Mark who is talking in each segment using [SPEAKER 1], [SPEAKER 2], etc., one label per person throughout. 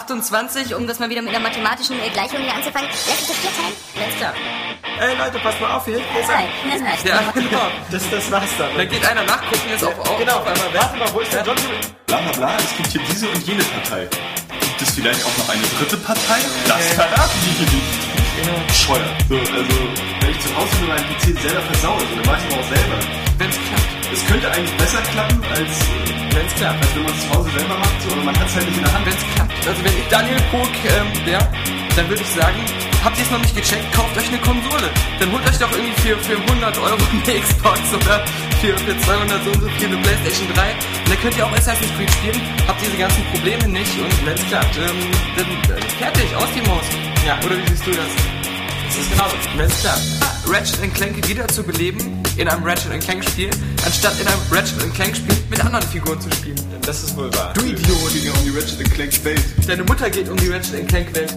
[SPEAKER 1] 28, um das mal wieder mit einer mathematischen äh, Gleichung hier anzufangen. Lass uns das vier teilen. Alles klar.
[SPEAKER 2] Ey Leute, passt mal auf hier. hinten ist
[SPEAKER 1] Zwei.
[SPEAKER 2] ein-
[SPEAKER 1] Das reicht.
[SPEAKER 2] Ja, genau.
[SPEAKER 3] Das, das war's dann.
[SPEAKER 2] Da geht einer nachgucken jetzt auf, auf,
[SPEAKER 3] Genau,
[SPEAKER 2] auf einmal weg.
[SPEAKER 3] warte mal, wo ist der John Lewis?
[SPEAKER 4] Bla bla bla, es gibt hier diese und jene Partei. Gibt es vielleicht auch noch eine dritte Partei? Das verraten die hier nicht. Scheuer. So, also, wenn ich zu Hause mit meinem PC selber versaue, so, dann weiß man auch selber.
[SPEAKER 2] Wenn's klappt.
[SPEAKER 4] Es könnte eigentlich besser klappen, als, äh,
[SPEAKER 2] Wenn's klappt.
[SPEAKER 4] als wenn man es zu Hause selber macht, so, aber man hat es halt nicht in der Hand.
[SPEAKER 2] Wenn's klappt. Also wenn ich Daniel guck, ähm, ja, dann würde ich sagen, habt ihr es noch nicht gecheckt, kauft euch eine Konsole. Dann holt euch doch irgendwie für, für 100 Euro eine Xbox oder für, für 200 so und so viel eine Playstation 3. Und dann könnt ihr auch Assassin's Creed spielen, habt diese ganzen Probleme nicht und wenn's klappt, ähm, dann äh, fertig, aus dem Haus. Ja, oder wie siehst du das? Das ist genauso. Wenn's klappt. Ah, Ratchet Clank wieder zu beleben in einem Ratchet Clank Spiel, anstatt in einem Ratchet Clank Spiel mit anderen Figuren zu spielen.
[SPEAKER 3] Das ist wohl wahr.
[SPEAKER 4] Du Idiot! Es geht ja um die Ratchet Clank Welt.
[SPEAKER 2] Deine Mutter geht um die Ratchet Clank Welt.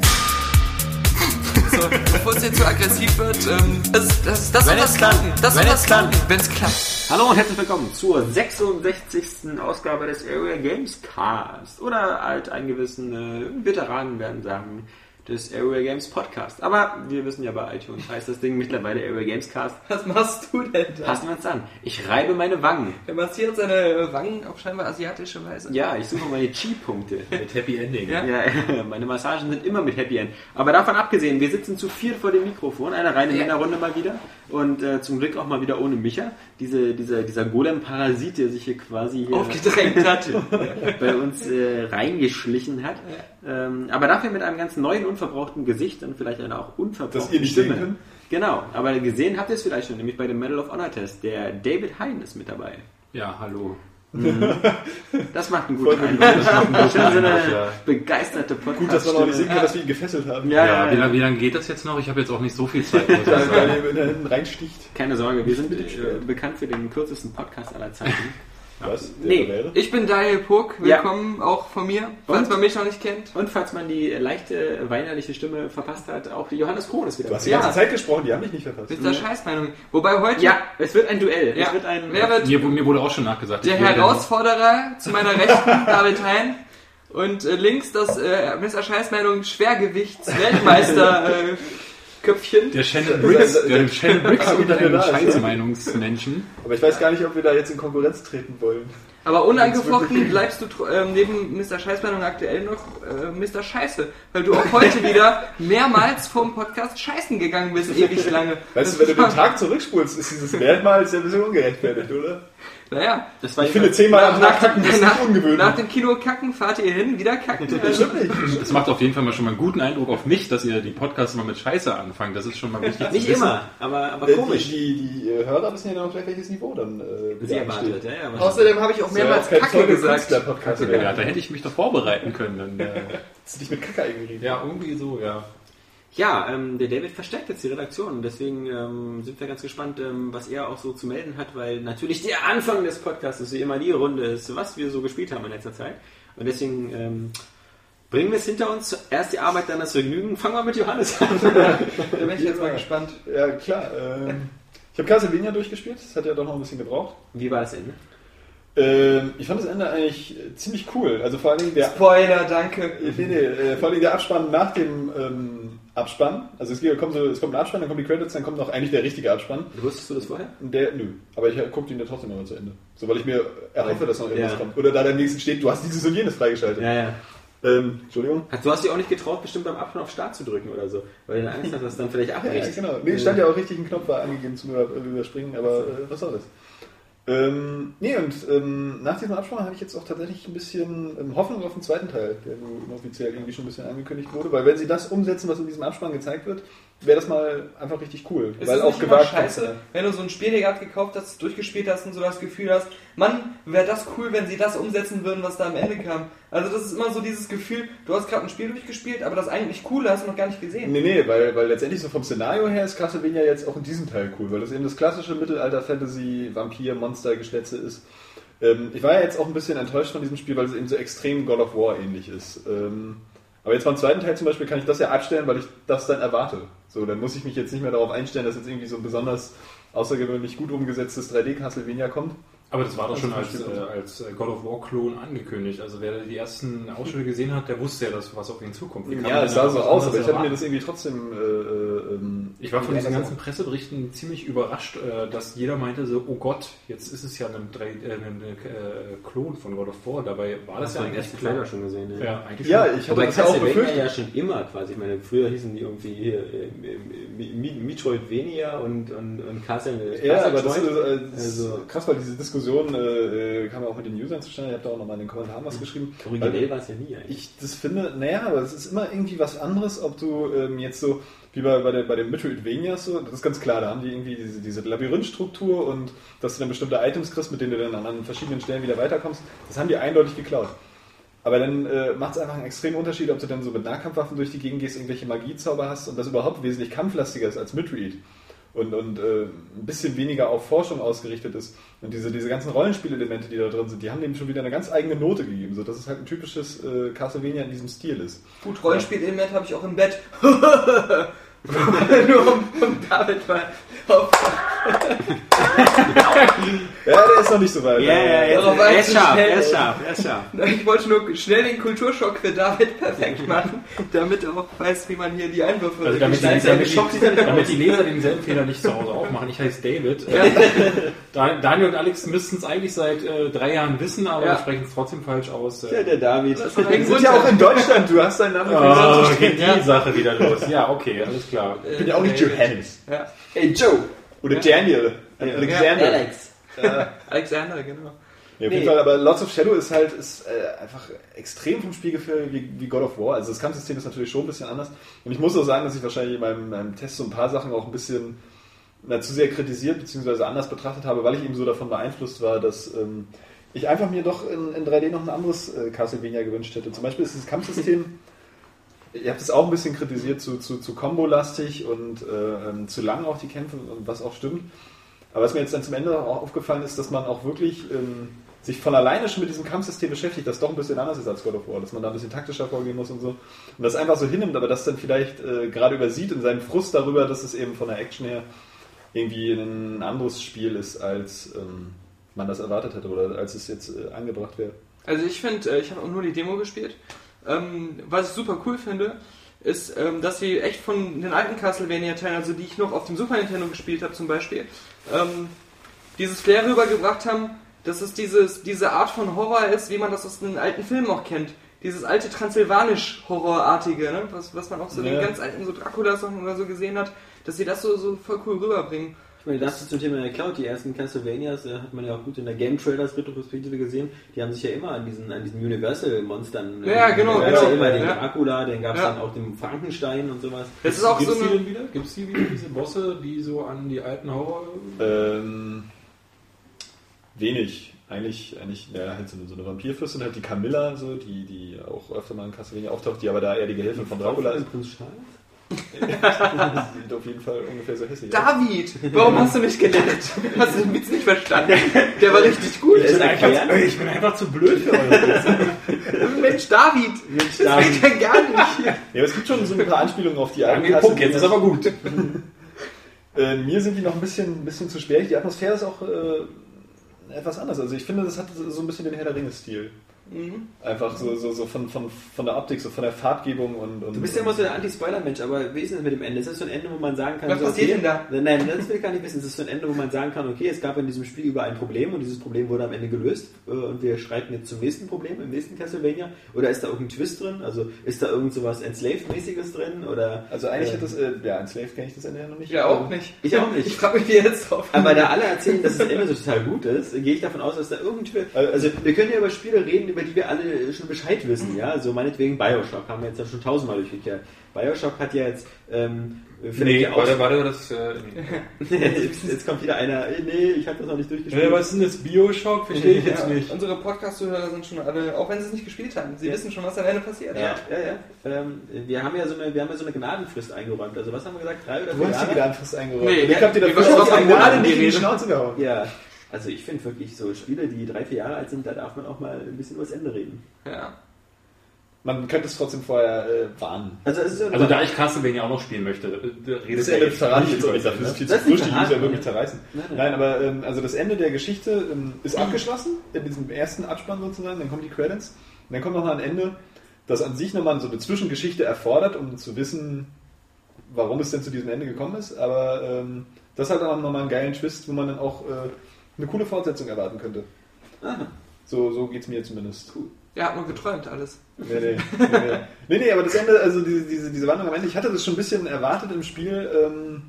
[SPEAKER 2] So, bevor es jetzt zu aggressiv wird, ähm, das, das, das
[SPEAKER 3] Wenn
[SPEAKER 2] soll das
[SPEAKER 3] es klappt.
[SPEAKER 2] klappen. Das
[SPEAKER 3] Wenn
[SPEAKER 2] soll
[SPEAKER 3] es
[SPEAKER 2] das klappen. Wenn es klappt.
[SPEAKER 5] Hallo und herzlich willkommen zur 66. Ausgabe des Area Games Cast. Oder halt eingewissen äh, Veteranen werden sagen, des Area Games Podcast. Aber wir wissen ja, bei iTunes heißt das Ding mittlerweile Area Games Cast.
[SPEAKER 2] Was machst du denn da?
[SPEAKER 5] Passen wir uns an. Ich reibe meine Wangen.
[SPEAKER 2] Er massiert seine Wangen auf scheinbar asiatische Weise.
[SPEAKER 5] Ja, ich suche meine Chi-Punkte.
[SPEAKER 3] Mit Happy Ending.
[SPEAKER 2] Ja.
[SPEAKER 5] Ja, meine Massagen sind immer mit Happy End. Aber davon abgesehen, wir sitzen zu viert vor dem Mikrofon, eine reine
[SPEAKER 2] Ja.
[SPEAKER 5] Männerrunde mal wieder. Und äh, zum Glück auch mal wieder ohne Micha. Diese, dieser dieser Golem-Parasit, der sich hier quasi hier
[SPEAKER 2] Aufgedrängt hat.
[SPEAKER 5] bei uns äh, reingeschlichen hat. Ähm, aber dafür mit einem ganz neuen, unverbrauchten Gesicht und vielleicht einer auch unverbrauchten
[SPEAKER 4] Das ihr nicht
[SPEAKER 5] Stimme.
[SPEAKER 4] sehen könnt?
[SPEAKER 5] Genau, aber gesehen habt ihr es vielleicht schon, nämlich bei dem Medal of Honor Test. Der David Hein ist mit dabei.
[SPEAKER 3] Ja, hallo.
[SPEAKER 5] Das macht einen guten Eindruck. Schön
[SPEAKER 4] Also,
[SPEAKER 5] so
[SPEAKER 4] äh,
[SPEAKER 5] eine
[SPEAKER 3] Ja.
[SPEAKER 5] begeisterte podcast
[SPEAKER 4] Gut, dass man auch nicht sehen kann, dass wir ihn gefesselt haben.
[SPEAKER 5] Ja,
[SPEAKER 3] Ja,
[SPEAKER 5] ja,
[SPEAKER 3] wie
[SPEAKER 5] ja.
[SPEAKER 3] lange wie lang geht das jetzt noch? Ich habe jetzt auch nicht so viel Zeit. muss ich
[SPEAKER 4] Weil
[SPEAKER 3] sagen.
[SPEAKER 4] er in den Händen reinsticht.
[SPEAKER 5] Keine Sorge, wir sind äh,
[SPEAKER 4] stört.
[SPEAKER 5] bekannt für den kürzesten Podcast aller Zeiten.
[SPEAKER 4] Was? Der
[SPEAKER 5] Nee.
[SPEAKER 4] wäre?
[SPEAKER 2] Ich bin Daniel Puck,
[SPEAKER 5] Ja.
[SPEAKER 2] willkommen auch von mir, falls
[SPEAKER 5] Und?
[SPEAKER 2] man mich noch nicht kennt.
[SPEAKER 5] Und falls man die leichte, weinerliche Stimme verpasst hat, auch Johannes Krohn ist wieder
[SPEAKER 4] Du hast die
[SPEAKER 5] dabei.
[SPEAKER 2] Ja.
[SPEAKER 4] ganze Zeit gesprochen, die haben dich nicht verpasst.
[SPEAKER 2] Mr. Scheißmeinung. Wobei heute
[SPEAKER 5] Ja, es wird ein Duell.
[SPEAKER 2] Ja.
[SPEAKER 5] Es wird ein,
[SPEAKER 2] Wer wird
[SPEAKER 3] Mir, wu- mir wurde auch schon nachgesagt.
[SPEAKER 2] der
[SPEAKER 3] ich werde-
[SPEAKER 2] Herausforderer zu meiner Rechten, David Hein. Und äh, links das äh, Mr. Scheißmeinung Schwergewichts-Weltmeister äh, Köpfchen.
[SPEAKER 3] Der Shannon Briggs, der dem Shannon Briggs
[SPEAKER 4] Ah,
[SPEAKER 3] und
[SPEAKER 4] wieder
[SPEAKER 3] einem
[SPEAKER 4] da ist, ne?
[SPEAKER 3] Scheißmeinungsmenschen.
[SPEAKER 4] Aber ich weiß gar nicht, ob wir da jetzt in Konkurrenz treten wollen.
[SPEAKER 2] Aber unangefochten bleibst du tro- ähm, neben Mr. Scheißmeinung aktuell noch äh, Mr. Scheiße, weil du auch heute wieder mehrmals vom Podcast scheißen gegangen bist, ewig lange.
[SPEAKER 4] Weißt du, wenn du den Tag zurückspulst, ist dieses mehrmals ja ein bisschen ungerechtfertigt, oder?
[SPEAKER 2] Naja.
[SPEAKER 5] Das war
[SPEAKER 4] Ich finde zehnmal am Tag kacken ist
[SPEAKER 2] nach,
[SPEAKER 4] nicht ungewöhnlich.
[SPEAKER 2] nach dem Kino kacken fahrt ihr hin, wieder kacken.
[SPEAKER 4] Das
[SPEAKER 2] Also,
[SPEAKER 4] stimmt nicht.
[SPEAKER 3] Das macht auf jeden Fall mal schon mal einen guten Eindruck auf mich, dass ihr die Podcasts mal mit Scheiße anfangt. Das ist schon mal wichtig.
[SPEAKER 5] nicht immer, aber, aber
[SPEAKER 4] Komisch.
[SPEAKER 5] komisch.
[SPEAKER 4] Äh, Die, die, die äh, Hörer wissen ja dann auch gleich, welches Niveau dann äh,
[SPEAKER 5] Sie
[SPEAKER 4] wieder
[SPEAKER 5] erwartet,
[SPEAKER 4] ansteht.
[SPEAKER 5] ja, ja. wahrscheinlich.
[SPEAKER 2] außerdem habe ich auch mehrmals
[SPEAKER 4] kein
[SPEAKER 2] Kacke gesagt.
[SPEAKER 4] Pseudo-Künstler-Podcast
[SPEAKER 3] zu
[SPEAKER 4] mehr.
[SPEAKER 3] werden. Ja, da hätte ich mich doch vorbereiten können. Dann, äh,
[SPEAKER 4] Hast du dich mit Kacke eingerieben?
[SPEAKER 3] ja, irgendwie so, ja.
[SPEAKER 5] Ja, ähm, der David verstärkt jetzt die Redaktion. Deswegen ähm, sind wir ganz gespannt, ähm, was er auch so zu melden hat, weil natürlich der Anfang des Podcasts wie immer die Runde ist, was wir so gespielt haben in letzter Zeit. Und deswegen ähm, bringen wir es hinter uns. Erst die Arbeit, dann das Vergnügen. Fangen wir mit Johannes an.
[SPEAKER 2] Da bin ich jetzt mal gespannt.
[SPEAKER 4] Ja, klar. Ähm, ich habe Castlevania durchgespielt, das hat ja doch noch ein bisschen gebraucht.
[SPEAKER 5] Wie war das Ende?
[SPEAKER 4] Ähm, ich fand das Ende eigentlich äh, ziemlich cool. Also vor allen Dingen der
[SPEAKER 2] Spoiler, danke.
[SPEAKER 4] Nee, nee, äh, vor allem der Abspann nach dem ähm, Abspann. Also es, geht, kommt so, es kommt ein Abspann, dann kommen die Credits, dann kommt noch eigentlich der richtige Abspann.
[SPEAKER 5] Wusstest du das vorher?
[SPEAKER 4] Und der, nö. Aber ich guckte ihn ja trotzdem nochmal zu Ende. So, weil ich mir erhoffe, dass noch irgendwas
[SPEAKER 5] Ja.
[SPEAKER 4] kommt. Oder da am nächsten steht, du hast dieses und jenes freigeschaltet.
[SPEAKER 5] ja.
[SPEAKER 4] Ähm, Entschuldigung.
[SPEAKER 5] Hat- Du hast dich auch nicht getraut, bestimmt beim Abhören auf Start zu drücken oder so, weil du Angst hast, dass es dann vielleicht
[SPEAKER 4] Ja,
[SPEAKER 5] abbricht.
[SPEAKER 4] genau. Nee, stand ja auch richtig ein Knopf war angegeben zum Über- Überspringen, aber äh, was soll das? Ähm, nee, und ähm, nach diesem Abspann habe ich jetzt auch tatsächlich ein bisschen ähm, Hoffnung auf den zweiten Teil, der nun offiziell irgendwie schon ein bisschen angekündigt wurde, weil wenn sie das umsetzen, was in diesem Abspann gezeigt wird, wäre das mal einfach richtig cool.
[SPEAKER 2] Ist
[SPEAKER 4] weil
[SPEAKER 2] es nicht immer
[SPEAKER 4] gewagt
[SPEAKER 2] scheiße,
[SPEAKER 4] kannst
[SPEAKER 2] wenn du so ein Spiel dir gerade gekauft hast, durchgespielt hast und so das Gefühl hast, Mann, wäre das cool, wenn sie das umsetzen würden, was da am Ende kam. Also das ist immer so dieses Gefühl, du hast gerade ein Spiel durchgespielt, aber das eigentlich coole hast du noch gar nicht
[SPEAKER 4] du-
[SPEAKER 2] gesehen.
[SPEAKER 4] Nee, nee, weil, weil letztendlich so vom Szenario her ist Castlevania jetzt auch in diesem Teil cool, weil das eben das klassische Mittelalter-Fantasy-Vampir-Monster-Geschwätze ist. Ähm, ich war ja jetzt auch ein bisschen enttäuscht von diesem Spiel, weil es eben so extrem God of War ähnlich ist. Ähm, aber jetzt beim zweiten Teil zum Beispiel kann ich das ja abstellen, weil ich das dann erwarte. So, dann muss ich mich jetzt nicht mehr darauf einstellen, dass jetzt irgendwie so ein besonders außergewöhnlich gut umgesetztes 3D-Castlevania kommt.
[SPEAKER 3] Aber das war doch schon
[SPEAKER 4] Das
[SPEAKER 3] als,
[SPEAKER 4] ist
[SPEAKER 3] äh,
[SPEAKER 4] bestimmt.
[SPEAKER 3] als äh, God of War Klon angekündigt. Also wer die ersten Ausschnitte gesehen hat, der wusste ja, dass was auf ihn zukommt. Wie kann
[SPEAKER 4] Ja,
[SPEAKER 3] man
[SPEAKER 4] es
[SPEAKER 3] denn
[SPEAKER 4] sah so
[SPEAKER 3] was
[SPEAKER 4] aus, aber ich
[SPEAKER 3] anderes
[SPEAKER 4] habe mir
[SPEAKER 3] erwarten?
[SPEAKER 4] das irgendwie trotzdem. Äh, äh, ähm,
[SPEAKER 3] Ich war von
[SPEAKER 4] ja,
[SPEAKER 3] diesen
[SPEAKER 4] das
[SPEAKER 3] ganzen Presseberichten ziemlich überrascht, äh, dass jeder meinte so, oh Gott, jetzt ist es ja ein, drei, äh, ein äh, Klon von God of War. Dabei war das,
[SPEAKER 5] Das war
[SPEAKER 3] ja
[SPEAKER 5] im
[SPEAKER 3] eigentlich
[SPEAKER 5] ersten Trailer schon gesehen. ne?
[SPEAKER 3] Ja, eigentlich
[SPEAKER 4] Ja,
[SPEAKER 3] schon.
[SPEAKER 4] ich hatte
[SPEAKER 5] Wobei
[SPEAKER 4] das ja auch
[SPEAKER 5] Castlevania
[SPEAKER 4] befürchtet.
[SPEAKER 5] ja schon immer quasi. Ich meine, früher hießen die irgendwie hier äh, Mi- Mi- Metroidvania und, und, und Castle. Castle
[SPEAKER 4] Ja, aber das ist,
[SPEAKER 5] Joint.
[SPEAKER 4] äh, das ist
[SPEAKER 5] Also-
[SPEAKER 4] krass, weil diese Diskussion äh, äh, kam ja auch mit den Usern zustande. Ihr habt da auch nochmal in den Kommentaren
[SPEAKER 5] Mhm.
[SPEAKER 4] was geschrieben.
[SPEAKER 5] Originell war es ja nie eigentlich.
[SPEAKER 4] Ich das finde, naja, aber es ist immer irgendwie was anderes, ob du ähm, jetzt so, wie bei, bei, der, bei den Metroidvanias, so, das ist ganz klar, da haben die irgendwie diese, diese Labyrinthstruktur und dass du dann bestimmte Items kriegst, mit denen du dann an verschiedenen Stellen wieder weiterkommst, das haben die eindeutig geklaut. Aber dann äh, macht es einfach einen extremen Unterschied, ob du dann so mit Nahkampfwaffen durch die Gegend gehst, irgendwelche Magiezauber hast und das überhaupt wesentlich kampflastiger ist als Metroid. Und, und äh, ein bisschen weniger auf Forschung ausgerichtet ist. Und diese, diese ganzen Rollenspielelemente, die da drin sind, die haben dem schon wieder eine ganz eigene Note gegeben, sodass es halt ein typisches äh, Castlevania in diesem Stil ist.
[SPEAKER 2] Gut, Rollenspielelement habe ich auch im Bett. Nur um, um damit mal auf
[SPEAKER 4] Ja, der ist noch nicht so weit.
[SPEAKER 5] Ja, ja, jetzt,
[SPEAKER 2] Darauf
[SPEAKER 5] er ist
[SPEAKER 2] einzustellen.
[SPEAKER 5] scharf, er ist scharf, er ist scharf.
[SPEAKER 2] Ich wollte nur schnell den Kulturschock für David perfekt machen, damit er auch weiß, wie man hier die Einwürfe
[SPEAKER 3] Also damit, die,
[SPEAKER 2] gestaltet.
[SPEAKER 3] damit,
[SPEAKER 2] Geschockt
[SPEAKER 3] die,
[SPEAKER 2] sind wir
[SPEAKER 3] damit
[SPEAKER 2] raus.
[SPEAKER 3] die Leser denselben Fehler nicht zu Hause auch machen. Ich heiße David. Äh, Da- Daniel und Alex müssten es eigentlich seit äh, drei Jahren wissen, aber
[SPEAKER 2] Ja.
[SPEAKER 3] wir sprechen es trotzdem falsch aus.
[SPEAKER 5] Ja,
[SPEAKER 3] Äh,
[SPEAKER 5] der David.
[SPEAKER 2] Das ist
[SPEAKER 4] Wir sind ja auch in Deutschland, du hast deinen Namen gesagt.
[SPEAKER 3] oh, geht die Sache wieder los. Ja, okay, alles klar.
[SPEAKER 4] Ich bin ja auch nicht Johannes.
[SPEAKER 2] Ja. Hey Joe!
[SPEAKER 4] Oder Daniel. Alexander.
[SPEAKER 5] Alex.
[SPEAKER 2] Alexander, genau.
[SPEAKER 4] Ja, auf jeden
[SPEAKER 5] Nee.
[SPEAKER 4] Fall, aber Lords of Shadow ist halt ist, äh, einfach extrem vom Spielgefühl wie, wie God of War. Also das Kampfsystem ist natürlich schon ein bisschen anders. Und ich muss auch sagen, dass ich wahrscheinlich in meinem, meinem Test so ein paar Sachen auch ein bisschen na, zu sehr kritisiert bzw. anders betrachtet habe, weil ich eben so davon beeinflusst war, dass ähm, ich einfach mir doch in, in 3D noch ein anderes äh, Castlevania gewünscht hätte. Zum Beispiel ist das Kampfsystem, ihr habt es auch ein bisschen kritisiert, zu, zu, zu kombolastig und äh, ähm, zu lang auch die Kämpfe und was auch stimmt. Aber was mir jetzt dann zum Ende auch aufgefallen ist, dass man auch wirklich ähm, sich von alleine schon mit diesem Kampfsystem beschäftigt, das doch ein bisschen anders ist als God of War, dass man da ein bisschen taktischer vorgehen muss und so. Und das einfach so hinnimmt, aber das dann vielleicht äh, gerade übersieht in seinem Frust darüber, dass es eben von der Action her irgendwie ein anderes Spiel ist, als ähm, man das erwartet hätte oder als es jetzt äh, angebracht wäre.
[SPEAKER 2] Also ich finde, ich habe auch nur die Demo gespielt. Ähm, was ich super cool finde, ist, ähm, dass sie echt von den alten Castlevania-Teilen, also die ich noch auf dem Super Nintendo gespielt habe zum Beispiel, ähm, dieses Flair rübergebracht haben, dass es dieses, diese Art von Horror ist, wie man das aus den alten Filmen auch kennt. Dieses alte Transsilvanisch-Horrorartige, ne? was, was man auch so in
[SPEAKER 4] Ja.
[SPEAKER 2] den ganz alten so Dracula-Sachen oder so gesehen hat, dass sie das so, so voll cool rüberbringen.
[SPEAKER 5] Ich meine, dazu zum Thema der Cloud, die ersten Castlevanias äh, hat man ja auch gut in der Game Trailers Retrospektive gesehen, die haben sich ja immer an diesen, an diesen Universal Monstern. äh,
[SPEAKER 2] Ja, genau,
[SPEAKER 5] Da gab's
[SPEAKER 4] genau.
[SPEAKER 5] ja immer den
[SPEAKER 2] Ja.
[SPEAKER 5] Dracula, den gab es
[SPEAKER 2] Ja.
[SPEAKER 5] dann auch den Frankenstein und sowas.
[SPEAKER 2] Das ist auch
[SPEAKER 3] Gibt's
[SPEAKER 2] so eine.
[SPEAKER 3] die denn wieder? Gibt es die wieder, diese Bosse, die so an die alten Horror...
[SPEAKER 4] Ähm, wenig. Eigentlich, eigentlich, ja, halt so eine, so eine Vampirfürstin, halt die Camilla, so, die, die auch öfter mal in Castlevania auftaucht, die aber da eher die Gehilfin von Dracula ist.
[SPEAKER 5] Prinz Charles?
[SPEAKER 4] Die sieht auf jeden Fall ungefähr so hässlich aus.
[SPEAKER 2] David, warum hast du nicht gelacht? Hast du den Witz nicht verstanden? Der war richtig gut.
[SPEAKER 5] Ich bin einfach-
[SPEAKER 3] ich bin einfach zu blöd für eure
[SPEAKER 2] Mensch, David,
[SPEAKER 5] Mensch,
[SPEAKER 2] das geht ja gar nicht.
[SPEAKER 4] Ja, aber es gibt schon so ein paar Anspielungen auf die alten
[SPEAKER 3] Angeguckt, jetzt
[SPEAKER 4] Castlevania.
[SPEAKER 3] ist aber gut.
[SPEAKER 4] Äh, mir sind die noch ein bisschen, ein bisschen zu schwer. Die Atmosphäre ist auch äh, etwas anders. Also ich finde, das hat so ein bisschen den Herr der Ringe-Stil. Einfach so, so, so von, von, von der Optik, so von der Farbgebung und. und
[SPEAKER 5] Du bist ja immer so der Anti-Spoiler-Mensch, aber wie ist denn das mit dem Ende? Ist das so ein Ende, wo man sagen kann,
[SPEAKER 2] Was
[SPEAKER 5] so,
[SPEAKER 2] passiert
[SPEAKER 5] okay,
[SPEAKER 2] denn da?
[SPEAKER 5] Nein, das will ich gar nicht wissen. Es ist so ein Ende, wo man sagen kann, okay, es gab in diesem Spiel überall ein Problem und dieses Problem wurde am Ende gelöst äh, und wir schreiten jetzt zum nächsten Problem, im nächsten Castlevania. Oder ist da irgendein Twist drin? Also ist da irgend sowas Enslaved-mäßiges drin? Oder,
[SPEAKER 4] also eigentlich hat
[SPEAKER 5] ähm,
[SPEAKER 4] das, äh, ja, in Slave kenne ich das Ende ja noch nicht. Ähm,
[SPEAKER 2] Ja, auch nicht.
[SPEAKER 5] Ich auch nicht.
[SPEAKER 2] Ich frage mich, wie er jetzt drauf
[SPEAKER 5] Aber da alle erzählen, dass das Ende so total gut ist, gehe ich davon aus, dass da irgendwie. Also, wir können ja über Spiele reden, über die wir alle schon Bescheid wissen, ja? Also, meinetwegen Bioshock haben wir jetzt ja schon tausendmal durchgekehrt. Bioshock hat ja jetzt. Ähm, vielleicht ja auch-
[SPEAKER 3] warte, das... Äh,
[SPEAKER 5] jetzt, jetzt kommt wieder einer, "Ey, nee, ich habe das noch nicht durchgespielt.
[SPEAKER 3] äh, was ist denn das? Bioshock? Verstehe ich jetzt
[SPEAKER 2] Ja,
[SPEAKER 3] nicht.
[SPEAKER 2] Unsere Podcast-Zuhörer sind schon alle, auch wenn sie es nicht gespielt haben, sie
[SPEAKER 5] Ja.
[SPEAKER 2] wissen schon, was am Ende passiert.
[SPEAKER 5] ja, ja, ja. Ähm, wir, haben ja so eine, wir haben ja so eine Gnadenfrist eingeräumt. Also was haben wir gesagt? Drei oder
[SPEAKER 4] Du
[SPEAKER 5] vier
[SPEAKER 4] hast die
[SPEAKER 5] Jahre?
[SPEAKER 4] wieder anfangs eingeräumt.
[SPEAKER 2] Nee,
[SPEAKER 4] Und ich
[SPEAKER 2] ja,
[SPEAKER 4] hab dir
[SPEAKER 2] wir waren auf
[SPEAKER 4] dafür auch
[SPEAKER 2] einen Laden,
[SPEAKER 4] gerade nicht
[SPEAKER 2] die
[SPEAKER 4] in die
[SPEAKER 2] Rede.
[SPEAKER 4] Schnauze gehauen.
[SPEAKER 5] Ja. Also ich finde wirklich so Spiele, die drei, vier Jahre alt sind, da darf man auch mal ein bisschen über das Ende reden.
[SPEAKER 2] Ja.
[SPEAKER 4] Man könnte es trotzdem vorher äh, warnen.
[SPEAKER 5] Also, es ist so
[SPEAKER 3] Also da ich Castlevania auch noch spielen möchte, äh, redet
[SPEAKER 4] Das
[SPEAKER 3] er
[SPEAKER 4] Ende
[SPEAKER 3] jetzt
[SPEAKER 4] verraten
[SPEAKER 3] nicht
[SPEAKER 4] jetzt auch
[SPEAKER 3] über
[SPEAKER 4] nicht.
[SPEAKER 3] das.
[SPEAKER 4] Dafür ist
[SPEAKER 3] Ne?
[SPEAKER 4] viel
[SPEAKER 5] Das
[SPEAKER 4] zu
[SPEAKER 5] ist nicht
[SPEAKER 4] wurscht, die muss ja
[SPEAKER 5] verraten,
[SPEAKER 4] wirklich
[SPEAKER 5] ne?
[SPEAKER 4] zerreißen.
[SPEAKER 5] Nein,
[SPEAKER 4] Nein,
[SPEAKER 5] nein.
[SPEAKER 4] aber ähm, also das Ende der Geschichte ähm, ist abgeschlossen, in diesem ersten Abspann sozusagen, dann kommen die Credits und dann kommt nochmal ein Ende, das an sich nochmal so eine Zwischengeschichte erfordert, um zu wissen, warum es denn zu diesem Ende gekommen ist, aber ähm, das hat dann auch nochmal einen geilen Twist, wo man dann auch äh, eine coole Fortsetzung erwarten könnte.
[SPEAKER 5] Aha.
[SPEAKER 4] So, so geht es mir zumindest. Cool.
[SPEAKER 2] Ja, hat man geträumt alles.
[SPEAKER 4] Nee, nee, nee, nee. nee, nee, aber das Ende, also diese, diese, diese Wandlung am Ende, ich hatte das schon ein bisschen erwartet im Spiel, ähm,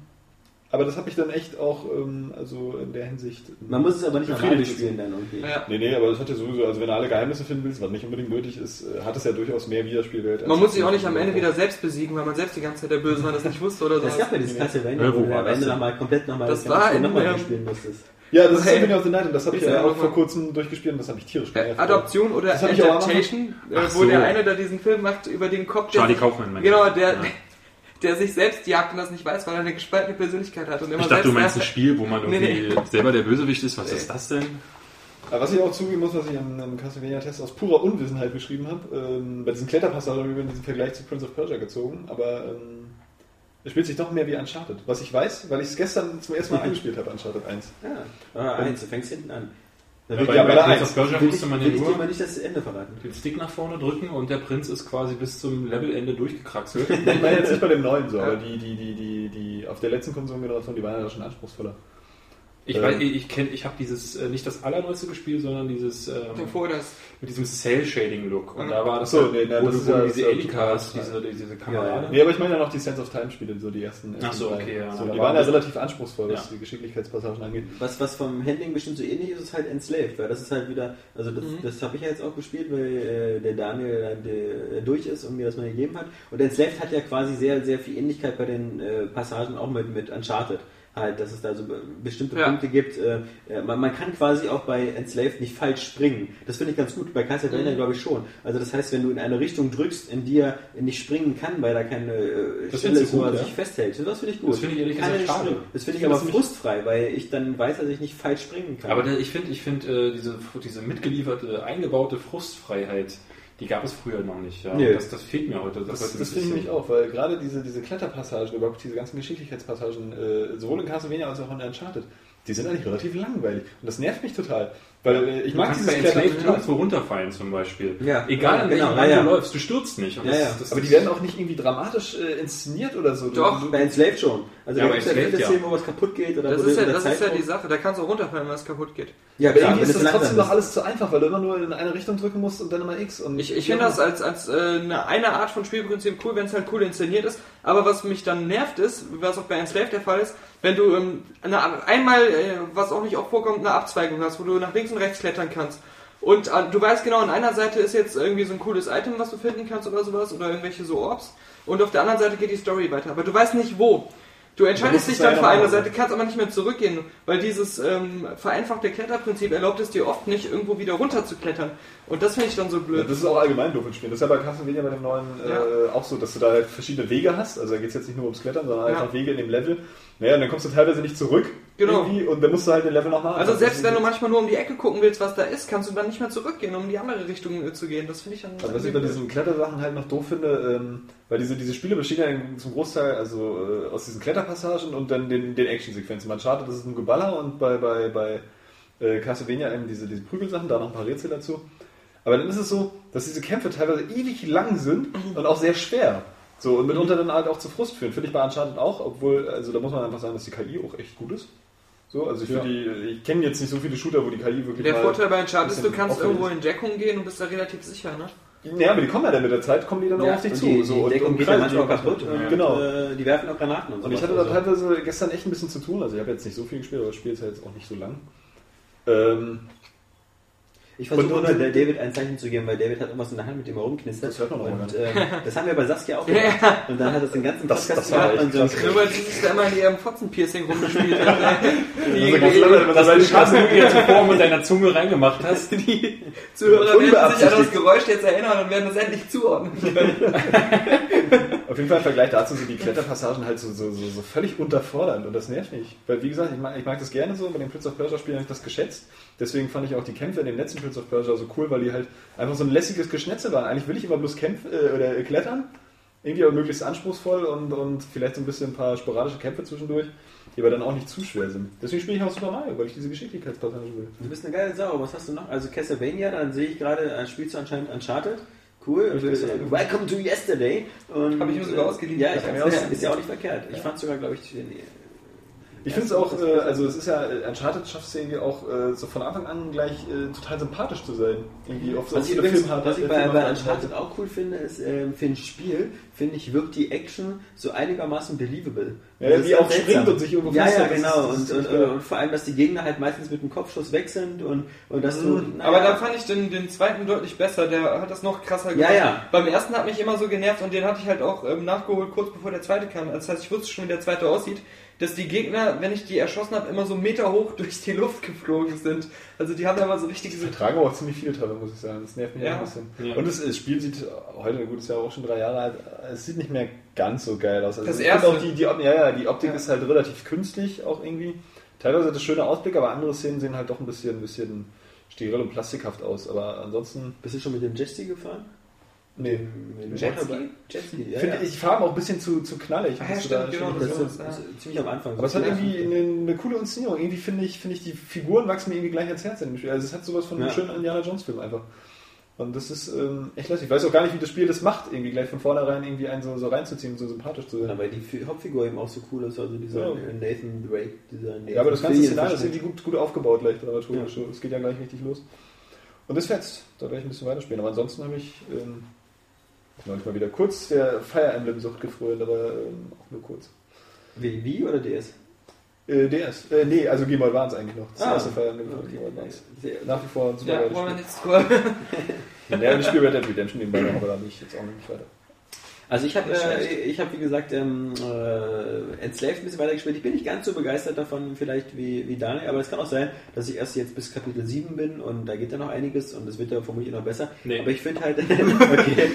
[SPEAKER 4] aber das hat mich dann echt auch, ähm, also in der Hinsicht. ähm,
[SPEAKER 5] Man muss es aber nicht auf
[SPEAKER 4] befriedigt
[SPEAKER 5] Radisch spielen dann irgendwie.
[SPEAKER 2] Ja.
[SPEAKER 4] Nee, nee, aber das hat ja sowieso, also wenn du alle Geheimnisse finden willst, was nicht unbedingt nötig ist, äh, hat es ja durchaus mehr Widerspielwelt. als-
[SPEAKER 2] Man muss sich auch nicht am Ende wieder selbst besiegen, weil man selbst die ganze Zeit der Böse war, das nicht wusste oder
[SPEAKER 5] Es
[SPEAKER 2] so.
[SPEAKER 5] gab ja dieses Castlevania,
[SPEAKER 3] Ja,
[SPEAKER 5] wo
[SPEAKER 3] wo
[SPEAKER 5] du
[SPEAKER 3] war
[SPEAKER 5] am
[SPEAKER 3] das
[SPEAKER 5] Ende
[SPEAKER 3] denn?
[SPEAKER 5] nochmal komplett nochmal
[SPEAKER 2] Das
[SPEAKER 5] ganze
[SPEAKER 2] war
[SPEAKER 5] Spiel
[SPEAKER 2] in
[SPEAKER 5] nochmal
[SPEAKER 2] der-
[SPEAKER 5] durchspielen musstest.
[SPEAKER 4] Ja, das ist
[SPEAKER 2] Hey.
[SPEAKER 4] Symphony of the Night und das habe ich
[SPEAKER 2] Ist
[SPEAKER 4] ja
[SPEAKER 2] ja
[SPEAKER 4] auch
[SPEAKER 2] nochmal-
[SPEAKER 4] vor kurzem durchgespielt und das hat mich tierisch
[SPEAKER 2] Äh,
[SPEAKER 4] genervt.
[SPEAKER 2] Adoption oder
[SPEAKER 4] Das hab ich aber am
[SPEAKER 2] Adaptation, äh,
[SPEAKER 3] Ach
[SPEAKER 2] wo
[SPEAKER 3] so.
[SPEAKER 2] der eine, der diesen Film macht, über den Kopf, der
[SPEAKER 3] Charlie
[SPEAKER 2] sich,
[SPEAKER 3] Kaufman, mein
[SPEAKER 2] genau,
[SPEAKER 3] Gott.
[SPEAKER 2] der,
[SPEAKER 3] Ja.
[SPEAKER 2] der sich selbst jagt und das nicht weiß, weil er eine gespaltene Persönlichkeit hat und immer
[SPEAKER 3] Ich dachte, du
[SPEAKER 2] selbst
[SPEAKER 3] meinst ein Spiel, wo man
[SPEAKER 2] Nee,
[SPEAKER 3] irgendwie selber der Bösewicht ist. Was ist das denn?
[SPEAKER 4] Aber was ich auch zugeben muss, was ich am, am Castlevania-Test aus purer Unwissenheit geschrieben habe, ähm, bei diesem Kletterpassagen habe ich über diesen Vergleich zu Prince of Persia gezogen, aber ähm, es spielt sich doch mehr wie Uncharted. Was ich weiß, weil ich es gestern zum ersten Mal angespielt habe, Uncharted 1.
[SPEAKER 5] Ja. Ah, eins, du fängst hinten an. Da
[SPEAKER 4] Ja,
[SPEAKER 5] will
[SPEAKER 4] bei-
[SPEAKER 5] ich-
[SPEAKER 4] bei der
[SPEAKER 3] Prince
[SPEAKER 4] Eins.
[SPEAKER 3] of Persia
[SPEAKER 5] will ich-
[SPEAKER 3] musste man ja
[SPEAKER 5] will ich dir mal
[SPEAKER 3] nur
[SPEAKER 5] nicht das Ende verraten.
[SPEAKER 3] den Stick nach vorne drücken und der Prinz ist quasi bis zum Levelende durchgekraxelt.
[SPEAKER 4] Ich meine jetzt nicht bei dem neuen so, aber die, die, die, die, die auf der letzten Konsolengeneration, die waren ja schon anspruchsvoller.
[SPEAKER 3] Ich weiß, ich kenne, ich habe dieses äh, nicht das allerneueste gespielt, sondern dieses ähm,
[SPEAKER 2] Bevor das.
[SPEAKER 3] mit diesem Cell Shading Look. Und da war das
[SPEAKER 4] Ach so,
[SPEAKER 3] halt,
[SPEAKER 4] nee, na,
[SPEAKER 3] wo
[SPEAKER 4] das
[SPEAKER 3] du-
[SPEAKER 4] ist
[SPEAKER 3] wo
[SPEAKER 4] ja-
[SPEAKER 3] du
[SPEAKER 4] das
[SPEAKER 3] diese
[SPEAKER 4] ist ja
[SPEAKER 3] Elikas,
[SPEAKER 4] total-
[SPEAKER 3] diese, diese ne? Kameraden.
[SPEAKER 4] Nee, aber ich meine ja noch die Sense of Time Spiele, so die ersten.
[SPEAKER 3] Ach so,
[SPEAKER 4] ersten
[SPEAKER 3] okay,
[SPEAKER 4] drei.
[SPEAKER 3] ja.
[SPEAKER 4] so,
[SPEAKER 3] Die
[SPEAKER 4] die
[SPEAKER 3] waren
[SPEAKER 4] waren ja
[SPEAKER 3] das-
[SPEAKER 4] relativ anspruchsvoll, was
[SPEAKER 3] Ja.
[SPEAKER 4] die Geschicklichkeitspassagen angeht.
[SPEAKER 5] Was, was vom Handling bestimmt so ähnlich ist, ist halt Enslaved, weil das ist halt wieder, also das,
[SPEAKER 3] Mhm.
[SPEAKER 5] das habe ich ja jetzt auch gespielt, weil äh, der Daniel dann der, äh, durch ist und mir das mal gegeben hat. Und Enslaved hat ja quasi sehr, sehr viel Ähnlichkeit bei den äh, Passagen auch mit, mit Uncharted. Halt, dass es da so be- bestimmte
[SPEAKER 2] Ja.
[SPEAKER 5] Punkte gibt. Äh, äh, man, man kann quasi auch bei Enslaved nicht falsch springen. Das finde ich ganz gut, bei Castlevania
[SPEAKER 3] Mhm.
[SPEAKER 5] glaube ich schon. Also das heißt, wenn du in eine Richtung drückst, in die er nicht springen kann, weil da keine äh,
[SPEAKER 3] Das
[SPEAKER 5] Stelle
[SPEAKER 3] findest
[SPEAKER 5] ist,
[SPEAKER 3] du
[SPEAKER 5] wo
[SPEAKER 3] gut,
[SPEAKER 5] er
[SPEAKER 3] ja?
[SPEAKER 5] sich festhält. Das finde ich gut.
[SPEAKER 3] Das finde ich ehrlich
[SPEAKER 5] Kann er
[SPEAKER 3] gesagt
[SPEAKER 5] nicht
[SPEAKER 3] schade.
[SPEAKER 5] springen. Das finde ich
[SPEAKER 4] Ich finde
[SPEAKER 5] aber
[SPEAKER 4] das nicht-
[SPEAKER 5] frustfrei, weil ich dann weiß, dass ich nicht falsch springen kann.
[SPEAKER 3] Aber da- ich finde, ich finde äh, diese, diese mitgelieferte, eingebaute Frustfreiheit, die gab es früher noch nicht. Ja?
[SPEAKER 5] Nee.
[SPEAKER 3] Das, das fehlt mir heute.
[SPEAKER 4] Das, das,
[SPEAKER 3] heute ein
[SPEAKER 4] finde ich
[SPEAKER 3] bisschen.
[SPEAKER 4] nämlich auch, weil gerade diese, diese Kletterpassagen, überhaupt diese ganzen Geschicklichkeitspassagen, äh, sowohl in Castlevania als auch in Uncharted, die sind eigentlich relativ langweilig. Und das nervt mich total. Weil äh, ich
[SPEAKER 3] Du
[SPEAKER 4] mag
[SPEAKER 3] kannst
[SPEAKER 4] dieses
[SPEAKER 3] bei Enslaved
[SPEAKER 4] Klettern.
[SPEAKER 3] nirgendwo runterfallen zum Beispiel.
[SPEAKER 5] Ja. Ja,
[SPEAKER 3] Egal in
[SPEAKER 5] genau,
[SPEAKER 3] welchem
[SPEAKER 5] ja,
[SPEAKER 3] Land
[SPEAKER 5] ja.
[SPEAKER 3] du läufst, du stürzt nicht. Und
[SPEAKER 5] Ja, ja.
[SPEAKER 4] Aber die werden auch nicht irgendwie dramatisch äh, inszeniert oder so. Du-
[SPEAKER 2] Doch.
[SPEAKER 4] du-
[SPEAKER 5] bei Enslaved schon. Also
[SPEAKER 3] Ja,
[SPEAKER 5] da
[SPEAKER 3] bei
[SPEAKER 5] gibt es ja
[SPEAKER 3] Enslaved,
[SPEAKER 5] viele
[SPEAKER 3] ja.
[SPEAKER 5] Szenen, wo was kaputt geht oder
[SPEAKER 2] Das
[SPEAKER 5] wo
[SPEAKER 2] ist, ja,
[SPEAKER 5] der
[SPEAKER 2] das ist ja
[SPEAKER 5] Zeitdruck-
[SPEAKER 2] die Sache, da kannst du auch runterfallen, wenn es kaputt geht.
[SPEAKER 5] Ja,
[SPEAKER 4] Aber
[SPEAKER 5] klar,
[SPEAKER 4] irgendwie
[SPEAKER 5] wenn
[SPEAKER 4] ist
[SPEAKER 5] es
[SPEAKER 4] das
[SPEAKER 5] langsam
[SPEAKER 4] trotzdem noch alles zu einfach, weil du immer nur in eine Richtung drücken musst und dann immer X. Und
[SPEAKER 2] Ich, ich finde das als, als äh, eine, eine Art von Spielprinzip cool, wenn es halt cool inszeniert ist. Aber was mich dann nervt ist, was auch bei Enslaved der Fall ist, wenn du ähm, eine, einmal, äh, was auch nicht oft vorkommt, eine Abzweigung hast, wo du nach links und rechts klettern kannst. Und äh, du weißt genau, an einer Seite ist jetzt irgendwie so ein cooles Item, was du finden kannst oder sowas, oder irgendwelche so Orbs. Und auf der anderen Seite geht die Story weiter. Aber du weißt nicht wo. Du entscheidest
[SPEAKER 4] musst
[SPEAKER 2] dich
[SPEAKER 4] es
[SPEAKER 2] dann
[SPEAKER 4] ja
[SPEAKER 2] für eine
[SPEAKER 4] machen.
[SPEAKER 2] Seite, kannst aber nicht mehr zurückgehen, weil dieses ähm, vereinfachte Kletterprinzip erlaubt es dir oft nicht, irgendwo wieder runter zu klettern. Und das finde ich dann so
[SPEAKER 4] Ja,
[SPEAKER 2] blöd.
[SPEAKER 4] Das ist auch allgemein doof in Spielen. Das ist ja bei Castlevania bei dem neuen äh, auch so, dass du da halt verschiedene Wege hast. Also da geht es jetzt nicht nur ums Klettern, sondern
[SPEAKER 2] Ja.
[SPEAKER 4] einfach Wege in dem Level. Naja, und dann kommst du teilweise nicht zurück.
[SPEAKER 2] Genau.
[SPEAKER 4] irgendwie Und dann musst du halt den Level nochmal
[SPEAKER 2] Also selbst wenn du manchmal nur um die Ecke gucken willst, was da ist, kannst du dann nicht mehr zurückgehen, um in die andere Richtung äh, zu gehen. Das finde ich dann.
[SPEAKER 4] Also was ich bei diesen Klettersachen halt noch doof finde, ähm, weil diese, diese Spiele bestehen ja in- zum Großteil also äh, aus diesen Kletterpassagen und dann den, den Actionsequenzen. Man schadet, das ist ein Geballer und bei, bei, bei äh, Castlevania eben diese, diese Prügelsachen, da noch ein paar Rätsel dazu. Aber dann ist es so, dass diese Kämpfe teilweise ewig lang sind
[SPEAKER 2] Mhm.
[SPEAKER 4] und auch sehr schwer. So, und mitunter dann halt auch zu Frust führen. Finde ich bei Uncharted auch, obwohl, also da muss man einfach sagen, dass die KI auch echt gut ist. So, also ich,
[SPEAKER 3] Ja.
[SPEAKER 4] finde die, ich kenne jetzt nicht so viele Shooter, wo die KI wirklich
[SPEAKER 2] der
[SPEAKER 4] mal-
[SPEAKER 2] Vorteil bei Uncharted ist, du
[SPEAKER 4] bisschen
[SPEAKER 2] kannst
[SPEAKER 4] auffällig
[SPEAKER 2] irgendwo
[SPEAKER 4] ist.
[SPEAKER 2] in Deckung gehen und bist da relativ sicher, ne?
[SPEAKER 4] Ja, aber die kommen ja dann mit der Zeit, kommen die dann auch auf dich
[SPEAKER 5] und
[SPEAKER 4] zu.
[SPEAKER 5] Die,
[SPEAKER 4] so,
[SPEAKER 5] die Deckung geht ja
[SPEAKER 4] kreisen
[SPEAKER 5] manchmal
[SPEAKER 4] die
[SPEAKER 5] auch kaputt und
[SPEAKER 4] Genau.
[SPEAKER 5] äh, die werfen auch Granaten und so.
[SPEAKER 4] Und ich hatte halt da teilweise gestern echt ein bisschen zu tun. Also ich habe jetzt nicht so viel gespielt, aber das Spiel ist ja jetzt auch nicht so lang. Ähm,
[SPEAKER 5] ich versuche
[SPEAKER 4] und-
[SPEAKER 5] nur der David ein Zeichen zu geben, weil David hat irgendwas in der Hand, mit dem er rumknistert.
[SPEAKER 4] Das hört man auch
[SPEAKER 5] und,
[SPEAKER 4] ganz.
[SPEAKER 5] ähm, das haben wir bei Saskia auch gemacht. Und dann hat das den ganzen
[SPEAKER 4] Das-
[SPEAKER 5] Podcast
[SPEAKER 4] das war echt
[SPEAKER 5] und so ein
[SPEAKER 4] krass.
[SPEAKER 2] Wenn man dieses da immer in ihrem Fotzenpiercing rumgespielt hat, ne? die,
[SPEAKER 4] also ganz
[SPEAKER 2] die,
[SPEAKER 4] lange, wenn man
[SPEAKER 3] Das
[SPEAKER 4] seine
[SPEAKER 3] ist krass,
[SPEAKER 4] Straße
[SPEAKER 3] wenn du dir zuvor mit deiner Zunge reingemacht hast.
[SPEAKER 2] die Zuhörer werden sich an
[SPEAKER 4] Unbeabsichtigt.
[SPEAKER 2] das Geräusch jetzt erinnern und werden das endlich zuordnen.
[SPEAKER 4] Auf Auf jeden Fall im Vergleich dazu sind die Kletterpassagen halt so, so, so, so völlig unterfordernd und das nervt mich. Weil, wie gesagt, ich mag, ich mag das gerne so, bei den Prince of Persia-Spielen habe ich das geschätzt. Deswegen fand ich auch die Kämpfe in dem letzten Prince of Persia so cool, weil die halt einfach so ein lässiges Geschnetzel waren. Eigentlich will ich immer bloß kämpfen äh, oder äh, klettern, irgendwie aber möglichst anspruchsvoll und, und vielleicht so ein bisschen ein paar sporadische Kämpfe zwischendurch, die aber dann auch nicht zu schwer sind. Deswegen spiele ich auch Super Mario, weil ich diese Geschicklichkeitspassagen will.
[SPEAKER 5] Du bist eine geile Sau. Was hast du noch? Also Castlevania, dann sehe ich gerade, äh, spielst du anscheinend Uncharted. Cool. Äh,
[SPEAKER 4] Ich weiß nicht.
[SPEAKER 5] Welcome to Yesterday. Und,
[SPEAKER 2] Hab ich mir sogar
[SPEAKER 5] äh,
[SPEAKER 2] ausgeliehen.
[SPEAKER 5] Ja, ich
[SPEAKER 2] Ja,
[SPEAKER 5] hab's-
[SPEAKER 2] ja.
[SPEAKER 5] ist ja auch nicht verkehrt. Ich fand sogar, glaube ich, äh, den,
[SPEAKER 4] Ich finde es auch, äh, also es ist ja, äh, Uncharted schafft es ja irgendwie auch äh, so von Anfang an gleich äh, total sympathisch zu sein. Irgendwie auf so
[SPEAKER 5] Mhm. Was ich,
[SPEAKER 4] eine
[SPEAKER 5] übrigens,
[SPEAKER 4] Filmhart-
[SPEAKER 5] was ich bei, bei
[SPEAKER 4] Filmhart-
[SPEAKER 5] Uncharted auch cool finde, ist, ähm, für ein Spiel, finde ich, wirkt die Action so einigermaßen believable.
[SPEAKER 4] Ja,
[SPEAKER 5] Das ist
[SPEAKER 4] die auch
[SPEAKER 5] seltsam.
[SPEAKER 4] springt und sich irgendwo
[SPEAKER 5] Ja, ja,
[SPEAKER 4] festhält, das
[SPEAKER 5] genau.
[SPEAKER 4] ist- das ist
[SPEAKER 5] und, und,
[SPEAKER 4] ziemlich
[SPEAKER 5] und, vor allem, dass die Gegner halt meistens mit dem Kopfschuss weg sind und, und dass du. naja,
[SPEAKER 2] Hm, Mhm. Aber da fand ich den, den zweiten deutlich besser, der hat das noch krasser
[SPEAKER 5] Ja,
[SPEAKER 2] gemacht.
[SPEAKER 5] ja.
[SPEAKER 2] Beim ersten hat mich immer so genervt und den hatte ich halt auch ähm, nachgeholt, kurz bevor der zweite kam. Das heißt, ich wusste schon, wie der zweite aussieht, dass die Gegner, wenn ich die erschossen habe, immer so Meter hoch durch die Luft geflogen sind. Also die haben da mal so richtig
[SPEAKER 4] Die
[SPEAKER 2] diese...
[SPEAKER 4] vertragen aber auch ziemlich viele Teile, muss ich sagen. Das nervt mich
[SPEAKER 2] Ja.
[SPEAKER 4] auch ein bisschen.
[SPEAKER 3] Ja.
[SPEAKER 4] Und das, das Spiel sieht heute, gut, ist ja auch schon drei Jahre alt, es sieht nicht mehr ganz so geil aus. Also
[SPEAKER 2] Das
[SPEAKER 4] ich finde
[SPEAKER 2] erste.
[SPEAKER 4] Auch die, die, Op- ja, ja, die Optik
[SPEAKER 2] Ja.
[SPEAKER 4] ist halt relativ künstlich auch irgendwie. Teilweise hat das schöne Ausblick, aber andere Szenen sehen halt doch ein bisschen, ein bisschen steril und plastikhaft aus. Aber ansonsten,
[SPEAKER 5] Bist du schon mit dem Jetski gefahren?
[SPEAKER 4] nee.
[SPEAKER 5] Mit dem
[SPEAKER 2] Jetski?
[SPEAKER 5] Motorbike? Jetski, ja.
[SPEAKER 4] Ich finde,
[SPEAKER 5] ja.
[SPEAKER 4] ich fahre auch ein bisschen zu, zu knallig.
[SPEAKER 2] Ah, ja,
[SPEAKER 4] Hast du
[SPEAKER 2] stimmt,
[SPEAKER 4] da schon
[SPEAKER 2] genau,
[SPEAKER 4] die
[SPEAKER 2] das
[SPEAKER 5] das
[SPEAKER 4] Presse?
[SPEAKER 5] ist
[SPEAKER 2] ja.
[SPEAKER 5] das ist ziemlich am Anfang.
[SPEAKER 4] Aber es hat irgendwie eine, eine coole Inszenierung. Irgendwie finde ich, finde ich, die Figuren wachsen mir irgendwie gleich ans Herz in dem Spiel. Also es hat sowas von einem
[SPEAKER 5] Ja.
[SPEAKER 4] schönen Indiana Jones Film einfach. Und das ist ähm, echt lustig. Ich weiß auch gar nicht, wie das Spiel das macht, irgendwie gleich von vornherein irgendwie einen so, so reinzuziehen, so sympathisch zu
[SPEAKER 5] Ja,
[SPEAKER 4] sein.
[SPEAKER 5] weil die Fi- Hauptfigur eben auch so cool ist, also dieser
[SPEAKER 4] Ja.
[SPEAKER 5] äh, Nathan Drake, dieser Nathan
[SPEAKER 4] Ja, aber das ganze
[SPEAKER 5] Fillion
[SPEAKER 4] Szenario ist
[SPEAKER 5] verschwunden.
[SPEAKER 4] irgendwie gut, gut aufgebaut, leicht dramaturgisch. Es geht ja gleich richtig los. Und das fetzt. Da werde ich ein bisschen weiterspielen. Aber ansonsten habe ich ähm, neulich mal wieder kurz der Fire Emblem-Sucht gefreut, aber ähm, auch nur kurz.
[SPEAKER 5] Wie, wie oder DS?
[SPEAKER 4] Äh, DS. Äh, nee, also Game Boy Advance eigentlich noch. Das
[SPEAKER 5] Ah,
[SPEAKER 4] erste Fire Emblem von
[SPEAKER 5] okay.
[SPEAKER 4] Game Boy Advance.
[SPEAKER 5] Sehr-
[SPEAKER 4] Nach wie vor ein super
[SPEAKER 2] Ja,
[SPEAKER 4] geiles
[SPEAKER 2] wollen wir
[SPEAKER 4] Spiel.
[SPEAKER 2] jetzt kurz...
[SPEAKER 4] Ja, ich spiele Red Dead Redemption nebenbei noch, aber da bin ich jetzt auch noch nicht weiter.
[SPEAKER 5] Also ich habe,
[SPEAKER 2] Nicht
[SPEAKER 5] äh,
[SPEAKER 2] schlecht.
[SPEAKER 5] ich habe wie gesagt, ähm, äh, Enslaved ein bisschen weitergespielt. Ich bin nicht ganz so begeistert davon vielleicht wie, wie Daniel, aber es kann auch sein, dass ich erst jetzt bis Kapitel 7 bin und da geht ja noch einiges und es wird ja vermutlich noch besser.
[SPEAKER 3] Nee.
[SPEAKER 5] Aber ich finde halt, okay,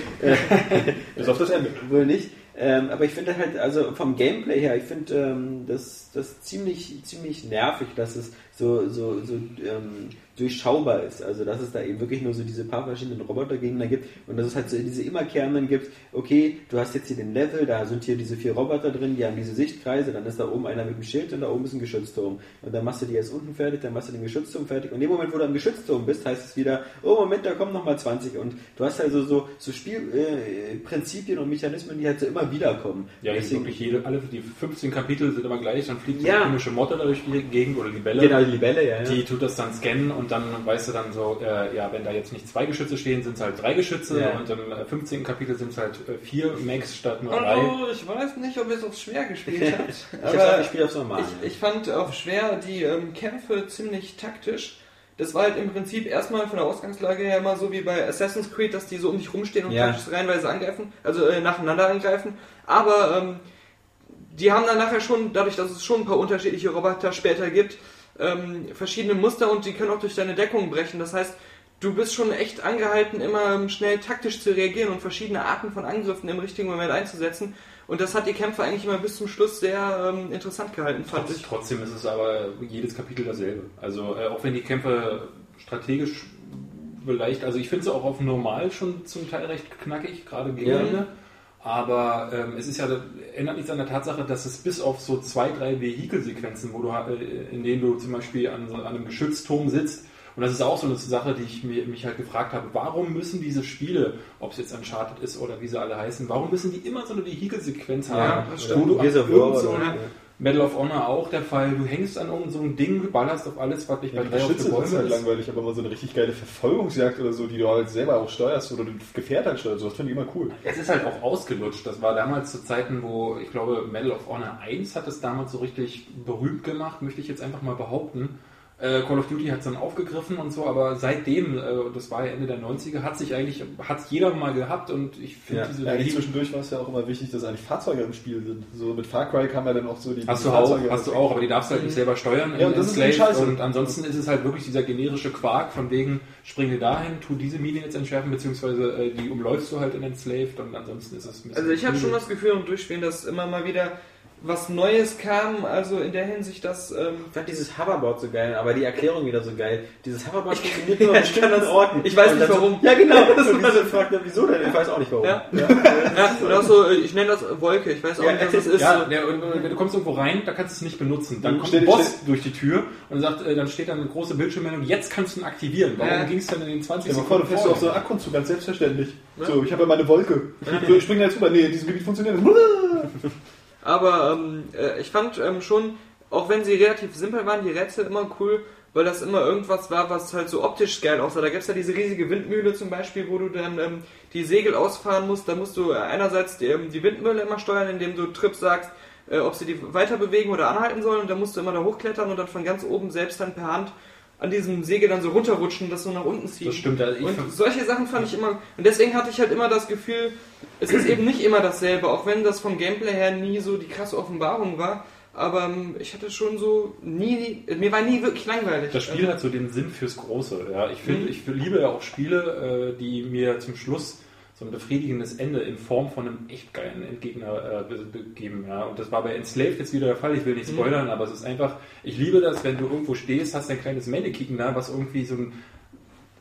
[SPEAKER 4] Bis auf das Ende.
[SPEAKER 5] wohl nicht. Ähm, aber ich finde halt, also vom Gameplay her, ich finde ähm, das, das ziemlich, ziemlich nervig, dass es so, so, so ähm, durchschaubar ist. Also, dass es da eben wirklich nur so diese paar verschiedenen Robotergegner gibt und dass es halt so diese immerkehrenden gibt. Okay, du hast jetzt hier den Level, da sind hier diese vier Roboter drin, die haben diese Sichtkreise, dann ist da oben einer mit dem Schild und da oben ist ein Geschützturm. Und dann machst du die erst unten fertig, dann machst du den Geschützturm fertig. Und in dem Moment, wo du am Geschützturm bist, heißt es wieder, oh Moment, da kommen nochmal 20. Und du hast also so, so Spielprinzipien äh, Prinzipien und Mechanismen, die halt so immer wiederkommen.
[SPEAKER 3] Ja, das ist wirklich jede, alle die 15 Kapitel sind immer gleich, dann fliegt so
[SPEAKER 5] Ja.
[SPEAKER 3] eine komische Motte da durch die Gegend oder Libelle.
[SPEAKER 5] Genau, die Libelle, ja. ja.
[SPEAKER 3] Die tut das dann scannen und dann weißt du dann so, äh, ja, wenn da jetzt nicht zwei Geschütze stehen, sind es halt drei Geschütze
[SPEAKER 5] Ja.
[SPEAKER 3] und im äh, 15. Kapitel sind es halt äh, vier Max statt nur drei.
[SPEAKER 2] Hallo, Oh, ich weiß nicht, ob ihr es auf schwer gespielt habt.
[SPEAKER 5] Ich hab's auch gespielt aufs Normale.
[SPEAKER 2] Ich, ich fand auf schwer die ähm, Kämpfe ziemlich taktisch. Das war halt im Prinzip erstmal von der Ausgangslage her immer so wie bei Assassin's Creed, dass die so um dich rumstehen und
[SPEAKER 5] Ja.
[SPEAKER 2] taktisch reihenweise angreifen, also äh, nacheinander angreifen. Aber ähm, die haben dann nachher schon, dadurch, dass es schon ein paar unterschiedliche Roboter später gibt, ähm, verschiedene Muster und die können auch durch deine Deckung brechen. Das heißt, du bist schon echt angehalten, immer ähm, schnell taktisch zu reagieren und verschiedene Arten von Angriffen im richtigen Moment einzusetzen. Und das hat die Kämpfe eigentlich immer bis zum Schluss sehr ähm, interessant gehalten, fand
[SPEAKER 3] Trotz,
[SPEAKER 2] ich.
[SPEAKER 3] trotzdem ist es aber jedes Kapitel dasselbe. Also äh, auch wenn die Kämpfe strategisch vielleicht, also ich finde es auch auf normal schon zum Teil recht knackig, gerade gegen
[SPEAKER 5] Ja.
[SPEAKER 3] Ende. Aber ähm, es ist ja, ändert nichts an der Tatsache, dass es bis auf so zwei, drei Vehikelsequenzen, wo du, ha- äh, in denen du zum Beispiel an, so, an einem Geschützturm sitzt, und das ist auch so eine Sache, die ich mir, mich halt gefragt habe, warum müssen diese Spiele, ob es jetzt Uncharted ist oder wie sie alle heißen, warum müssen die immer so eine Vehikelsequenz haben,
[SPEAKER 5] Oder
[SPEAKER 3] wo du
[SPEAKER 5] Gears
[SPEAKER 3] ab
[SPEAKER 5] of War
[SPEAKER 3] irgend so
[SPEAKER 5] oder-
[SPEAKER 3] einer- Medal of Honor auch der Fall. Du hängst an irgendeinem so einem Ding, ballerst auf alles, was nicht bei
[SPEAKER 4] Ja, die
[SPEAKER 3] drei auf
[SPEAKER 4] Geschütze
[SPEAKER 3] die Bäume
[SPEAKER 4] sind halt
[SPEAKER 3] ist.
[SPEAKER 4] langweilig, aber mal so eine richtig geile Verfolgungsjagd oder so, die du halt selber auch steuerst oder du Gefährt halt steuerst, das finde ich immer cool.
[SPEAKER 3] Es ist halt auch ausgelutscht. Das war damals zu Zeiten, wo ich glaube, Medal of Honor 1 hat es damals so richtig berühmt gemacht, möchte ich jetzt einfach mal behaupten. Ähm, Äh, Call of Duty hat es dann aufgegriffen und so, aber seitdem, äh, und das war ja Ende der 90er, hat sich eigentlich, hat jeder mal gehabt und ich finde
[SPEAKER 5] Ja.
[SPEAKER 3] diese
[SPEAKER 4] Ja, eigentlich
[SPEAKER 3] Liebe-
[SPEAKER 4] zwischendurch war es ja auch immer wichtig, dass eigentlich Fahrzeuge im Spiel sind. So mit Far Cry kam ja dann auch so die
[SPEAKER 3] Hast
[SPEAKER 4] die
[SPEAKER 3] du auch,
[SPEAKER 4] Fahrzeuge- Mhm.
[SPEAKER 3] hast du auch, aber die darfst du halt nicht selber steuern
[SPEAKER 4] Ja, und das ist
[SPEAKER 3] Slave.
[SPEAKER 4] die Scheiße.
[SPEAKER 3] Und ansonsten ist es halt wirklich dieser generische Quark von wegen, springe dahin, tu diese Mine jetzt entschärfen, beziehungsweise äh, die umläufst du halt in Enslaved und ansonsten ist es ein bisschen
[SPEAKER 2] Also ich habe schon das Gefühl im Durchspielen, dass immer mal wieder was Neues kam, also in der Hinsicht, dass ähm,
[SPEAKER 5] Ich fand dieses Hoverboard so geil, aber die Erklärung wieder so geil. Dieses Hoverboard funktioniert nur an bestimmten Orten.
[SPEAKER 2] ich weiß
[SPEAKER 5] Und
[SPEAKER 2] nicht
[SPEAKER 5] dann so-
[SPEAKER 2] warum.
[SPEAKER 5] Ja, genau. Das war so fragt, wieso denn? Ich weiß auch nicht warum.
[SPEAKER 2] Ja. ja, oder so, äh, ich nenne das Wolke, ich weiß auch
[SPEAKER 5] Ja,
[SPEAKER 2] nicht, was das ist.
[SPEAKER 3] ja,
[SPEAKER 2] so.
[SPEAKER 3] der, und, und, wenn du kommst irgendwo rein, da kannst du es nicht benutzen. Dann
[SPEAKER 4] Mhm.
[SPEAKER 3] kommt
[SPEAKER 4] Steht-
[SPEAKER 3] ein Boss durch die Tür und sagt, äh, dann steht dann eine große Bildschirmmeldung, jetzt kannst du ihn aktivieren. Warum
[SPEAKER 2] Ja.
[SPEAKER 3] ging es dann in den 20
[SPEAKER 4] Ja, aber vor,
[SPEAKER 3] Sekunden
[SPEAKER 4] du fährst du auf so
[SPEAKER 3] vorher?
[SPEAKER 4] einen Abgrund zu, ganz selbstverständlich. So, ich habe ja meine Wolke. So, ich springe da jetzt rüber. Nee, in diesem Gebiet funktioniert das.
[SPEAKER 2] Aber ähm, äh, ich fand ähm, schon, auch wenn sie relativ simpel waren, die Rätsel immer cool, weil das immer irgendwas war, was halt so optisch geil aussah. Da gibt's ja diese riesige Windmühle zum Beispiel, wo du dann ähm, die Segel ausfahren musst. Da musst du äh, einerseits die, ähm, die Windmühle immer steuern, indem du Trips sagst, äh, ob sie die weiter bewegen oder anhalten sollen. Und dann musst du immer da hochklettern und dann von ganz oben selbst dann per Hand an diesem Segel dann so runterrutschen und das so nach unten ziehen.
[SPEAKER 3] Das stimmt, also ich
[SPEAKER 2] und
[SPEAKER 3] ver-
[SPEAKER 2] solche Sachen fand ich immer. Und deswegen hatte ich halt immer das Gefühl, es ist eben nicht immer dasselbe, auch wenn das vom Gameplay her nie so die krasse Offenbarung war. Aber ähm, ich hatte schon so nie, mir war nie wirklich langweilig. Also- Mhm.
[SPEAKER 3] Das Spiel hat so den Sinn fürs Große. Ja, ich finde, ich liebe ja auch Spiele, äh, die mir zum Schluss so ein befriedigendes Ende in Form von einem echt geilen Endgegner äh, be- be- geben. Ja. Und das war bei Enslaved jetzt wieder der Fall. Ich will
[SPEAKER 2] Mhm.
[SPEAKER 3] nicht spoilern, aber es ist einfach, ich liebe das, wenn du irgendwo stehst, hast ein kleines Mannequin da, was irgendwie so ein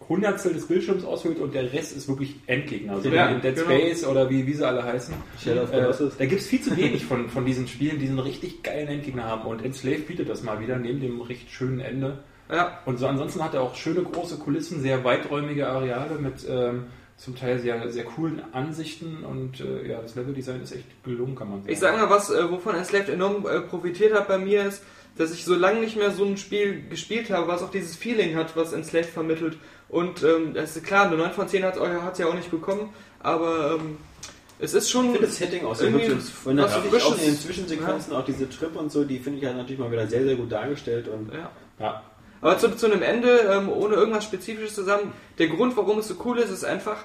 [SPEAKER 3] Hundertstel des Bildschirms ausfüllt und der Rest ist wirklich Endgegner. So
[SPEAKER 2] Ja,
[SPEAKER 3] wie in Dead
[SPEAKER 2] genau.
[SPEAKER 3] Space oder wie, wie sie alle heißen.
[SPEAKER 5] Shadow of
[SPEAKER 3] Äh,
[SPEAKER 5] Colossus.
[SPEAKER 3] da gibt es viel zu wenig von, von diesen Spielen, die so einen richtig geilen Endgegner haben. Und Enslaved bietet das mal wieder neben dem recht schönen Ende.
[SPEAKER 2] Also, Ja,
[SPEAKER 3] Und so ansonsten hat er auch schöne große Kulissen, sehr weiträumige Areale mit ähm, zum Teil sehr, sehr coolen Ansichten und äh, ja, das Leveldesign ist echt gelungen, kann man sagen.
[SPEAKER 2] ich sag mal was, äh, wovon Enslaved enorm äh, profitiert hat bei mir ist, dass ich so lange nicht mehr so ein Spiel gespielt habe, was auch dieses Feeling hat, was Enslaved vermittelt. Und ähm, das ist klar, eine 9 von 10 hat es ja auch nicht bekommen, aber ähm, es ist schon...
[SPEAKER 5] Ich finde das Setting aus
[SPEAKER 2] Irgendwie
[SPEAKER 5] und
[SPEAKER 2] was
[SPEAKER 5] natürlich
[SPEAKER 2] Frisches.
[SPEAKER 5] auch in den Zwischensequenzen auch diese Trip und so, die finde ich ja natürlich mal wieder sehr, sehr gut dargestellt und
[SPEAKER 2] ja.
[SPEAKER 3] ja.
[SPEAKER 2] Aber zu, zu einem Ende, ähm, ohne irgendwas Spezifisches zusammen, der Grund, warum es so cool ist, ist einfach,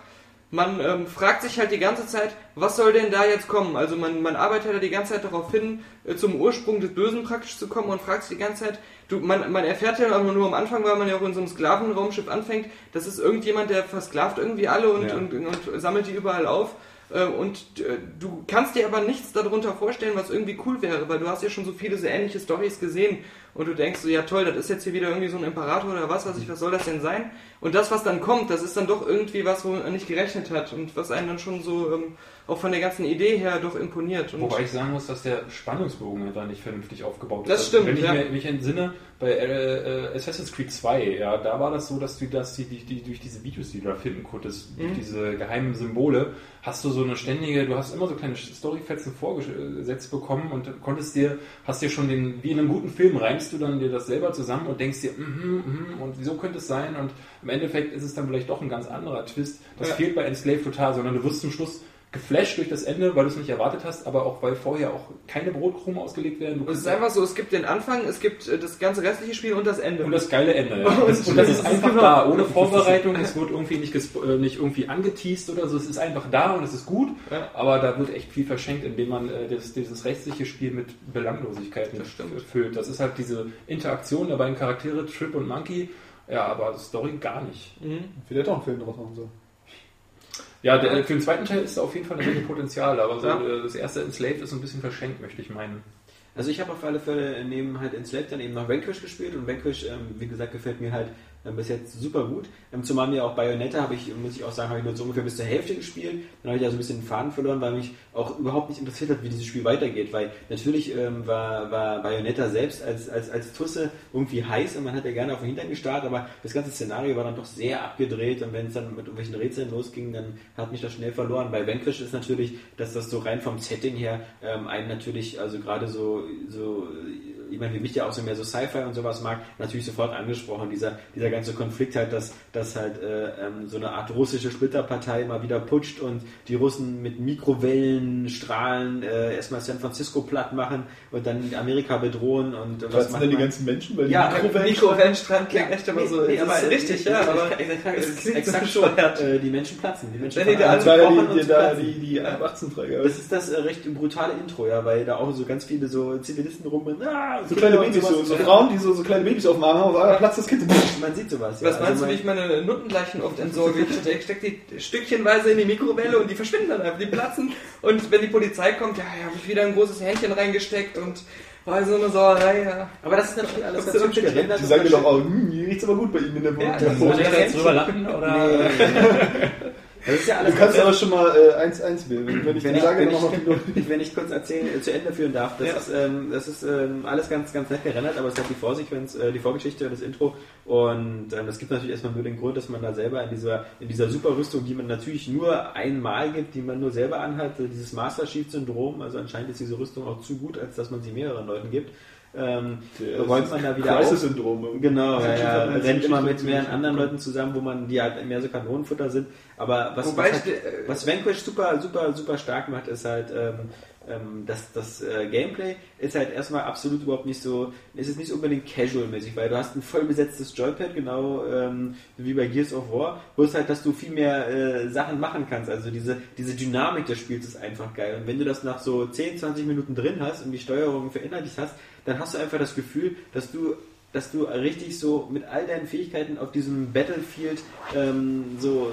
[SPEAKER 2] man ähm, fragt sich halt die ganze Zeit, was soll denn da jetzt kommen? Also man, man arbeitet ja die ganze Zeit darauf hin, äh, zum Ursprung des Bösen praktisch zu kommen und fragt sich die ganze Zeit, du, man, man erfährt ja aber nur am Anfang, weil man ja auch in so einem Sklavenraumschiff anfängt, das ist irgendjemand, der versklavt irgendwie alle und,
[SPEAKER 5] Ja.
[SPEAKER 2] und, und, sammelt die überall auf. Äh, Und äh, du kannst dir aber nichts darunter vorstellen, was irgendwie cool wäre, weil du hast ja schon so viele so ähnliche Stories gesehen und du denkst so, ja toll, das ist jetzt hier wieder irgendwie so ein Imperator oder was weiß ich, was soll das denn sein? Und das, was dann kommt, das ist dann doch irgendwie was, wo man nicht gerechnet hat und was einen dann schon so ähm, auch von der ganzen Idee her doch imponiert. Und
[SPEAKER 3] Wobei ich sagen muss, dass der Spannungsbogen da nicht vernünftig aufgebaut ist. Also,
[SPEAKER 2] Das stimmt,
[SPEAKER 3] Wenn ich
[SPEAKER 2] ja.
[SPEAKER 3] mir, mich entsinne, bei äh, äh, Assassin's Creed 2, ja, da war das so, dass du das, die, die, die, durch diese Videos, die du da finden
[SPEAKER 2] Mhm.
[SPEAKER 3] konntest, durch diese geheimen Symbole, hast du so eine ständige, du hast immer so kleine Storyfetzen vorgesetzt bekommen und konntest dir, hast dir schon den, wie in einem guten Film, reimst du dann dir das selber zusammen und denkst dir, mhm, mhm, und wieso könnte es sein? Und im Endeffekt ist es dann vielleicht doch ein ganz anderer Twist. Das
[SPEAKER 2] Ja.
[SPEAKER 3] fehlt bei Enslaved total, sondern du wirst zum Schluss geflasht durch das Ende, weil du es nicht erwartet hast, aber auch weil vorher auch keine Brotkrumen ausgelegt werden. Du
[SPEAKER 2] und es ist einfach so, es gibt den Anfang, es gibt äh, das ganze restliche Spiel und das Ende.
[SPEAKER 3] und das geile Ende. Ja. Das, und das ist einfach da, ohne Vorbereitung. Es wird irgendwie nicht, gespo- äh, nicht irgendwie angeteased oder so. Es ist einfach da und es ist gut.
[SPEAKER 2] Ja.
[SPEAKER 3] Aber da wird echt viel verschenkt, indem man äh, das, dieses rechtliche Spiel mit Belanglosigkeiten
[SPEAKER 2] Das stimmt.
[SPEAKER 3] füllt. Das ist halt diese Interaktion der beiden Charaktere, Trip und Monkey. Ja, aber Story gar nicht.
[SPEAKER 4] Vielleicht auch einen Film draus machen sollen.
[SPEAKER 3] Ja, der, äh, für den zweiten Teil ist da auf jeden Fall eine Menge Potenzial, aber so,
[SPEAKER 2] Ja.
[SPEAKER 3] äh, das erste Enslaved ist so ein bisschen verschenkt, möchte ich meinen.
[SPEAKER 5] Also ich habe auf alle Fälle neben halt Enslaved dann eben noch Vanquish gespielt und Vanquish, ähm, wie gesagt, gefällt mir halt ähm, bis jetzt super gut. Ähm, zumal mir auch Bayonetta habe ich, muss ich auch sagen, habe ich nur so ungefähr bis zur Hälfte gespielt. Dann habe ich also ein bisschen den Faden verloren, weil mich auch überhaupt nicht interessiert hat, wie dieses Spiel weitergeht. Weil natürlich ähm, war, war Bayonetta selbst als, als, als Tusse irgendwie heiß und man hat ja gerne auf den Hintern gestarrt, aber das ganze Szenario war dann doch sehr abgedreht und wenn es dann mit irgendwelchen Rätseln losging, dann hat mich das schnell verloren. Bei Vanquish ist natürlich, dass das so rein vom Setting her ähm, einen natürlich, also gerade so, so äh, jemand wie mich, der auch so mehr so Sci-Fi und sowas mag, natürlich sofort angesprochen. Dieser, dieser ganze Konflikt halt, dass, dass halt äh, ähm, so eine Art russische Splitterpartei mal wieder putscht und die Russen mit Mikrowellenstrahlen äh, erstmal San Francisco platt machen und dann Amerika bedrohen und äh,
[SPEAKER 4] Was sind
[SPEAKER 5] macht
[SPEAKER 4] denn die
[SPEAKER 5] man?
[SPEAKER 4] ganzen Menschen bei
[SPEAKER 5] Ja,
[SPEAKER 4] Mikrowellen?
[SPEAKER 2] Mikrowellenstrand klingt echt immer
[SPEAKER 5] Nee,
[SPEAKER 2] so.
[SPEAKER 5] nee,
[SPEAKER 2] das
[SPEAKER 5] aber
[SPEAKER 2] ist richtig, ja, aber
[SPEAKER 5] es klingt exakt
[SPEAKER 2] exakt
[SPEAKER 5] so.
[SPEAKER 2] bescheuert.
[SPEAKER 5] Äh, die Menschen platzen. Die Menschen
[SPEAKER 2] Wenn die da
[SPEAKER 5] fangen
[SPEAKER 2] alle
[SPEAKER 5] an zu
[SPEAKER 4] Das war ja
[SPEAKER 5] kochen
[SPEAKER 4] die,
[SPEAKER 5] und
[SPEAKER 4] die,
[SPEAKER 5] zu
[SPEAKER 4] da,
[SPEAKER 5] platzen.
[SPEAKER 4] die, die ab 18 Freigabe.
[SPEAKER 5] Das ist das äh, recht brutale Intro, ja, weil da auch so ganz viele so Zivilisten rum und, ah,
[SPEAKER 4] So kleine
[SPEAKER 5] Kinder und
[SPEAKER 4] Babys, so,
[SPEAKER 5] sowas.
[SPEAKER 4] so Frauen, die so, so kleine Babys auf dem Arm haben, auf einmal platzt das Kind.
[SPEAKER 5] Man sieht sowas, ja.
[SPEAKER 2] Was meinst
[SPEAKER 5] Also
[SPEAKER 2] du, wie
[SPEAKER 5] man-
[SPEAKER 2] ich meine Nuttenleichen oft entsorge? Ich steck steck die stückchenweise in die Mikrowelle und die verschwinden dann einfach, die platzen. Und wenn die Polizei kommt, ja, ja, habe ich wieder ein großes Hähnchen reingesteckt und war so eine Sauerei. Ja.
[SPEAKER 5] Aber das ist natürlich alles
[SPEAKER 2] Guckst du
[SPEAKER 5] ganz schön.
[SPEAKER 2] irgendwie-
[SPEAKER 5] Wenn
[SPEAKER 4] Die
[SPEAKER 5] das
[SPEAKER 4] sagen mir
[SPEAKER 5] zum
[SPEAKER 4] doch, oh, hm, hier riecht's aber gut bei Ihnen in der
[SPEAKER 2] Ja,
[SPEAKER 4] Wohnung.
[SPEAKER 2] das
[SPEAKER 4] Oh,
[SPEAKER 3] Soll ich da jetzt drüber lachen? Oder?
[SPEAKER 5] Beispiel- Das ist ja alles
[SPEAKER 4] du kannst
[SPEAKER 5] ganz-
[SPEAKER 4] aber schon mal äh, 1-1 wählen. Wenn, wenn ich
[SPEAKER 5] wenn
[SPEAKER 4] die
[SPEAKER 5] ich,
[SPEAKER 4] sage,
[SPEAKER 5] wenn,
[SPEAKER 4] dann noch die Null.
[SPEAKER 5] ich, wenn ich kurz erzählen, äh, zu Ende führen darf, das
[SPEAKER 2] Ja.
[SPEAKER 5] ist, ähm, das ist ähm, alles ganz, ganz nett gerendert, aber es hat die Vorsequenz, äh, die Vorgeschichte, das Intro und ähm, das gibt natürlich erstmal nur den Grund, dass man da selber in dieser, in dieser Superrüstung, die man natürlich nur einmal gibt, die man nur selber anhat, äh, dieses Master Chief Syndrom, also anscheinend ist diese Rüstung auch zu gut, als dass man sie mehreren Leuten gibt. Ähm, räumt man da wieder auf.
[SPEAKER 4] Crisis-Syndrom.
[SPEAKER 5] Genau, ja, ja.
[SPEAKER 4] Als
[SPEAKER 5] rennt immer mit
[SPEAKER 4] Geschichte
[SPEAKER 5] mehreren
[SPEAKER 4] zu-
[SPEAKER 5] anderen Leuten zusammen, wo man die halt mehr so Kanonenfutter sind. Aber was,
[SPEAKER 2] Wobei
[SPEAKER 5] was, halt,
[SPEAKER 2] ich, äh,
[SPEAKER 5] was Vanquish super, super, super stark macht, ist halt, ähm, ähm, das, das äh, Gameplay ist halt erstmal absolut überhaupt nicht so, es ist nicht unbedingt casual-mäßig, weil du hast ein voll besetztes Joypad, genau ähm, wie bei Gears of War, bloß halt, dass du viel mehr äh, Sachen machen kannst. Also diese, diese Dynamik des Spiels ist einfach geil. Und wenn du das nach so 10, 20 Minuten drin hast und die Steuerung verinnerlicht hast, dann hast du einfach das Gefühl, dass du dass du richtig so mit all deinen Fähigkeiten auf diesem Battlefield ähm, so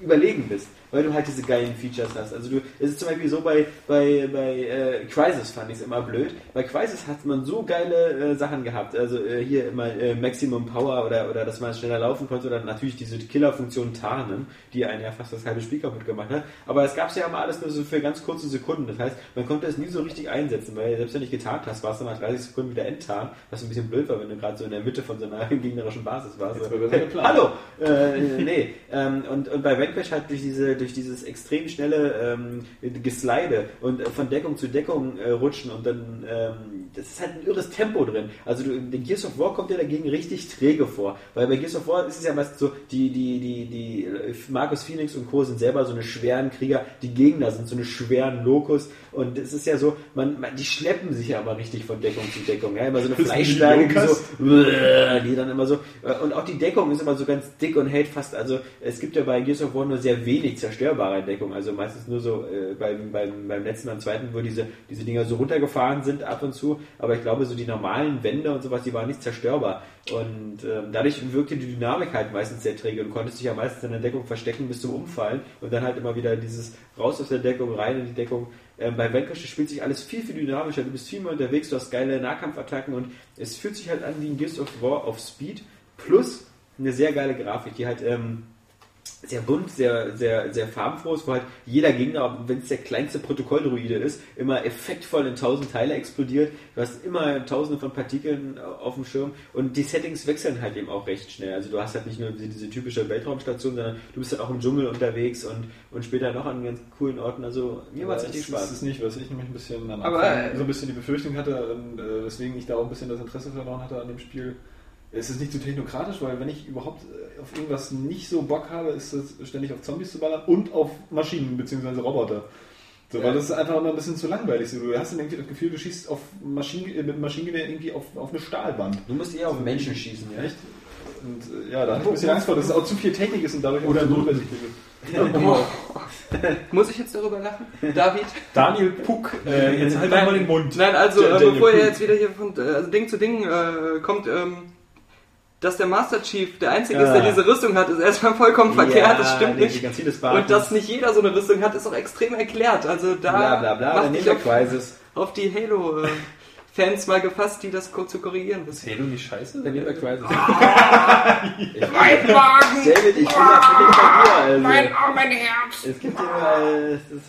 [SPEAKER 5] überlegen bist, weil du halt diese geilen Features hast. Also du, es ist zum Beispiel so bei bei bei äh, Crisis fand ich es immer blöd. Bei Crisis hat man so geile äh, Sachen gehabt. Also äh, hier immer äh, Maximum Power oder oder dass man schneller laufen konnte oder natürlich diese Killerfunktion Tarnen, die einen ja fast das halbe Spiel kaputt gemacht hat. Aber es gab es ja immer alles nur so für ganz kurze Sekunden. Das heißt, man konnte es nie so richtig einsetzen, weil selbst wenn du nicht getarnt hast, warst du nach 30 Sekunden wieder enttarnt, was ein bisschen blöd war, wenn du gerade so in der Mitte von so einer gegnerischen Basis warst.
[SPEAKER 4] Jetzt war besser geplant.
[SPEAKER 5] Hallo! Äh, nee. Ähm, und, und bei Vanquish halt durch, diese, durch dieses extrem schnelle ähm, Geslide und äh, von Deckung zu Deckung äh, rutschen und dann, ähm, das ist halt ein irres Tempo drin. Also du, in Gears of War kommt dir dagegen richtig träge vor, weil bei Gears of War ist es ja meist so, die, die, die, die äh, Marcus Phoenix und Co. sind selber so eine schweren Krieger, die Gegner sind so eine schweren Lokus und es ist ja so, man, man, die schleppen sich ja aber richtig von Deckung zu Deckung. Ja, immer so eine
[SPEAKER 4] Das sind die
[SPEAKER 5] Fleischberge, die so
[SPEAKER 4] Lokas.
[SPEAKER 5] die dann immer so. äh, Und auch die Deckung ist immer so ganz dick und hält fast. Also es gibt ja bei Gears of War nur sehr wenig zerstörbare Deckung. Also meistens nur so äh, beim, beim, beim letzten, beim zweiten, wo diese, diese Dinger so runtergefahren sind ab und zu. Aber ich glaube, so die normalen Wände und sowas, die waren nicht zerstörbar. Und ähm, dadurch wirkte die Dynamik halt meistens sehr träge und konntest dich ja meistens in der Deckung verstecken bis zum Umfallen und dann halt immer wieder dieses raus aus der Deckung, rein in die Deckung. Ähm, bei Vanquish spielt sich alles viel, viel dynamischer. Du bist viel mehr unterwegs, du hast geile Nahkampfattacken und es fühlt sich halt an wie ein Gears of War auf Speed plus eine sehr geile Grafik, die halt ähm, sehr bunt, sehr, sehr, sehr farbenfroh ist, wo halt jeder Gegner, wenn es der kleinste Protokolldruide ist, immer effektvoll in tausend Teile explodiert. Du hast immer tausende von Partikeln äh, auf dem Schirm und die Settings wechseln halt eben auch recht schnell. Also du hast halt nicht nur diese, diese typische Weltraumstation, sondern du bist halt auch im Dschungel unterwegs und, und später noch an ganz coolen Orten. Also mir macht es richtig
[SPEAKER 4] Das
[SPEAKER 5] Spaß.
[SPEAKER 4] ist nicht, was ich nämlich ein bisschen am
[SPEAKER 2] Aber,
[SPEAKER 4] Anfang
[SPEAKER 2] äh,
[SPEAKER 4] so ein bisschen die Befürchtung hatte und äh, weswegen ich da auch ein bisschen das Interesse verloren hatte an dem Spiel. Es ist nicht so technokratisch, weil wenn ich überhaupt äh, auf irgendwas nicht so Bock habe, ist es ständig auf Zombies zu ballern und auf Maschinen bzw. Roboter. So, weil das ist einfach immer ein bisschen zu langweilig. So, du hast dann irgendwie das Gefühl, du schießt auf Maschinen, äh, mit Maschinengewehr irgendwie auf, auf eine Stahlwand.
[SPEAKER 5] Du musst eher auf Menschen schießen, ja?
[SPEAKER 4] Echt? Und äh, ja, da hatte ich ein bisschen Angst vor, dass es auch zu viel Technik ist und dadurch auch zu unübersichtlich wird.
[SPEAKER 2] äh, Muss ich jetzt darüber lachen? David?
[SPEAKER 6] Daniel Puck, äh, jetzt halt doch mal den Mund.
[SPEAKER 2] Nein, also
[SPEAKER 6] Der-
[SPEAKER 2] äh,
[SPEAKER 6] der-
[SPEAKER 2] bevor
[SPEAKER 6] der-
[SPEAKER 2] ihr jetzt wieder hier von äh, also Ding zu Ding äh, kommt, ähm, dass der Master Chief der Einzige ist, der
[SPEAKER 5] Ja.
[SPEAKER 2] diese Rüstung hat, ist erstmal vollkommen verkehrt, das stimmt
[SPEAKER 5] nee,
[SPEAKER 2] nicht.
[SPEAKER 5] Ganz vieles
[SPEAKER 2] Und dass nicht jeder so eine Rüstung hat, ist auch extrem erklärt. Also da
[SPEAKER 5] bla bla bla, dann
[SPEAKER 2] macht
[SPEAKER 5] nehmen
[SPEAKER 2] ich
[SPEAKER 5] wir
[SPEAKER 2] auf,
[SPEAKER 5] Crisis.
[SPEAKER 2] auf die Halo-Fans mal gefasst, die das kurz zu korrigieren wissen.
[SPEAKER 6] Hey, du nicht scheiße?
[SPEAKER 5] Dann nehmen wir Crisis.
[SPEAKER 2] Ah.
[SPEAKER 5] David, ich bin natürlich bei dir. Also. Mein Arm, mein Herz. Es gibt immer. äh, Es ist,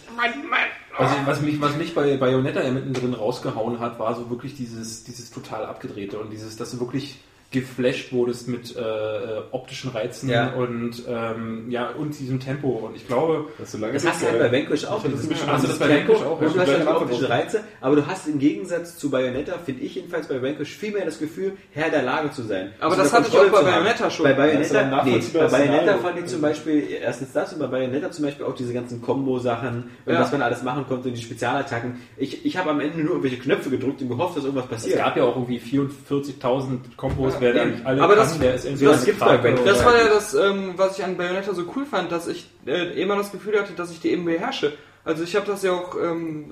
[SPEAKER 6] Also was mich, was mich bei Bayonetta ja mittendrin rausgehauen hat, war so wirklich dieses, dieses total abgedrehte und dieses, dass du wirklich geflasht wurdest mit äh, äh, optischen Reizen
[SPEAKER 2] Ja.
[SPEAKER 6] und ähm, ja und diesem Tempo. Und ich glaube,
[SPEAKER 4] Das, ist so lange
[SPEAKER 5] Das
[SPEAKER 4] nicht
[SPEAKER 5] hast du halt
[SPEAKER 4] geil.
[SPEAKER 5] bei Vanquish auch.
[SPEAKER 4] Das ist ein
[SPEAKER 5] dieses
[SPEAKER 4] bisschen
[SPEAKER 6] Ach so,
[SPEAKER 5] dieses
[SPEAKER 6] das bei
[SPEAKER 5] Tempo
[SPEAKER 6] Vanquish auch,
[SPEAKER 5] Und
[SPEAKER 4] ja.
[SPEAKER 5] du hast
[SPEAKER 4] Gleich
[SPEAKER 5] halt
[SPEAKER 4] am
[SPEAKER 5] auch
[SPEAKER 4] Anfang
[SPEAKER 5] optische
[SPEAKER 4] auch.
[SPEAKER 5] Reize, aber du hast im Gegensatz zu Bayonetta, finde ich jedenfalls bei Vanquish viel mehr das Gefühl, Herr der Lage zu sein.
[SPEAKER 2] Aber
[SPEAKER 5] So
[SPEAKER 2] das
[SPEAKER 5] eine
[SPEAKER 2] hatte ich auch
[SPEAKER 5] Kontrolle
[SPEAKER 2] bei
[SPEAKER 5] zu haben.
[SPEAKER 2] Bayonetta schon.
[SPEAKER 5] Bei
[SPEAKER 4] Das
[SPEAKER 5] Bayonetta, nee,
[SPEAKER 4] ist ein
[SPEAKER 5] bei
[SPEAKER 4] nachvollziehbares
[SPEAKER 5] Bayonetta
[SPEAKER 4] Szenario.
[SPEAKER 5] fand ich zum Beispiel, erstens das und bei Bayonetta zum Beispiel auch diese ganzen Kombo-Sachen und
[SPEAKER 2] Ja.
[SPEAKER 5] was man alles machen konnte, die Spezialattacken. Ich, ich habe am Ende nur irgendwelche Knöpfe gedrückt und gehofft, dass irgendwas
[SPEAKER 6] es
[SPEAKER 5] passiert.
[SPEAKER 6] gab ja auch irgendwie 44.000 Kombos, wer da
[SPEAKER 2] eben.
[SPEAKER 6] nicht alle
[SPEAKER 2] Aber
[SPEAKER 6] kann,
[SPEAKER 2] das-
[SPEAKER 6] der ist entweder
[SPEAKER 5] das
[SPEAKER 6] eine
[SPEAKER 5] gibt's
[SPEAKER 6] Krake
[SPEAKER 5] bei Bank-
[SPEAKER 6] oder-
[SPEAKER 2] Das war ja das, ähm, was ich an Bayonetta so cool fand, dass ich äh, immer das Gefühl hatte, dass ich die eben beherrsche. Also ich habe das ja auch ähm,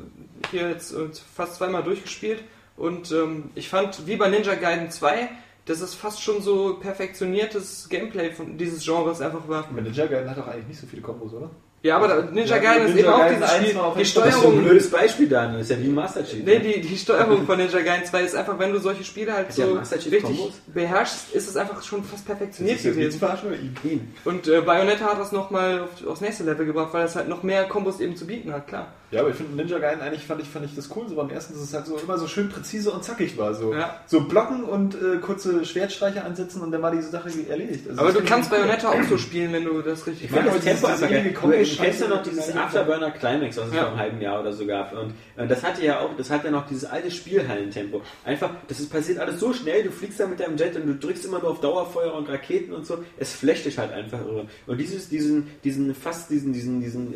[SPEAKER 2] hier jetzt äh, fast zweimal durchgespielt und ähm, ich fand, wie bei Ninja Gaiden 2, dass es fast schon so perfektioniertes Gameplay von dieses Genres einfach war.
[SPEAKER 4] Bei Ninja Gaiden hat doch eigentlich nicht so viele Kombos, oder?
[SPEAKER 2] Ja, aber da- Ninja
[SPEAKER 4] Ja,
[SPEAKER 2] Gaiden ist
[SPEAKER 4] Ninja
[SPEAKER 2] eben auch
[SPEAKER 4] Gaiden
[SPEAKER 2] dieses
[SPEAKER 4] 1
[SPEAKER 2] Spiel.
[SPEAKER 4] war auf
[SPEAKER 2] Die
[SPEAKER 4] jeden Fall-
[SPEAKER 5] Das ist so ein
[SPEAKER 2] Steuerung
[SPEAKER 5] blödes Beispiel, Daniel. Das ist ja wie ein Master Chief. ne?
[SPEAKER 2] Nee, die, die Steuerung von Ninja Gaiden 2 ist einfach, wenn du solche Spiele halt
[SPEAKER 5] ja
[SPEAKER 2] so
[SPEAKER 5] Master Chief
[SPEAKER 2] richtig
[SPEAKER 5] Kombos.
[SPEAKER 2] beherrschst, ist es einfach schon fast perfektioniert
[SPEAKER 4] Ist das
[SPEAKER 2] gewesen.
[SPEAKER 4] jetzt Nils verarschen oder ihn?
[SPEAKER 5] Ihn.
[SPEAKER 2] Und äh, Bayonetta hat das nochmal auf, aufs nächste Level gebracht, weil es halt noch mehr Kombos eben zu bieten hat, klar.
[SPEAKER 4] Ja, aber ich finde Ninja Gaiden eigentlich fand ich, fand ich das cool, so beim ersten, dass es halt so immer so schön präzise und zackig war. So,
[SPEAKER 2] Ja.
[SPEAKER 4] so blocken und äh, kurze Schwertstreiche ansetzen und dann war diese Sache erledigt. Also
[SPEAKER 2] Aber du
[SPEAKER 4] das find ich
[SPEAKER 2] kannst
[SPEAKER 4] cool.
[SPEAKER 2] Bayonetta auch so spielen, wenn du das richtig
[SPEAKER 5] Ich fand
[SPEAKER 4] aber
[SPEAKER 5] das Tempo
[SPEAKER 4] dieses-
[SPEAKER 5] einfach
[SPEAKER 4] diese
[SPEAKER 5] geil.
[SPEAKER 4] ewige
[SPEAKER 5] Du
[SPEAKER 4] Kombo-
[SPEAKER 5] kennst ja noch dieses
[SPEAKER 4] Scheiße.
[SPEAKER 5] Afterburner Climax, was es
[SPEAKER 2] Ja.
[SPEAKER 5] vor einem halben Jahr oder so gab. Und äh, das hatte ja auch, das hat ja noch dieses alte Spielhallentempo. Einfach, das ist passiert alles so schnell, du fliegst da mit deinem Jet und du drückst immer nur auf Dauerfeuer und Raketen und so. Es flecht dich halt einfach irre. Und dieses, diesen, diesen, fast diesen, diesen, diesen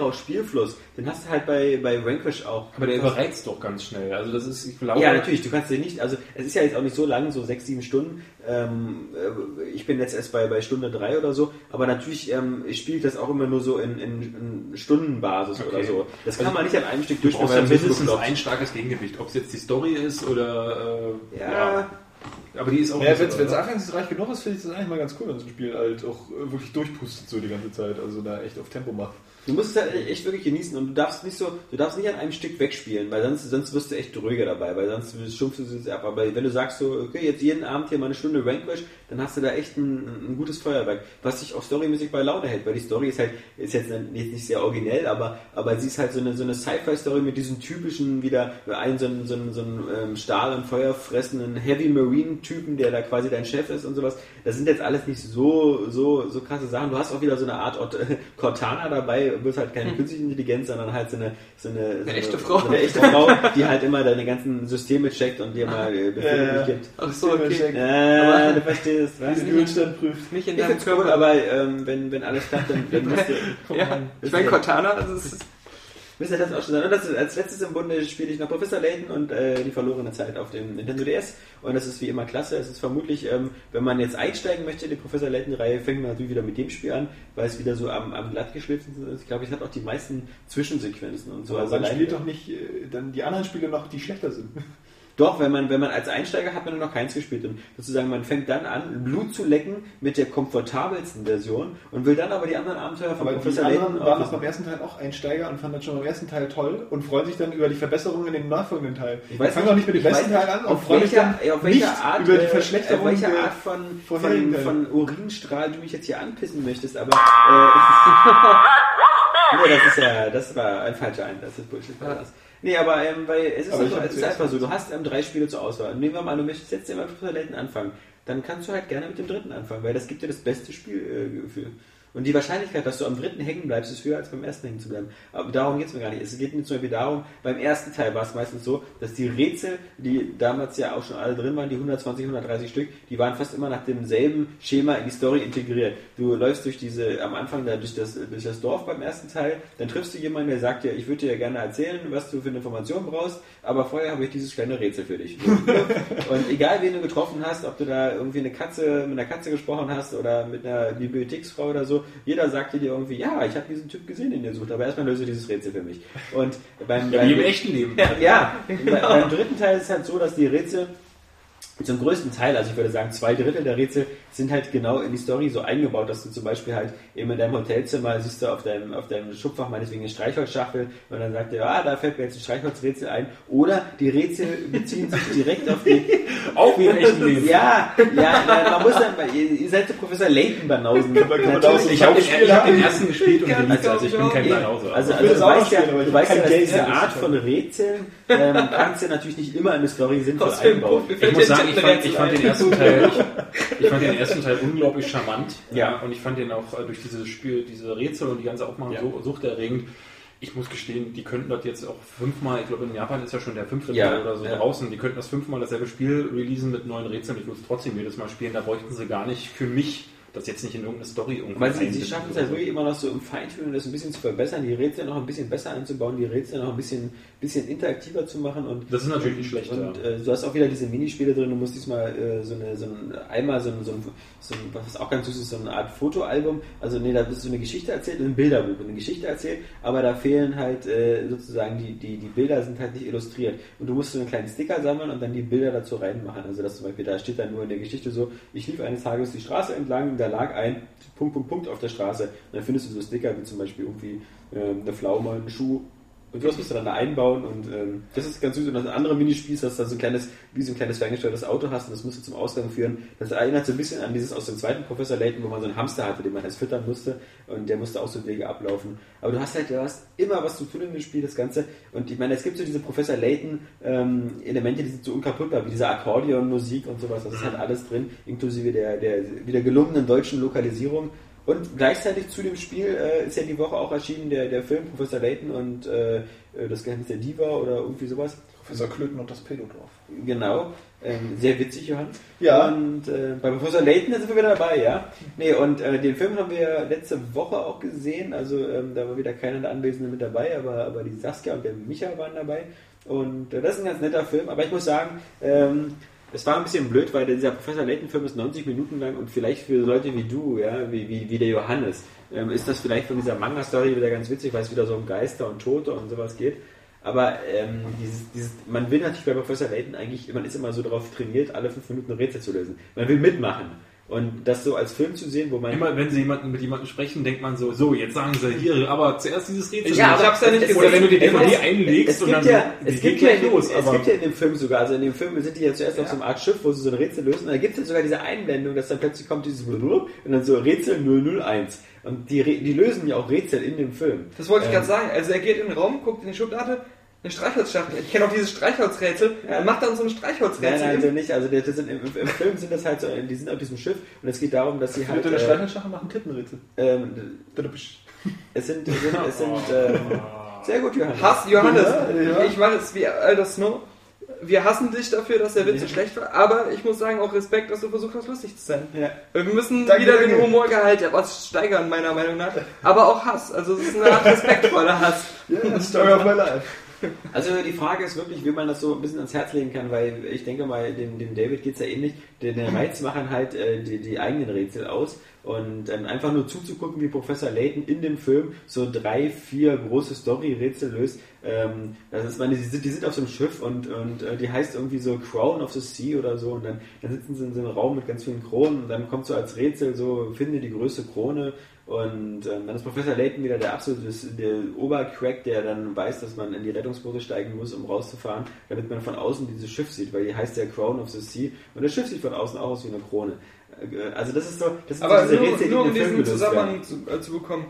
[SPEAKER 5] LSD-Rausch-Spielfluss, den hast du halt bei, bei Vanquish auch.
[SPEAKER 6] aber der
[SPEAKER 5] Fast-
[SPEAKER 6] überreizt doch ganz schnell. Also das ist, ich glaube,
[SPEAKER 5] ja, natürlich, du kannst dir nicht, also es ist ja jetzt auch nicht so lang, so sechs, sieben Stunden. Ähm, äh, ich bin jetzt erst bei, bei Stunde drei oder so, aber natürlich ähm, spielt das auch immer nur so in, in, in Stundenbasis oder so. Das kann man nicht an einem Stück
[SPEAKER 6] Also du brauchst ja
[SPEAKER 5] weil dann bist du
[SPEAKER 6] mindestens
[SPEAKER 5] bekloppt.
[SPEAKER 6] ein starkes Gegengewicht. Ob es jetzt die Story ist oder äh,
[SPEAKER 5] Ja,
[SPEAKER 6] aber die ist auch
[SPEAKER 4] Ja,
[SPEAKER 6] nicht
[SPEAKER 4] wenn
[SPEAKER 6] so,
[SPEAKER 4] es
[SPEAKER 6] oder?
[SPEAKER 4] abwechslungsreich genug ist, finde ich das eigentlich mal ganz cool, wenn so ein Spiel halt auch äh, wirklich durchpustet so die ganze Zeit, also da echt auf Tempo macht.
[SPEAKER 5] du musst es halt echt wirklich genießen und du darfst nicht so, du darfst nicht an einem Stück wegspielen, weil sonst, sonst wirst du echt dröge dabei, weil sonst schumpfst du es ab. Aber wenn du sagst so, okay, jetzt jeden Abend hier mal eine Stunde Vanquish, dann hast du da echt ein, ein gutes Feuerwerk, was dich auch storymäßig bei Laune hält, weil die Story ist halt, ist jetzt, nicht- jetzt nicht sehr originell, aber, aber sie ist halt so eine, so eine Sci-Fi-Story mit diesen typischen wieder, einen so einen, so einen, so einen ähm, Stahl- und Feuerfressenden Heavy Marine-Typen, der da quasi dein Chef ist und sowas. Das sind jetzt alles nicht so, so, so krasse Sachen. Du hast auch wieder so eine Art Ort- Cortana dabei, du bist halt keine künstliche Intelligenz, sondern halt so eine, so eine, so eine
[SPEAKER 2] Hm. echte Frau.
[SPEAKER 5] So eine echte Frau, die halt immer deine ganzen Systeme checkt und dir mal äh, Befehle
[SPEAKER 4] Ja, ja.
[SPEAKER 5] gibt.
[SPEAKER 2] Ach so, okay.
[SPEAKER 5] Äh,
[SPEAKER 4] Ja.
[SPEAKER 2] Aber-
[SPEAKER 5] du verstehst, was?
[SPEAKER 4] Diesen Ölstand prüft.
[SPEAKER 2] Nicht in
[SPEAKER 5] Ich
[SPEAKER 2] deinem
[SPEAKER 5] find's cool,
[SPEAKER 2] Körper.
[SPEAKER 5] aber ähm, wenn, wenn alles klappt, dann, dann musst du...
[SPEAKER 2] ja. Ich meine, Cortana, also es ist,
[SPEAKER 5] Müsste das auch schon sein. Und das ist, als letztes im Bunde spiele ich noch Professor Layton und äh, die verlorene Zeit auf dem Nintendo DS. Und das ist wie immer klasse. Es ist vermutlich, ähm, wenn man jetzt einsteigen möchte, die Professor Layton-Reihe, fängt man natürlich wieder mit dem Spiel an, weil es wieder so am, am glatt geschliffensten ist. Ich glaube, es hat auch die meisten Zwischensequenzen und so.
[SPEAKER 4] Aber dann
[SPEAKER 5] Also allein-
[SPEAKER 4] spielt doch nicht äh, dann die anderen Spiele noch, die schlechter sind.
[SPEAKER 5] doch, wenn man, wenn man als Einsteiger hat man noch keins gespielt und sozusagen man fängt dann an, Blut zu lecken mit der komfortabelsten Version und will dann aber die anderen Abenteuer von
[SPEAKER 4] Aber die
[SPEAKER 5] Professor
[SPEAKER 4] anderen
[SPEAKER 5] Layton
[SPEAKER 4] waren
[SPEAKER 5] auch
[SPEAKER 4] auch beim ersten Teil auch Einsteiger und fanden das schon beim ersten Teil toll und freuen sich dann über die Verbesserungen in dem nachfolgenden Teil.
[SPEAKER 5] Ich
[SPEAKER 4] Ich
[SPEAKER 5] weiß
[SPEAKER 4] fange
[SPEAKER 5] nicht,
[SPEAKER 4] auch nicht mit dem
[SPEAKER 5] ich
[SPEAKER 4] besten
[SPEAKER 5] weiß-
[SPEAKER 4] Teil an und
[SPEAKER 5] Auf
[SPEAKER 4] freue mich
[SPEAKER 5] welcher,
[SPEAKER 4] dann
[SPEAKER 5] auf
[SPEAKER 4] nicht
[SPEAKER 5] welcher Art,
[SPEAKER 4] über die
[SPEAKER 5] äh,
[SPEAKER 4] Verschlechterung.
[SPEAKER 5] auf welcher
[SPEAKER 4] der-
[SPEAKER 5] Art von, von,
[SPEAKER 4] vorherigen Teile.
[SPEAKER 5] von Urinstrahl du mich jetzt hier anpissen möchtest, aber äh, nee, das ist ja, das war ein falscher Einsatz, das ist Bullshit. Das. Nee, aber ähm, weil es ist,
[SPEAKER 4] Aber ich
[SPEAKER 5] einfach,
[SPEAKER 4] hab
[SPEAKER 5] es ist
[SPEAKER 4] zuerst
[SPEAKER 5] einfach so, du hast ähm, drei Spiele zur Auswahl. Und nehmen wir mal an, du möchtest jetzt den Toiletten anfangen, dann kannst du halt gerne mit dem dritten anfangen, weil das gibt dir das beste Spielgefühl. Und die Wahrscheinlichkeit, dass du am dritten hängen bleibst, ist höher als beim ersten hängen zu bleiben. Aber darum geht es mir gar nicht. Es geht mir zum Beispiel darum, beim ersten Teil war es meistens so, dass die Rätsel, die damals ja auch schon alle drin waren, die 120, 130 Stück, die waren fast immer nach demselben Schema in die Story integriert. Du läufst durch diese, am Anfang da durch das, durch das Dorf beim ersten Teil, dann triffst du jemanden, der sagt dir, ich würde dir gerne erzählen, was du für eine Information brauchst, aber vorher habe ich dieses kleine Rätsel für dich. Und egal, wen du getroffen hast, ob du da irgendwie eine Katze, mit einer Katze gesprochen hast oder mit einer Bibliotheksfrau oder so, jeder sagte dir irgendwie, ja, ich habe diesen Typ gesehen, den ihr sucht, aber erstmal löse dieses Rätsel für mich. Und beim,
[SPEAKER 6] Ja, wie im
[SPEAKER 5] beim,
[SPEAKER 6] echten Leben.
[SPEAKER 5] ja, bei- beim dritten Teil ist es halt so, dass die Rätsel zum größten Teil, also ich würde sagen, zwei Drittel der Rätsel sind halt genau in die Story so eingebaut, dass du zum Beispiel halt eben in deinem Hotelzimmer siehst du auf deinem, auf deinem Schubfach meinetwegen eine Streichholzschachtel und dann sagt er, ah, da fällt mir jetzt ein Streichholzrätsel ein. Oder die Rätsel beziehen sich direkt auf die,
[SPEAKER 6] Auch wie im echten Leben.
[SPEAKER 5] ja, ja, na, man muss dann, ihr, ihr seid so Professor Layton Banausen.
[SPEAKER 4] man da
[SPEAKER 5] Natürlich,
[SPEAKER 4] so
[SPEAKER 6] Ich habe den, ich hab den
[SPEAKER 4] Ja.
[SPEAKER 6] ersten gespielt und geliebt, also ich bin kein
[SPEAKER 5] Nee,
[SPEAKER 6] Banause.
[SPEAKER 5] Also,
[SPEAKER 4] Ich
[SPEAKER 5] also
[SPEAKER 4] will
[SPEAKER 5] du
[SPEAKER 4] das auch
[SPEAKER 5] weißt ja,
[SPEAKER 4] spielen, aber ich
[SPEAKER 5] du weißt
[SPEAKER 4] kann
[SPEAKER 5] ja, dass
[SPEAKER 4] Geld
[SPEAKER 5] diese
[SPEAKER 4] sehen, das
[SPEAKER 5] Art
[SPEAKER 4] ist
[SPEAKER 5] von Rätseln ähm, kannst du natürlich nicht immer in eine Story sinnvoll
[SPEAKER 2] was für ein
[SPEAKER 5] einbauen.
[SPEAKER 2] Punkt. Mir
[SPEAKER 6] ich
[SPEAKER 2] fällt
[SPEAKER 6] muss
[SPEAKER 2] der
[SPEAKER 6] sagen, sagen, ich fand, ich fand den ersten Teil, ich, ich fand den ersten Teil unglaublich charmant.
[SPEAKER 5] Ja.
[SPEAKER 6] Äh, Und ich fand den auch äh, durch dieses Spiel, diese Rätsel und die ganze Aufmachung
[SPEAKER 5] Ja.
[SPEAKER 6] so suchterregend. Ich muss gestehen, die könnten das jetzt auch fünfmal, ich glaube in Japan ist ja schon der fünfte
[SPEAKER 5] Ja,
[SPEAKER 6] Teil oder so
[SPEAKER 5] ja.
[SPEAKER 6] draußen, die könnten das fünfmal dasselbe Spiel releasen mit neuen Rätseln. Ich würde es trotzdem jedes Mal spielen, da bräuchten sie gar nicht für mich das jetzt nicht in irgendeine Story irgendwie.
[SPEAKER 5] Weil sie, sie
[SPEAKER 6] einbinden
[SPEAKER 5] schaffen es
[SPEAKER 6] oder
[SPEAKER 5] ja
[SPEAKER 6] so.
[SPEAKER 5] wirklich immer noch so im Feintuning das ein bisschen zu verbessern, die Rätsel noch ein bisschen besser einzubauen, die Rätsel noch ein bisschen, bisschen interaktiver zu machen und
[SPEAKER 6] Das ist natürlich nicht schlecht.
[SPEAKER 5] und
[SPEAKER 6] ja.
[SPEAKER 5] äh, du hast auch wieder diese Minispiele drin, du musst diesmal äh, so eine, so ein einmal so ein, so ein, so ein, was auch ganz süß ist, so eine Art Fotoalbum. Also nee, da bist du eine Geschichte erzählt, ein Bilderbuch, eine Geschichte erzählt, aber da fehlen halt äh, sozusagen die, die, die Bilder sind halt nicht illustriert. Und du musst so einen kleinen Sticker sammeln und dann die Bilder dazu reinmachen. Also dass zum Beispiel, da steht dann nur in der Geschichte so, ich lief eines Tages die Straße entlang, da lag ein Punkt, Punkt, Punkt auf der Straße. Und dann findest du so Sticker wie zum Beispiel irgendwie ähm, eine Pflaume, einen Schuh und sowas musst du dann da einbauen und ähm, das ist ganz süß. Und das andere Minispiel ist, dass du dann so ein kleines, wie so ein kleines ferngesteuertes Auto hast und das musst du zum Ausgang führen. Das erinnert so ein bisschen an dieses aus dem zweiten Professor Layton, wo man so einen Hamster hatte, den man erst füttern musste und der musste auch so Wege ablaufen. Aber du hast halt, du hast immer was zu tun in dem Spiel, das Ganze. Und ich meine, es gibt so diese Professor Layton ähm, Elemente, die sind so unkaputtbar, wie diese Akkordeonmusik und sowas. Das ist halt alles drin, inklusive der, der wieder gelungenen deutschen Lokalisierung. Und gleichzeitig zu dem Spiel äh, ist ja die Woche auch erschienen der, der Film Professor Layton und äh, äh, das Geheimnis der Diva oder irgendwie sowas.
[SPEAKER 4] Professor Klöten und das Pedodorf.
[SPEAKER 5] Genau. Ähm, sehr witzig, Johann.
[SPEAKER 4] Ja.
[SPEAKER 5] Und äh, bei Professor Layton da sind wir wieder dabei, ja. Nee, und äh, den Film haben wir letzte Woche auch gesehen. Also ähm, da war wieder keiner der Anwesenden mit dabei, aber, aber die Saskia und der Micha waren dabei. Und äh, das ist ein ganz netter Film. Aber ich muss sagen, ähm, es war ein bisschen blöd, weil dieser Professor Layton-Film ist 90 Minuten lang und vielleicht für Leute wie du, ja, wie, wie, wie der Johannes, ähm, ist das vielleicht von dieser Manga-Story wieder ganz witzig, weil es wieder so um Geister und Tote und sowas geht. Aber ähm, dieses, dieses, man will natürlich bei Professor Layton eigentlich, man ist immer so darauf trainiert, alle fünf Minuten ein Rätsel zu lösen. Man will mitmachen. Und das so als Film zu sehen, wo man.
[SPEAKER 6] Immer wenn sie jemanden, mit jemandem sprechen, denkt man so, so, jetzt sagen sie hier, aber zuerst dieses Rätsel.
[SPEAKER 2] Ja, aber ich hab's ja nicht
[SPEAKER 6] Oder
[SPEAKER 2] gesehen.
[SPEAKER 6] wenn du die
[SPEAKER 5] Es-
[SPEAKER 6] DVD
[SPEAKER 5] es-
[SPEAKER 6] einlegst
[SPEAKER 5] es
[SPEAKER 6] und
[SPEAKER 5] gibt
[SPEAKER 6] dann
[SPEAKER 5] ja,
[SPEAKER 6] so,
[SPEAKER 5] es
[SPEAKER 6] die
[SPEAKER 5] gibt
[SPEAKER 6] geht
[SPEAKER 5] ja
[SPEAKER 6] gleich
[SPEAKER 5] in,
[SPEAKER 6] los.
[SPEAKER 5] los, es
[SPEAKER 6] aber
[SPEAKER 5] gibt ja in dem Film sogar, also in dem Film sind die ja zuerst auf so einer Art Schiff, wo sie so ein Rätsel lösen, und da gibt es sogar diese Einblendung, dass dann plötzlich kommt dieses Blub und dann so Rätsel 001. Und die, Re- die lösen ja auch Rätsel in dem Film.
[SPEAKER 2] Das wollte ich gerade sagen. Also er geht in den Raum, guckt in die Schublade, eine Streichholzschachtel. Ich kenne auch dieses Streichholzrätsel.
[SPEAKER 5] Ja.
[SPEAKER 2] Er macht dann so ein
[SPEAKER 5] Nein, nein,
[SPEAKER 2] Streichholzrätsel.
[SPEAKER 5] also nicht. Also das sind, im, im Film sind das halt so, die sind auf diesem Schiff und es geht darum, dass sie
[SPEAKER 4] Mit
[SPEAKER 5] halt.
[SPEAKER 4] der
[SPEAKER 5] Äh,
[SPEAKER 4] Streichholzschache machen Tittenritze.
[SPEAKER 5] ähm, es sind, es sind, es sind äh, sehr gut, Johannes.
[SPEAKER 2] Hass Johannes.
[SPEAKER 4] Ja, ja.
[SPEAKER 2] Ich, ich mache es wie Alter Snow. Wir hassen dich dafür, dass der Witz so schlecht war, aber ich muss sagen, auch Respekt, dass du versucht hast, lustig zu sein.
[SPEAKER 5] Ja.
[SPEAKER 2] Wir müssen
[SPEAKER 4] Danke,
[SPEAKER 2] wieder den
[SPEAKER 4] danke.
[SPEAKER 2] Humorgehalt der was steigern, meiner Meinung nach. Aber auch Hass. Also es ist eine Art respektvoller Hass.
[SPEAKER 4] Yeah, story of my life.
[SPEAKER 5] Also die Frage ist wirklich, wie man das so ein bisschen ans Herz legen kann, weil ich denke mal, dem, dem David geht's ja ähnlich. Den den Reiz machen halt äh, die, die eigenen Rätsel aus. Und ähm, einfach nur zuzugucken, wie Professor Layton in dem Film so drei, vier große Story-Rätsel löst. Ähm, das ist, meine, die sind, die sind auf so einem Schiff und, und äh, die heißt irgendwie so Crown of the Sea oder so. Und dann, dann sitzen sie in so einem Raum mit ganz vielen Kronen und dann kommt so als Rätsel so, finde die größte Krone. Und ähm, dann ist Professor Layton wieder der absolute der Obercrack, der dann weiß, dass man in die Rettungsboote steigen muss, um rauszufahren, damit man von außen dieses Schiff sieht, weil die heißt ja Crown of the Sea und das Schiff sieht von außen auch aus wie eine Krone. Äh, Also das ist so, das sind
[SPEAKER 2] Aber
[SPEAKER 5] so diese
[SPEAKER 2] nur,
[SPEAKER 5] Rätsel, die
[SPEAKER 2] nur
[SPEAKER 5] in
[SPEAKER 2] um
[SPEAKER 5] den Film
[SPEAKER 2] diesen
[SPEAKER 5] gelöst
[SPEAKER 2] Zusammenhang
[SPEAKER 5] werden.
[SPEAKER 2] zu, äh, zu bekommen.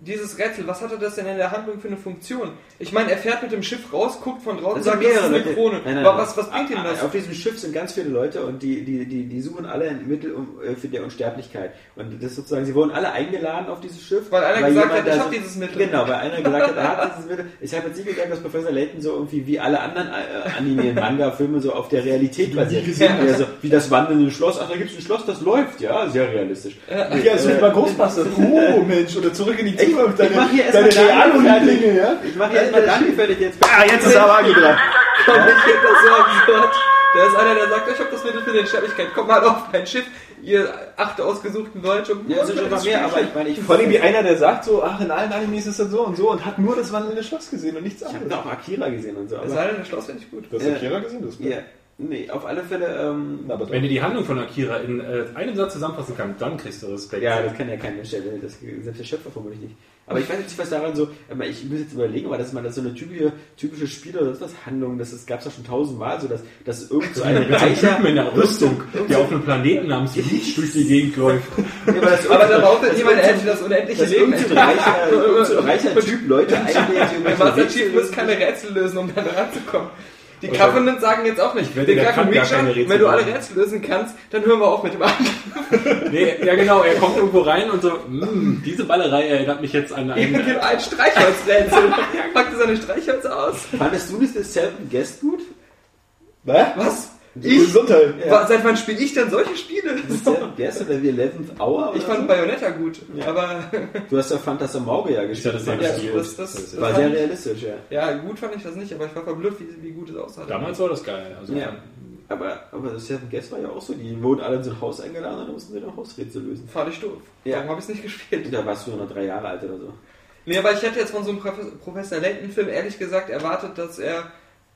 [SPEAKER 2] Dieses Rätsel, was hatte das denn in der Handlung für eine Funktion? Ich meine, er fährt mit dem Schiff raus, guckt von draußen,
[SPEAKER 5] Das
[SPEAKER 2] sagt,
[SPEAKER 5] sind
[SPEAKER 2] das ist eine
[SPEAKER 5] mehrere Leute.
[SPEAKER 2] Krone.
[SPEAKER 5] Nein, nein,
[SPEAKER 2] Aber
[SPEAKER 5] nein.
[SPEAKER 2] was, was bringt ihm
[SPEAKER 5] Ah,
[SPEAKER 2] das?
[SPEAKER 5] Auf diesem Schiff sind ganz viele Leute und die, die, die, die suchen alle ein Mittel um, äh, für die Unsterblichkeit. Und das ist sozusagen, sie wurden alle eingeladen auf dieses Schiff.
[SPEAKER 2] Weil einer gesagt
[SPEAKER 5] jemand
[SPEAKER 2] hat, ich
[SPEAKER 5] da
[SPEAKER 2] hab
[SPEAKER 5] so-
[SPEAKER 2] dieses Mittel.
[SPEAKER 5] Genau, weil einer gesagt hat, er hat dieses Mittel. Ich habe jetzt nie gedacht, dass Professor Layton so irgendwie wie alle anderen äh, Anime, Manga, Filme so auf der Realität basiert. Ja, so, wie das wandelnde Schloss. Ach, da gibt es ein Schloss, das läuft. Ja, sehr realistisch.
[SPEAKER 4] Ja, so wie bei Ghostbusters. Oh, Mensch. Oder zurück in die
[SPEAKER 5] äh, Ich,
[SPEAKER 4] Zukunft.
[SPEAKER 5] ich mache hier
[SPEAKER 4] deine
[SPEAKER 5] erstmal
[SPEAKER 4] realen Lieblinge, ja?
[SPEAKER 5] Ich mache hier erstmal Daniel fertig jetzt.
[SPEAKER 4] Ah, jetzt ist aber angebracht.
[SPEAKER 2] Komm, ich finde das so absurd. Da ist einer, der sagt, ich habe das Mittel für den Sterblichkeit. Kommt mal auf mein Schiff, ihr acht ausgesuchten Deutsche.
[SPEAKER 5] Ja, es sind schon mal mehr, aber ich meine, ich
[SPEAKER 4] Vor allem wie einer, der sagt so, ach, in allen Animes ist das so und so und hat nur das wandelnde Schloss gesehen und nichts
[SPEAKER 5] Ich
[SPEAKER 4] anderes.
[SPEAKER 5] habe auch Akira gesehen und so.
[SPEAKER 2] Das
[SPEAKER 5] Aber,
[SPEAKER 2] eine das Schloss finde ich gut.
[SPEAKER 4] Das
[SPEAKER 5] Ja.
[SPEAKER 4] Akira gesehen, das
[SPEAKER 5] ja, nee, auf alle Fälle. Ähm,
[SPEAKER 4] Aber
[SPEAKER 6] wenn du die Handlung von Akira in äh, einem Satz zusammenfassen kannst, dann kriegst du Respekt.
[SPEAKER 5] ja, das kann ja kein Mensch, der will das, selbst der Schöpfer vermutlich nicht. Aber ich weiß jetzt nicht, was daran so, aber ich muss jetzt überlegen, aber dass man das so eine typische, typische Spiel- oder sonst was Handlung, das, das gab es ja schon tausendmal, so dass, dass irgend so ein
[SPEAKER 6] Mit so einem
[SPEAKER 5] reicher,
[SPEAKER 6] Typen in der Rüstung, der auf einem Planeten namens Leech durch die Gegend läuft.
[SPEAKER 5] Ja, aber dass
[SPEAKER 2] Aber
[SPEAKER 5] irgend-
[SPEAKER 2] da braucht
[SPEAKER 5] dass
[SPEAKER 2] niemand, er
[SPEAKER 5] irgend
[SPEAKER 2] hätte
[SPEAKER 5] so-
[SPEAKER 2] das unendliche
[SPEAKER 5] dass
[SPEAKER 2] Leben.
[SPEAKER 5] irgend so ein reicher, irgend so ein reicher Typ Leute einlädt, die
[SPEAKER 2] Ein
[SPEAKER 5] irgendwelche
[SPEAKER 2] Master Chief
[SPEAKER 5] Rätsel
[SPEAKER 2] muss
[SPEAKER 5] lösen.
[SPEAKER 2] keine Rätsel lösen, um da ranzukommen. Die Covenant sagen jetzt auch nicht.
[SPEAKER 3] wette,
[SPEAKER 2] Wir
[SPEAKER 3] der
[SPEAKER 2] greifen
[SPEAKER 3] kann gar
[SPEAKER 2] Reach an.
[SPEAKER 3] keine Rätsel
[SPEAKER 2] Wenn du alle
[SPEAKER 3] machen.
[SPEAKER 2] Rätsel lösen kannst, dann hören wir auf mit dem Angriff.
[SPEAKER 3] Nee, ja genau, er kommt irgendwo rein und so,
[SPEAKER 6] hm,
[SPEAKER 3] "Mm, diese Ballerei erinnert mich jetzt an einen...
[SPEAKER 5] genau.
[SPEAKER 2] Irgendwie ein Streichholzrätsel. Packt er seine Streichholz aus?
[SPEAKER 5] Fandest du das Seven Guest gut?
[SPEAKER 4] Was?
[SPEAKER 2] Was? Ich?
[SPEAKER 4] Gesundheit.
[SPEAKER 2] Wa- Seit wann spiele ich denn solche Spiele?
[SPEAKER 5] Das Seven Guest oder die 11th Hour? Oder
[SPEAKER 2] Ich fand Bayonetta gut, aber
[SPEAKER 5] so? du hast ja Phantasmagoria
[SPEAKER 3] Ich
[SPEAKER 5] gespielt.
[SPEAKER 3] hatte das ja
[SPEAKER 2] ja,
[SPEAKER 3] gespielt.
[SPEAKER 2] das, das, das
[SPEAKER 5] war sehr realistisch, ja.
[SPEAKER 2] ja, gut fand ich das nicht, aber ich war verblüfft, wie, wie gut es aussah.
[SPEAKER 3] Damals war das geil. Also,
[SPEAKER 5] Ja. Aber, aber das Seven Guest war ja auch so, die wurden alle in so ein Haus eingeladen und dann mussten sie noch Hausrätsel lösen.
[SPEAKER 2] Fand ich doof.
[SPEAKER 5] Ja.
[SPEAKER 2] Darum habe ich es nicht gespielt.
[SPEAKER 5] Da warst du ja noch drei Jahre alt oder so.
[SPEAKER 2] Nee, aber ich hätte jetzt von so einem Prof- Professor Layton-Film ehrlich gesagt erwartet, dass er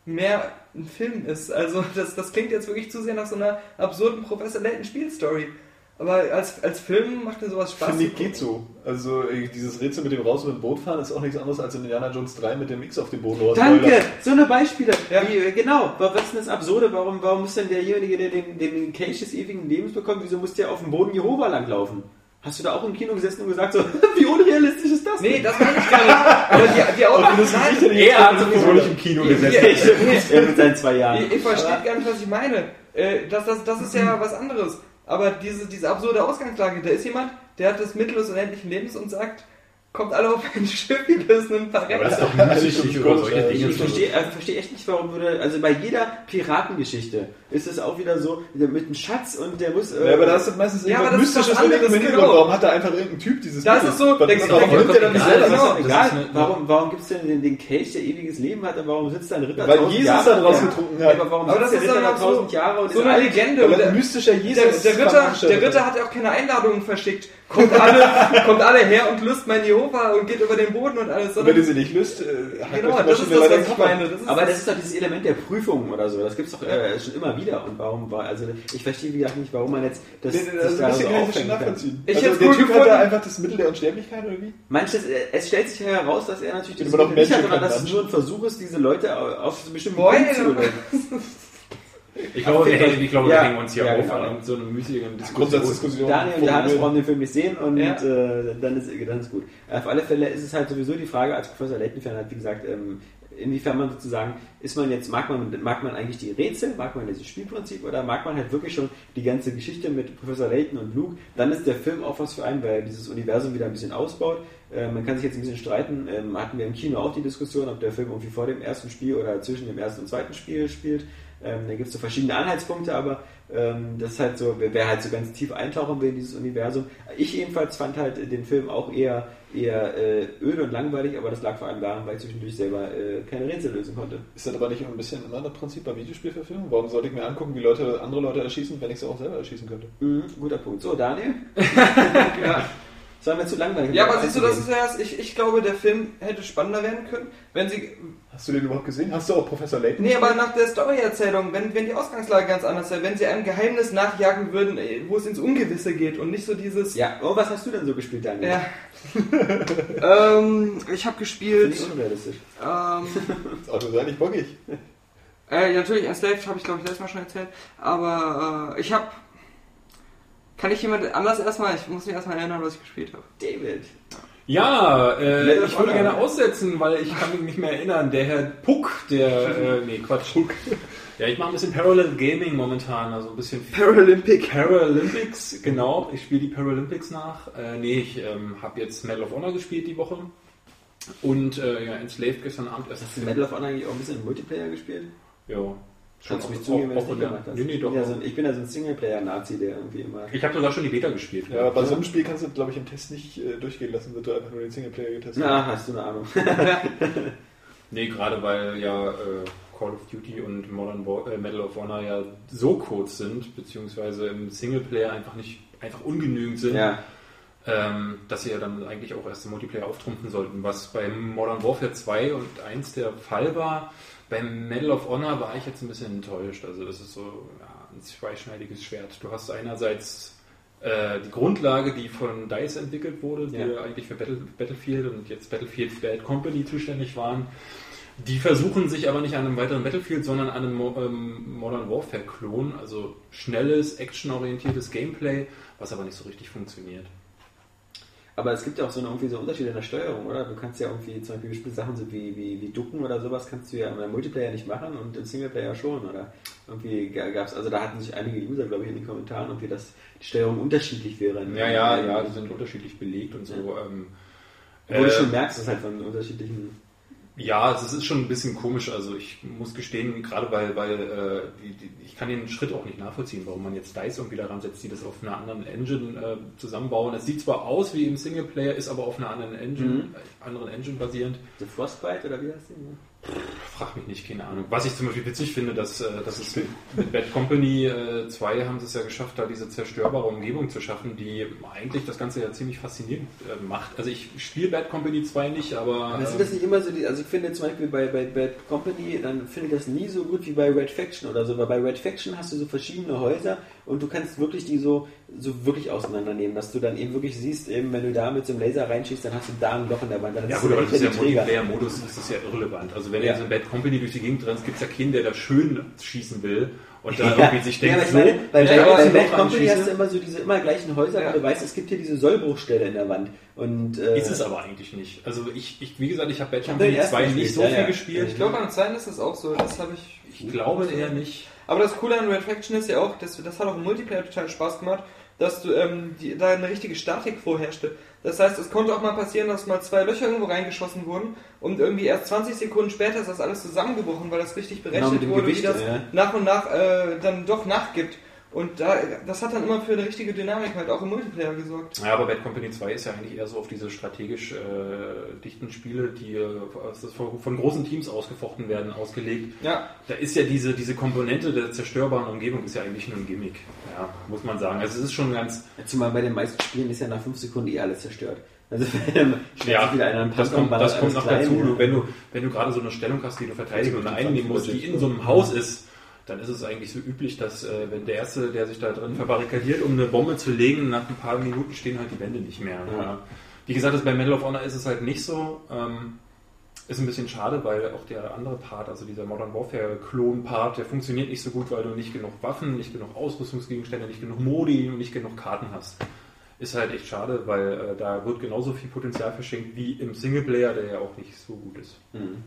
[SPEAKER 2] mehr ein Film ist. Also das, das klingt jetzt wirklich zu sehr nach so einer absurden Professor Layton-Spielstory. Aber als, als Film macht mir sowas Spaß.
[SPEAKER 4] Finde ich geht so. Also äh, dieses Rätsel mit dem Raus und mit dem Boot fahren ist auch nichts anderes als in Indiana Jones 3 mit dem X auf dem Boden raus.
[SPEAKER 5] Danke, so eine Beispiele.
[SPEAKER 2] Ja.
[SPEAKER 5] Wie, genau, wa- was ist denn das Absurde? Warum, warum muss denn derjenige, der den, den, den Cage des ewigen Lebens bekommt, wieso muss der auf dem Boden Jehova langlaufen? Hast du da auch im Kino gesessen und gesagt, so, wie unrealistisch ist das?
[SPEAKER 2] Nee, das meine ich gar nicht. Aber die, die Augen
[SPEAKER 4] Weil
[SPEAKER 3] Er hat sowieso nicht im Kino gesessen.
[SPEAKER 5] er mit seinen zwei Jahren.
[SPEAKER 2] Ihr, ihr versteht gar nicht, was ich meine. Äh, Das, das, das ist ja was anderes. Aber diese, diese absurde Ausgangslage, da ist jemand, der hat das Mittel des unendlichen Lebens und sagt, kommt alle auf ein Schiff, wir lösen ein paar
[SPEAKER 3] Aber das ist
[SPEAKER 2] Rätsel.
[SPEAKER 3] doch müßig,
[SPEAKER 4] Ja,
[SPEAKER 3] über
[SPEAKER 4] das ist-
[SPEAKER 3] solche Dinge
[SPEAKER 5] Also Ich
[SPEAKER 3] zu
[SPEAKER 5] verstehe, äh, verstehe echt nicht, warum würde. Also bei jeder Piratengeschichte ist es auch wieder so mit einem Schatz und der muss. äh,
[SPEAKER 4] Ja, aber da ist das meistens
[SPEAKER 2] Ja,
[SPEAKER 4] irgendwas
[SPEAKER 2] aber das ist
[SPEAKER 4] Mystisches
[SPEAKER 2] was
[SPEAKER 4] mit dem
[SPEAKER 2] anderes,
[SPEAKER 4] Hintergrund.
[SPEAKER 2] genau.
[SPEAKER 4] Warum hat da einfach irgendein Typ dieses
[SPEAKER 2] Das ist so,
[SPEAKER 4] Was-
[SPEAKER 2] der- der-
[SPEAKER 4] Warum
[SPEAKER 2] der-
[SPEAKER 4] nimmt er dann nicht
[SPEAKER 5] Egal,
[SPEAKER 4] selber?
[SPEAKER 5] das
[SPEAKER 2] genau.
[SPEAKER 5] ist egal.
[SPEAKER 3] Das ist eine-
[SPEAKER 5] warum warum gibt es denn den, den Cage, der ewiges Leben hat, und warum sitzt da ein Ritter?
[SPEAKER 4] Weil
[SPEAKER 5] 1000
[SPEAKER 4] Jesus
[SPEAKER 5] Jahre?
[SPEAKER 4] da draus getrunken
[SPEAKER 5] Ja,
[SPEAKER 4] hat.
[SPEAKER 5] aber warum
[SPEAKER 2] Aber
[SPEAKER 5] sitzt
[SPEAKER 2] das
[SPEAKER 5] der
[SPEAKER 2] ist
[SPEAKER 5] Ritter
[SPEAKER 2] dann
[SPEAKER 5] da
[SPEAKER 2] so-
[SPEAKER 5] 1000 Jahre und
[SPEAKER 2] So
[SPEAKER 5] ist
[SPEAKER 2] eine
[SPEAKER 5] alle
[SPEAKER 2] Legende.
[SPEAKER 4] Weil
[SPEAKER 2] Und
[SPEAKER 4] ein
[SPEAKER 2] der,
[SPEAKER 4] mystischer
[SPEAKER 2] der,
[SPEAKER 4] Jesus.
[SPEAKER 2] der, Ritter, der Ritter hat ja auch keine Einladungen verschickt. Kommt alle, kommt alle her und löst mein Jehova und geht über den Boden und alles.
[SPEAKER 4] Wenn
[SPEAKER 2] Sondern,
[SPEAKER 4] ihr sie nicht löst, äh, hackt euch
[SPEAKER 2] genau,
[SPEAKER 4] die
[SPEAKER 2] das ist
[SPEAKER 4] Maschine
[SPEAKER 2] das,
[SPEAKER 4] leider
[SPEAKER 2] was ich
[SPEAKER 4] kaputt.
[SPEAKER 2] meine. Das ist
[SPEAKER 5] Aber das ist doch dieses Element der Prüfung oder so. Das gibt es doch äh, schon immer wieder. Und warum war. Also ich verstehe, wie gesagt, nicht, warum man jetzt das.
[SPEAKER 4] Nee, nee,
[SPEAKER 5] sich
[SPEAKER 4] Also
[SPEAKER 5] da
[SPEAKER 4] ein
[SPEAKER 5] so
[SPEAKER 4] bisschen kann ich das schon
[SPEAKER 5] aufhängen kann.
[SPEAKER 4] nachvollziehen.
[SPEAKER 2] Ich
[SPEAKER 4] also
[SPEAKER 2] hätt's
[SPEAKER 4] der
[SPEAKER 2] cool
[SPEAKER 4] Typ hat
[SPEAKER 2] gefunden.
[SPEAKER 4] da einfach das Mittel der Unsterblichkeit oder wie?
[SPEAKER 5] Manches, äh, es stellt sich ja heraus, dass er natürlich
[SPEAKER 4] Immer noch
[SPEAKER 5] Mittel nicht hat,
[SPEAKER 4] Menschen
[SPEAKER 5] sondern dass
[SPEAKER 4] kann,
[SPEAKER 5] es nur ein Versuch ist, diese Leute auf einen bestimmten
[SPEAKER 2] Boah,
[SPEAKER 5] Punkt zu
[SPEAKER 4] genau.
[SPEAKER 2] ja.
[SPEAKER 5] bringen.
[SPEAKER 3] Ich glaube,
[SPEAKER 5] Ja.
[SPEAKER 3] ich, ich glaube, wir
[SPEAKER 5] Ja.
[SPEAKER 3] hängen uns hier
[SPEAKER 5] Ja,
[SPEAKER 3] auf
[SPEAKER 5] genau.
[SPEAKER 3] an irgend so eine müßigen Diskussion.
[SPEAKER 4] Grundsatzdiskussion.
[SPEAKER 5] Daniel und Johannes brauchen den Film nicht sehen und
[SPEAKER 2] Ja.
[SPEAKER 5] äh, dann, ist, dann ist gut. Auf alle Fälle ist es halt sowieso die Frage, als Professor Leighton-Fan hat, wie gesagt, ähm, inwiefern man sozusagen, ist man jetzt, mag man, mag man eigentlich die Rätsel, mag man dieses Spielprinzip oder mag man halt wirklich schon die ganze Geschichte mit Professor Leighton und Luke, dann ist der Film auch was für einen, weil er dieses Universum wieder ein bisschen ausbaut. Äh, man kann sich jetzt ein bisschen streiten, ähm, hatten wir im Kino auch die Diskussion, ob der Film irgendwie vor dem ersten Spiel oder zwischen dem ersten und zweiten Spiel spielt. Ähm, da gibt es so verschiedene Anhaltspunkte, aber ähm, das ist halt so, wer, wer halt so ganz tief eintauchen will in dieses Universum. Ich jedenfalls fand halt den Film auch eher, eher äh, öde und langweilig, aber das lag vor allem daran, weil ich zwischendurch selber äh, keine Rätsel lösen konnte.
[SPEAKER 4] Ist das aber nicht ein bisschen immer das Prinzip bei Videospielverfilmungen? Warum sollte ich mir angucken, wie Leute andere Leute erschießen, wenn ich sie auch selber erschießen könnte?
[SPEAKER 5] Mhm, guter Punkt. So, Daniel?
[SPEAKER 2] ja.
[SPEAKER 5] Das war mir zu langweilig.
[SPEAKER 2] Ja, aber siehst du, das ist ja erst. Ich, ich glaube, der Film hätte spannender werden können, wenn sie.
[SPEAKER 4] Hast du den überhaupt gesehen? Hast du auch Professor Layton?
[SPEAKER 2] Nee, aber nach der Story-Erzählung, wenn, wenn die Ausgangslage ganz anders wäre, wenn sie einem Geheimnis nachjagen würden, äh, wo es ins Ungewisse geht und nicht so dieses.
[SPEAKER 5] Ja, oh, was hast du denn so gespielt, Daniel?
[SPEAKER 2] Ja. ähm, ich habe
[SPEAKER 5] Finde
[SPEAKER 2] gespielt.
[SPEAKER 5] ich unrealistisch.
[SPEAKER 2] Ähm,
[SPEAKER 4] Das Auto sei nicht bockig.
[SPEAKER 2] äh, natürlich, Enslaved habe ich glaube ich letztes Mal schon erzählt. Aber äh, ich habe. Kann ich jemand anders erstmal? Ich muss mich erstmal erinnern, was ich gespielt habe.
[SPEAKER 5] David.
[SPEAKER 3] Ja,
[SPEAKER 5] Letter
[SPEAKER 3] äh, ich
[SPEAKER 5] Honor.
[SPEAKER 3] würde gerne aussetzen, weil ich kann mich nicht mehr erinnern. Der Herr Puck, der, äh, nee, Quatsch. Puck. Ja, ich mache ein bisschen Parallel Gaming momentan, also ein bisschen
[SPEAKER 2] Paralympic.
[SPEAKER 3] Paralympics, genau. Ich spiele die Paralympics nach. Äh, nee, ich ähm, habe jetzt Medal of Honor gespielt die Woche. Und äh, ja, Enslaved gestern Abend erst.
[SPEAKER 5] Hast du Medal of Honor eigentlich auch ein bisschen im Multiplayer gespielt?
[SPEAKER 3] Ja.
[SPEAKER 5] Kannst du
[SPEAKER 3] auch-
[SPEAKER 5] mich zugeben, wenn du
[SPEAKER 3] auch-
[SPEAKER 5] es
[SPEAKER 3] auch in
[SPEAKER 5] nicht
[SPEAKER 3] der-
[SPEAKER 5] gemacht hast?
[SPEAKER 3] Nee, nee,
[SPEAKER 5] ich, bin
[SPEAKER 3] doch.
[SPEAKER 5] ja so ein, ich bin ja so ein Singleplayer-Nazi, der irgendwie immer...
[SPEAKER 3] Ich habe sogar schon die Beta gespielt.
[SPEAKER 4] Ja, aber bei so einem Spiel kannst du, glaube ich, im Test nicht äh, durchgehen lassen, wird du einfach nur den Singleplayer getestet.
[SPEAKER 5] Na, hast du eine Ahnung.
[SPEAKER 3] Nee, gerade weil ja äh, Call of Duty und Modern War, äh, Medal of Honor ja so kurz sind, beziehungsweise im Singleplayer einfach nicht einfach ungenügend sind,
[SPEAKER 5] ja.
[SPEAKER 3] ähm, dass sie ja dann eigentlich auch erst im Multiplayer auftrumpfen sollten, was bei Modern Warfare 2 und 1 der Fall war. Beim Medal of Honor war ich jetzt ein bisschen enttäuscht. Also das ist so ja, ein zweischneidiges Schwert. Du hast einerseits äh, die Grundlage, die von DICE entwickelt wurde, die
[SPEAKER 5] Ja.
[SPEAKER 3] ja eigentlich für Battle, Battlefield und jetzt Battlefield Bad Company zuständig waren. Die versuchen sich aber nicht an einem weiteren Battlefield, sondern an einem Mo ähm, Modern Warfare-Klon, also schnelles, actionorientiertes Gameplay, was aber nicht so richtig funktioniert.
[SPEAKER 5] Aber es gibt ja auch so eine, irgendwie so Unterschiede in der Steuerung, oder? Du kannst ja irgendwie zum Beispiel bestimmte Sachen so wie, wie, wie Ducken oder sowas kannst du ja im Multiplayer nicht machen und im Singleplayer schon, oder? Irgendwie gab's, also da hatten sich einige User, glaube ich, in den Kommentaren, irgendwie, dass die Steuerung unterschiedlich wäre.
[SPEAKER 3] Ja, ja, ja, die sind unterschiedlich belegt und so. Ähm, äh,
[SPEAKER 5] Wo du schon merkst, dass halt von unterschiedlichen
[SPEAKER 3] Ja, es ist schon ein bisschen komisch. Also ich muss gestehen, gerade weil, weil äh, die, die, ich kann den Schritt auch nicht nachvollziehen, warum man jetzt Dice irgendwie daran setzt, die das auf einer anderen Engine äh, zusammenbauen. Es sieht zwar aus wie im Singleplayer, ist aber auf einer anderen Engine, äh, anderen Engine basierend.
[SPEAKER 5] The Frostbite oder wie heißt die? ne?
[SPEAKER 3] Frag mich nicht, keine Ahnung. Was ich zum Beispiel witzig finde, dass, äh, dass es mit, mit Bad Company 2 haben sie es ja geschafft, da diese zerstörbare Umgebung zu schaffen, die eigentlich das Ganze ja ziemlich faszinierend äh, macht. Also ich spiele Bad Company 2 nicht, aber... ähm,
[SPEAKER 5] Aber sind das nicht immer so die, also ich finde zum Beispiel bei, bei Bad Company, dann finde ich das nie so gut wie bei Red Faction oder so, weil bei Red Faction hast du so verschiedene Häuser und du kannst wirklich die so, so wirklich auseinandernehmen, dass du dann eben wirklich siehst, eben wenn du da mit so einem Laser reinschießt, dann hast du da ein Loch in der Wand, dann
[SPEAKER 3] Ja
[SPEAKER 5] hast
[SPEAKER 3] gut,
[SPEAKER 5] du
[SPEAKER 3] aber das ist ja
[SPEAKER 5] den Träger.
[SPEAKER 3] Multiplayer-Modus, das ist ja irrelevant. Also wenn
[SPEAKER 5] Ja.
[SPEAKER 3] ihr so in Bad Company durch die Gegend rennt, gibt es ja keinen, der da schön schießen will und da
[SPEAKER 5] Ja,
[SPEAKER 3] irgendwie sich
[SPEAKER 5] ja,
[SPEAKER 3] denkt,
[SPEAKER 5] aber ich
[SPEAKER 3] so,
[SPEAKER 5] meine, bei,
[SPEAKER 3] ja,
[SPEAKER 5] bei,
[SPEAKER 3] aber
[SPEAKER 5] bei
[SPEAKER 3] ist ein
[SPEAKER 5] Bad
[SPEAKER 3] Loch
[SPEAKER 5] Company
[SPEAKER 3] anschießen.
[SPEAKER 5] hast du immer so diese immer gleichen Häuser,
[SPEAKER 2] Ja.
[SPEAKER 5] wo du weißt, es gibt hier diese Sollbruchstelle in der Wand. Und, äh,
[SPEAKER 3] Ist es aber eigentlich nicht. Also ich, ich wie gesagt, ich habe Bad
[SPEAKER 5] hab
[SPEAKER 3] Company
[SPEAKER 5] den ersten
[SPEAKER 3] 2 nicht
[SPEAKER 5] gespielt,
[SPEAKER 3] so
[SPEAKER 5] ja,
[SPEAKER 3] viel
[SPEAKER 5] ja.
[SPEAKER 3] gespielt.
[SPEAKER 2] Ich glaube, am Sein ist es auch so. Das habe ich.
[SPEAKER 3] Ich glaube eher nicht.
[SPEAKER 2] Aber das Coole an Red Faction ist ja auch, dass, das hat auch im Multiplayer total Spaß gemacht, dass du ähm, die, da eine richtige Statik vorherrschte. Das heißt, es konnte auch mal passieren, dass mal zwei Löcher irgendwo reingeschossen wurden und irgendwie erst 20 Sekunden später ist das alles zusammengebrochen, weil das richtig
[SPEAKER 5] Genau,
[SPEAKER 2] berechnet
[SPEAKER 5] mit dem
[SPEAKER 2] wurde,
[SPEAKER 5] Gewicht,
[SPEAKER 2] wie das
[SPEAKER 5] ja.
[SPEAKER 2] nach und nach äh, dann doch nachgibt. Und da, das hat dann immer für eine richtige Dynamik halt auch im Multiplayer gesorgt.
[SPEAKER 3] Ja, aber Bad Company 2 ist ja eigentlich eher so auf diese strategisch äh, dichten Spiele, die äh, von, von großen Teams ausgefochten werden, ausgelegt.
[SPEAKER 2] Ja,
[SPEAKER 3] Da ist ja diese, diese Komponente der zerstörbaren Umgebung ist ja eigentlich nur ein Gimmick. Ja, muss man sagen. Also es ist schon ganz
[SPEAKER 5] Zumal bei den meisten Spielen ist ja nach 5 Sekunden eh alles zerstört. Also wenn
[SPEAKER 3] Ja,
[SPEAKER 5] wieder einer einen
[SPEAKER 3] das
[SPEAKER 5] Pass
[SPEAKER 3] kommt,
[SPEAKER 5] macht,
[SPEAKER 3] das
[SPEAKER 5] alles
[SPEAKER 3] kommt noch
[SPEAKER 5] klein,
[SPEAKER 3] dazu.
[SPEAKER 5] ja. Also
[SPEAKER 3] Du, wenn du, wenn du gerade so eine Stellung hast, die du verteidigen und einnehmen musst, die in so einem Haus ist, dann ist es eigentlich so üblich, dass äh, wenn der Erste, der sich da drin verbarrikadiert, um eine Bombe zu legen, nach ein paar Minuten stehen halt die Wände nicht mehr. Ja. Wie gesagt, das bei Medal of Honor ist es halt nicht so. Ähm, ist ein bisschen schade, weil auch der andere Part, also dieser Modern Warfare-Klon-Part, der funktioniert nicht so gut, weil du nicht genug Waffen, nicht genug Ausrüstungsgegenstände, nicht genug Modi und nicht genug Karten hast. Ist halt echt schade, weil äh, da wird genauso viel Potenzial verschenkt wie im Singleplayer, der ja auch nicht so gut ist.
[SPEAKER 5] Mhm.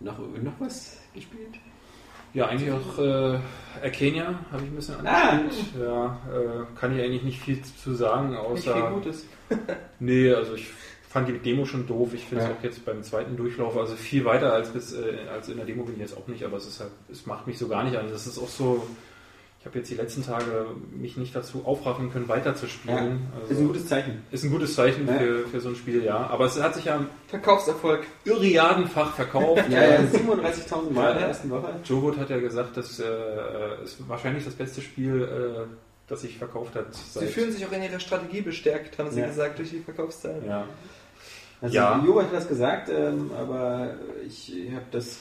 [SPEAKER 5] Noch, noch was gespielt?
[SPEAKER 3] Ja, eigentlich auch äh, Arcania habe ich ein bisschen
[SPEAKER 5] Ah.
[SPEAKER 3] angespielt. Ja, äh, kann ich eigentlich nicht viel zu sagen,
[SPEAKER 2] nicht viel
[SPEAKER 3] außer.
[SPEAKER 2] Gutes.
[SPEAKER 3] nee, also ich fand die Demo schon doof. Ich finde es auch jetzt beim zweiten Durchlauf, also viel weiter als, bis, äh, als in der Demo bin ich jetzt auch nicht, aber es, ist halt, es macht mich so gar nicht an. Das ist auch so. Ich habe jetzt die letzten Tage mich nicht dazu aufraffen können, weiterzuspielen. Also,
[SPEAKER 5] Ist ein gutes Zeichen.
[SPEAKER 3] ist ein gutes Zeichen
[SPEAKER 5] Ja.
[SPEAKER 3] für, für so ein Spiel, ja. Aber es hat sich ja
[SPEAKER 2] Verkaufserfolg.
[SPEAKER 3] Iriadenfach verkauft.
[SPEAKER 5] Ja, ja, Äh, 37.000 Mal in
[SPEAKER 3] Ja.
[SPEAKER 5] der ersten Woche.
[SPEAKER 3] Joe Wood hat ja gesagt, dass äh, es wahrscheinlich das beste Spiel, äh, das sich verkauft hat.
[SPEAKER 2] Sie
[SPEAKER 3] Seit,
[SPEAKER 2] fühlen sich auch in ihrer Strategie bestärkt, haben sie
[SPEAKER 5] Ja.
[SPEAKER 2] gesagt, durch die Verkaufszahlen.
[SPEAKER 3] ja.
[SPEAKER 5] Also,
[SPEAKER 3] Ja.
[SPEAKER 5] Jo hat das gesagt, ähm, aber ich habe das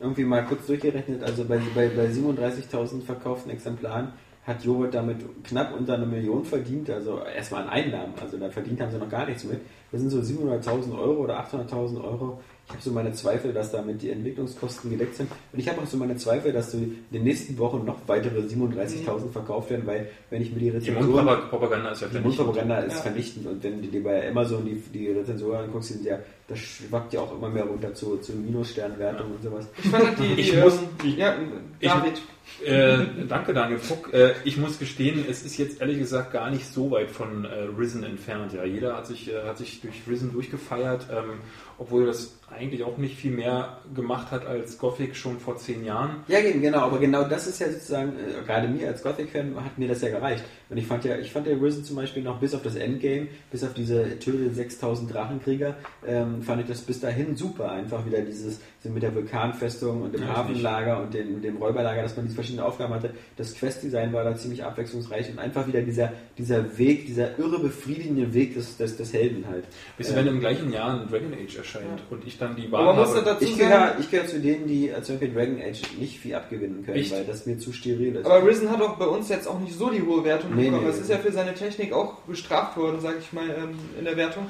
[SPEAKER 5] irgendwie mal kurz durchgerechnet. Also bei, bei, bei 37.000 verkauften Exemplaren hat Joghurt damit knapp unter eine Million verdient, also erstmal an Einnahmen, also da verdient haben sie noch gar nichts mit. Das sind so 700.000 Euro oder 800.000 Euro. Ich habe so meine Zweifel, dass damit die Entwicklungskosten gedeckt sind. Und ich habe auch so meine Zweifel, dass so in den nächsten Wochen noch weitere 37.000 verkauft werden, weil wenn ich mir die
[SPEAKER 3] Die
[SPEAKER 5] Rezensionen
[SPEAKER 3] Mundpropaganda ist ja
[SPEAKER 5] die
[SPEAKER 3] vielleicht
[SPEAKER 5] Mundpropaganda ist
[SPEAKER 2] Ja.
[SPEAKER 5] vernichtend und wenn du dir bei Amazon die, die Rezensionen anguckst, die sind ja, das schwappt ja auch immer mehr runter zu, zu Minussternwertung und sowas.
[SPEAKER 2] Ich fand halt die, die,
[SPEAKER 3] Ich muss-
[SPEAKER 2] ähm,
[SPEAKER 3] ich-
[SPEAKER 2] ja,
[SPEAKER 3] ich-
[SPEAKER 2] David.
[SPEAKER 3] Äh, danke, Daniel Fuck. Äh, ich muss gestehen, es ist jetzt ehrlich gesagt gar nicht so weit von äh, Risen entfernt. Ja, jeder hat sich, äh, hat sich durch Risen durchgefeiert, ähm, obwohl das eigentlich auch nicht viel mehr gemacht hat als Gothic schon vor zehn Jahren.
[SPEAKER 5] Ja, eben, genau, aber genau das ist ja sozusagen, äh, gerade mir als Gothic-Fan hat mir das ja gereicht. Und ich fand ja, ich fand ja Risen zum Beispiel noch bis auf das Endgame, bis auf diese Töte 6000 Drachenkrieger, ähm, fand ich das bis dahin super. Einfach wieder dieses, so mit der Vulkanfestung und dem Hafenlager und den, dem Räuberlager, dass man diese verschiedenen Aufgaben hatte. Das Quest-Design war da ziemlich abwechslungsreich und einfach wieder dieser, dieser Weg, dieser irre befriedigende Weg des, des, des Helden halt.
[SPEAKER 3] Bis wenn im gleichen Jahr ein Dragon Age erscheint und ich dann die Wahl
[SPEAKER 2] Aber man muss
[SPEAKER 3] habe-
[SPEAKER 2] dazu
[SPEAKER 5] Ich gehöre, ich gehöre zu denen, die äh, zum Beispiel Dragon Age nicht viel abgewinnen können,
[SPEAKER 3] Echt?
[SPEAKER 5] weil das mir zu steril ist.
[SPEAKER 2] Aber Risen hat auch bei uns jetzt auch nicht so die hohe Wertung
[SPEAKER 5] Nee,
[SPEAKER 2] bekommen.
[SPEAKER 5] nee,
[SPEAKER 2] es ist
[SPEAKER 5] nee.
[SPEAKER 2] ja für seine Technik auch bestraft worden, sag ich mal, ähm, in der Wertung.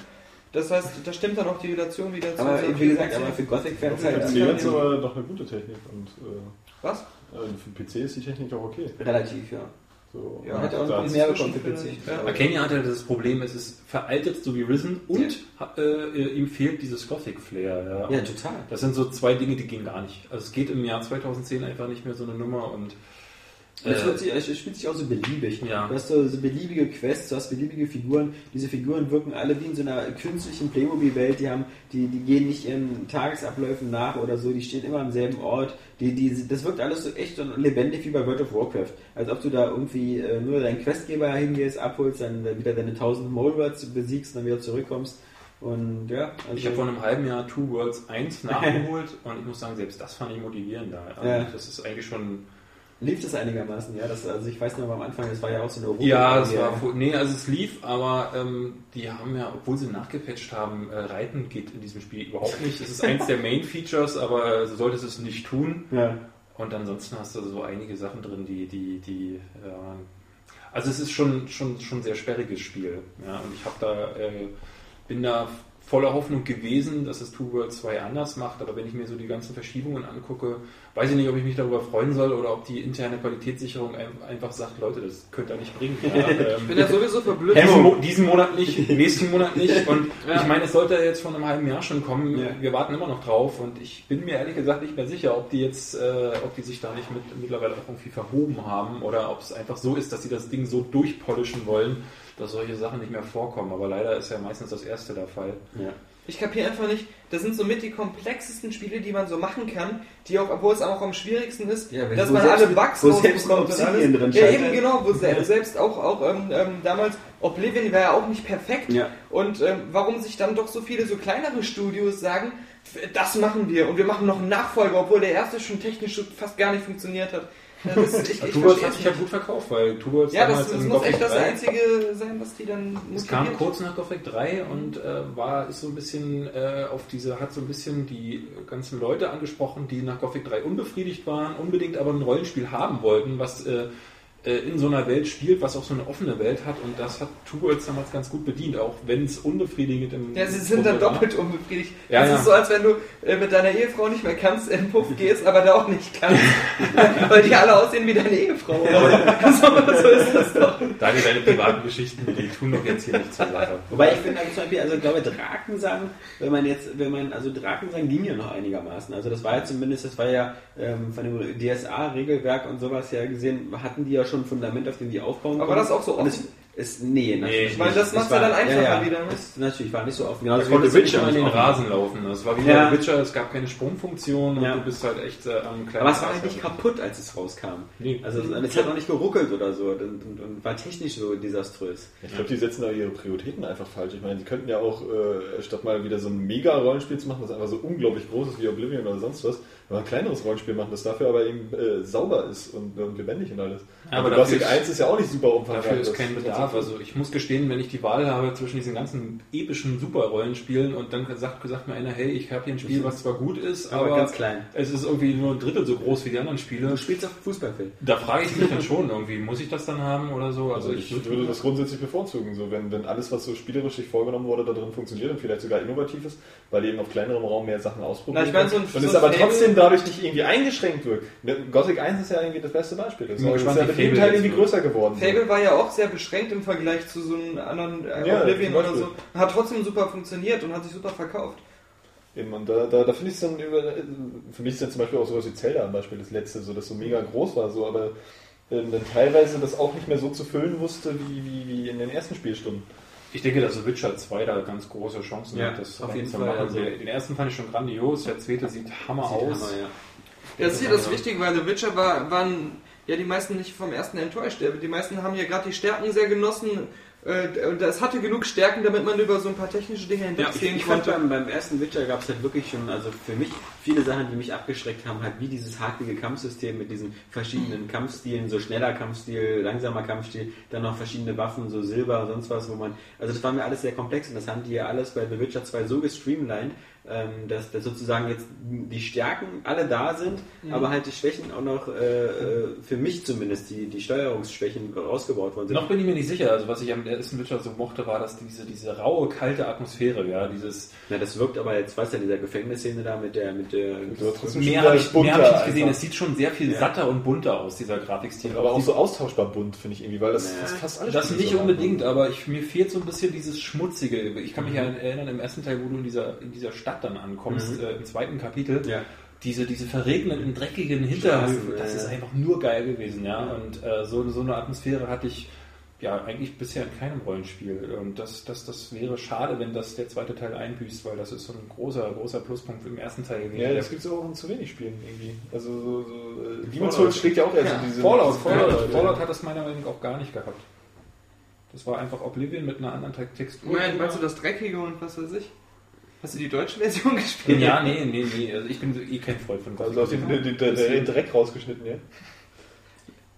[SPEAKER 2] Das heißt, da stimmt dann auch die Relation wieder zu.
[SPEAKER 5] Aber
[SPEAKER 2] unserem
[SPEAKER 5] wie gesagt,
[SPEAKER 2] Spiel.
[SPEAKER 5] aber für Gothic-Fans
[SPEAKER 2] Ja,
[SPEAKER 4] Für
[SPEAKER 5] halt
[SPEAKER 2] das
[SPEAKER 4] PC
[SPEAKER 2] kann
[SPEAKER 4] ist
[SPEAKER 2] eben-
[SPEAKER 4] aber doch eine gute Technik und also
[SPEAKER 2] Was?
[SPEAKER 4] äh, äh, für PC ist die Technik auch okay.
[SPEAKER 5] relativ, ja.
[SPEAKER 4] So.
[SPEAKER 2] Ja,
[SPEAKER 4] hat
[SPEAKER 2] hat
[SPEAKER 4] er
[SPEAKER 2] auch
[SPEAKER 4] auch
[SPEAKER 2] ein
[SPEAKER 4] mehr
[SPEAKER 2] bisschen
[SPEAKER 4] bekommen für PC.
[SPEAKER 2] Ja.
[SPEAKER 4] Aber-
[SPEAKER 3] Arcania hatte das Problem, es ist veraltet, so wie Risen, und ha- äh, ihm fehlt dieses Gothic-Flair. Ja.
[SPEAKER 5] Ja, total.
[SPEAKER 3] Das sind so zwei Dinge, die gehen gar nicht. Also es geht im Jahr 2010 einfach nicht mehr so eine Nummer und äh,
[SPEAKER 5] Und es, wird sich, es spielt sich auch so beliebig.
[SPEAKER 3] Ja.
[SPEAKER 5] Du hast so, so beliebige Quests, du hast beliebige Figuren. Diese Figuren wirken alle wie in so einer künstlichen Playmobil-Welt. Die, haben- die, die gehen nicht ihren Tagesabläufen nach oder so. Die stehen immer am selben Ort. Die, die, das wirkt alles so echt und lebendig wie bei World of Warcraft. Als ob du da irgendwie äh, nur deinen Questgeber hingehst, abholst, dann wieder deine 1000 Molrats besiegst und dann wieder zurückkommst. Und ja, also
[SPEAKER 3] Ich habe vor einem halben Jahr Two Worlds 1 nachgeholt und ich muss sagen, selbst das fand ich motivierender. Also
[SPEAKER 5] Ja.
[SPEAKER 3] Das ist eigentlich schon.
[SPEAKER 5] lief das einigermaßen. Ja, das, also ich weiß noch, am Anfang, das war ja auch so eine Ruhe.
[SPEAKER 3] Ja, es war. fu- Nee, also es lief, aber ähm, die haben ja, obwohl sie nachgepatcht haben, äh, Reiten geht in diesem Spiel überhaupt nicht. Es ist eins der Main Features, aber äh, so solltest du es nicht tun.
[SPEAKER 5] Ja.
[SPEAKER 3] Und ansonsten hast du so einige Sachen drin, die. die, die ja. Also es ist schon, schon, schon ein sehr sperriges Spiel. Ja, und ich habe da. Äh, bin da voller Hoffnung gewesen, dass es Two World 2 anders macht, aber wenn ich mir so die ganzen Verschiebungen angucke, weiß ich nicht, ob ich mich darüber freuen soll oder ob die interne Qualitätssicherung ein- einfach sagt, Leute, das könnt ihr nicht bringen. Ja,
[SPEAKER 2] Ich
[SPEAKER 3] ähm,
[SPEAKER 2] bin ja sowieso verblüfft.
[SPEAKER 3] diesen, Mo diesen Monat nicht, nächsten Monat nicht und
[SPEAKER 2] Ja.
[SPEAKER 3] ich meine, es sollte jetzt vor einem halben Jahr schon kommen,
[SPEAKER 5] Ja.
[SPEAKER 3] wir warten immer noch drauf und ich bin mir ehrlich gesagt nicht mehr sicher, ob die jetzt, äh, ob die sich da nicht mit, mittlerweile auch irgendwie verhoben haben oder ob es einfach so ist, dass sie das Ding so durchpolischen wollen, dass solche Sachen nicht mehr vorkommen, aber leider ist ja meistens das erste der Fall.
[SPEAKER 5] ja.
[SPEAKER 2] Ich kapiere einfach nicht, das sind so mit die komplexesten Spiele, die man so machen kann, die auch, obwohl es auch am schwierigsten ist,
[SPEAKER 5] Ja, wenn-
[SPEAKER 2] dass
[SPEAKER 5] wo
[SPEAKER 2] man
[SPEAKER 5] selbst-
[SPEAKER 2] alle Bugs
[SPEAKER 5] wo
[SPEAKER 2] rausbekommt
[SPEAKER 5] selbst mal
[SPEAKER 2] und
[SPEAKER 5] Obsidian dran
[SPEAKER 2] Ja, eben
[SPEAKER 5] scheitert.
[SPEAKER 2] genau, wo se selbst auch, auch ähm, ähm, damals Oblivion war ja auch nicht perfekt.
[SPEAKER 5] Ja.
[SPEAKER 2] Und ähm, warum sich dann doch so viele so kleinere Studios sagen, "F- das machen wir und wir machen noch einen Nachfolger, obwohl der erste schon technisch so fast gar nicht funktioniert hat. Ja, das, ich, ich
[SPEAKER 3] Two Worlds
[SPEAKER 2] verstehe
[SPEAKER 3] hat
[SPEAKER 2] es
[SPEAKER 3] sich ja
[SPEAKER 2] nicht.
[SPEAKER 3] gut verkauft, weil Two Worlds
[SPEAKER 2] ja, das,
[SPEAKER 3] damals
[SPEAKER 2] das
[SPEAKER 3] im
[SPEAKER 2] muss
[SPEAKER 3] Gothic
[SPEAKER 2] echt das
[SPEAKER 3] 3
[SPEAKER 2] Einzige sein, was die dann
[SPEAKER 3] Es kam
[SPEAKER 2] motiviert.
[SPEAKER 3] kurz nach Gothic 3 und äh, war ist so ein bisschen äh, auf diese hat so ein bisschen die ganzen Leute angesprochen, die nach Gothic 3 unbefriedigt waren, unbedingt aber ein Rollenspiel haben wollten, was äh, äh, in so einer Welt spielt, was auch so eine offene Welt hat und das hat Two Worlds damals ganz gut bedient, auch wenn es unbefriedigend im
[SPEAKER 2] Ja, sie sind dann
[SPEAKER 3] Grunde war.
[SPEAKER 2] doppelt unbefriedigt.
[SPEAKER 3] Ja,
[SPEAKER 2] das
[SPEAKER 3] ja.
[SPEAKER 2] ist so, als wenn du äh, mit deiner Ehefrau nicht mehr kannst, in den Puff gehst, aber da auch nicht kannst. weil die alle aussehen wie deine Ehefrau. Oder? so, so ist das doch.
[SPEAKER 3] Daniel, deine privaten Geschichten, die tun doch jetzt hier nichts zur Sache.
[SPEAKER 5] Wobei ich finde, also zum Beispiel, also ich glaube, Drakensang, wenn man jetzt, wenn man, also Drakensang ging ja noch einigermaßen. Also das war ja zumindest, das war ja ähm, von dem DSA-Regelwerk und sowas her gesehen, hatten die ja schon ein Fundament, auf dem die aufbauen
[SPEAKER 2] Aber
[SPEAKER 5] konnten.
[SPEAKER 2] das auch so offen?
[SPEAKER 5] Und Es, es, nee, natürlich.
[SPEAKER 2] Weil
[SPEAKER 5] nicht.
[SPEAKER 2] das macht's ja
[SPEAKER 5] war-
[SPEAKER 2] dann einfacher wieder, ne?
[SPEAKER 5] Das, natürlich war nicht so offen. Genau,
[SPEAKER 3] Da konnte Witcher in den
[SPEAKER 5] offen.
[SPEAKER 3] Rasen laufen. Das war wie
[SPEAKER 5] Ja.
[SPEAKER 3] bei Witcher, es gab keine Sprungfunktion und
[SPEAKER 5] Ja.
[SPEAKER 3] du bist halt echt äh, am kleinen
[SPEAKER 5] Aber es war
[SPEAKER 3] Rasen.
[SPEAKER 5] halt nicht kaputt, als es rauskam.
[SPEAKER 3] Nee.
[SPEAKER 5] Also es hat auch nicht geruckelt oder so und, und, und war technisch so desaströs.
[SPEAKER 4] Ich glaube, die setzen da ihre Prioritäten einfach falsch. Ich meine, sie könnten ja auch, äh, statt mal wieder so ein Mega-Rollenspiel zu machen, das einfach so unglaublich groß ist wie Oblivion oder sonst was, mal ein kleineres Rollenspiel machen, das dafür aber eben äh, sauber ist und, und lebendig und alles.
[SPEAKER 3] Ja, aber
[SPEAKER 4] und
[SPEAKER 3] dafür
[SPEAKER 4] Gothic
[SPEAKER 3] ist-
[SPEAKER 4] 1 ist ja auch nicht super umfangreich.
[SPEAKER 3] Dafür ist
[SPEAKER 4] das-
[SPEAKER 3] kein Bedarf. Also ich muss gestehen, wenn ich die Wahl habe zwischen diesen ganzen epischen Superrollenspielen und dann sagt, sagt mir einer, hey, ich habe hier ein Spiel, was zwar gut ist,
[SPEAKER 5] Mhm. Aber
[SPEAKER 3] aber,
[SPEAKER 5] ganz klein.
[SPEAKER 3] es ist irgendwie nur ein Drittel so groß wie die anderen Spiele.
[SPEAKER 5] Du spielst auf Fußballfeld.
[SPEAKER 3] Da frage ich mich dann schon irgendwie, muss ich das dann haben oder so? Also ich
[SPEAKER 4] würde das grundsätzlich bevorzugen, so wenn, wenn alles, was so spielerisch sich vorgenommen wurde, da drin funktioniert und vielleicht sogar innovativ ist, weil eben auf kleinerem Raum mehr Sachen ausprobieren
[SPEAKER 2] Na, ich meine, so ein-
[SPEAKER 4] kann. und
[SPEAKER 2] so
[SPEAKER 4] es
[SPEAKER 2] ein
[SPEAKER 4] aber
[SPEAKER 2] Fable-
[SPEAKER 4] trotzdem dadurch nicht irgendwie eingeschränkt wird. Ne, Gothic 1 ist ja irgendwie das beste Beispiel. Das
[SPEAKER 3] Bin
[SPEAKER 4] ist
[SPEAKER 3] gespannt,
[SPEAKER 4] ja
[SPEAKER 3] wie
[SPEAKER 4] mit jedem
[SPEAKER 3] Fable
[SPEAKER 4] Teil
[SPEAKER 3] jetzt
[SPEAKER 4] irgendwie
[SPEAKER 3] wird.
[SPEAKER 4] größer geworden.
[SPEAKER 2] Fable war ja auch sehr beschränkt im Vergleich zu so einem anderen äh,
[SPEAKER 4] Ja,
[SPEAKER 2] Oblivion
[SPEAKER 4] zum
[SPEAKER 2] oder
[SPEAKER 4] Beispiel.
[SPEAKER 2] so. Hat trotzdem super funktioniert und hat sich super verkauft.
[SPEAKER 4] Eben, und da, da, da finde ich es dann über, für mich ist dann zum Beispiel auch sowas wie Zelda am Beispiel das letzte, so das so mega groß war, so, aber ähm, dann teilweise das auch nicht mehr so zu füllen wusste wie, wie, wie in den ersten Spielstunden.
[SPEAKER 3] Ich denke, dass Witcher 2 da ganz große Chancen
[SPEAKER 5] Ja,
[SPEAKER 3] hat, das
[SPEAKER 5] auf jeden
[SPEAKER 3] zu
[SPEAKER 5] Fall,
[SPEAKER 3] machen.
[SPEAKER 5] also-
[SPEAKER 3] Der- Den ersten fand ich schon grandios, der zweite sieht Hammer aus.
[SPEAKER 5] Hammer, ja.
[SPEAKER 2] Das ist hier das Wichtige, weil The Witcher war, waren ja die meisten nicht vom ersten enttäuscht. Die meisten haben ja gerade die Stärken sehr genossen. äh, Und es hatte genug Stärken, damit man über so ein paar technische Dinge
[SPEAKER 5] ich,
[SPEAKER 2] hinwegsehen
[SPEAKER 5] ich fand
[SPEAKER 2] konnte.
[SPEAKER 5] beim, beim ersten Witcher gab es halt wirklich schon, also für mich, viele Sachen, die mich abgeschreckt haben, halt wie dieses haklige Kampfsystem mit diesen verschiedenen Kampfstilen, so schneller Kampfstil, langsamer Kampfstil, dann noch verschiedene Waffen, so Silber, sonst was, wo man, also das war mir alles sehr komplex und das haben die ja alles bei The Witcher 2 so gestreamlined, ähm, dass, dass sozusagen jetzt die Stärken alle da sind, aber halt die Schwächen auch noch, äh, äh, für mich zumindest, die, die Steuerungsschwächen rausgebaut worden sind.
[SPEAKER 3] Noch bin ich mir nicht sicher. Also was ich am ersten Witcher so mochte, war, dass diese, diese raue, kalte Atmosphäre, ja, dieses
[SPEAKER 5] Na, das wirkt aber jetzt, weißt du, in dieser Gefängnisszene da mit der, mit der,
[SPEAKER 3] mehr habe ich, mehr hab ich nicht gesehen.
[SPEAKER 4] Einfach.
[SPEAKER 3] Es sieht schon sehr viel
[SPEAKER 5] Ja.
[SPEAKER 3] satter und bunter aus, dieser Grafikstil.
[SPEAKER 4] Aber auch
[SPEAKER 3] Die-
[SPEAKER 4] so austauschbar bunt, finde ich irgendwie, weil das
[SPEAKER 5] Nee.
[SPEAKER 4] fast- fast alles
[SPEAKER 3] Das
[SPEAKER 4] Spiele
[SPEAKER 3] nicht
[SPEAKER 4] so ne? haben.
[SPEAKER 3] unbedingt, aber ich, mir fehlt so ein bisschen dieses Schmutzige. Ich kann mich
[SPEAKER 4] Mhm.
[SPEAKER 3] ja erinnern, im ersten Teil, wo du in dieser, in dieser Stadt dann ankommst,
[SPEAKER 5] Mhm.
[SPEAKER 3] äh, im zweiten Kapitel,
[SPEAKER 5] Ja.
[SPEAKER 3] diese, diese verregneten, dreckigen Hinterhöfe,
[SPEAKER 5] Straßen,
[SPEAKER 3] das
[SPEAKER 5] ja.
[SPEAKER 3] ist einfach nur geil gewesen, ja. Und äh, so, so eine Atmosphäre hatte ich ja eigentlich bisher in keinem Rollenspiel. Und das, das, das wäre schade, wenn das der zweite Teil einbüßt, weil das ist so ein großer, großer Pluspunkt im ersten Teil gewesen.
[SPEAKER 4] Ja,
[SPEAKER 3] Der-
[SPEAKER 4] das gibt es auch in zu wenig Spielen irgendwie. Also so, so äh,
[SPEAKER 3] Fallout.
[SPEAKER 4] Demon's Souls schlägt ja auch erst in diese
[SPEAKER 3] Fallout,
[SPEAKER 4] diese
[SPEAKER 3] Fallout,
[SPEAKER 4] Fallout, ja.
[SPEAKER 3] Fallout hat das meiner Meinung nach auch gar nicht gehabt. Das war einfach Oblivion mit einer anderen Te- Textur.
[SPEAKER 2] Moment, meinst du das Dreckige und was weiß ich? Hast du die deutsche Version gespielt?
[SPEAKER 3] Ja, nee, nee, nee. Also ich bin eh kein Freund von
[SPEAKER 4] Also aus dem den, den, den, den Dreck rausgeschnitten, ja.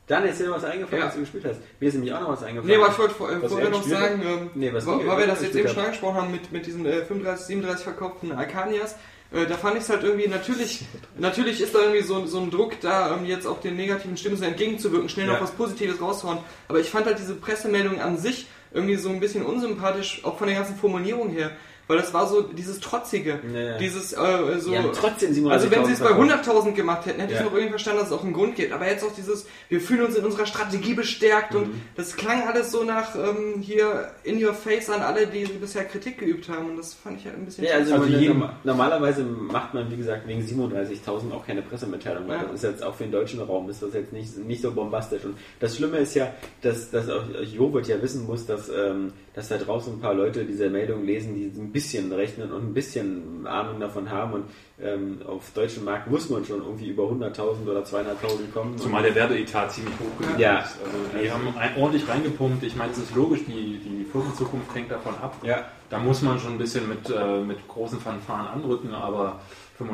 [SPEAKER 5] Dann ist dir noch was eingefallen,
[SPEAKER 2] Ja.
[SPEAKER 5] was du gespielt hast. Mir ist nämlich auch noch was eingefallen.
[SPEAKER 2] Nee, aber ich wollte vor, äh,
[SPEAKER 4] Was
[SPEAKER 2] vorher
[SPEAKER 4] er
[SPEAKER 2] noch
[SPEAKER 4] gespielt
[SPEAKER 2] sagen, ähm,
[SPEAKER 5] Nee, was
[SPEAKER 2] weil
[SPEAKER 5] wir-
[SPEAKER 2] weil wir das
[SPEAKER 5] was wir
[SPEAKER 2] jetzt
[SPEAKER 5] gespielt
[SPEAKER 2] eben schon angesprochen haben mit, mit diesen äh, 35, 37 verkauften Arcanias, äh, da fand ich es halt irgendwie, natürlich, natürlich ist da irgendwie so, so ein Druck da, ähm, jetzt auch den negativen Stimmen so entgegenzuwirken, schnell
[SPEAKER 5] Ja.
[SPEAKER 2] noch was Positives raushauen. Aber ich fand halt diese Pressemeldung an sich irgendwie so ein bisschen unsympathisch, auch von der ganzen Formulierung her. Weil das war so dieses Trotzige,
[SPEAKER 5] Ja.
[SPEAKER 2] dieses äh, so...
[SPEAKER 5] Die haben trotzdem 37.000
[SPEAKER 2] Also wenn sie es bei
[SPEAKER 5] verkauft.
[SPEAKER 2] 100.000 gemacht hätten, hätte ich
[SPEAKER 5] Ja.
[SPEAKER 2] es noch irgendwie verstanden, dass es auch einen Grund gibt. Aber jetzt auch dieses, wir fühlen uns in unserer Strategie bestärkt
[SPEAKER 5] Mhm.
[SPEAKER 2] und das klang alles so nach ähm, hier in your face an alle, die bisher Kritik geübt haben und das fand ich halt ein bisschen
[SPEAKER 5] Ja, also,
[SPEAKER 3] Also
[SPEAKER 5] man-
[SPEAKER 3] jeden-
[SPEAKER 5] norm- normalerweise macht man, wie gesagt, wegen 37.000 auch keine Pressemitteilung, weil
[SPEAKER 2] Ja.
[SPEAKER 5] das ist jetzt auch für den deutschen Raum ist das jetzt nicht, nicht so bombastisch. Und das Schlimme ist ja, dass, dass auch auch Joghurt ja wissen muss, dass, ähm, dass da draußen ein paar Leute diese Meldung lesen, die ein bisschen rechnen und ein bisschen Ahnung davon haben. Und ähm, auf deutschen Markt muss man schon irgendwie über 100.000 oder 200.000 kommen.
[SPEAKER 3] Zumal der Werbeetat ziemlich hoch gewesen
[SPEAKER 5] Ja.
[SPEAKER 3] ist. Also die haben ein- ordentlich reingepumpt. Ich meine, es ist logisch, die, die Firmenzukunft hängt davon ab.
[SPEAKER 5] Und- ja.
[SPEAKER 3] Da muss man schon ein bisschen mit, äh, mit großen Fanfaren anrücken, aber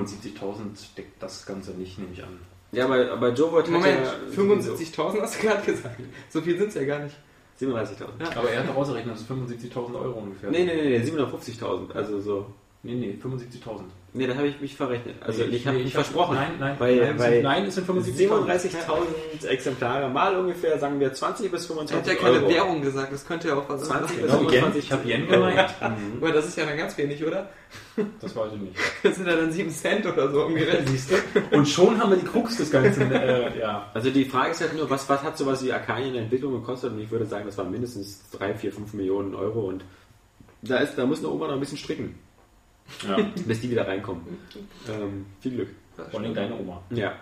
[SPEAKER 3] 75.000 deckt das Ganze nicht, nehme ich an.
[SPEAKER 5] Ja, aber, aber Joghurt hat
[SPEAKER 2] Moment,
[SPEAKER 5] ja...
[SPEAKER 2] 75.000 hast du gerade gesagt. So viel sind es ja gar nicht.
[SPEAKER 5] 37.000.
[SPEAKER 3] Aber er hat rausgerechnet, das ist 75.000 Euro ungefähr.
[SPEAKER 5] Nee, nee, nee, nee, 750.000. Also so...
[SPEAKER 3] nee, nee 75.000.
[SPEAKER 5] Nee, dann habe ich mich verrechnet. Also
[SPEAKER 3] Nee,
[SPEAKER 5] ich habe
[SPEAKER 3] nee,
[SPEAKER 5] mich
[SPEAKER 3] hab-
[SPEAKER 5] versprochen.
[SPEAKER 3] Nein, nein,
[SPEAKER 5] weil,
[SPEAKER 3] nein, es
[SPEAKER 5] weil
[SPEAKER 3] sind, nein, es sind 75.000.
[SPEAKER 5] 37.000 Exemplare mal ungefähr, sagen wir 20 bis
[SPEAKER 2] Er hat
[SPEAKER 5] 25
[SPEAKER 2] ja keine
[SPEAKER 5] Euro.
[SPEAKER 2] Währung gesagt, das könnte ja auch was sein.
[SPEAKER 5] 20 bis
[SPEAKER 3] Genau, Yen.
[SPEAKER 5] 25.
[SPEAKER 3] Ich habe Yen gemeint.
[SPEAKER 2] Aber das ist ja dann ganz wenig, oder?
[SPEAKER 3] Das weiß ich nicht.
[SPEAKER 2] Das sind ja dann 7 Cent oder so umgerechnet.
[SPEAKER 3] Siehst du? Und schon haben wir die Krux des Ganzen. Äh, ja.
[SPEAKER 5] Also die Frage ist halt nur, was, was hat sowas wie Arcanien in Entwicklung gekostet? Und ich würde sagen, das waren mindestens 3, 4, 5 Millionen Euro. Und da, ist, da muss eine Oma noch ein bisschen stricken,
[SPEAKER 3] ja.
[SPEAKER 5] bis die wieder reinkommen. Ähm, viel Glück.
[SPEAKER 3] Vor allem deine Oma.
[SPEAKER 5] Ja.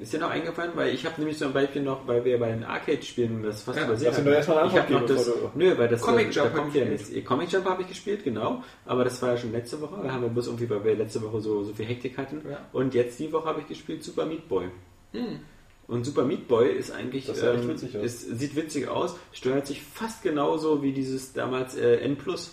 [SPEAKER 5] Ist dir noch eingefallen? Weil ich habe nämlich zum Beispiel noch, weil wir bei den Arcade-Spielen das fast
[SPEAKER 2] Ja,
[SPEAKER 5] übersehen
[SPEAKER 4] lass ihn doch erstmal eine
[SPEAKER 5] Ich habe noch
[SPEAKER 4] Antwort
[SPEAKER 5] das.
[SPEAKER 4] geben, bevor
[SPEAKER 5] Nö, weil das.
[SPEAKER 2] Comic
[SPEAKER 5] äh,
[SPEAKER 2] Jump
[SPEAKER 5] da kommt
[SPEAKER 2] hab
[SPEAKER 5] ja
[SPEAKER 2] ich
[SPEAKER 5] nichts. Äh, Comic Jump habe ich gespielt, genau. Aber das war ja schon letzte Woche. Da haben wir bloß irgendwie, weil wir letzte Woche so, so viel Hektik hatten.
[SPEAKER 2] Ja. Hm.
[SPEAKER 5] Und jetzt die Woche habe ich gespielt Super Meat Boy. Und Super Meat Boy ist eigentlich.
[SPEAKER 4] Das sah echt witzig aus.
[SPEAKER 5] Es sieht witzig aus, steuert sich fast genauso wie dieses damals äh, N Plus.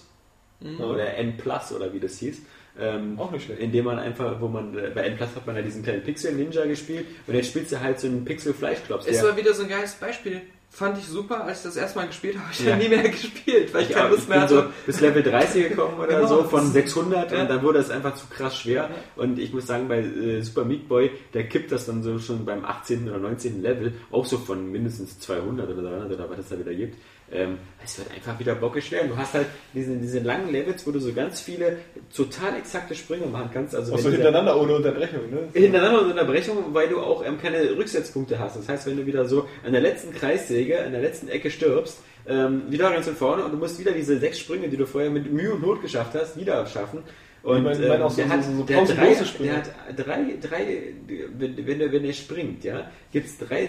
[SPEAKER 5] Mhm.
[SPEAKER 2] Mhm.
[SPEAKER 5] Oder N Plus oder wie das hieß.
[SPEAKER 2] Oh.
[SPEAKER 5] Ähm,
[SPEAKER 4] Auch nicht schlecht.
[SPEAKER 5] Indem man einfach, wo man, äh, bei N Plus hat man ja diesen kleinen Pixel-Ninja gespielt und jetzt spielst du halt so einen Pixel-Fleischklops.
[SPEAKER 2] Ist
[SPEAKER 5] der-
[SPEAKER 2] mal wieder so ein geiles Beispiel. Fand ich super, als ich das erstmal gespielt habe, habe ich
[SPEAKER 5] Ja.
[SPEAKER 2] dann nie mehr gespielt, weil ich
[SPEAKER 5] Ja,
[SPEAKER 2] keine Lust
[SPEAKER 5] ich
[SPEAKER 2] mehr
[SPEAKER 5] bin so
[SPEAKER 2] hatte.
[SPEAKER 5] bis Level 30 gekommen oder
[SPEAKER 2] Genau.
[SPEAKER 5] so von 600
[SPEAKER 2] Ja.
[SPEAKER 5] und dann wurde es einfach zu krass schwer. Und ich muss sagen, bei äh, Super Meat Boy, da kippt das dann so schon beim 18. oder 19. Level, auch so von mindestens 200 oder 300 oder was es da wieder gibt. Ähm, es wird einfach wieder bockig schwer. Du hast halt diese, diese langen Levels, wo du so ganz viele total exakte Sprünge machen kannst. Also
[SPEAKER 4] Auch
[SPEAKER 5] wenn
[SPEAKER 4] so
[SPEAKER 5] dieser-
[SPEAKER 4] hintereinander ohne Unterbrechung, ne?
[SPEAKER 5] hintereinander und Unterbrechung, weil du auch ähm, keine Rücksetzpunkte hast. Das heißt, wenn du wieder so an der letzten Kreissäge, an der letzten Ecke stirbst, ähm, wieder ganz von vorne und du musst wieder diese sechs Sprünge, die du vorher mit Mühe und Not geschafft hast, wieder schaffen. Und ähm,
[SPEAKER 4] Ich meine, ich meine auch so-
[SPEAKER 5] der hat
[SPEAKER 4] so- so
[SPEAKER 5] der hat drei,
[SPEAKER 4] pausenlose Sprünge.
[SPEAKER 5] der hat drei, drei wenn, wenn, er, wenn er springt, ja, gibt es drei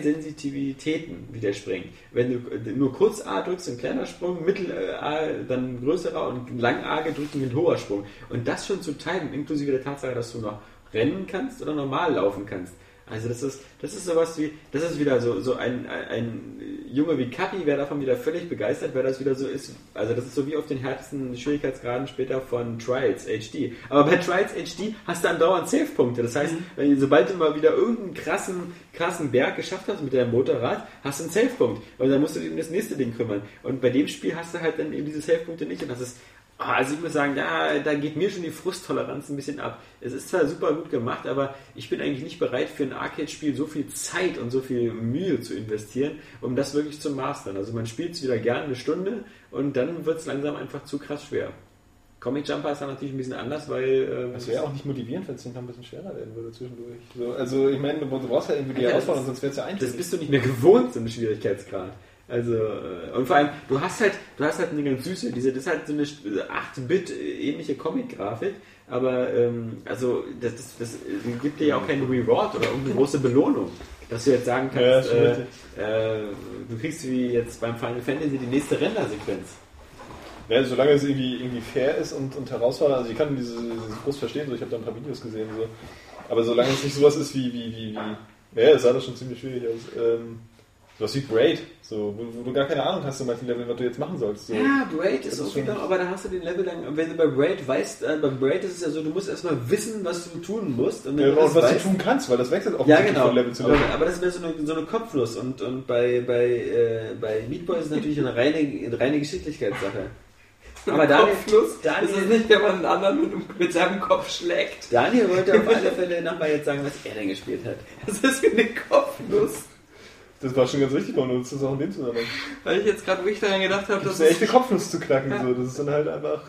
[SPEAKER 5] Sensitivitäten, wie der springt. Wenn du nur kurz A drückst, ein kleiner Sprung, mittel äh, A, dann ein größerer und lang A gedrückt und ein hoher Sprung. Und das schon zu timen, inklusive der Tatsache, dass du noch rennen kannst oder normal laufen kannst. Also das ist, das ist sowas wie, das ist wieder so, so ein, ein- ein Junge wie Kapi wäre davon wieder völlig begeistert, weil das wieder so ist. Also das ist so wie auf den härtesten Schwierigkeitsgraden später von Trials HD. Aber bei Trials HD hast du andauernd Safe-Punkte. Das heißt, wenn, sobald du mal wieder irgendeinen krassen, krassen Berg geschafft hast mit deinem Motorrad, hast du einen Safe-Punkt. Und dann musst du dich um das nächste Ding kümmern. Und bei dem Spiel hast du halt dann eben diese Safe-Punkte nicht. Und das ist Ah, Also ich muss sagen, da, da geht mir schon die Frusttoleranz ein bisschen ab. Es ist zwar super gut gemacht, aber ich bin eigentlich nicht bereit, für ein Arcade-Spiel so viel Zeit und so viel Mühe zu investieren, um das wirklich zu mastern. Also man spielt es wieder gern eine Stunde und dann wird es langsam einfach zu krass schwer. Comic Jumper ist dann natürlich ein bisschen anders, weil... Ähm,
[SPEAKER 4] Das wäre auch nicht motivierend, wenn es hinterher ein bisschen schwerer werden würde zwischendurch. So, also ich meine, du brauchst halt irgendwie die
[SPEAKER 5] Ja,
[SPEAKER 4] Herausforderung,
[SPEAKER 5] das-
[SPEAKER 4] sonst wäre es ja
[SPEAKER 5] das
[SPEAKER 4] einfach.
[SPEAKER 5] bist du nicht mehr gewohnt, so einen Schwierigkeitsgrad. Also, äh, und vor allem, du hast halt, du hast halt eine ganz süße, diese, das ist halt so eine 8-Bit-ähnliche äh, Comic-Grafik, aber, ähm, also, das, das, das gibt dir ja auch keinen Reward oder irgendeine große Belohnung, dass du jetzt sagen
[SPEAKER 4] Ja, das
[SPEAKER 5] kannst,
[SPEAKER 4] ist
[SPEAKER 5] äh,
[SPEAKER 4] richtig.
[SPEAKER 5] äh, du kriegst wie jetzt beim Final Fantasy die nächste Rendersequenz.
[SPEAKER 4] Ja, solange es irgendwie, irgendwie fair ist und, und herausfordernd, also ich kann diese, dieses groß verstehen, so ich habe da ein paar Videos gesehen, so. aber solange es nicht sowas ist wie, wie, wie, wie ja, es sah das schon ziemlich schwierig aus, ähm, sowas wie Braid, so, wo, wo du gar keine Ahnung hast, in manchen Leveln, was du jetzt machen sollst. So.
[SPEAKER 5] Ja, Braid ist
[SPEAKER 4] Das ist
[SPEAKER 5] auch
[SPEAKER 4] schon-
[SPEAKER 5] wieder, aber da hast du den Level dann, wenn du bei Braid weißt, äh, bei Braid ist es ja so, du musst erstmal wissen, was du tun musst. Und wenn
[SPEAKER 4] Ja,
[SPEAKER 5] du das
[SPEAKER 4] Äh, und was
[SPEAKER 5] weißt-
[SPEAKER 4] du tun kannst, weil das wechselt auch
[SPEAKER 5] Ja,
[SPEAKER 4] wirklich
[SPEAKER 5] genau.
[SPEAKER 4] von Level zu
[SPEAKER 5] aber,
[SPEAKER 4] Level.
[SPEAKER 5] aber das wäre so eine, so eine Kopfnuss. Und, und bei, bei, äh, bei Meat Boy ist es natürlich eine reine, eine reine Geschicklichkeitssache. Aber Daniel,
[SPEAKER 2] Kopfnuss,
[SPEAKER 5] Daniel-
[SPEAKER 2] ist es nicht, wenn man einen anderen mit, einem- mit seinem Kopf schlägt.
[SPEAKER 5] Daniel wollte auf alle Fälle nochmal jetzt sagen, was er denn gespielt hat.
[SPEAKER 2] Das ist wie eine Kopfnuss.
[SPEAKER 4] Das war schon ganz richtig, und das ist auch in dem Zusammenhang.
[SPEAKER 2] Weil ich jetzt gerade wirklich daran gedacht habe,
[SPEAKER 4] Das
[SPEAKER 2] dass
[SPEAKER 4] ist eine
[SPEAKER 2] es,
[SPEAKER 4] echte Kopfnuss zu knacken, so, das ist dann halt einfach...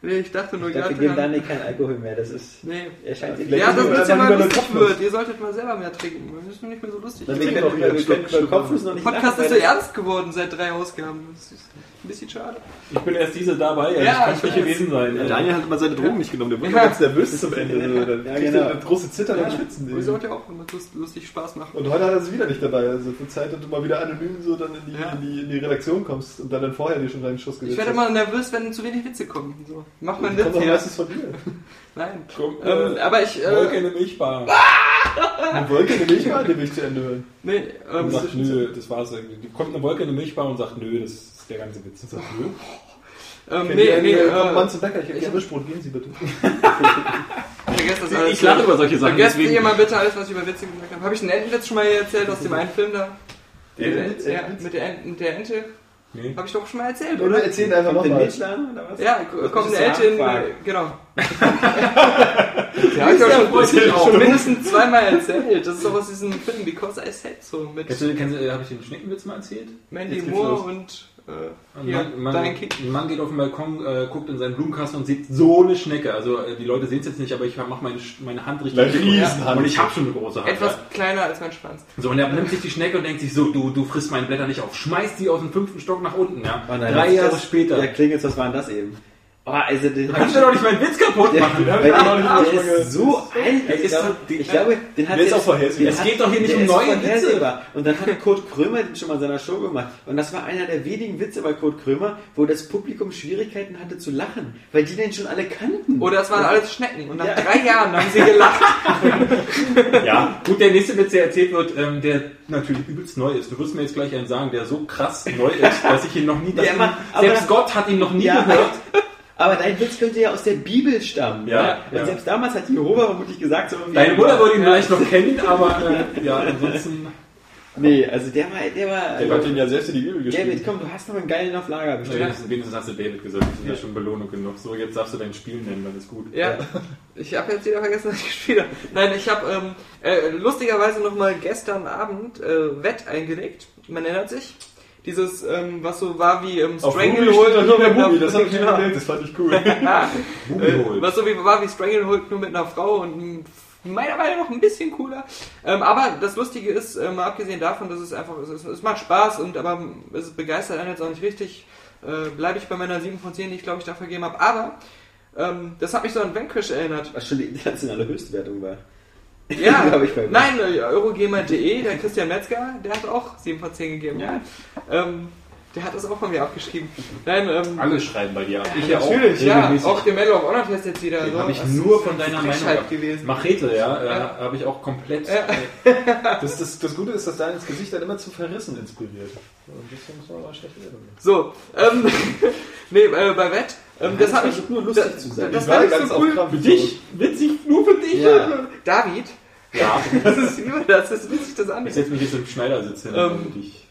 [SPEAKER 2] Nee, ich dachte nur
[SPEAKER 5] Ich glaube,
[SPEAKER 2] gerade
[SPEAKER 5] wir geben
[SPEAKER 2] daran.
[SPEAKER 5] Daniel keinen Alkohol mehr. Das ist.
[SPEAKER 2] Nee.
[SPEAKER 5] Er scheint sich.
[SPEAKER 4] Vielleicht-
[SPEAKER 2] Ja, das
[SPEAKER 4] Wenn
[SPEAKER 2] ist
[SPEAKER 4] wir
[SPEAKER 2] ja
[SPEAKER 4] einfach
[SPEAKER 2] mal
[SPEAKER 4] nur eine
[SPEAKER 2] lustig
[SPEAKER 4] Kopfnuss-
[SPEAKER 2] wird. Ihr solltet mal selber mehr trinken. Das ist nur nicht mehr so lustig.
[SPEAKER 5] Na,
[SPEAKER 2] Ich
[SPEAKER 5] wir
[SPEAKER 2] trinke
[SPEAKER 5] können
[SPEAKER 2] noch
[SPEAKER 5] doch
[SPEAKER 2] wieder.
[SPEAKER 5] wir können über Kopfnuss noch
[SPEAKER 2] Der
[SPEAKER 5] nicht
[SPEAKER 2] Podcast
[SPEAKER 5] lachen,
[SPEAKER 2] ist so
[SPEAKER 5] weil-
[SPEAKER 2] ernst geworden seit drei Ausgaben. Das ist ein bisschen schade.
[SPEAKER 6] Ich bin erst diese dabei, ja,
[SPEAKER 2] Ja,
[SPEAKER 6] das kann
[SPEAKER 2] ich
[SPEAKER 6] es nicht
[SPEAKER 2] weiß.
[SPEAKER 6] gewesen sein.
[SPEAKER 4] Ja,
[SPEAKER 6] ey.
[SPEAKER 4] Daniel hat immer seine Drogen nicht genommen, der wurde
[SPEAKER 2] Ja.
[SPEAKER 4] ganz nervös zum Ende. So. Dann
[SPEAKER 5] Ja,
[SPEAKER 4] kriegt
[SPEAKER 5] genau.
[SPEAKER 4] er eine große Zittern und Schwitzen.
[SPEAKER 2] Ihr sollt ja auch immer lust- lustig Spaß machen.
[SPEAKER 4] Und heute hat er sie wieder nicht dabei. Also für Zeit, dass du mal wieder anonym so dann in die,
[SPEAKER 2] Ja.
[SPEAKER 4] in die, in die Redaktion kommst und dann, dann vorher dir schon deinen Schuss
[SPEAKER 2] Ich
[SPEAKER 4] gesetzt
[SPEAKER 2] werde immer nervös, wenn zu wenig Witze kommen. So. Mach mal einen
[SPEAKER 4] Die kommen
[SPEAKER 2] Witz
[SPEAKER 4] doch
[SPEAKER 2] her.
[SPEAKER 4] meistens von dir.
[SPEAKER 2] Nein.
[SPEAKER 6] Komm,
[SPEAKER 2] Ähm,
[SPEAKER 6] äh,
[SPEAKER 2] aber ich.
[SPEAKER 6] Wolke
[SPEAKER 2] Äh,
[SPEAKER 6] in der Milchbar.
[SPEAKER 4] Eine Wolke in der Milchbahn, die Milch zu Ende hören.
[SPEAKER 2] nee, ähm,
[SPEAKER 6] und sagt, nö, das war's. irgendwie. Die kommt eine Wolke in eine Milchbar und sagt, nö, das ist der ganze Witz. Und sagt, nö.
[SPEAKER 2] ähm,
[SPEAKER 4] Kennt
[SPEAKER 2] nee,
[SPEAKER 4] ihr
[SPEAKER 2] nee,
[SPEAKER 4] einen, kommt Mann
[SPEAKER 2] äh,
[SPEAKER 4] zum Bäcker, ich habe gerne Brot, gehen Sie bitte.
[SPEAKER 2] vergesst das alles.
[SPEAKER 3] Ich lache über solche Sachen.
[SPEAKER 2] Vergesst
[SPEAKER 3] Deswegen.
[SPEAKER 2] ihr mal bitte alles, was ich über Witze gesagt habe. Habe ich einen Entenwitz schon mal hier erzählt aus dem einen Film da?
[SPEAKER 4] Der
[SPEAKER 2] Mit-
[SPEAKER 4] Entenwitz?
[SPEAKER 2] ja, mit, der Ent mit der Ente.
[SPEAKER 6] Nee.
[SPEAKER 2] Habe ich doch schon mal erzählt,
[SPEAKER 4] Oder
[SPEAKER 2] oder?
[SPEAKER 4] erzähl einfach
[SPEAKER 5] Kommt der
[SPEAKER 4] nochmal.
[SPEAKER 5] Milchladen oder was?
[SPEAKER 2] Ja, kommt eine
[SPEAKER 5] bist
[SPEAKER 2] Ente
[SPEAKER 5] du
[SPEAKER 2] in.
[SPEAKER 5] Nachfrage?
[SPEAKER 2] Genau. ja, hab ich auch schon, schon mindestens zweimal erzählt. Das ist doch aus diesem Film Because I Said So mit
[SPEAKER 6] Kennst du, kennst du, äh, hab ich den Schneckenwitz mal erzählt?
[SPEAKER 2] Mandy
[SPEAKER 6] Jetzt geht's
[SPEAKER 2] Moore
[SPEAKER 6] los.
[SPEAKER 2] und. Äh,
[SPEAKER 6] Ein
[SPEAKER 2] hier,
[SPEAKER 6] Mann, Mann,
[SPEAKER 2] dein Kind.
[SPEAKER 6] ein Mann geht auf den Balkon, äh, guckt in seinen Blumenkasten und sieht so eine Schnecke. Also äh, die Leute sehen es jetzt nicht, aber ich mache meine, Sch- meine Hand richtig
[SPEAKER 4] Eine
[SPEAKER 6] dick und-
[SPEAKER 4] Riesenhand.
[SPEAKER 6] Und ich habe schon eine große Hand.
[SPEAKER 2] Etwas
[SPEAKER 6] ja.
[SPEAKER 2] kleiner als mein Schwanz.
[SPEAKER 6] So, und er nimmt sich die Schnecke und denkt sich so, du, du frisst meine Blätter nicht auf. Schmeißt die aus dem fünften Stock nach unten. Ja.
[SPEAKER 5] Oh nein,
[SPEAKER 6] Drei
[SPEAKER 5] das-
[SPEAKER 6] Jahre
[SPEAKER 5] das-
[SPEAKER 6] später.
[SPEAKER 5] Ja, Klingels, was war denn das eben? Oh, also den
[SPEAKER 6] Da kannst du doch nicht meinen Witz kaputt
[SPEAKER 5] Der,
[SPEAKER 6] machen. ne?
[SPEAKER 5] der, der ist so alt.
[SPEAKER 6] Der
[SPEAKER 5] Ich
[SPEAKER 6] ist
[SPEAKER 5] glaube,
[SPEAKER 6] doch-
[SPEAKER 5] ich glaube, den hat
[SPEAKER 4] Der ist
[SPEAKER 5] er-
[SPEAKER 4] auch vorhersehbar.
[SPEAKER 5] den
[SPEAKER 6] Es
[SPEAKER 5] hat-
[SPEAKER 6] geht doch hier nicht
[SPEAKER 5] der
[SPEAKER 6] um
[SPEAKER 5] ist
[SPEAKER 6] neue
[SPEAKER 5] vorhersehbar. Und dann hat Kurt Krömer den schon mal in seiner Show gemacht. Und das war einer der wenigen Witze bei Kurt Krömer, wo das Publikum Schwierigkeiten hatte zu lachen, weil die den schon alle kannten.
[SPEAKER 2] Oder es waren alles Schnecken. Und nach drei Jahren haben sie gelacht.
[SPEAKER 6] Ja, gut, der nächste Witz, der erzählt wird, ähm, der natürlich übelst neu ist. Du wirst mir jetzt gleich einen sagen, der so krass neu ist, dass ich ihn noch nie, dass
[SPEAKER 5] Ja,
[SPEAKER 6] ihn,
[SPEAKER 5] aber-
[SPEAKER 6] selbst
[SPEAKER 5] aber-
[SPEAKER 6] Gott hat ihn noch nie
[SPEAKER 5] Ja,
[SPEAKER 6] gehört.
[SPEAKER 5] aber dein Witz könnte ja aus der Bibel stammen.
[SPEAKER 6] Ja,
[SPEAKER 5] ne? Und
[SPEAKER 6] ja.
[SPEAKER 5] selbst damals hat Jehova vermutlich gesagt, so irgendwie-
[SPEAKER 6] Deine Mutter würde ihn vielleicht noch kennen, aber äh, ja, ansonsten.
[SPEAKER 5] Nee, also der war, der war,
[SPEAKER 4] Der hat den ja selbst in die Bibel
[SPEAKER 5] David,
[SPEAKER 4] geschrieben.
[SPEAKER 5] komm, du hast noch einen geilen auf Lager bestimmt.
[SPEAKER 6] Wenigstens, wenigstens hast du David gesagt, das ist ja schon Belohnung genug. So, jetzt darfst du dein Spiel nennen, dann ist gut.
[SPEAKER 2] Ja. Ich habe jetzt wieder vergessen, was ich gespielt habe. Nein, ich habe ähm, äh, lustigerweise nochmal gestern Abend äh, Wett eingelegt. Man erinnert sich. Dieses, ähm, was so war wie ähm,
[SPEAKER 4] Auf Google
[SPEAKER 2] Stranglehold.
[SPEAKER 4] steht doch nur der Bubi, das
[SPEAKER 2] einer-
[SPEAKER 4] habe ich schon entdeckt, das fand ich cool.
[SPEAKER 6] Bubi
[SPEAKER 2] äh,
[SPEAKER 6] holt.
[SPEAKER 2] was so wie war wie Stranglehold nur mit einer Frau und meiner Meinung nach ein bisschen cooler. Ähm, aber das Lustige ist, äh, mal abgesehen davon, dass es einfach, es, es, es macht Spaß und aber es begeistert einen jetzt auch nicht richtig, äh, bleibe ich bei meiner 7 von 10, die ich glaube ich da vergeben habe. Aber ähm, das hat mich so an Vanquish erinnert.
[SPEAKER 5] Was schon die internationale Höchstwertung war.
[SPEAKER 2] Ja,
[SPEAKER 5] Glaub ich bei mir.
[SPEAKER 2] nein, äh, eurogamer.de, der Christian Metzger, der hat auch 7 von 10 gegeben.
[SPEAKER 5] Ja.
[SPEAKER 2] Ähm, der hat das auch von mir abgeschrieben. Nein, ähm,
[SPEAKER 6] Alle schreiben bei dir ab. Ich ja auch.
[SPEAKER 2] natürlich, ja,
[SPEAKER 6] regelmäßig.
[SPEAKER 2] auch der Medal of Honor Test jetzt wieder.
[SPEAKER 6] Den
[SPEAKER 2] so.
[SPEAKER 6] habe ich
[SPEAKER 2] Also, Das
[SPEAKER 6] nur
[SPEAKER 2] ist
[SPEAKER 6] von deiner
[SPEAKER 2] Frechheit
[SPEAKER 6] Meinung ab.
[SPEAKER 2] gewesen.
[SPEAKER 6] Machete, ja, äh,
[SPEAKER 2] Ja.
[SPEAKER 6] habe ich auch komplett.
[SPEAKER 2] Ja.
[SPEAKER 6] Äh,
[SPEAKER 4] Das, das, das Gute ist, dass Daniels Gesicht dann immer zu verrissen inspiriert. So, ein bisschen muss man aber schlecht reden.
[SPEAKER 2] So, ähm, nee, äh, bei Wett, ähm, das habe ich.
[SPEAKER 5] versucht nur lustig
[SPEAKER 2] da-
[SPEAKER 5] zu sein.
[SPEAKER 2] Das
[SPEAKER 4] Ich
[SPEAKER 2] war
[SPEAKER 4] war
[SPEAKER 2] ich
[SPEAKER 4] ganz
[SPEAKER 2] so cool.
[SPEAKER 4] aufgekrampft.
[SPEAKER 6] für dich, witzig, nur für dich.
[SPEAKER 5] Ja.
[SPEAKER 2] David,
[SPEAKER 6] ja.
[SPEAKER 2] das ist immer das, ist witzig, das
[SPEAKER 6] Ich
[SPEAKER 2] andere.
[SPEAKER 6] setze mich jetzt im Schneidersitz hin,
[SPEAKER 2] Ähm,
[SPEAKER 6] damit ich.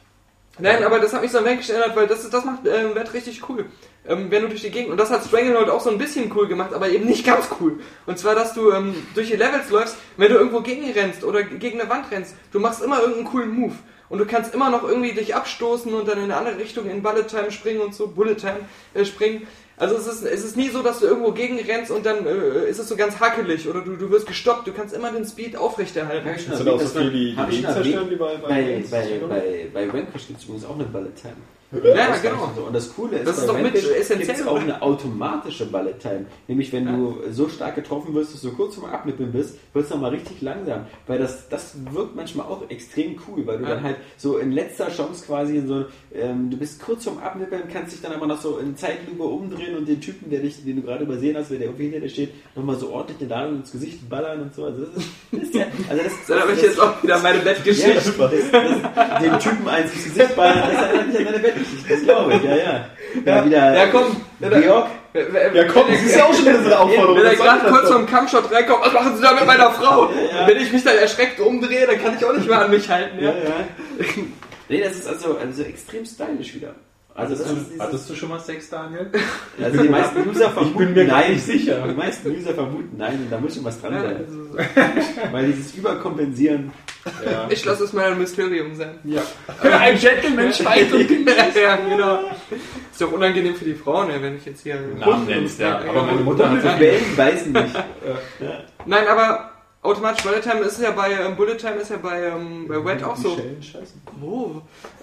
[SPEAKER 2] Nein, aber das hat mich so an Vanquish erinnert, weil das, das macht ähm, Wett richtig cool. Ähm, wenn du durch die Gegend. Und das hat Stranglehold auch so ein bisschen cool gemacht, aber eben nicht ganz cool. Und zwar, dass du ähm, durch die Levels läufst, wenn du irgendwo gegen die rennst oder gegen eine Wand rennst, du machst immer irgendeinen coolen Move. Und du kannst immer noch irgendwie dich abstoßen und dann in eine andere Richtung in Bullet Time springen und so, Bullet Time äh, springen. Also es ist, es ist nie so, dass du irgendwo gegen rennst und dann äh, ist es so ganz hackelig oder du, du wirst gestoppt. Du kannst immer den Speed aufrechterhalten.
[SPEAKER 5] ich
[SPEAKER 4] Sind da auch so viel die, die
[SPEAKER 5] Hab ich
[SPEAKER 4] Wege
[SPEAKER 5] schon
[SPEAKER 4] zerstören,
[SPEAKER 5] erwähnt?
[SPEAKER 4] die bei, bei,
[SPEAKER 5] Bei, bei,
[SPEAKER 4] Zerstörung?
[SPEAKER 5] bei, bei Vanquish gibt es übrigens auch eine Bullet Time.
[SPEAKER 2] Ja, genau.
[SPEAKER 5] Und das Coole ist,
[SPEAKER 2] Das ist
[SPEAKER 5] bei
[SPEAKER 2] doch mit
[SPEAKER 5] Vanquish
[SPEAKER 2] essentiell,
[SPEAKER 5] gibt's auch eine automatische Bullet Time. Nämlich, wenn du so stark getroffen wirst, dass du kurz vorm Abnippeln bist, wird es nochmal richtig langsam. Weil das, das wirkt manchmal auch extrem cool, weil du
[SPEAKER 2] Ja.
[SPEAKER 5] dann halt so in letzter Chance quasi in so, ähm, du bist kurz vorm Abnippeln, kannst dich dann aber noch so in Zeitlupe umdrehen und den Typen, der dich, den du gerade übersehen hast, wenn der irgendwie hinter dir steht, nochmal so ordentlich eine Ladung ins Gesicht ballern und so. Also das ist, das ist ja, also das,
[SPEAKER 2] Dann habe ich
[SPEAKER 5] das-
[SPEAKER 2] jetzt auch wieder meine Bettgeschichte.
[SPEAKER 5] ja, super. Das, das, dem Typen eins ins Gesicht ballern, das erinnert mich an meine Bettgeschichte. Das glaube ich, ja, ja.
[SPEAKER 2] Ja,
[SPEAKER 5] Dann wieder
[SPEAKER 2] ja, komm.
[SPEAKER 5] Georg.
[SPEAKER 4] Ja, komm, das ist ja auch schon wieder so eine Aufforderung.
[SPEAKER 2] Wenn er
[SPEAKER 4] Was soll
[SPEAKER 2] gerade
[SPEAKER 4] das
[SPEAKER 2] kurz
[SPEAKER 4] doch?
[SPEAKER 2] vom Kampfshot reinkommt, was machen Sie da mit meiner Frau? Wenn ich mich dann erschreckt umdrehe, dann kann ich auch nicht mehr an mich halten. Ja?
[SPEAKER 5] Ja, ja. Nee, das ist also, also extrem stylisch wieder. Also, das ist dieses,
[SPEAKER 6] Ähm, Hattest du schon mal Sex, Daniel?
[SPEAKER 5] also die meisten User vermuten
[SPEAKER 6] bin mir gar
[SPEAKER 5] nein.
[SPEAKER 6] nicht sicher.
[SPEAKER 5] Die meisten User vermuten nein und da muss schon was dran
[SPEAKER 2] Ja,
[SPEAKER 5] sein.
[SPEAKER 2] das ist-
[SPEAKER 5] Weil dieses Überkompensieren.
[SPEAKER 6] Ja.
[SPEAKER 2] Ich lasse es mal ein Mysterium sein.
[SPEAKER 6] ja.
[SPEAKER 2] Ein Gentleman schweigt und genießt. ja, genau. Ist doch unangenehm für die Frauen, ja, wenn ich jetzt hier.
[SPEAKER 6] Namen nennst, ja. Aber meine Mutter hat
[SPEAKER 5] Die
[SPEAKER 6] sich
[SPEAKER 5] Wellen beißen nicht.
[SPEAKER 2] Nein, aber automatisch Bullet Time ist ja bei ähm, Bullet Time ist ja bei, ähm, bei Wet auch so. Oh.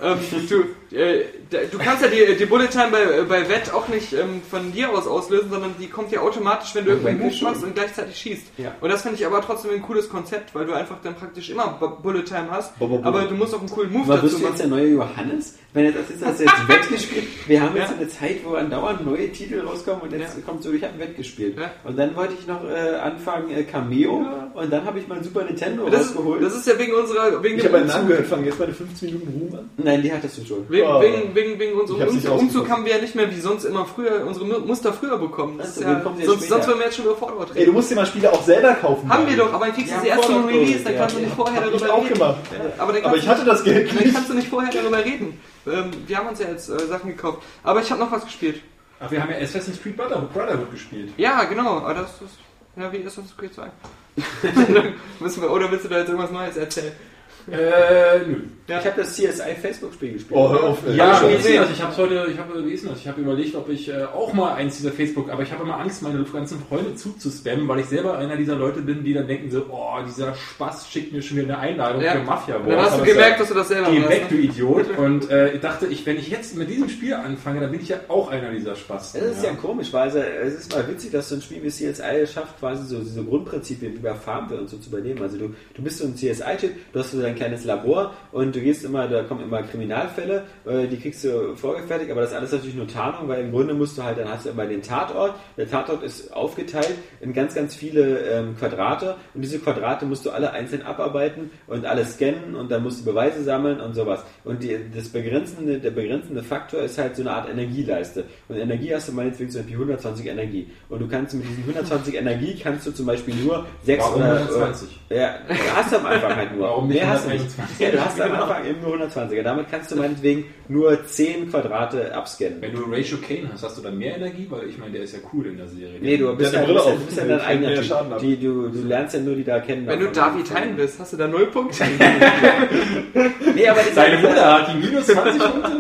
[SPEAKER 2] Ähm, du, äh, da- du kannst ja die, die Bullet Time bei, bei Wett auch nicht ähm, von dir aus auslösen, sondern die kommt ja automatisch, wenn du irgendeinen Move machst und gleichzeitig schießt.
[SPEAKER 5] Ja.
[SPEAKER 2] Und das finde ich aber trotzdem ein cooles Konzept, weil du einfach dann praktisch immer Bu- Bullet Time hast,
[SPEAKER 5] Bo- bo- bo-
[SPEAKER 2] aber du musst auch einen coolen Move
[SPEAKER 5] Aber
[SPEAKER 2] dazu
[SPEAKER 5] bist du jetzt
[SPEAKER 2] machen.
[SPEAKER 5] der neue Johannes? Wenn jetzt, das ist das jetzt wettgespielt. Wir haben jetzt eine Zeit, wo andauernd neue Titel rauskommen und jetzt kommt so, ich habe wettgespielt.
[SPEAKER 2] Ja.
[SPEAKER 5] Und dann wollte ich noch äh, anfangen äh, Cameo und dann habe ich mein Super Nintendo
[SPEAKER 2] Das ist,
[SPEAKER 5] rausgeholt.
[SPEAKER 2] das ist ja wegen unserer, wegen
[SPEAKER 4] Ich
[SPEAKER 2] dem
[SPEAKER 4] habe einen
[SPEAKER 2] Umzug.
[SPEAKER 4] Namen gehört, fangen jetzt meine 15 Minuten Ruhm an.
[SPEAKER 5] Nein, die hattest du schon.
[SPEAKER 2] Wegen,
[SPEAKER 4] Oh.
[SPEAKER 2] wegen, wegen, wegen unserem
[SPEAKER 4] Ich hab's nicht
[SPEAKER 2] Umzug, Umzug
[SPEAKER 4] rausgepasst.
[SPEAKER 2] haben wir ja nicht mehr wie sonst immer früher unsere Mu- Muster früher bekommen. Das
[SPEAKER 5] Ach
[SPEAKER 2] ist
[SPEAKER 5] so,
[SPEAKER 2] ja,
[SPEAKER 5] die kommen ja
[SPEAKER 2] sonst,
[SPEAKER 5] später.
[SPEAKER 2] sonst würden wir jetzt schon überfordert
[SPEAKER 4] Ey, du
[SPEAKER 2] reden.
[SPEAKER 4] musst dir mal Spiele auch selber kaufen.
[SPEAKER 2] Haben wir doch, aber dann kriegst
[SPEAKER 5] Ja,
[SPEAKER 2] du sie erst zum
[SPEAKER 5] Vordergrund,
[SPEAKER 2] Release, dann
[SPEAKER 5] ja,
[SPEAKER 2] kannst du
[SPEAKER 5] ja.
[SPEAKER 2] nicht vorher
[SPEAKER 4] Hab ich
[SPEAKER 2] darüber
[SPEAKER 4] auch
[SPEAKER 2] reden.
[SPEAKER 4] gemacht.
[SPEAKER 2] Aber, dann
[SPEAKER 4] Aber
[SPEAKER 2] kannst
[SPEAKER 4] ich hatte das Geld
[SPEAKER 2] du, dann
[SPEAKER 4] nicht.
[SPEAKER 2] kannst du nicht vorher darüber reden. Ähm, wir haben uns ja jetzt äh, Sachen gekauft. Aber ich habe noch was gespielt.
[SPEAKER 6] Ach, wir haben ja Assassin's Creed Brotherhood, Brotherhood gespielt.
[SPEAKER 2] Ja, genau. Aber das ist. Ja, wie ist das Creed 2? Müssen wir, oder willst du da jetzt irgendwas Neues erzählen?
[SPEAKER 6] Äh, nö.
[SPEAKER 2] Ja.
[SPEAKER 5] Ich habe das CSI Facebook-Spiel gespielt.
[SPEAKER 4] Oh, hör auf, ey.
[SPEAKER 6] Ja,
[SPEAKER 2] ich schon
[SPEAKER 6] ich,
[SPEAKER 2] gesehen.
[SPEAKER 6] also ich habe es heute, ich habe gelesen, also ich habe überlegt, ob ich äh, auch mal eins dieser Facebook, aber ich habe immer Angst, meine ganzen Freunde zuzuspammen, weil ich selber einer dieser Leute bin, die dann denken so, oh, dieser Spaß schickt mir schon wieder eine Einladung
[SPEAKER 2] Ja.
[SPEAKER 6] für Mafia
[SPEAKER 2] Dann hast du
[SPEAKER 6] Aber
[SPEAKER 2] gemerkt, dass du das selber
[SPEAKER 5] Genau,
[SPEAKER 6] Geh weg,
[SPEAKER 2] warst, ne?
[SPEAKER 6] du Idiot. Und äh, ich dachte, ich, wenn ich jetzt mit diesem Spiel anfange, dann bin ich ja auch einer dieser Spaß.
[SPEAKER 5] Es ist ja, komisch, weil es, es ist mal witzig, dass so ein Spiel wie CSI es schafft, quasi so diese Grundprinzipien wie bei Farmware und so zu übernehmen. Also du, du bist so ein CSI-Typ, du hast so dein kleines Labor und du gehst immer, da kommen immer Kriminalfälle, äh, die kriegst du vorgefertigt, aber das ist alles natürlich nur Tarnung, weil im Grunde musst du halt, dann hast du immer den Tatort, der Tatort ist aufgeteilt in ganz, ganz viele ähm, Quadrate und diese Quadrate musst du alle einzeln abarbeiten und alles scannen und dann musst du Beweise sammeln und sowas. Und die, das begrenzende, der begrenzende Faktor ist halt so eine Art Energieleiste. Und Energie hast du meinetwegen zum Beispiel 120 Energie. Und du kannst mit diesen 120 Energie kannst du zum Beispiel nur 6
[SPEAKER 6] Warum
[SPEAKER 5] oder
[SPEAKER 6] 120?
[SPEAKER 5] Äh, ja, hast du am Anfang halt nur.
[SPEAKER 6] Warum nicht
[SPEAKER 5] Mehr hast du nicht.
[SPEAKER 6] 121?
[SPEAKER 5] Ja, du hast am Anfang eben nur 120er. Damit kannst du meinetwegen nur 10 Quadrate abscannen.
[SPEAKER 6] Wenn du Ratio Kane hast, hast du dann mehr Energie, weil ich meine, der ist ja cool in der Serie.
[SPEAKER 5] Nee, du bist ja,
[SPEAKER 4] Deine
[SPEAKER 5] du bist ja,
[SPEAKER 4] Brille
[SPEAKER 5] du bist ja
[SPEAKER 4] auf.
[SPEAKER 5] dein
[SPEAKER 4] Ich
[SPEAKER 5] eigener
[SPEAKER 4] kann mir
[SPEAKER 5] Typ.
[SPEAKER 4] Schaden ab.
[SPEAKER 5] Die, du, du lernst ja nur die da kennen.
[SPEAKER 2] Wenn du David Hein bist, hast du da null Punkte.
[SPEAKER 5] Nee, aber dieser-
[SPEAKER 6] Deine Mutter hat die minus 20 Punkte.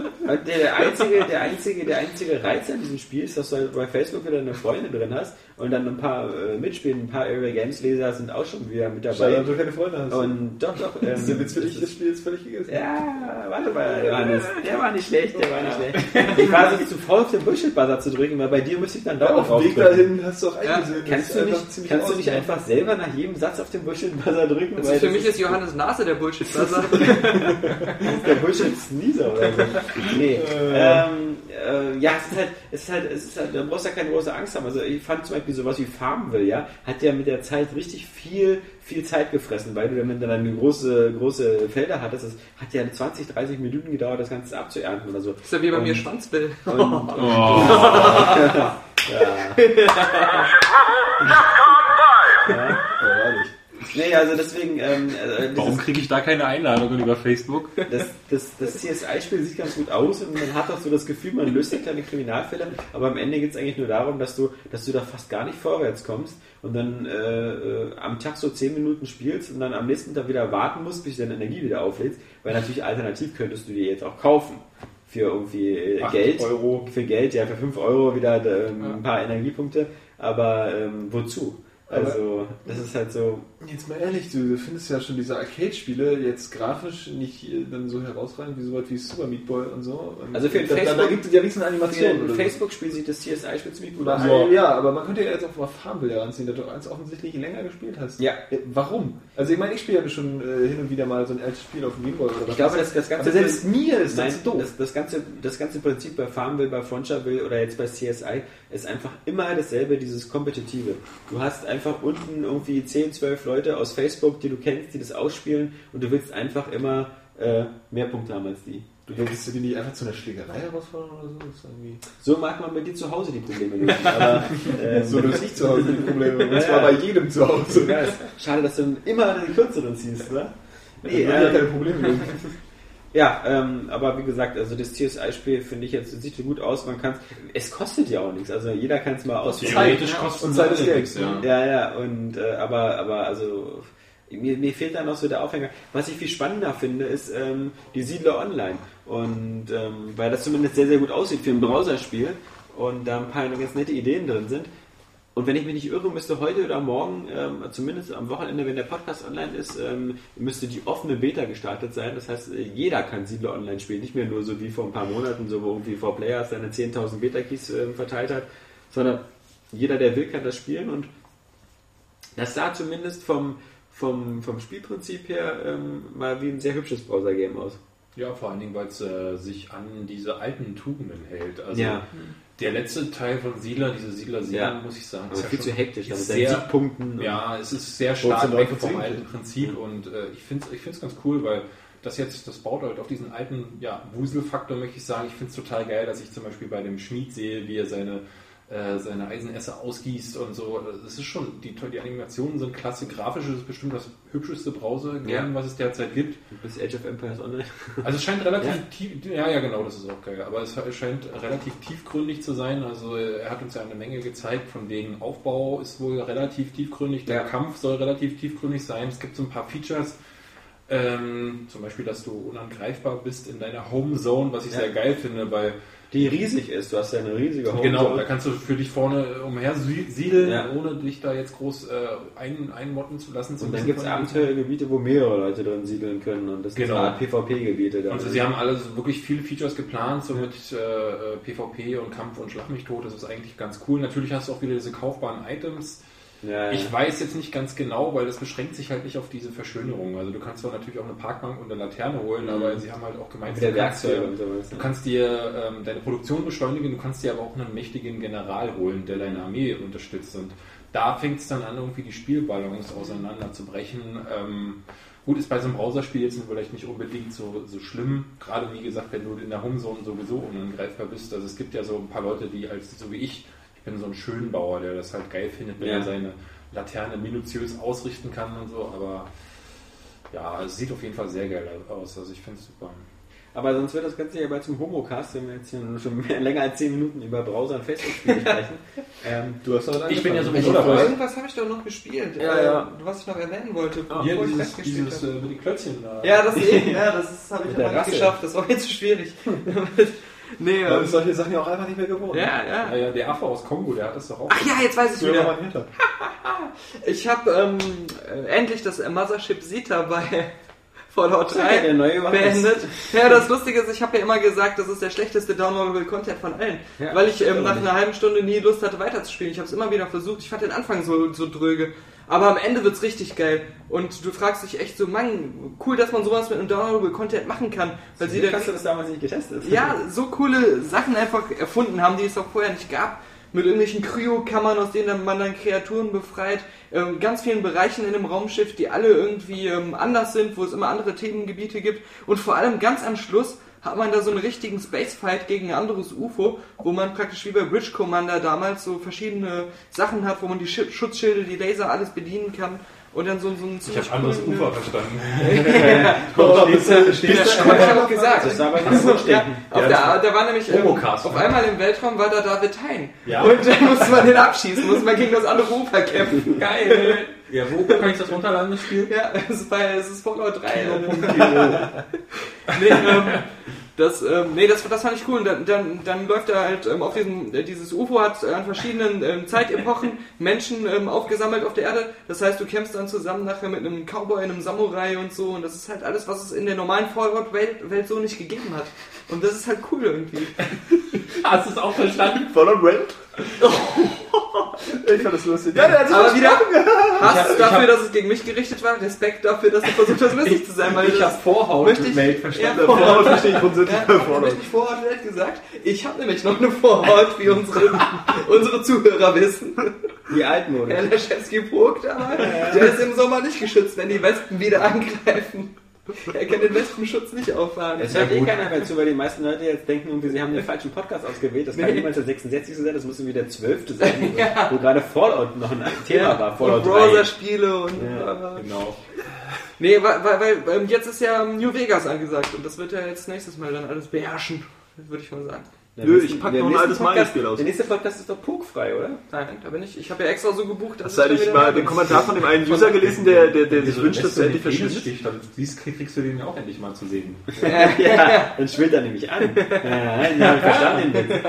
[SPEAKER 5] Der einzige, der, einzige, der einzige Reiz an diesem Spiel ist, dass du halt bei Facebook wieder eine Freundin drin hast und dann ein paar äh, mitspielen, ein paar Area Games Leser sind auch schon wieder mit
[SPEAKER 4] Schade,
[SPEAKER 5] dabei.
[SPEAKER 4] dass du keine Freunde hast.
[SPEAKER 5] Und doch, doch. Ähm,
[SPEAKER 4] Das ist der Witz für dich, das
[SPEAKER 5] ist-
[SPEAKER 4] Spiel ist völlig gegessen.
[SPEAKER 5] ja, warte mal, Johannes. Der war nicht schlecht, der war nicht schlecht. Ich war so zu faul, auf den Bullshit-Buzzer zu drücken, weil bei dir müsste ich dann
[SPEAKER 4] Ja,
[SPEAKER 5] dauernd
[SPEAKER 4] auf dem Weg
[SPEAKER 5] draufdrücken.
[SPEAKER 4] dahin hast du auch eingesehen. das
[SPEAKER 5] Kannst
[SPEAKER 4] ist
[SPEAKER 5] du
[SPEAKER 4] einfach
[SPEAKER 5] nicht,
[SPEAKER 4] ziemlich
[SPEAKER 5] kannst du nicht
[SPEAKER 4] ausgemacht.
[SPEAKER 5] einfach selber nach jedem Satz auf den Bullshit-Buzzer drücken?
[SPEAKER 2] Also
[SPEAKER 5] weil
[SPEAKER 2] für
[SPEAKER 5] das
[SPEAKER 2] mich ist Johannes Nase der bullshit -Buzzer.
[SPEAKER 5] der Bullshit-Sneezer oder so. Nee.
[SPEAKER 4] Äh.
[SPEAKER 5] ähm, äh, ja, es ist halt, es ist halt, es ist halt, da brauchst du ja keine große Angst haben. Also ich fand zum Beispiel sowas wie Farmville, ja, hat ja mit der Zeit richtig viel, viel Zeit gefressen, weil du dann, wenn du dann große, große Felder hattest, das hat ja 20, 30 Minuten gedauert, das Ganze abzuernten oder so.
[SPEAKER 2] Ist ja wie bei mir
[SPEAKER 5] Und-
[SPEAKER 2] Schwanzbill.
[SPEAKER 5] Und, und,
[SPEAKER 4] Ja, wahrlich.
[SPEAKER 5] Nee, also deswegen, ähm, äh,
[SPEAKER 6] Warum
[SPEAKER 5] dieses,
[SPEAKER 6] kriege ich da keine Einladungen über Facebook?
[SPEAKER 5] das, das, das CSI-Spiel sieht ganz gut aus und man hat auch so das Gefühl, man löst ja kleine Kriminalfälle, aber am Ende geht es eigentlich nur darum, dass du, dass du da fast gar nicht vorwärts kommst und dann äh, äh, am Tag so 10 Minuten spielst und dann am nächsten Tag wieder warten musst, bis deine Energie wieder auflädst, weil natürlich alternativ könntest du dir jetzt auch kaufen. Für irgendwie äh,
[SPEAKER 6] 8
[SPEAKER 5] Geld.
[SPEAKER 6] Euro.
[SPEAKER 5] Für Geld, ja, für 5 Euro wieder ähm, ein paar Energiepunkte, aber ähm, wozu? Also, das ist halt so,
[SPEAKER 4] Jetzt mal ehrlich, du findest ja schon diese Arcade-Spiele jetzt grafisch nicht äh, dann so herausragend wie sowas wie Super Meat Boy und so. Und
[SPEAKER 5] Also für den
[SPEAKER 4] da, da- Da
[SPEAKER 5] Facebook-
[SPEAKER 4] gibt es ja wenigstens
[SPEAKER 5] Für
[SPEAKER 4] Animationen.
[SPEAKER 5] ein
[SPEAKER 4] oder so.
[SPEAKER 5] Facebook-Spiel sieht das CSI-Spiel ziemlich gut
[SPEAKER 4] Oder
[SPEAKER 5] aus.
[SPEAKER 4] ein- Ja, aber man könnte ja jetzt auch mal Farbenbilder ranziehen, da du eins offensichtlich länger gespielt hast.
[SPEAKER 5] Ja.
[SPEAKER 4] Warum? Also ich meine, ich spiele ja schon äh, hin und wieder mal so ein altes Spiel auf dem Gameboy oder
[SPEAKER 5] Ich glaube, das, das ganze
[SPEAKER 4] aber selbst mir ist
[SPEAKER 5] Nein,
[SPEAKER 4] das zu doof.
[SPEAKER 5] Das, das, ganze, das ganze Prinzip bei Farmville, bei Frontierville oder jetzt bei CSI ist einfach immer dasselbe, dieses Kompetitive. Du hast einfach unten irgendwie 10, 12 Leute aus Facebook, die du kennst, die das ausspielen und du willst einfach immer äh, mehr Punkte haben als die.
[SPEAKER 4] du willst die nicht einfach zu einer Schlägerei herausfordern oder so? Das ist irgendwie
[SPEAKER 5] So mag man mit dir zu Hause die Probleme lösen, aber ähm,
[SPEAKER 4] so löse ich zu Hause die Probleme. Und zwar
[SPEAKER 5] Ja.
[SPEAKER 4] bei jedem zu Hause.
[SPEAKER 5] ja, ist schade, dass du immer den kürzeren ziehst, ne? Nee,
[SPEAKER 4] Ich habe
[SPEAKER 5] ähm,
[SPEAKER 4] keine Probleme. lösen.
[SPEAKER 5] Ja, ähm, aber wie gesagt, also das CSI-Spiel finde ich jetzt sieht gut aus. Man kann es kostet ja auch nichts. Also jeder kann es mal ausprobieren.
[SPEAKER 3] halt
[SPEAKER 4] Zeit, ja.
[SPEAKER 6] kostet
[SPEAKER 4] Und Zeit ist
[SPEAKER 6] alle
[SPEAKER 4] Geld.
[SPEAKER 6] nichts, ja.
[SPEAKER 5] Ja, ja. Und äh, aber aber also mir, mir fehlt da noch so der Aufhänger. Was ich viel spannender finde, ist ähm, die Siedler Online und ähm, weil das zumindest sehr sehr gut aussieht für ein Browserspiel und da ein paar ganz nette Ideen drin sind. Und wenn ich mich nicht irre, müsste heute oder morgen, ähm, zumindest am Wochenende, wenn der Podcast online ist, ähm, müsste die offene Beta gestartet sein. Das heißt, äh, jeder kann Siedler online spielen. Nicht mehr nur so wie vor ein paar Monaten, so wo irgendwie vor Players seine 10.000 Beta-Keys ähm, verteilt hat, sondern jeder, der will, kann das spielen. Und das sah zumindest vom, vom, vom Spielprinzip her ähm, mal wie ein sehr hübsches Browser-Game aus.
[SPEAKER 3] Ja, vor allen Dingen, weil es äh, sich an diese alten Tugenden hält. Also
[SPEAKER 5] Ja.
[SPEAKER 3] der letzte Teil von Siedler, diese Siedler Siedler,
[SPEAKER 5] Ja.
[SPEAKER 3] muss ich sagen,
[SPEAKER 5] Aber
[SPEAKER 3] ja
[SPEAKER 5] viel
[SPEAKER 3] schon-
[SPEAKER 5] zu hektisch,
[SPEAKER 3] ist
[SPEAKER 5] also mit
[SPEAKER 3] sehr-
[SPEAKER 5] seinen Siegpunkten.
[SPEAKER 3] Ja, es ist sehr
[SPEAKER 4] 14,
[SPEAKER 3] stark weg
[SPEAKER 4] 19
[SPEAKER 3] vom alten Prinzip und äh, ich finde es ich find's ganz cool, weil das jetzt, das baut halt auf diesen alten ja, Wuselfaktor, möchte ich sagen. Ich finde es total geil, dass ich zum Beispiel bei dem Schmied sehe, wie er seine, äh, seine Eisenesser ausgießt und so. Es ist schon, die, die Animationen sind klasse, grafisch ist es bestimmt das hübscheste Browser-Game,
[SPEAKER 5] Ja.
[SPEAKER 3] was es derzeit gibt.
[SPEAKER 5] Du bist Age of Empires Online.
[SPEAKER 3] Also es scheint relativ
[SPEAKER 5] Ja.
[SPEAKER 3] tief, ja, ja genau, das ist auch geil, aber es scheint relativ tiefgründig zu sein. Also äh, er hat uns ja eine Menge gezeigt, von wegen Aufbau ist wohl relativ tiefgründig, der
[SPEAKER 5] Ja.
[SPEAKER 3] Kampf soll relativ tiefgründig sein. Es gibt so ein paar Features, ähm, zum Beispiel, dass du unangreifbar bist in deiner Home Zone, was ich
[SPEAKER 5] Ja.
[SPEAKER 3] sehr geil finde, weil
[SPEAKER 5] Die riesig ist, du hast ja eine riesige Home.
[SPEAKER 3] genau, da kannst du für dich vorne umher sie- siedeln,
[SPEAKER 5] Ja.
[SPEAKER 3] ohne dich da jetzt groß äh, ein, einmotten zu lassen.
[SPEAKER 5] Und dann
[SPEAKER 3] Zumindest
[SPEAKER 5] gibt es
[SPEAKER 3] von-
[SPEAKER 5] Abenteuergebiete, wo mehrere Leute drin siedeln können. Und das sind
[SPEAKER 3] Genau.
[SPEAKER 5] so eine Art PvP-Gebiete. da.
[SPEAKER 3] Also sie haben alle so wirklich viele Features geplant, so mit äh, äh, PvP und Kampf und Schlag mich tot, das ist eigentlich ganz cool. Natürlich hast du auch wieder diese kaufbaren Items.
[SPEAKER 5] ja, ja.
[SPEAKER 3] Ich weiß jetzt nicht ganz genau, weil das beschränkt sich halt nicht auf diese Verschönerung. Also du kannst zwar natürlich auch eine Parkbank und eine Laterne holen, aber sie haben halt auch gemeint,
[SPEAKER 5] Wieder
[SPEAKER 3] du kannst
[SPEAKER 5] Mhm. Werkzeuge
[SPEAKER 3] dir,
[SPEAKER 5] und sowas.
[SPEAKER 3] du kannst dir ähm, deine Produktion beschleunigen, du kannst dir aber auch einen mächtigen General holen, der deine Armee unterstützt. Und da fängt es dann an, irgendwie die Spielballons auseinanderzubrechen. Ähm, Gut, ist bei so einem Browserspiel jetzt vielleicht nicht unbedingt so, so schlimm. Gerade wie gesagt, wenn du in der Homezone sowieso unangreifbar bist. Also es gibt ja so ein paar Leute, die als, so wie ich, ich bin so ein Schönbauer, der das halt geil findet, wenn
[SPEAKER 5] Ja.
[SPEAKER 3] er seine Laterne minutiös ausrichten kann und so. Aber ja, es sieht auf jeden Fall sehr geil aus. Also ich finde es super.
[SPEAKER 5] Aber sonst wird das Ganze ja bald zum Homocast, wenn wir jetzt hier nur schon mehr, länger als 10 Minuten über Browser und Facebook-Spiele sprechen. ähm,
[SPEAKER 4] Du hast damit
[SPEAKER 3] Ich bin ja
[SPEAKER 4] angefangen.
[SPEAKER 3] sowieso dabei.
[SPEAKER 2] Irgendwas habe ich doch noch gespielt,
[SPEAKER 5] Ja,
[SPEAKER 2] äh,
[SPEAKER 5] ja.
[SPEAKER 2] was ich noch erwähnen wollte,
[SPEAKER 6] Hier
[SPEAKER 2] ich
[SPEAKER 6] dieses,
[SPEAKER 2] festgespielt
[SPEAKER 6] dieses äh, mit den Klötzchen da.
[SPEAKER 2] Ja, das eben, ja, das habe ich
[SPEAKER 5] Mit der
[SPEAKER 2] aber nicht
[SPEAKER 5] Rassel.
[SPEAKER 2] geschafft, das war mir zu schwierig. nee,
[SPEAKER 4] Man ist
[SPEAKER 2] ähm,
[SPEAKER 4] solche Sachen ja auch einfach nicht mehr gewohnt.
[SPEAKER 2] ja, ja.
[SPEAKER 3] Naja, der Affe aus Kongo, der hat es doch auch.
[SPEAKER 2] Ach ja, jetzt weiß ich
[SPEAKER 4] Früher
[SPEAKER 2] wieder.
[SPEAKER 4] war man hinter.
[SPEAKER 2] Ich habe ähm, äh, endlich das äh, Mothership Zeta bei Fallout
[SPEAKER 5] ja, genau. der
[SPEAKER 2] 3
[SPEAKER 5] neue macht
[SPEAKER 2] beendet. Ja, das Lustige ist, ich habe ja immer gesagt, das ist der schlechteste Downloadable Content von allen,
[SPEAKER 5] Ja,
[SPEAKER 2] weil ich ähm,
[SPEAKER 5] stimmt
[SPEAKER 2] nach
[SPEAKER 5] aber
[SPEAKER 2] einer halben Stunde nie Lust hatte weiterzuspielen. Ich habe es immer wieder versucht, ich fand den Anfang so, so dröge. Aber am Ende wird's richtig geil. Und du fragst dich echt so, Mann, cool, dass man sowas mit einem Downloadable Content machen kann. Weil sie
[SPEAKER 5] Wie
[SPEAKER 2] dann
[SPEAKER 5] hast du das damals nicht getestet?
[SPEAKER 2] ja, so coole Sachen einfach erfunden haben, die es auch vorher nicht gab. Mit irgendwelchen Kryokammern, aus denen dann man dann Kreaturen befreit. Ähm, ganz vielen Bereichen in dem Raumschiff, die alle irgendwie ähm, anders sind, wo es immer andere Themengebiete gibt. Und vor allem ganz am Schluss hat man da so einen richtigen Spacefight gegen ein anderes UFO, wo man praktisch wie bei Bridge Commander damals so verschiedene Sachen hat, wo man die Schi- Schutzschilde, die Laser, alles bedienen kann. und dann so, so ein
[SPEAKER 3] Ich
[SPEAKER 2] ziemlich
[SPEAKER 3] habe anderes
[SPEAKER 2] coolen- äh,
[SPEAKER 3] Ufer verstanden.
[SPEAKER 2] Ja, ich hab gesagt.
[SPEAKER 5] Das ist aber nicht so
[SPEAKER 2] Ja, auf
[SPEAKER 3] Ja,
[SPEAKER 2] der, da war nämlich ähm,
[SPEAKER 3] Promocast.
[SPEAKER 2] auf einmal im Weltraum war da David Hein.
[SPEAKER 3] ne? Ja.
[SPEAKER 2] Und dann musste man den abschießen, musste man gegen das andere Ufer kämpfen. Geil.
[SPEAKER 3] Ja, wo kann ich das runterladen, das Spiel?
[SPEAKER 2] Ja, es ist bei es ist Fallout 3. nee, ähm, das, ähm, nee, das, das fand ich cool. Und dann, dann, dann läuft er halt ähm, auf diesem, äh, dieses UFO hat äh, an verschiedenen ähm, Zeitepochen Menschen ähm, aufgesammelt auf der Erde. Das heißt, du kämpfst dann zusammen nachher mit einem Cowboy, einem Samurai und so. Und das ist halt alles, was es in der normalen Fallout-Welt Welt so nicht gegeben hat. Und das ist halt cool irgendwie.
[SPEAKER 3] Hast du es auch verstanden?
[SPEAKER 4] Fallout World? ich fand das lustig. Ja, der hat sich
[SPEAKER 2] Aber wieder Hass
[SPEAKER 3] hab- ich
[SPEAKER 2] dafür,
[SPEAKER 3] hab-
[SPEAKER 2] dass es gegen mich gerichtet war, Respekt dafür, dass du versucht hast, lustig zu sein, weil ich das
[SPEAKER 3] Vorhaut
[SPEAKER 2] Möchte ich-
[SPEAKER 3] Welt
[SPEAKER 2] ja,
[SPEAKER 3] verstanden.
[SPEAKER 4] Fallout verstehe ich grundsätzlich
[SPEAKER 2] Ja,
[SPEAKER 4] bei
[SPEAKER 2] ich habe
[SPEAKER 4] Fallout.
[SPEAKER 2] nicht Vorhaut Welt gesagt. Ich habe nämlich noch eine Vorhaut, wie unsere, unsere Zuhörer wissen.
[SPEAKER 5] Die Altmode.
[SPEAKER 2] Herr Laschewski Vogt, aber der ist im Sommer nicht geschützt, wenn die Wespen wieder angreifen. Er kann den Wespenschutz nicht auffahren.
[SPEAKER 5] Es hört eh keiner mehr zu, weil die meisten Leute jetzt denken, irgendwie, sie haben den falschen Podcast ausgewählt. Das kann niemals der 66. sein, das muss irgendwie der 12. sein, wo gerade Fallout noch ein Thema war.
[SPEAKER 2] und
[SPEAKER 5] Fallout 3.
[SPEAKER 2] Browser-Spiele und.
[SPEAKER 5] Ja,
[SPEAKER 2] äh,
[SPEAKER 5] genau.
[SPEAKER 2] Nee, weil, weil, weil ähm, jetzt ist ja ähm, New Vegas angesagt und das wird er jetzt nächstes Mal dann alles beherrschen, würde ich mal sagen.
[SPEAKER 4] Nö, ich pack noch ein altes Malenspiel aus.
[SPEAKER 5] Der nächste Podcast ist doch pokfrei, oder?
[SPEAKER 2] Nein, da bin ich. Ich habe ja extra so gebucht, dass
[SPEAKER 4] Hast du eigentlich mal den Kommentar von dem einen User gelesen, der, der, der
[SPEAKER 3] Also,
[SPEAKER 4] sich wünscht, dass er endlich verschwindet?
[SPEAKER 3] Stich, dann siehst, kriegst du den ja auch endlich mal zu sehen.
[SPEAKER 5] Ja, dann schwillt er nämlich an. Nein, nein, verstanden den Witz.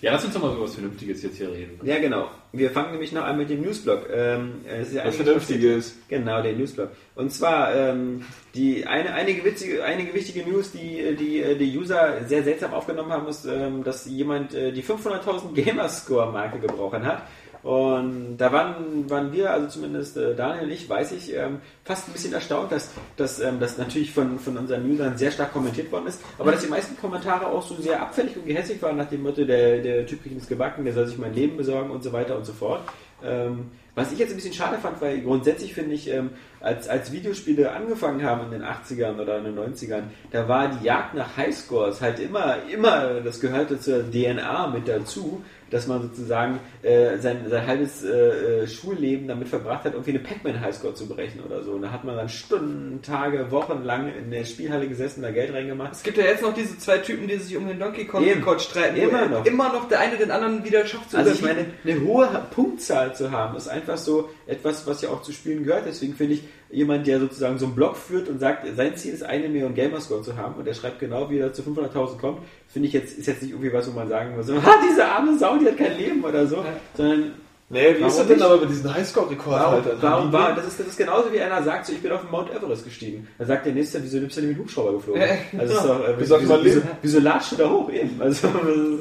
[SPEAKER 3] Ja, lass uns doch mal über was Vernünftiges jetzt hier reden.
[SPEAKER 5] Ja, genau. Wir fangen nämlich noch an mit dem Newsblog. Ähm, es ist ja
[SPEAKER 4] Was
[SPEAKER 5] eigentlich-
[SPEAKER 4] Vernünftiges.
[SPEAKER 5] Genau, der Newsblog. Und zwar ähm, die eine einige witzige, einige wichtige News, die die äh, die User sehr seltsam aufgenommen haben, ist, ähm, dass jemand äh, die 500.000 Gamerscore-Marke gebrochen hat. Und da waren, waren wir, also zumindest äh, Daniel und ich, weiß ich, ähm, fast ein bisschen erstaunt, dass, dass ähm, das natürlich von, von unseren Usern sehr stark kommentiert worden ist, aber dass die meisten Kommentare auch so sehr abfällig und gehässig waren nach dem Motto, der, der Typ kriegt nichts gebacken, der soll sich mein Leben besorgen und so weiter und so fort. Ähm, was ich jetzt ein bisschen schade fand, weil grundsätzlich finde ich, ähm, als, als Videospiele angefangen haben in den 80ern oder in den 90ern, da war die Jagd nach Highscores halt immer, immer, das gehörte zur DNA mit dazu, dass man sozusagen äh, sein, sein halbes äh, äh, Schulleben damit verbracht hat, irgendwie eine Pac-Man-Highscore zu berechnen oder so. Und da hat man dann Stunden, Tage, Wochen lang in der Spielhalle gesessen, da Geld reingemacht.
[SPEAKER 2] Es gibt ja jetzt noch diese zwei Typen, die sich um den Donkey Kong
[SPEAKER 5] Eben.
[SPEAKER 2] Rekord streiten.
[SPEAKER 5] Immer
[SPEAKER 2] Immer
[SPEAKER 5] noch.
[SPEAKER 2] noch. Immer noch der eine den anderen wieder schafft zu
[SPEAKER 5] Also ich meine,
[SPEAKER 2] überbieten.
[SPEAKER 5] eine hohe Punktzahl zu haben, ist einfach so etwas, was ja auch zu Spielen gehört. Deswegen finde ich, jemand, der sozusagen so einen Blog führt und sagt, sein Ziel ist, eine Million Gamerscore zu haben und er schreibt genau, wie er zu 500.000 kommt, finde ich jetzt, ist jetzt nicht irgendwie was, wo man sagen muss, ah, diese arme Sau, die hat kein Leben oder so, sondern
[SPEAKER 4] Nee, wie
[SPEAKER 5] Warum
[SPEAKER 4] ist das denn
[SPEAKER 5] nicht?
[SPEAKER 4] aber mit diesen Highscore-Rekordhaltern?
[SPEAKER 5] warum, warum war, das ist, das ist genauso wie einer sagt, so, ich bin auf den Mount Everest gestiegen. Dann sagt der Nächste, wieso nimmst du denn mit dem Hubschrauber geflogen?
[SPEAKER 2] genau.
[SPEAKER 5] Also, ist doch, äh,
[SPEAKER 4] Wie sagt
[SPEAKER 5] wieso,
[SPEAKER 4] man
[SPEAKER 5] wieso,
[SPEAKER 4] Leben?
[SPEAKER 5] wieso latscht du da hoch eben? Also,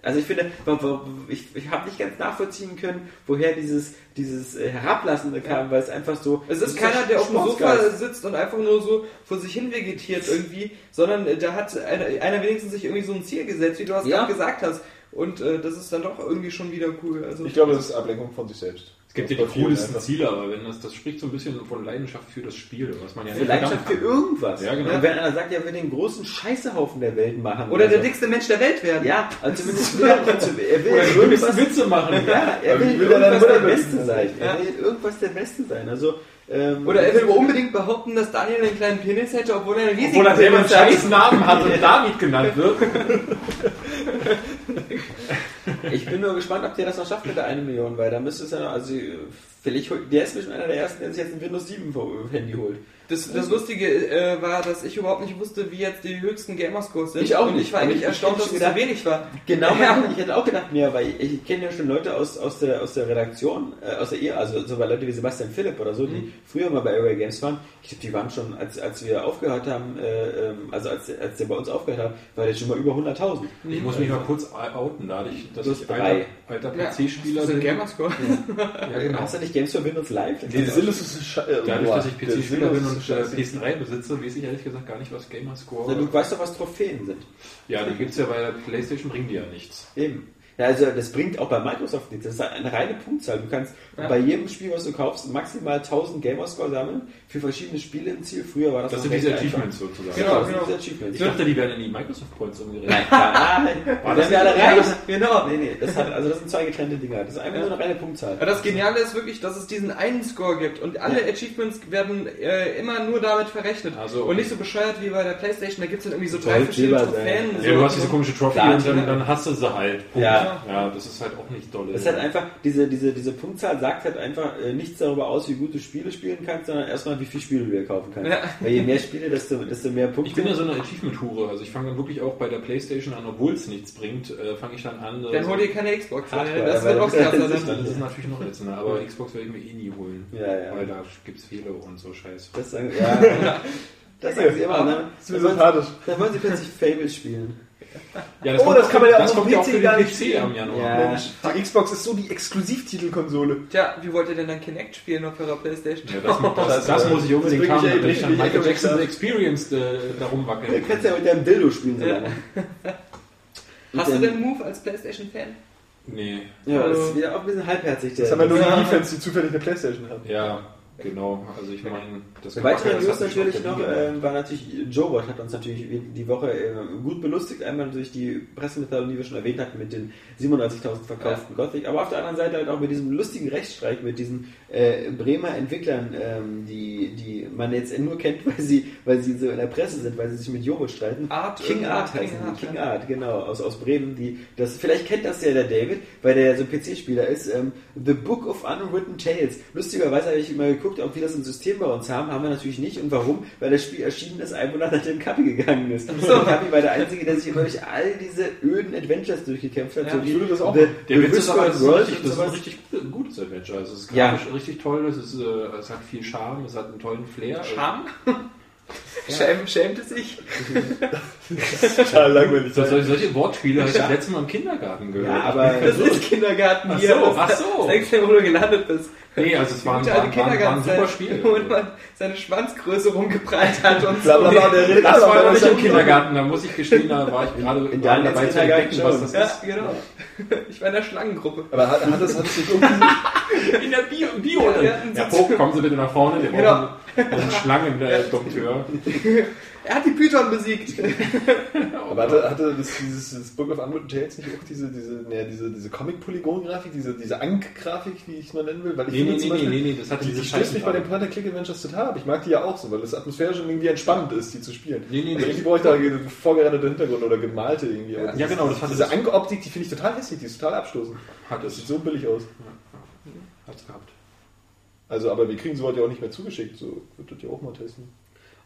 [SPEAKER 5] Also ich finde, wa- wa- ich, ich habe nicht ganz nachvollziehen können, woher dieses, dieses äh, Herablassende kam, weil es einfach so...
[SPEAKER 2] es ist
[SPEAKER 5] dieser
[SPEAKER 2] keiner, der auf dem
[SPEAKER 5] Schmutzgeist.
[SPEAKER 2] Sofa sitzt und einfach nur so vor sich hin vegetiert irgendwie, sondern äh, da hat einer, einer wenigstens sich irgendwie so ein Ziel gesetzt, wie du hast
[SPEAKER 5] Ja.
[SPEAKER 2] gerade gesagt hast. Und äh, das ist dann doch irgendwie schon wieder cool. Also
[SPEAKER 4] Ich glaube, das ist Ablenkung von sich selbst.
[SPEAKER 3] Es gibt ja die coolsten Ziele, aber wenn das, das spricht so ein bisschen von Leidenschaft für das Spiel, was man ja
[SPEAKER 5] Für Leidenschaft für
[SPEAKER 3] verdammt-
[SPEAKER 5] irgendwas.
[SPEAKER 3] Ja, genau.
[SPEAKER 5] Und wenn einer sagt, ja, wir den großen Scheißehaufen der Welt machen.
[SPEAKER 2] oder der
[SPEAKER 5] so.
[SPEAKER 2] dickste Mensch der Welt werden.
[SPEAKER 5] also- Ja, also zumindest will er, er will
[SPEAKER 3] Oder du willst Witze machen.
[SPEAKER 5] Ja, er
[SPEAKER 4] Aber
[SPEAKER 5] will,
[SPEAKER 4] wie will er dann
[SPEAKER 5] irgendwas der
[SPEAKER 4] Mutter werden?
[SPEAKER 5] Beste sein. Er
[SPEAKER 2] Ja.
[SPEAKER 5] will irgendwas der Beste sein. Also, ähm,
[SPEAKER 2] Oder er will unbedingt behaupten, dass Daniel einen kleinen Penis hätte, obwohl er einen riesigen
[SPEAKER 3] Obwohl er selber einen
[SPEAKER 2] Penis hat.
[SPEAKER 3] scheiß Namen hat und David genannt wird.
[SPEAKER 5] ich bin nur gespannt, ob der das noch schafft mit der 1 Million, weil da müsste es ja noch, also äh, vielleicht hol- der ist bestimmt einer der ersten, der sich jetzt ein Windows 7 Vo- Handy holt.
[SPEAKER 2] Das, das Lustige äh, war, dass ich überhaupt nicht wusste, wie jetzt die höchsten Gamerscores sind.
[SPEAKER 5] Ich auch
[SPEAKER 2] und
[SPEAKER 5] nicht.
[SPEAKER 2] Ich war
[SPEAKER 5] Aber
[SPEAKER 2] eigentlich
[SPEAKER 5] ich-
[SPEAKER 2] erstaunt,
[SPEAKER 5] ich
[SPEAKER 2] dass es
[SPEAKER 5] gedacht-
[SPEAKER 2] so wenig war.
[SPEAKER 5] Genau,
[SPEAKER 2] Ja.
[SPEAKER 5] ich hätte auch gedacht mehr, weil ich, ich kenne ja schon Leute aus, aus, der, aus der Redaktion, äh, aus der Ehe, also so bei Leute wie Sebastian Philipp oder so, die früher mal bei Airway Games waren. Ich glaube, die waren schon, als, als wir aufgehört haben, äh, ähm, also als, als der bei uns aufgehört hat, war der schon mal über 100.000.
[SPEAKER 3] Ich muss mich mal kurz outen, dadurch, dass
[SPEAKER 5] Du bist
[SPEAKER 3] ich
[SPEAKER 5] drei.
[SPEAKER 3] alter, alter
[SPEAKER 2] Ja.
[SPEAKER 3] PC-Spieler
[SPEAKER 2] Das ist ein
[SPEAKER 3] bin.
[SPEAKER 2] Gamerscore.
[SPEAKER 3] Ja, genau.
[SPEAKER 5] Hast du nicht Games for Windows Live? Das
[SPEAKER 4] Der
[SPEAKER 5] kannst du
[SPEAKER 4] Sinn ist äh, es scheiße.
[SPEAKER 3] Dadurch, dass ich PC-Spieler bin und äh, PS3 besitze, weiß ich ehrlich gesagt gar nicht, was Gamerscore
[SPEAKER 5] Na, du weißt doch, was Trophäen sind.
[SPEAKER 3] Ja, die gibt's ja bei der PlayStation, bringen die ja nichts.
[SPEAKER 5] Eben. Ja, also das bringt auch bei Microsoft nichts. Das ist eine reine Punktzahl. Du kannst bei jedem Spiel, was du kaufst, maximal 1000 Gamerscore sammeln für verschiedene Spiele im Ziel. Früher war das
[SPEAKER 3] Das
[SPEAKER 5] noch
[SPEAKER 3] sind diese
[SPEAKER 5] recht einfach.
[SPEAKER 3] Achievements sozusagen.
[SPEAKER 5] Genau,
[SPEAKER 2] Genau,
[SPEAKER 5] genau. Diese Achievements.
[SPEAKER 3] Ich dachte, die werden in die Microsoft Points umgerechnet.
[SPEAKER 5] Nein, nein, nein.
[SPEAKER 3] Boah,
[SPEAKER 5] das
[SPEAKER 3] das
[SPEAKER 5] wäre alle
[SPEAKER 3] ist-
[SPEAKER 5] reich.
[SPEAKER 2] Genau.
[SPEAKER 5] Nee, nee, das hat, also das sind zwei getrennte Dinger. Das ist einfach nur eine reine Punktzahl.
[SPEAKER 2] Ja, Das Geniale ist wirklich, dass es diesen einen Score gibt und alle Achievements werden äh, immer nur damit verrechnet.
[SPEAKER 3] Also, okay.
[SPEAKER 2] Und nicht so bescheuert wie bei der Playstation, da gibt es dann irgendwie so drei
[SPEAKER 5] Gold,
[SPEAKER 2] verschiedene
[SPEAKER 5] Silber,
[SPEAKER 2] Trophäen.
[SPEAKER 3] Ja,
[SPEAKER 2] so.
[SPEAKER 3] du hast diese komische Trophy
[SPEAKER 5] Klar,
[SPEAKER 3] und dann,
[SPEAKER 5] ja.
[SPEAKER 3] dann hast du sie halt. Punkt.
[SPEAKER 5] Ja.
[SPEAKER 3] ja, das ist halt auch nicht dolle.
[SPEAKER 5] Das ist halt einfach, diese, diese, diese Punktzahl sagt halt einfach äh, nichts darüber aus, wie gut du Spiele spielen kannst, sondern erstmal, wie viele Spiele du dir kaufen kannst.
[SPEAKER 2] Ja.
[SPEAKER 5] Weil je mehr Spiele, desto, desto mehr Punkte.
[SPEAKER 3] Ich bin ja so eine Achievement-Hure. Also ich fange dann wirklich auch bei der Playstation an, obwohl es nichts bringt, äh, fange ich dann an. äh,
[SPEAKER 2] dann
[SPEAKER 3] so-
[SPEAKER 2] hol dir keine Xbox, weil
[SPEAKER 5] Hardware,
[SPEAKER 2] das
[SPEAKER 5] aber
[SPEAKER 2] wird auch
[SPEAKER 5] das-
[SPEAKER 2] krasser.
[SPEAKER 5] das-
[SPEAKER 2] Das
[SPEAKER 3] das ist natürlich noch ätzender, aber Xbox werde ich mir eh nie holen.
[SPEAKER 5] Ja, ja.
[SPEAKER 3] Weil da gibt es Fehler und so Scheiß.
[SPEAKER 5] das sagen, ja, das sagen sie immer. Ne?
[SPEAKER 4] Das ist mir
[SPEAKER 5] Dann, wollen,
[SPEAKER 4] sympathisch.
[SPEAKER 5] dann wollen sie plötzlich Fable spielen.
[SPEAKER 3] Ja,
[SPEAKER 4] Oh, das kann man ja auch auf
[SPEAKER 3] kommt ja auch für
[SPEAKER 4] PC gar
[SPEAKER 3] den
[SPEAKER 4] nicht
[SPEAKER 3] PC
[SPEAKER 4] spielen.
[SPEAKER 3] am Januar.
[SPEAKER 5] Ja.
[SPEAKER 4] Mensch, die Xbox ist so die Exklusivtitelkonsole.
[SPEAKER 2] Tja, wie wollt ihr denn dann Kinect spielen auf eurer Playstation?
[SPEAKER 3] Ja, das, das, das muss ich unbedingt
[SPEAKER 4] bring ich
[SPEAKER 3] haben,
[SPEAKER 4] ja
[SPEAKER 3] damit ich
[SPEAKER 4] richtig
[SPEAKER 3] dann
[SPEAKER 4] in die
[SPEAKER 3] Michael
[SPEAKER 4] Ecke,
[SPEAKER 3] Jackson's
[SPEAKER 4] wenn
[SPEAKER 3] Experience äh, darum
[SPEAKER 5] Du
[SPEAKER 3] wackeln
[SPEAKER 5] kannst ja mit deinem Dildo spielen, so
[SPEAKER 2] Ja.
[SPEAKER 5] lange.
[SPEAKER 2] Hast du
[SPEAKER 5] denn-
[SPEAKER 2] denn Move als Playstation-Fan?
[SPEAKER 3] Nee.
[SPEAKER 5] Ja, das ist wieder auch ein bisschen halbherzig.
[SPEAKER 4] Das
[SPEAKER 5] der-
[SPEAKER 4] haben ja nur die
[SPEAKER 2] Ja.
[SPEAKER 4] Defense, die zufällig eine Playstation haben.
[SPEAKER 3] Ja, genau. Also ich meine, das
[SPEAKER 5] Eine
[SPEAKER 3] Gewackel,
[SPEAKER 5] weitere
[SPEAKER 3] das
[SPEAKER 5] News
[SPEAKER 3] hat mich auf
[SPEAKER 5] natürlich
[SPEAKER 3] der
[SPEAKER 5] noch
[SPEAKER 3] Bühne.
[SPEAKER 5] ähm, war natürlich, JoeBot hat uns natürlich die Woche ähm, gut belustigt. Einmal durch die Pressemitteilung, die wir schon erwähnt hatten, mit den 97.000 verkauften Gothic, aber auf der anderen Seite halt auch mit diesem lustigen Rechtsstreit mit diesen äh, Bremer Entwicklern, ähm, die, die man jetzt nur kennt, weil sie, weil sie so in der Presse sind, weil sie sich mit JoeBot streiten.
[SPEAKER 2] Art,
[SPEAKER 5] King
[SPEAKER 2] äh,
[SPEAKER 5] Art
[SPEAKER 2] King
[SPEAKER 5] heißen
[SPEAKER 2] Art,
[SPEAKER 5] die, King
[SPEAKER 2] ja.
[SPEAKER 5] Art, genau, aus, aus Bremen. Die, das, vielleicht kennt das ja der David, weil der ja so ein PC-Spieler ist. Ähm, The Book of Unwritten Tales. Lustigerweise habe ich immer geguckt, ob wir das im System bei uns haben. Haben wir natürlich nicht. Und warum? Weil das Spiel erschienen ist, ein Monat nachdem Kapi gegangen ist. Und Kapi war der Einzige, der sich immer durch all diese öden Adventures durchgekämpft hat.
[SPEAKER 2] Ja,
[SPEAKER 5] so wie
[SPEAKER 4] ich würde das auch
[SPEAKER 5] The,
[SPEAKER 4] machen.
[SPEAKER 3] Der
[SPEAKER 5] The
[SPEAKER 3] Witz ist
[SPEAKER 5] Whispered
[SPEAKER 3] aber, das ist,
[SPEAKER 5] World
[SPEAKER 3] richtig,
[SPEAKER 5] und
[SPEAKER 3] das ist ein
[SPEAKER 5] sowas.
[SPEAKER 3] richtig gutes- gutes Adventure. Also es ist
[SPEAKER 5] Ja.
[SPEAKER 3] grafisch richtig toll, es, ist, äh, es hat viel Charme, es hat einen tollen Flair.
[SPEAKER 2] Scham? Schäm, schämt es sich?
[SPEAKER 4] Total langweilig.
[SPEAKER 3] So, Also, solche, solche Wortspiele habe ich das letzte Mal im Kindergarten gehört.
[SPEAKER 5] Ja, aber-
[SPEAKER 2] Das ist Kindergarten
[SPEAKER 3] Also, Ach
[SPEAKER 2] hier.
[SPEAKER 3] so, ach
[SPEAKER 2] das-
[SPEAKER 3] so.
[SPEAKER 2] Das denkst du, wo du gelandet bist.
[SPEAKER 3] Nee, also es war, ein-
[SPEAKER 2] Gute
[SPEAKER 3] war,
[SPEAKER 2] alte
[SPEAKER 3] ein- war, ein- war ein super
[SPEAKER 2] Kindergartenzeit,
[SPEAKER 3] Spiel.
[SPEAKER 2] wo man seine Schwanzgröße rumgeprallt hat und so.
[SPEAKER 4] Blablabla, der redet
[SPEAKER 3] Das
[SPEAKER 4] aber
[SPEAKER 3] war noch
[SPEAKER 4] von
[SPEAKER 3] nicht im
[SPEAKER 4] seinem
[SPEAKER 3] Kindergarten, da muss ich gestehen, da war ich gerade
[SPEAKER 5] in
[SPEAKER 3] gerade
[SPEAKER 5] deinem
[SPEAKER 3] dabei zu
[SPEAKER 5] Kindergarten
[SPEAKER 3] entdecken, was
[SPEAKER 5] schon.
[SPEAKER 3] das
[SPEAKER 2] Ja,
[SPEAKER 3] ist.
[SPEAKER 2] genau. Ich war in der Schlangengruppe.
[SPEAKER 4] Aber hat, hat das, hat das nicht irgendwie.
[SPEAKER 3] In der Bio, Bio
[SPEAKER 2] Ja, wir hatten
[SPEAKER 3] Herr
[SPEAKER 2] so-
[SPEAKER 3] Pope, kommen Sie bitte nach vorne, wir
[SPEAKER 2] Genau.
[SPEAKER 3] brauchen einen Schlangen-Dompteur.
[SPEAKER 2] Er hat die Python besiegt.
[SPEAKER 4] Aber hatte, hatte das, dieses das Book of Unwritten Tales nicht auch diese, diese, naja, diese, diese Comic-Polygon-Grafik, diese, diese Ank-Grafik, wie ich es mal nennen will? Weil ich
[SPEAKER 3] Nee,
[SPEAKER 4] finde
[SPEAKER 3] nee,
[SPEAKER 4] zum
[SPEAKER 3] nee,
[SPEAKER 4] Beispiel,
[SPEAKER 3] nee, nee, das hatte
[SPEAKER 4] die,
[SPEAKER 3] diese
[SPEAKER 4] die stößt mich bei den
[SPEAKER 3] Scheiße.
[SPEAKER 4] Point-and-Click-Adventures total ab. Ich mag die ja auch so, weil das atmosphärisch und irgendwie entspannend ist, die zu spielen.
[SPEAKER 3] Nee, nee,
[SPEAKER 4] also
[SPEAKER 3] nee.
[SPEAKER 4] irgendwie brauche ich da ge- vorgerenderte Hintergrund oder gemalte irgendwie. Aber
[SPEAKER 3] Ja, genau, das hatte
[SPEAKER 4] diese
[SPEAKER 3] das-
[SPEAKER 4] Ank-Optik, die finde ich total hässlich, die ist total abstoßend.
[SPEAKER 3] Hat
[SPEAKER 4] Das sieht
[SPEAKER 3] es,
[SPEAKER 4] so billig aus.
[SPEAKER 3] hat's gehabt.
[SPEAKER 4] Also, aber wir kriegen sowas ja auch nicht mehr zugeschickt, so wird das ja auch mal testen.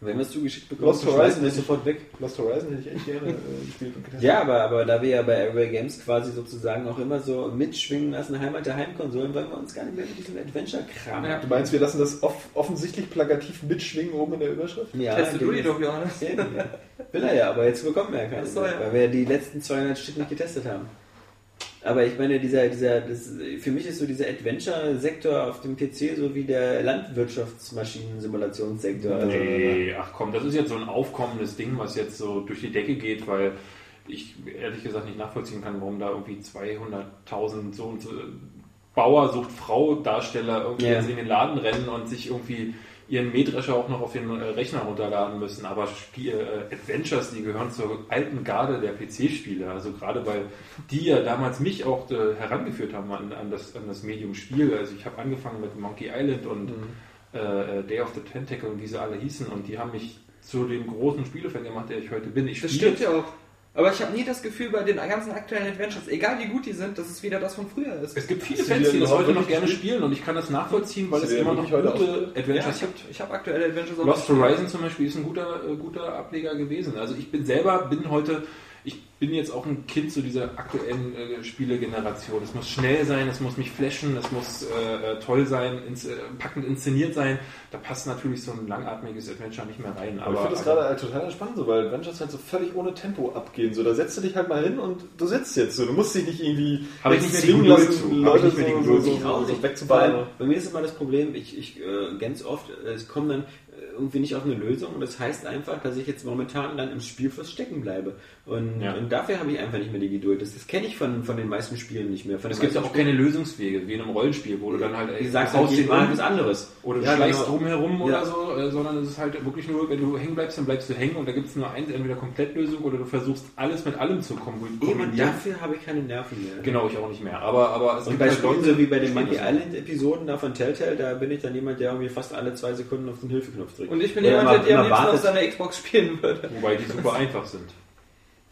[SPEAKER 5] Wenn wir es zugeschickt bekommen,
[SPEAKER 4] Lost Horizon
[SPEAKER 5] wir
[SPEAKER 4] ist
[SPEAKER 5] es sofort weg.
[SPEAKER 4] Lost Horizon hätte ich echt gerne äh, gespielt und getestet.
[SPEAKER 5] Ja, aber, aber da wir ja bei Airway Games quasi sozusagen auch immer so mitschwingen lassen, Heimat der Heimkonsolen, wollen wir uns gar nicht mehr mit diesem Adventure-Kram.
[SPEAKER 2] Ja.
[SPEAKER 4] Du meinst, wir lassen das off offensichtlich plakativ mitschwingen oben in der Überschrift?
[SPEAKER 5] Ja,
[SPEAKER 2] Teste du die
[SPEAKER 5] genau.
[SPEAKER 2] doch, Johannes.
[SPEAKER 5] Will er ja, aber jetzt bekommen wir ja keinen.
[SPEAKER 2] Ach so, ja.
[SPEAKER 5] Weil wir ja die letzten 200 Stück nicht getestet haben. Aber ich meine, dieser, dieser, das, für mich ist so dieser Adventure-Sektor auf dem PC so wie der Landwirtschaftsmaschinen-Simulationssektor. Also,
[SPEAKER 3] Nee, ach komm, das ist jetzt so ein aufkommendes Ding, was jetzt so durch die Decke geht, weil ich ehrlich gesagt nicht nachvollziehen kann, warum da irgendwie 200.000 so und so Bauer sucht Frau Darsteller irgendwie
[SPEAKER 5] Ja.
[SPEAKER 3] jetzt in den Laden rennen und sich irgendwie ihren Mähdrescher auch noch auf den äh, Rechner runterladen müssen. Aber Spiel, äh, Adventures, die gehören zur alten Garde der PC-Spiele. Also gerade weil die ja damals mich auch äh, herangeführt haben an, an, das, an das Medium Spiel. Also ich habe angefangen mit Monkey Island und äh, äh, Day of the Tentacle und wie sie alle hießen und die haben mich zu dem großen Spielefan gemacht, der ich heute bin. Ich
[SPEAKER 2] Das
[SPEAKER 3] spiele-
[SPEAKER 2] stimmt ja auch. Aber ich habe nie das Gefühl bei den ganzen aktuellen Adventures, egal wie gut die sind, dass es wieder das von früher ist.
[SPEAKER 3] Es gibt viele
[SPEAKER 4] Hast du
[SPEAKER 3] Fans,
[SPEAKER 4] die
[SPEAKER 3] die das
[SPEAKER 4] denn
[SPEAKER 3] heute noch
[SPEAKER 4] überhaupt
[SPEAKER 3] gerne
[SPEAKER 4] wirklich
[SPEAKER 3] spielen und ich kann das nachvollziehen, weil
[SPEAKER 4] Hast
[SPEAKER 3] es
[SPEAKER 4] du die
[SPEAKER 3] immer noch
[SPEAKER 4] wirklich
[SPEAKER 3] gute
[SPEAKER 4] heute
[SPEAKER 2] Ja,
[SPEAKER 3] Adventures
[SPEAKER 2] ich habe
[SPEAKER 3] gibt.
[SPEAKER 2] ich hab aktuelle Adventures auch
[SPEAKER 3] Lost Horizon zum Beispiel ist ein guter, äh, guter Ableger gewesen. Also ich bin selber bin heute, ich bin jetzt auch ein Kind zu dieser aktuellen äh, Spielegeneration. Es muss schnell sein, es muss mich flashen, es muss äh, äh, toll sein, ins, äh, packend inszeniert sein. Da passt natürlich so ein langatmiges Adventure nicht mehr
[SPEAKER 4] Aber ich
[SPEAKER 3] rein. Aber, also
[SPEAKER 4] finde das gerade halt total entspannt, so, weil Adventures halt so völlig ohne Tempo abgehen. So, da setzt du dich halt mal hin und du sitzt jetzt so. Du musst dich nicht irgendwie
[SPEAKER 3] Hab ich nicht mehr die
[SPEAKER 4] zwingen
[SPEAKER 3] Geduld
[SPEAKER 4] lassen,
[SPEAKER 3] zu. Hab
[SPEAKER 4] Leute
[SPEAKER 3] ich nicht mehr die
[SPEAKER 4] so, so,
[SPEAKER 3] Geduld zu.
[SPEAKER 4] so, so
[SPEAKER 5] Traurig. Vor allem,
[SPEAKER 4] wegzuballern.
[SPEAKER 5] bei mir ist immer das Problem, ich, ich äh, ganz oft, äh, es kommen dann äh, irgendwie nicht auf eine Lösung. Und das heißt einfach, dass ich jetzt momentan dann im Spielfluss stecken bleibe. Und,
[SPEAKER 3] Ja.
[SPEAKER 5] und dafür habe ich einfach nicht mehr die Geduld. Das, das kenne ich von, von den meisten Spielen nicht mehr. Von den
[SPEAKER 3] Es gibt
[SPEAKER 5] meisten
[SPEAKER 3] auch keine Lösungswege, wie in einem Rollenspiel, wo du dann halt
[SPEAKER 5] Spielen,
[SPEAKER 3] ey,
[SPEAKER 5] die sagst,
[SPEAKER 3] haust
[SPEAKER 5] halt,
[SPEAKER 3] den
[SPEAKER 5] geh mal
[SPEAKER 3] um
[SPEAKER 5] was anderes.
[SPEAKER 3] oder du
[SPEAKER 5] Ja,
[SPEAKER 3] schleichst
[SPEAKER 5] genau.
[SPEAKER 3] drumherum
[SPEAKER 5] Ja.
[SPEAKER 3] oder so, äh, sondern es ist halt wirklich nur, wenn du hängen bleibst, dann bleibst du hängen und da gibt es nur eins, entweder Komplettlösung oder du versuchst alles mit allem zu kombi-
[SPEAKER 5] Eben, und
[SPEAKER 3] kombinieren.
[SPEAKER 5] dafür habe ich keine Nerven mehr.
[SPEAKER 3] Genau, ich auch nicht mehr. Aber, aber es
[SPEAKER 5] Und bei
[SPEAKER 3] halt
[SPEAKER 5] Spielen, so wie bei den
[SPEAKER 3] die
[SPEAKER 5] Monkey
[SPEAKER 3] spielen das.
[SPEAKER 5] Island Episoden da von Telltale, da bin ich dann jemand, der irgendwie fast alle zwei Sekunden auf den Hilfeknopf drückt.
[SPEAKER 2] Und ich bin
[SPEAKER 5] Oder
[SPEAKER 2] jemand,
[SPEAKER 5] mal-
[SPEAKER 2] der die am
[SPEAKER 5] mal
[SPEAKER 2] liebsten auf
[SPEAKER 5] wartet.
[SPEAKER 2] seiner Xbox spielen würde.
[SPEAKER 3] Wobei die super einfach sind.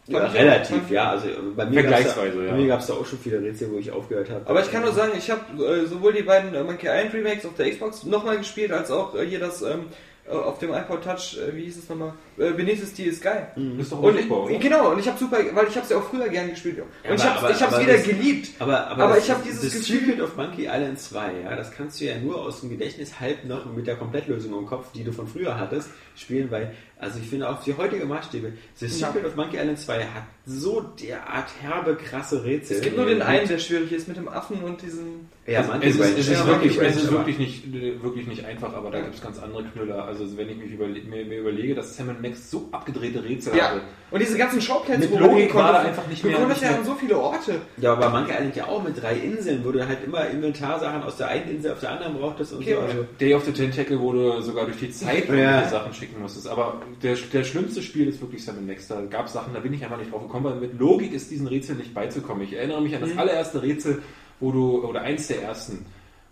[SPEAKER 5] Ja,
[SPEAKER 2] Fand ich-
[SPEAKER 5] relativ, ja. Also bei mir
[SPEAKER 3] Vergleichsweise,
[SPEAKER 5] gab's da,
[SPEAKER 3] ja.
[SPEAKER 5] Bei mir gab es da auch schon viele Rätsel, wo ich aufgehört habe.
[SPEAKER 2] Aber ich kann nur sagen, ich habe äh, sowohl die beiden äh, Monkey Island Remakes auf der Xbox nochmal gespielt, als auch äh, hier das ähm, äh, auf dem iPod Touch, äh, wie hieß es nochmal? Äh, Benitez die Sky.
[SPEAKER 3] Das ist doch
[SPEAKER 2] Und
[SPEAKER 3] Mhm. super, oder?
[SPEAKER 2] ich, genau, und ich habe super, weil ich habe es ja auch früher gerne gespielt. Und
[SPEAKER 5] Ja,
[SPEAKER 2] ich
[SPEAKER 5] aber-
[SPEAKER 2] habe
[SPEAKER 5] aber-
[SPEAKER 2] ich hab's
[SPEAKER 5] aber
[SPEAKER 2] wieder
[SPEAKER 5] das-
[SPEAKER 2] geliebt.
[SPEAKER 5] aber,
[SPEAKER 2] aber
[SPEAKER 5] das-
[SPEAKER 2] ich habe dieses
[SPEAKER 5] das
[SPEAKER 2] Gefühl-
[SPEAKER 5] Secret of Monkey Island 2, ja, das kannst du ja nur aus dem Gedächtnis halb noch mit der Komplettlösung im Kopf, die du von früher hattest, spielen, weil, also ich finde auch die heutige Maßstäbe, The Secret of Monkey Island 2 hat so derart herbe, krasse Rätsel.
[SPEAKER 2] Es gibt nur den einen, der schwierig ist mit dem Affen und diesem.
[SPEAKER 5] Ja,
[SPEAKER 3] Es-
[SPEAKER 5] Monkey
[SPEAKER 3] es, ist,
[SPEAKER 5] Ranch,
[SPEAKER 3] es,
[SPEAKER 5] ja,
[SPEAKER 3] ist
[SPEAKER 5] Monkey
[SPEAKER 3] wirklich, es
[SPEAKER 5] Ranch,
[SPEAKER 3] ist
[SPEAKER 5] aber-
[SPEAKER 3] wirklich nicht, äh, wirklich nicht einfach, aber da gibt es ganz andere Knüller. Also wenn ich mich überle mir, mir überlege, dass Sam Max so abgedrehte Rätsel hatte.
[SPEAKER 2] Und diese ganzen Schauplätze,
[SPEAKER 3] Mit
[SPEAKER 2] wo man
[SPEAKER 3] Logik
[SPEAKER 2] hin konnte.
[SPEAKER 3] war da einfach nicht
[SPEAKER 2] Wir
[SPEAKER 3] mehr-
[SPEAKER 2] konnten
[SPEAKER 3] nicht
[SPEAKER 2] ja
[SPEAKER 3] mehr-
[SPEAKER 2] an so viele Orte.
[SPEAKER 5] Ja, aber Monkey Island ja auch mit drei Inseln, wo du halt immer Inventarsachen aus der einen Insel auf der anderen brauchtest und
[SPEAKER 2] Okay,
[SPEAKER 5] so.
[SPEAKER 2] aber-
[SPEAKER 5] Also,
[SPEAKER 3] Day of the Tentacle, wo du sogar durch die Zeit
[SPEAKER 5] Ja.
[SPEAKER 3] irgendwelche Sachen schicken musstest. Aber der, der schlimmste Spiel ist wirklich Sam Max. Da gab es Sachen, da bin ich einfach nicht drauf gekommen, weil mit Logik ist diesen Rätseln nicht beizukommen. Ich erinnere mich an das allererste Rätsel, wo du, oder eins der ersten,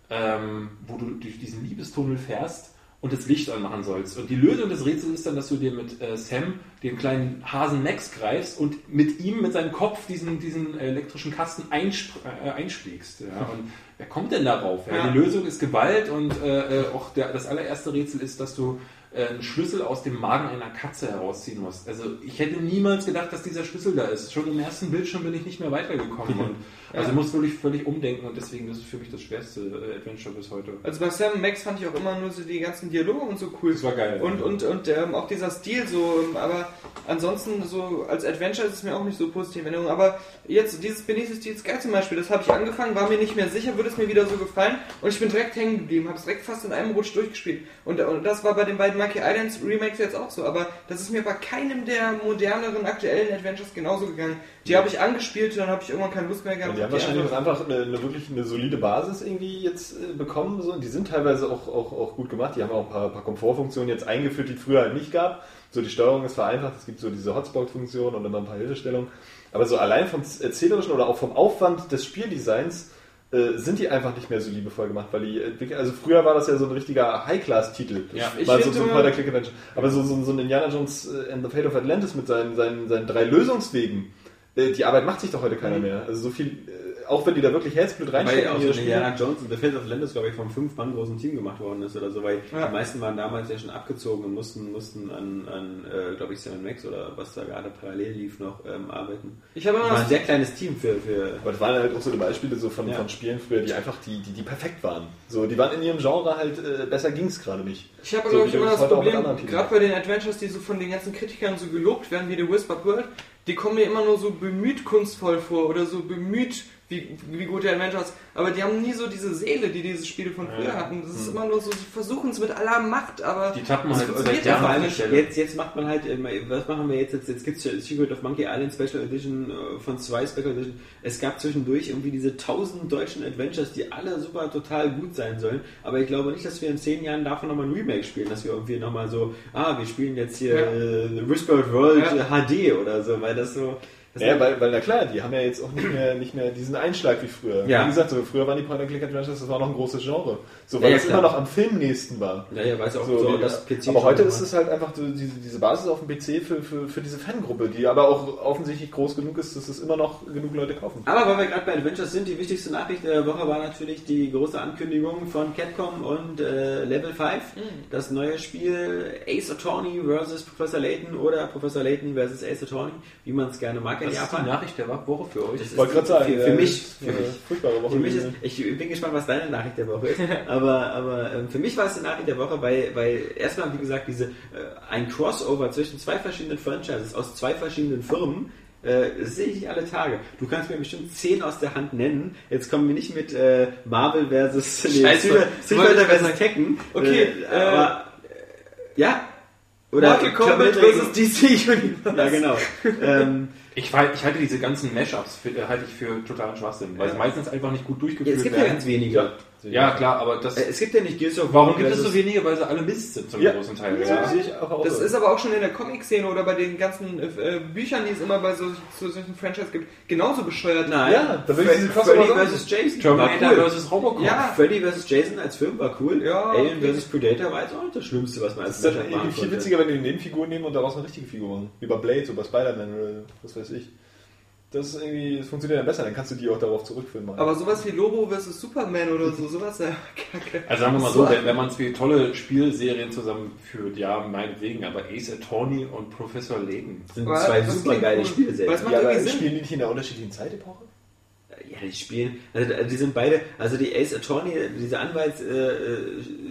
[SPEAKER 3] ähm, wo du durch diesen Liebestunnel fährst und das Licht anmachen sollst. Und die Lösung des Rätsels ist dann, dass du dir mit äh, Sam, dem kleinen Hasen Max, greifst und mit ihm, mit seinem Kopf, diesen, diesen elektrischen Kasten einspr- äh, einschlägst. Ja? Und wer kommt denn darauf? Ja?
[SPEAKER 2] Ja.
[SPEAKER 3] Die Lösung ist Gewalt und äh, äh, auch der, das allererste Rätsel ist, dass du äh, einen Schlüssel aus dem Magen einer Katze herausziehen musst. Also ich hätte niemals gedacht, dass dieser Schlüssel da ist. Schon im ersten Bildschirm bin ich nicht mehr weitergekommen. Und, Also muss wirklich völlig umdenken und deswegen das ist für mich das schwerste äh, Adventure bis heute.
[SPEAKER 2] Also bei Sam Max fand ich auch immer nur so die ganzen Dialoge und so cool.
[SPEAKER 3] Das war geil.
[SPEAKER 2] Und, und, und ähm, auch dieser Stil so, ähm, aber ansonsten so als Adventure ist es mir auch nicht so positiv in Erinnerung. Aber jetzt, dieses Beneath the Steel Sky zum Beispiel, das habe ich angefangen, war mir nicht mehr sicher, würde es mir wieder so gefallen und ich bin direkt hängen geblieben, habe es direkt fast in einem Rutsch durchgespielt. Und, äh, und das war bei den beiden Monkey Islands Remakes jetzt auch so, aber das ist mir bei keinem der moderneren, aktuellen Adventures genauso gegangen. Die habe ich angespielt, dann habe ich irgendwann keine Lust mehr
[SPEAKER 4] Ja,
[SPEAKER 2] gehabt.
[SPEAKER 4] die haben
[SPEAKER 2] Die
[SPEAKER 4] wahrscheinlich
[SPEAKER 2] anderen-
[SPEAKER 4] auch einfach eine, eine wirklich eine solide Basis irgendwie jetzt äh, bekommen. So. Die sind teilweise auch, auch, auch gut gemacht. Die haben auch ein paar, paar Komfortfunktionen jetzt eingeführt, die es früher halt nicht gab. So die Steuerung ist vereinfacht. Es gibt so diese Hotspot-Funktion und immer ein paar Hilfestellungen. Aber so allein vom erzählerischen oder auch vom Aufwand des Spieldesigns äh, sind die einfach nicht mehr so liebevoll gemacht, weil die Entwickler, also früher war das ja so ein richtiger High-Class-Titel.
[SPEAKER 3] Ja,
[SPEAKER 2] ich
[SPEAKER 4] mal so
[SPEAKER 2] finde
[SPEAKER 4] zum
[SPEAKER 2] immer-
[SPEAKER 4] Point Click Adventure. Aber so, so, so ein Indiana Jones äh, and the Fate of Atlantis mit seinen, seinen, seinen drei Lösungswegen, äh, die Arbeit macht sich doch heute keiner mehr. Also so viel, äh, auch wenn die da wirklich Herzblut
[SPEAKER 5] weil
[SPEAKER 4] reinstecken
[SPEAKER 5] auch so
[SPEAKER 4] in
[SPEAKER 5] eine
[SPEAKER 4] ihre Spiele.
[SPEAKER 5] Indiana Jones und The Fate of Landis, glaube ich, vom fünf Mann großen Team gemacht worden ist oder so, weil
[SPEAKER 2] Ja.
[SPEAKER 5] die meisten waren damals ja schon abgezogen und mussten, mussten an, an äh, glaube ich, Seven Max oder was da gerade parallel lief noch ähm, arbeiten.
[SPEAKER 2] Ich habe immer
[SPEAKER 5] War ein
[SPEAKER 2] das
[SPEAKER 5] sehr kleines Team für, für
[SPEAKER 4] Aber das waren halt auch so die Beispiele so von, von Spielen früher, die einfach, die, die, die perfekt waren. So, die waren in ihrem Genre halt, äh, besser ging's gerade nicht.
[SPEAKER 2] Ich habe,
[SPEAKER 4] So
[SPEAKER 2] glaube
[SPEAKER 4] wie
[SPEAKER 2] ich,
[SPEAKER 4] du
[SPEAKER 2] immer
[SPEAKER 4] das
[SPEAKER 2] das
[SPEAKER 4] heute auch mit
[SPEAKER 2] Problem,
[SPEAKER 4] anderen Titeln
[SPEAKER 2] gerade bei den Adventures, die so von den ganzen Kritikern so gelobt werden, wie The Whispered World, die kommen mir immer nur so bemüht kunstvoll vor oder so bemüht, wie, wie gute Adventures. Aber die haben nie so diese Seele, die diese Spiele von früher hatten. Das ist
[SPEAKER 5] Hm.
[SPEAKER 2] immer nur so, sie versuchen es mit aller Macht, aber
[SPEAKER 3] Die tappen
[SPEAKER 2] es
[SPEAKER 3] halt
[SPEAKER 2] funktioniert
[SPEAKER 3] seit Jahren
[SPEAKER 2] einfach
[SPEAKER 3] auf die
[SPEAKER 2] nicht.
[SPEAKER 3] Stelle.
[SPEAKER 5] Jetzt, jetzt macht man halt, immer- was machen wir jetzt? Jetzt, jetzt gibt es Secret of Monkey Island Special Edition äh, von zwei Special Edition. Es gab zwischendurch irgendwie diese tausend deutschen Adventures, die alle super total gut sein sollen. Aber ich glaube nicht, dass wir in zehn Jahren davon nochmal ein Remake spielen, dass wir irgendwie nochmal so, ah, wir spielen jetzt hier
[SPEAKER 2] Ja.
[SPEAKER 5] äh, The Whispered World
[SPEAKER 2] Ja.
[SPEAKER 5] HD oder so, weil das so. Das
[SPEAKER 4] Ja, weil, weil na klar, die haben ja jetzt auch nicht mehr, nicht mehr diesen Einschlag wie früher.
[SPEAKER 5] Ja.
[SPEAKER 4] Wie gesagt, so, früher waren die Point-and-Click-Adventures, das war noch ein großes Genre. So,
[SPEAKER 5] Ja,
[SPEAKER 4] weil
[SPEAKER 5] ja,
[SPEAKER 4] es
[SPEAKER 5] klar.
[SPEAKER 4] immer noch am Film nächsten war.
[SPEAKER 5] ja, ja, weiß auch
[SPEAKER 4] So,
[SPEAKER 5] so,
[SPEAKER 4] wie,
[SPEAKER 5] das PC.
[SPEAKER 4] aber
[SPEAKER 5] schon
[SPEAKER 4] heute
[SPEAKER 5] gemacht.
[SPEAKER 4] ist es halt einfach so diese, diese Basis auf dem PC für, für, für diese Fangruppe, die aber auch offensichtlich groß genug ist, dass es immer noch genug Leute kaufen.
[SPEAKER 5] Aber weil wir gerade bei Adventures sind, die wichtigste Nachricht der Woche war natürlich die große Ankündigung von Capcom und äh, Level 5. Das neue Spiel Ace Attorney vs. Professor Layton oder Professor Layton vs. Ace Attorney, wie man es gerne mag in
[SPEAKER 3] Das ist die
[SPEAKER 5] Japan.
[SPEAKER 3] Nachricht der Woche für euch.
[SPEAKER 5] Das
[SPEAKER 4] Ich wollte gerade sagen,
[SPEAKER 5] für,
[SPEAKER 4] äh,
[SPEAKER 5] für mich, für
[SPEAKER 4] äh,
[SPEAKER 5] mich.
[SPEAKER 4] furchtbare Woche.
[SPEAKER 5] Für mich ist, ich bin gespannt, was deine Nachricht der Woche ist. Aber, aber ähm, für mich war es die Nachricht der Woche, weil, weil erstmal, wie gesagt, diese, äh, ein Crossover zwischen zwei verschiedenen Franchises aus zwei verschiedenen Firmen. Äh, das sehe ich nicht alle Tage. Du kannst mir bestimmt zehn aus der Hand nennen. Jetzt kommen wir nicht mit äh, Marvel versus
[SPEAKER 2] Scheiße.
[SPEAKER 5] Street
[SPEAKER 2] Wollte ich
[SPEAKER 5] Fighter
[SPEAKER 2] gerade
[SPEAKER 5] versus Tekken.
[SPEAKER 2] Okay,
[SPEAKER 5] äh, aber Ja. Oder
[SPEAKER 2] Mortal Kombat
[SPEAKER 5] Terminator
[SPEAKER 2] vs. DC Universe.
[SPEAKER 5] Ja, genau. ähm,
[SPEAKER 3] Ich, war- ich halte diese ganzen Mashups für, äh, halte ich für totalen Schwachsinn, weil sie meistens einfach nicht gut
[SPEAKER 5] ja, es
[SPEAKER 3] durchgeführt
[SPEAKER 5] gibt ja
[SPEAKER 3] werden.
[SPEAKER 5] ganz wenige.
[SPEAKER 3] Ja, klar, aber das.
[SPEAKER 5] Äh, Es gibt ja nicht Gears of
[SPEAKER 3] warum
[SPEAKER 5] War
[SPEAKER 3] gibt es
[SPEAKER 5] versus-
[SPEAKER 3] so wenige? Weil sie alle Mist sind zum
[SPEAKER 4] Ja.
[SPEAKER 3] großen Teil.
[SPEAKER 4] So sehe ich auch aus.
[SPEAKER 2] Das ist aber auch schon in der Comic-Szene oder bei den ganzen äh, äh, Büchern, die es immer bei so, so solchen Franchises gibt, genauso bescheuert.
[SPEAKER 5] Nein.
[SPEAKER 4] ja, da würde ich diese
[SPEAKER 5] Freddy
[SPEAKER 4] Crossover
[SPEAKER 5] vs. Jason
[SPEAKER 3] Terminator
[SPEAKER 5] war cool.
[SPEAKER 3] vs. Robocop.
[SPEAKER 2] Ja.
[SPEAKER 5] Freddy vs. Jason als Film war cool.
[SPEAKER 2] Ja.
[SPEAKER 5] Alien vs. Predator war jetzt auch nicht das Schlimmste, was man als
[SPEAKER 4] Also, Das ist
[SPEAKER 5] Menschheit
[SPEAKER 4] dann
[SPEAKER 5] machen
[SPEAKER 4] viel
[SPEAKER 5] konnte.
[SPEAKER 4] witziger, wenn die Nebenfiguren nehmen und daraus eine richtige Figur machen. Wie bei Blade, so bei Spider-Man oder was weiß ich. Das ist irgendwie, das funktioniert dann besser, dann kannst du die auch darauf zurückführen. Machen.
[SPEAKER 2] Aber sowas wie Lobo vs. Superman oder so, sowas, ja, kacke.
[SPEAKER 3] Also sagen wir mal so, wenn, wenn man es wie tolle Spielserien zusammenführt, ja, meinetwegen, aber Ace Attorney und Professor Layton.
[SPEAKER 5] Das sind
[SPEAKER 2] Aber
[SPEAKER 5] zwei
[SPEAKER 2] das
[SPEAKER 5] super geile
[SPEAKER 2] klingt cool.
[SPEAKER 5] Spielserien.
[SPEAKER 2] Weiß man-
[SPEAKER 4] ja,
[SPEAKER 2] macht
[SPEAKER 4] aber
[SPEAKER 2] irgendwie Sinn.
[SPEAKER 4] spielen die nicht in einer unterschiedlichen Zeitepoche?
[SPEAKER 5] Ja, die spielen, also die sind beide, also die Ace Attorney, diese Anwalt äh, äh,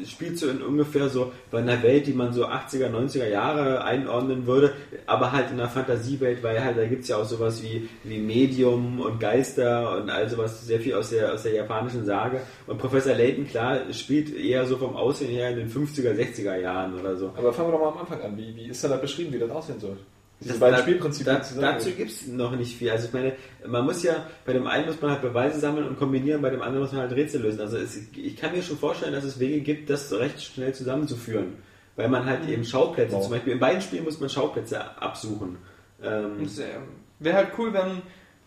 [SPEAKER 5] spielt so in ungefähr so bei einer Welt, die man so 80er, 90er Jahre einordnen würde, aber halt in einer Fantasiewelt, weil halt da gibt's ja auch sowas wie, wie Medium und Geister und all sowas, sehr viel aus der, aus der japanischen Sage. Und Professor Layton, klar, spielt eher so vom Aussehen her in den 50er, 60er Jahren oder so.
[SPEAKER 4] Aber fangen wir doch mal am Anfang an. Wie, wie ist denn da beschrieben, wie das aussehen soll? Diese
[SPEAKER 5] Das-
[SPEAKER 4] beiden
[SPEAKER 5] da-
[SPEAKER 4] Spielprinzipien
[SPEAKER 5] da, Dazu gibt es noch nicht viel. Also ich meine, man muss ja, bei dem einen muss man halt Beweise sammeln und kombinieren, bei dem anderen muss man halt Rätsel lösen. Also es, ich kann mir schon vorstellen, dass es Wege gibt, das recht schnell zusammenzuführen. Weil man
[SPEAKER 2] Mhm.
[SPEAKER 5] halt eben Schauplätze,
[SPEAKER 4] Wow.
[SPEAKER 5] zum Beispiel in beiden Spielen muss man Schauplätze absuchen. Ähm,
[SPEAKER 2] Wäre halt cool, wenn,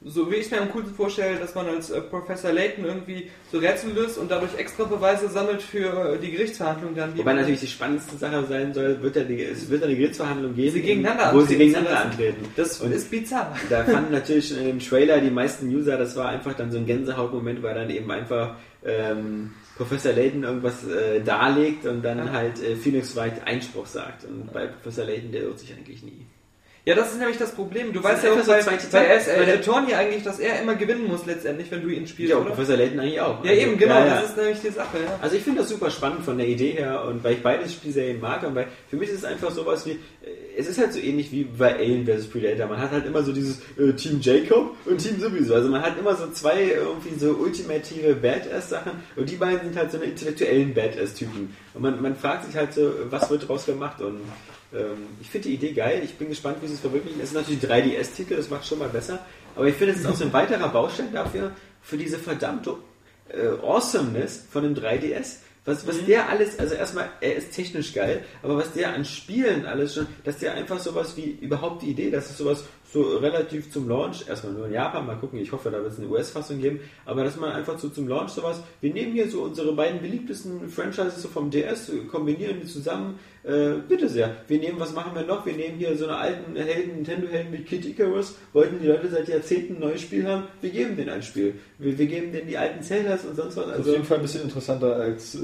[SPEAKER 2] so wie ich mir am coolsten vorstelle, dass man als äh, Professor Layton irgendwie so Rätsel löst und dadurch extra Beweise sammelt für äh, die Gerichtsverhandlung dann. die-
[SPEAKER 5] wobei natürlich die spannendste Sache sein soll, wird ja die, es wird ja eine Gerichtsverhandlung geben,
[SPEAKER 2] Sie gegeneinander
[SPEAKER 5] wo sie
[SPEAKER 2] antreten
[SPEAKER 5] gegeneinander
[SPEAKER 2] zu lassen.
[SPEAKER 5] antreten.
[SPEAKER 2] das
[SPEAKER 5] und-
[SPEAKER 2] ist bizarr.
[SPEAKER 5] Da fanden natürlich schon in dem Trailer die meisten User, das war einfach dann so ein Gänsehautmoment, weil dann eben einfach ähm, Professor Layton irgendwas äh, darlegt und dann halt äh, Phoenix Wright Einspruch sagt. Und bei Professor Layton, der irrt sich eigentlich nie.
[SPEAKER 2] Ja, das ist nämlich das Problem. Du
[SPEAKER 5] Das
[SPEAKER 2] weißt
[SPEAKER 5] sind
[SPEAKER 2] ja auch
[SPEAKER 5] einfach so
[SPEAKER 2] bei,
[SPEAKER 5] zwei
[SPEAKER 2] bei,
[SPEAKER 5] Titanen.
[SPEAKER 2] S- äh, bei Tony eigentlich, dass er immer gewinnen muss letztendlich, wenn du ihn spielst,
[SPEAKER 5] Ja, und
[SPEAKER 2] oder?
[SPEAKER 5] Professor Layton eigentlich auch.
[SPEAKER 2] Ja,
[SPEAKER 5] Also,
[SPEAKER 2] eben, genau,
[SPEAKER 5] ja, ja.
[SPEAKER 2] das ist nämlich die Sache, ja.
[SPEAKER 5] Also ich finde das super spannend von der Idee her und weil ich beide Spielserien mag und weil für mich ist es einfach sowas wie, äh, es ist halt so ähnlich wie bei Alien vs. Predator. Man hat halt immer so dieses äh, Team Jacob und Team sowieso. Also man hat immer so zwei irgendwie so ultimative Badass-Sachen und die beiden sind halt so eine intellektuellen Badass-Typen. Und man, man fragt sich halt so, was wird draus gemacht und ähm, ich finde die Idee geil. Ich bin gespannt, wie sie es verwirklichen. Es ist natürlich ein 3DS-Titel, das macht schon mal besser. Aber ich finde, es ist auch so ein weiterer Baustein dafür, für diese verdammte äh, Awesomeness von dem 3DS. Was, was der alles, also erstmal, er ist technisch geil, aber was der an Spielen alles schon, dass der einfach sowas wie überhaupt die Idee, dass es sowas so relativ zum Launch, erstmal nur in Japan, mal gucken, ich hoffe, da wird es eine US-Fassung geben, aber dass man einfach so zum Launch sowas, wir nehmen hier so unsere beiden beliebtesten Franchises so vom DS, kombinieren die zusammen, äh, bitte sehr, wir nehmen, was machen wir noch, wir nehmen hier so einen alten Helden, Nintendo-Helden wie Kid Icarus, wollten die Leute seit Jahrzehnten ein neues Spiel haben, wir geben denen ein Spiel, wir, wir geben denen die alten Zeldas und sonst was,
[SPEAKER 4] Auf
[SPEAKER 5] also
[SPEAKER 4] jeden Fall ein bisschen interessanter, als äh,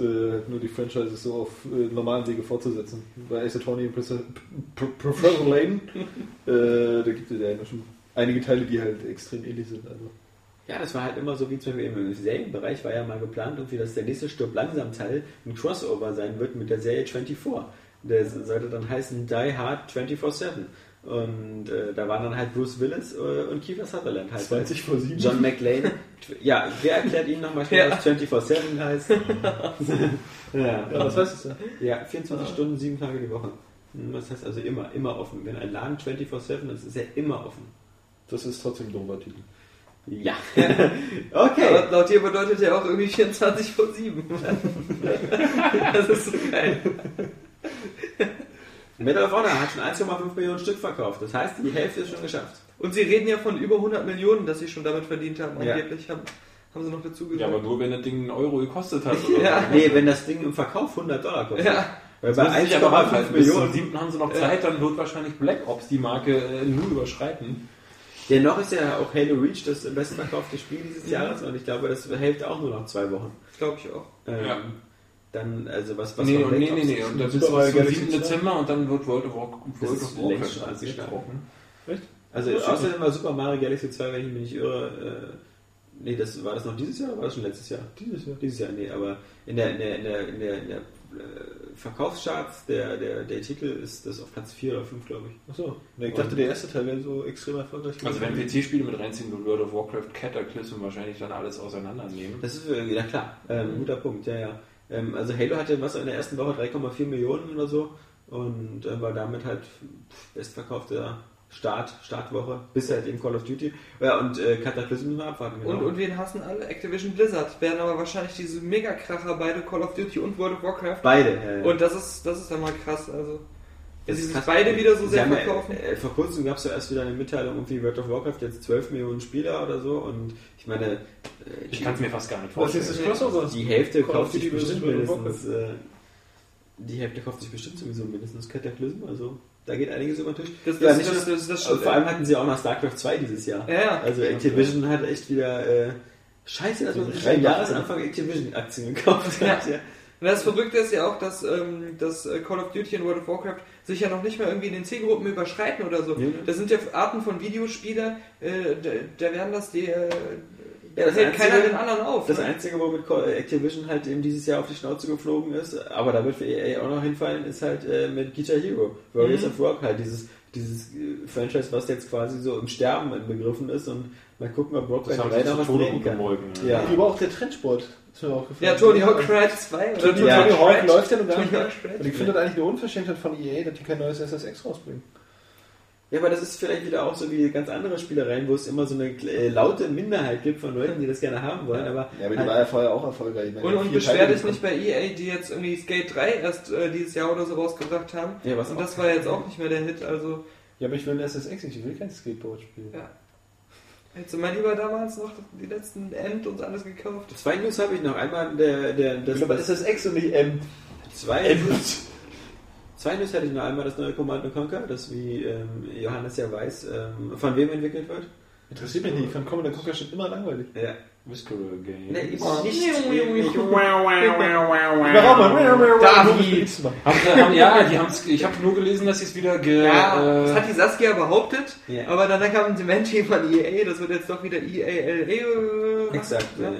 [SPEAKER 4] nur die Franchises so auf äh, normalen Wege fortzusetzen. Bei Ace Attorney und Professor P- Professor Layton, äh, da gibt es ja schon einige Teile, die halt extrem ähnlich sind. Also.
[SPEAKER 5] Ja, das war halt immer so wie zum Beispiel im Serienbereich war ja mal geplant, irgendwie, dass der nächste Stirb langsam Teil ein Crossover sein wird mit der Serie 24. Der sollte dann heißen Die Hard 24-7. Und äh, da waren dann halt Bruce Willis äh, und Kiefer Sutherland halt.
[SPEAKER 4] 20 vor 7.
[SPEAKER 5] John McLean. Ja, wer erklärt Ihnen nochmal schnell, was 24-7 heißt? ja.
[SPEAKER 4] Ja, was heißt das denn?
[SPEAKER 5] Ja, 24 Stunden, sieben Tage die Woche. Hm, Das heißt also immer, immer offen. Wenn ein Laden 24-7 ist, ist er immer offen.
[SPEAKER 4] Das ist trotzdem ein doofer Titel.
[SPEAKER 5] Ja. okay.
[SPEAKER 2] Aber laut dir bedeutet ja auch irgendwie 24 vor 7. das ist so geil.
[SPEAKER 5] Medal of Honor hat schon 1,5 Millionen Stück verkauft. Das heißt, die Hälfte ist schon geschafft.
[SPEAKER 2] Und sie reden ja von über 100 Millionen, dass sie schon damit verdient haben.
[SPEAKER 5] Ja.
[SPEAKER 2] Angeblich haben, haben sie noch dazu
[SPEAKER 3] Ja,
[SPEAKER 2] gesagt.
[SPEAKER 3] aber nur wenn das Ding einen Euro gekostet hat.
[SPEAKER 2] Ja.
[SPEAKER 5] Nee, wenn das Ding im Verkauf 100 Dollar kostet.
[SPEAKER 2] Ja.
[SPEAKER 5] Weil bei 1,5
[SPEAKER 3] Bei bis zum
[SPEAKER 5] Millionen.
[SPEAKER 3] 7. haben sie noch Zeit, dann wird wahrscheinlich Black Ops die Marke äh, nur überschreiten.
[SPEAKER 5] Dennoch ist ja auch Halo Reach das bestverkaufte Spiel dieses Jahres und ich glaube, das hält auch nur noch zwei Wochen.
[SPEAKER 2] glaube ich auch.
[SPEAKER 5] Ähm,
[SPEAKER 3] Ja.
[SPEAKER 5] Dann, also was, was
[SPEAKER 3] Nee,
[SPEAKER 5] noch
[SPEAKER 3] und nee,
[SPEAKER 5] Black
[SPEAKER 3] nee,
[SPEAKER 5] Ops
[SPEAKER 3] nee.
[SPEAKER 5] ist.
[SPEAKER 3] Und dann
[SPEAKER 4] Super
[SPEAKER 3] bis zum
[SPEAKER 4] Mario
[SPEAKER 3] 7.
[SPEAKER 4] Galaxy
[SPEAKER 3] Dezember und dann wird World of War-
[SPEAKER 5] Das
[SPEAKER 3] World
[SPEAKER 5] ist
[SPEAKER 3] of Warcraft
[SPEAKER 5] längst schon
[SPEAKER 3] ausgesprochen.
[SPEAKER 5] Also
[SPEAKER 4] Das ist
[SPEAKER 5] außerdem war Super Mario Galaxy 2, wenn ich mich nicht irre. Äh, nee, das, war das noch dieses Jahr oder war das schon letztes Jahr?
[SPEAKER 4] Dieses Jahr.
[SPEAKER 5] Dieses Jahr, nee, aber in der, in der, in der, in der, in der äh, Verkaufscharts, der, der, der Titel ist das auf Platz 4 oder 5, glaube ich.
[SPEAKER 4] Achso. Nee, ich dachte, der erste Teil wäre so extrem erfolgreich
[SPEAKER 3] Also wenn
[SPEAKER 4] gewesen.
[SPEAKER 3] PC-Spiele mit reinziehen, wird World of Warcraft Cataclysm wahrscheinlich dann alles auseinandernehmen.
[SPEAKER 5] Das ist, äh, ja
[SPEAKER 2] Mhm.
[SPEAKER 5] klar, ähm, guter Punkt, ja, ja. Ähm, also Halo hatte was in der ersten Woche 3,4 Millionen oder so und äh, war damit halt bestverkaufter Start, Startwoche, bis halt eben Call of Duty. Ja, und äh, Cataclysm müssen wir abwarten, genau.
[SPEAKER 2] Und, und wen hassen alle? Activision Blizzard werden aber wahrscheinlich diese Megakracher beide Call of Duty und World of Warcraft.
[SPEAKER 5] Beide. ja, ja.
[SPEAKER 2] Und das ist, das ist dann mal krass, also. Dass
[SPEAKER 5] Das
[SPEAKER 2] sie sich
[SPEAKER 5] kannst-
[SPEAKER 2] beide wieder so
[SPEAKER 5] Sie
[SPEAKER 2] sehr
[SPEAKER 5] haben ja,
[SPEAKER 2] verkaufen.
[SPEAKER 5] Äh, vor kurzem gab es ja erst wieder eine Mitteilung, irgendwie World of Warcraft jetzt 12 Millionen Spieler oder so. Und ich meine, äh,
[SPEAKER 3] Ich
[SPEAKER 5] die-
[SPEAKER 3] kann es mir fast gar nicht
[SPEAKER 4] Was
[SPEAKER 3] vorstellen.
[SPEAKER 4] ist das Crossover?
[SPEAKER 5] die Hälfte
[SPEAKER 4] Call
[SPEAKER 5] kauft
[SPEAKER 4] of
[SPEAKER 5] sich
[SPEAKER 4] Duty
[SPEAKER 5] bestimmt
[SPEAKER 4] versus World of
[SPEAKER 5] mindestens. Äh, die Hälfte kauft sich bestimmt sowieso mindestens Cataclysm. Also da geht einiges über den Tisch.
[SPEAKER 2] Das,
[SPEAKER 5] Ja,
[SPEAKER 2] das,
[SPEAKER 5] nicht
[SPEAKER 2] das, das,
[SPEAKER 5] nur-
[SPEAKER 2] das,
[SPEAKER 5] Aber vor allem hatten sie auch noch StarCraft 2 dieses Jahr.
[SPEAKER 2] Ja, ja.
[SPEAKER 5] Also Activision hat echt wieder. Äh, Scheiße, dass man sich am Jahresanfang Activision-Aktien gekauft hat. Ja.
[SPEAKER 2] Und das Verrückte ist ja auch, dass, ähm, dass äh, Call of Duty und World of Warcraft sich ja noch nicht mal irgendwie in den Zielgruppen überschreiten oder so.
[SPEAKER 5] Nee, nee.
[SPEAKER 2] Das sind ja Arten von Videospieler, äh, da, da werden das die. Äh, da
[SPEAKER 5] Ja, das
[SPEAKER 2] hält
[SPEAKER 5] Einzige-
[SPEAKER 2] keiner den anderen auf.
[SPEAKER 5] Das
[SPEAKER 2] ne?
[SPEAKER 5] Einzige, womit Call- Activision halt eben dieses Jahr auf die Schnauze geflogen ist, aber da wird für EA auch noch hinfallen, ist halt äh, mit Guitar Hero, Warriors of Rock halt dieses, dieses äh, Franchise, was jetzt quasi so im Sterben inbegriffen ist und mal gucken, ob Rock
[SPEAKER 3] Das haben
[SPEAKER 5] Band
[SPEAKER 3] sie
[SPEAKER 5] leider
[SPEAKER 3] zu
[SPEAKER 5] was
[SPEAKER 3] Tode
[SPEAKER 5] drehen kann.
[SPEAKER 3] umgemolken. ne?
[SPEAKER 5] Ja.
[SPEAKER 4] Über auch der Trendsport. Ist mir auch gefallen. Also,
[SPEAKER 2] ja, Tony Hawk Ride 2. oder?
[SPEAKER 4] Tony,
[SPEAKER 5] Ja.
[SPEAKER 4] Tony Hawk läuft ja noch gar
[SPEAKER 2] Tony
[SPEAKER 4] nicht mehr.
[SPEAKER 2] Hawk Ride.
[SPEAKER 4] Und ich finde das eigentlich eine Unverschämtheit von EA, dass die kein neues SSX rausbringen.
[SPEAKER 5] ja, aber das ist vielleicht wieder auch so wie ganz andere Spielereien, wo es immer so eine äh, laute Minderheit gibt von Leuten, die das gerne haben wollen, aber
[SPEAKER 4] Ja, aber die
[SPEAKER 5] halt,
[SPEAKER 4] war ja vorher auch erfolgreich. Ich meine,
[SPEAKER 2] Und, und
[SPEAKER 4] die Äh, vier
[SPEAKER 2] beschwer
[SPEAKER 4] Teile,
[SPEAKER 2] dich
[SPEAKER 4] die-
[SPEAKER 2] nicht bei EA, die jetzt irgendwie Skate 3 erst äh, dieses Jahr oder so rausgebracht haben.
[SPEAKER 5] Ja, was
[SPEAKER 2] und
[SPEAKER 5] auch-
[SPEAKER 2] das war jetzt auch nicht mehr der Hit, also
[SPEAKER 4] Ja, aber ich will ein SSX nicht, ich will kein Skateboard spielen.
[SPEAKER 2] Ja. hättest du mal lieber damals noch die letzten End und alles gekauft.
[SPEAKER 5] zwei News habe ich noch. Einmal der, der, das,
[SPEAKER 4] Ich will aber SSX und nicht M.
[SPEAKER 5] Zwei News, zwei News hatte ich noch einmal das neue Command and Conquer, das wie ähm, Johannes ja weiß, ähm, von wem entwickelt wird.
[SPEAKER 4] Interessiert mich nicht, ich fand Commodore Conquer schon immer langweilig.
[SPEAKER 5] Ja.
[SPEAKER 3] Whiskerer Game.
[SPEAKER 5] Nee, ist
[SPEAKER 2] Oh.
[SPEAKER 5] nicht.
[SPEAKER 4] Ich mach auch mal.
[SPEAKER 2] David.
[SPEAKER 3] Haben sie, haben, ja, die haben's, ich habe nur gelesen, dass sie es wieder ge,
[SPEAKER 2] Ja,
[SPEAKER 3] äh,
[SPEAKER 2] das hat die Saskia behauptet,
[SPEAKER 5] Ja.
[SPEAKER 2] aber dann kam ein Dementi von EA, das wird jetzt doch wieder E EALA.
[SPEAKER 5] Exakt. Ja.
[SPEAKER 2] Ja.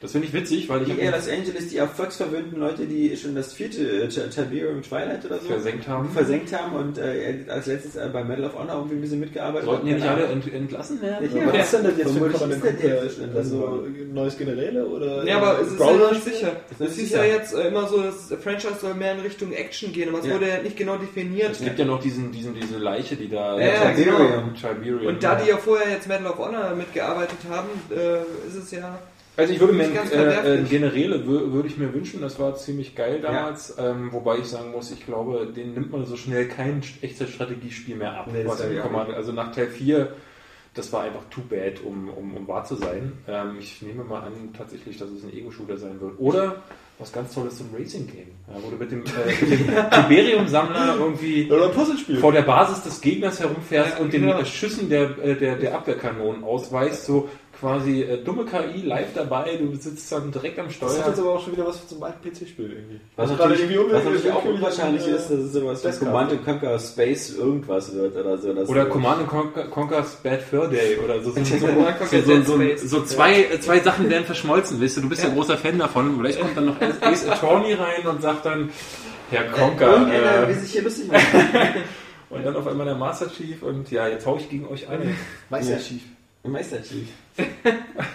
[SPEAKER 3] Das finde ich witzig, weil ich
[SPEAKER 5] Die eher
[SPEAKER 3] hab
[SPEAKER 5] Los Angeles, die erfolgsverwöhnten Leute, die schon das vierte äh, Ta- Tiberium Twilight oder so
[SPEAKER 3] versenkt haben.
[SPEAKER 5] versenkt haben und äh, als letztes äh, bei Medal of Honor irgendwie ein bisschen mitgearbeitet
[SPEAKER 3] Sollten die nicht alle
[SPEAKER 5] haben.
[SPEAKER 3] ent, entlassen werden?
[SPEAKER 5] Ja.
[SPEAKER 4] Was ist denn das jetzt für ein
[SPEAKER 5] Vermutlich
[SPEAKER 4] Commodore
[SPEAKER 5] ist der der-
[SPEAKER 4] Conquer?
[SPEAKER 5] also-
[SPEAKER 4] Also, neues Generäle oder
[SPEAKER 2] Ja, aber es ist ja
[SPEAKER 4] Browser?
[SPEAKER 2] nicht sicher.
[SPEAKER 5] ist nicht
[SPEAKER 2] Es hieß ja
[SPEAKER 5] sicher.
[SPEAKER 2] jetzt äh, immer so, das Franchise soll mehr in Richtung Action gehen, aber es
[SPEAKER 5] Ja.
[SPEAKER 2] wurde ja nicht genau definiert.
[SPEAKER 3] Es gibt ja noch diesen, diesen, diese Leiche, die da.
[SPEAKER 2] Ja,
[SPEAKER 5] genau.
[SPEAKER 3] Tiberium.
[SPEAKER 2] Und da die ja vorher jetzt Medal of Honor mitgearbeitet haben, äh, ist es ja.
[SPEAKER 3] Also ich würde mir
[SPEAKER 2] Ist ganz
[SPEAKER 3] äh, äh,
[SPEAKER 2] verwerflich.
[SPEAKER 3] Generäle wür- würde ich mir wünschen, das war ziemlich geil damals, ähm, wobei ich sagen muss, ich glaube, den nimmt man so schnell kein st- echtes Strategiespiel mehr ab.
[SPEAKER 5] Nee, das
[SPEAKER 3] was
[SPEAKER 5] glaub ich
[SPEAKER 3] im
[SPEAKER 5] auch
[SPEAKER 3] Command- also nach Teil 4, das war einfach too bad, um, um, um wahr zu sein. Ähm, ich nehme mal an tatsächlich, dass es ein Ego-Shooter sein wird. Oder was ganz Tolles zum Racing-Game. Ja, wo du mit dem, äh, mit dem Tiberium-Sammler irgendwie
[SPEAKER 4] Oder ein Puzzlespiel.
[SPEAKER 3] vor der Basis des Gegners herumfährst
[SPEAKER 2] Ja,
[SPEAKER 3] und den
[SPEAKER 2] genau.
[SPEAKER 3] äh, Schüssen der, äh, der, der Abwehrkanonen ausweichst, so quasi äh, dumme KI live dabei, du sitzt dann direkt am
[SPEAKER 4] Das hat
[SPEAKER 2] halt
[SPEAKER 3] Steuer.
[SPEAKER 4] jetzt aber auch schon wieder was zum alten PC-Spiel irgendwie.
[SPEAKER 5] Was
[SPEAKER 4] Gerade
[SPEAKER 5] natürlich,
[SPEAKER 4] irgendwie
[SPEAKER 5] was natürlich auch
[SPEAKER 4] unwillkürlich
[SPEAKER 5] unwahrscheinlich
[SPEAKER 4] an, äh,
[SPEAKER 5] ist, dass es sowas wie
[SPEAKER 4] Best
[SPEAKER 5] Command and Conquer Space irgendwas wird oder so. Das-
[SPEAKER 3] Oder Command and Conquer- Conquer's Bad Fur Day oder so. So, so, so,
[SPEAKER 2] Command and
[SPEAKER 3] so,
[SPEAKER 2] Conquer
[SPEAKER 3] so,
[SPEAKER 2] Dead
[SPEAKER 3] so,
[SPEAKER 2] Space.
[SPEAKER 3] so zwei, äh, zwei Sachen werden verschmolzen, weißt du, du bist ja ein großer Fan davon. Vielleicht kommt dann noch Ace Attorney rein und sagt dann, Herr Conker.
[SPEAKER 5] Irgendeiner will
[SPEAKER 3] Äh,
[SPEAKER 5] sich hier lustig machen.
[SPEAKER 3] und dann auf einmal der Master Chief und ja, jetzt hau ich gegen euch an.
[SPEAKER 4] Weiß
[SPEAKER 5] Ja.
[SPEAKER 4] ja schief.
[SPEAKER 5] Meistertief.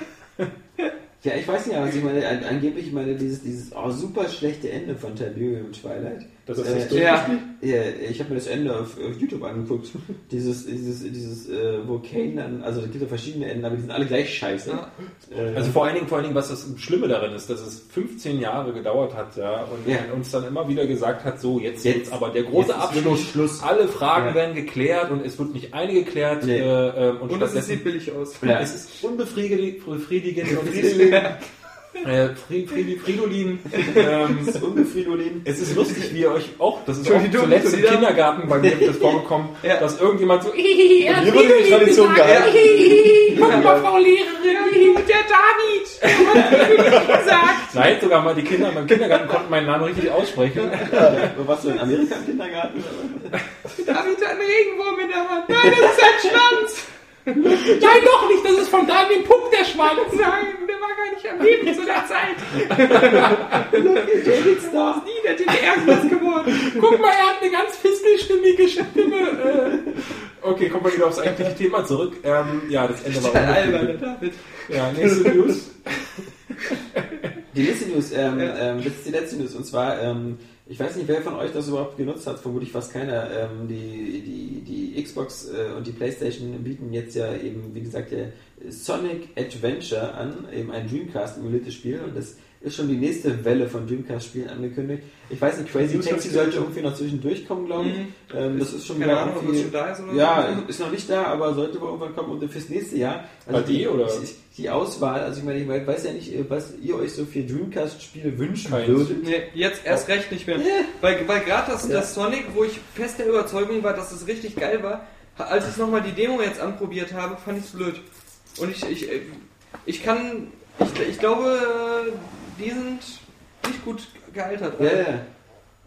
[SPEAKER 5] ja, ich weiß nicht, also ich meine, an, angeblich, ich meine, dieses, dieses oh, super schlechte Ende von Tiberium Twilight.
[SPEAKER 4] Das
[SPEAKER 5] Äh,
[SPEAKER 4] ist nicht
[SPEAKER 2] ja.
[SPEAKER 4] durchgespielt.
[SPEAKER 5] Ja, ich habe mir das Ende auf, auf YouTube angeguckt. dieses, dieses, dieses äh, Vulkan, dann- also es gibt ja verschiedene Enden, aber die sind alle gleich scheiße.
[SPEAKER 2] Ja.
[SPEAKER 5] Äh,
[SPEAKER 3] Also vor allen Dingen, vor allen Dingen, was das Schlimme darin ist, dass es 15 Jahre gedauert hat, ja, und
[SPEAKER 5] Ja.
[SPEAKER 3] uns dann immer wieder gesagt hat, so jetzt,
[SPEAKER 5] Jetzt-
[SPEAKER 3] jetzt aber der große
[SPEAKER 5] jetzt ist
[SPEAKER 3] Abschluss,
[SPEAKER 5] wirklich Schluss.
[SPEAKER 3] alle Fragen
[SPEAKER 5] Ja.
[SPEAKER 3] werden geklärt und es wird nicht eine geklärt
[SPEAKER 5] Nee.
[SPEAKER 3] äh, ähm, und,
[SPEAKER 2] Und es
[SPEAKER 3] stattdessen
[SPEAKER 2] sieht billig aus.
[SPEAKER 5] ja,
[SPEAKER 3] es ist unbefriedigend und es ist,
[SPEAKER 5] Fridolin.
[SPEAKER 3] äh, Fri- Fri- Fridolin, ähm,
[SPEAKER 5] Unbefriedolin.
[SPEAKER 3] es ist lustig, wie ihr euch auch, das ist auch
[SPEAKER 2] Entschuldigung,
[SPEAKER 3] zuletzt im
[SPEAKER 2] wieder.
[SPEAKER 3] Kindergarten bei mir das vorgekommen,
[SPEAKER 2] Ja.
[SPEAKER 3] dass irgendjemand so,
[SPEAKER 4] Hier wurde die Tradition gehalten.
[SPEAKER 2] Guck mal, Frau Lehrerin, der David!
[SPEAKER 3] nein, sogar mal die Kinder beim Kindergarten konnten meinen Namen richtig aussprechen.
[SPEAKER 5] Warst du in Amerika im Kindergarten?
[SPEAKER 2] David hat einen Regenwurm in der Hand. Nein, das ist ein Schwanz!
[SPEAKER 3] Nein, doch nicht, das ist von Daniel Puck der Schwanz.
[SPEAKER 2] Nein, der war gar nicht am Leben zu der Zeit.
[SPEAKER 5] David Star.
[SPEAKER 2] Nie der DDR groß geworden.
[SPEAKER 3] Guck mal, er hat eine ganz fistelstimmige Stimme. Äh, Okay, kommen wir wieder aufs eigentliche Thema zurück. Ähm, ja, das Ende war
[SPEAKER 2] Ein
[SPEAKER 3] unbefriedigend.
[SPEAKER 2] alberner David.
[SPEAKER 3] Ja, nächste News.
[SPEAKER 5] Die nächste News, ähm, ähm, das ist die letzte News und zwar, ähm, ich weiß nicht, wer von euch das überhaupt genutzt hat, vermutlich fast keiner. Ähm, die, die, die Xbox äh, und die Playstation bieten jetzt ja eben, wie gesagt, der Sonic Adventure an, eben ein Dreamcast-emuliertes Spiel und das ist schon die nächste Welle von Dreamcast-Spielen angekündigt. Ich weiß nicht, Crazy
[SPEAKER 4] News hab
[SPEAKER 5] Taxi
[SPEAKER 4] ich
[SPEAKER 5] sollte
[SPEAKER 4] gehört.
[SPEAKER 5] irgendwie noch zwischendurch kommen, glaube ich.
[SPEAKER 2] Mhm.
[SPEAKER 5] Ähm, das ist schon
[SPEAKER 2] Keine
[SPEAKER 5] wieder
[SPEAKER 2] Ahnung, ob
[SPEAKER 5] irgendwie-
[SPEAKER 2] das schon da ist oder
[SPEAKER 5] Ja,
[SPEAKER 2] so.
[SPEAKER 5] ist noch nicht da, aber sollte wohl irgendwann kommen und fürs nächste Jahr.
[SPEAKER 6] Bei dir, oder?
[SPEAKER 5] Ich, ich, die Auswahl, also ich meine, ich weiß ja nicht, was ihr euch so für Dreamcast-Spiele wünschen
[SPEAKER 6] Keins.
[SPEAKER 5] würdet.
[SPEAKER 2] Nee, jetzt erst recht nicht mehr. Weil, weil gerade das, das Sonic, wo ich fest der Überzeugung war, dass es richtig geil war, ha- als ich nochmal die Demo jetzt anprobiert habe, fand ich es blöd. Und ich, ich, äh, ich kann, ich, ich glaube, äh, die sind nicht gut gealtert. Also,
[SPEAKER 5] Ja, ja.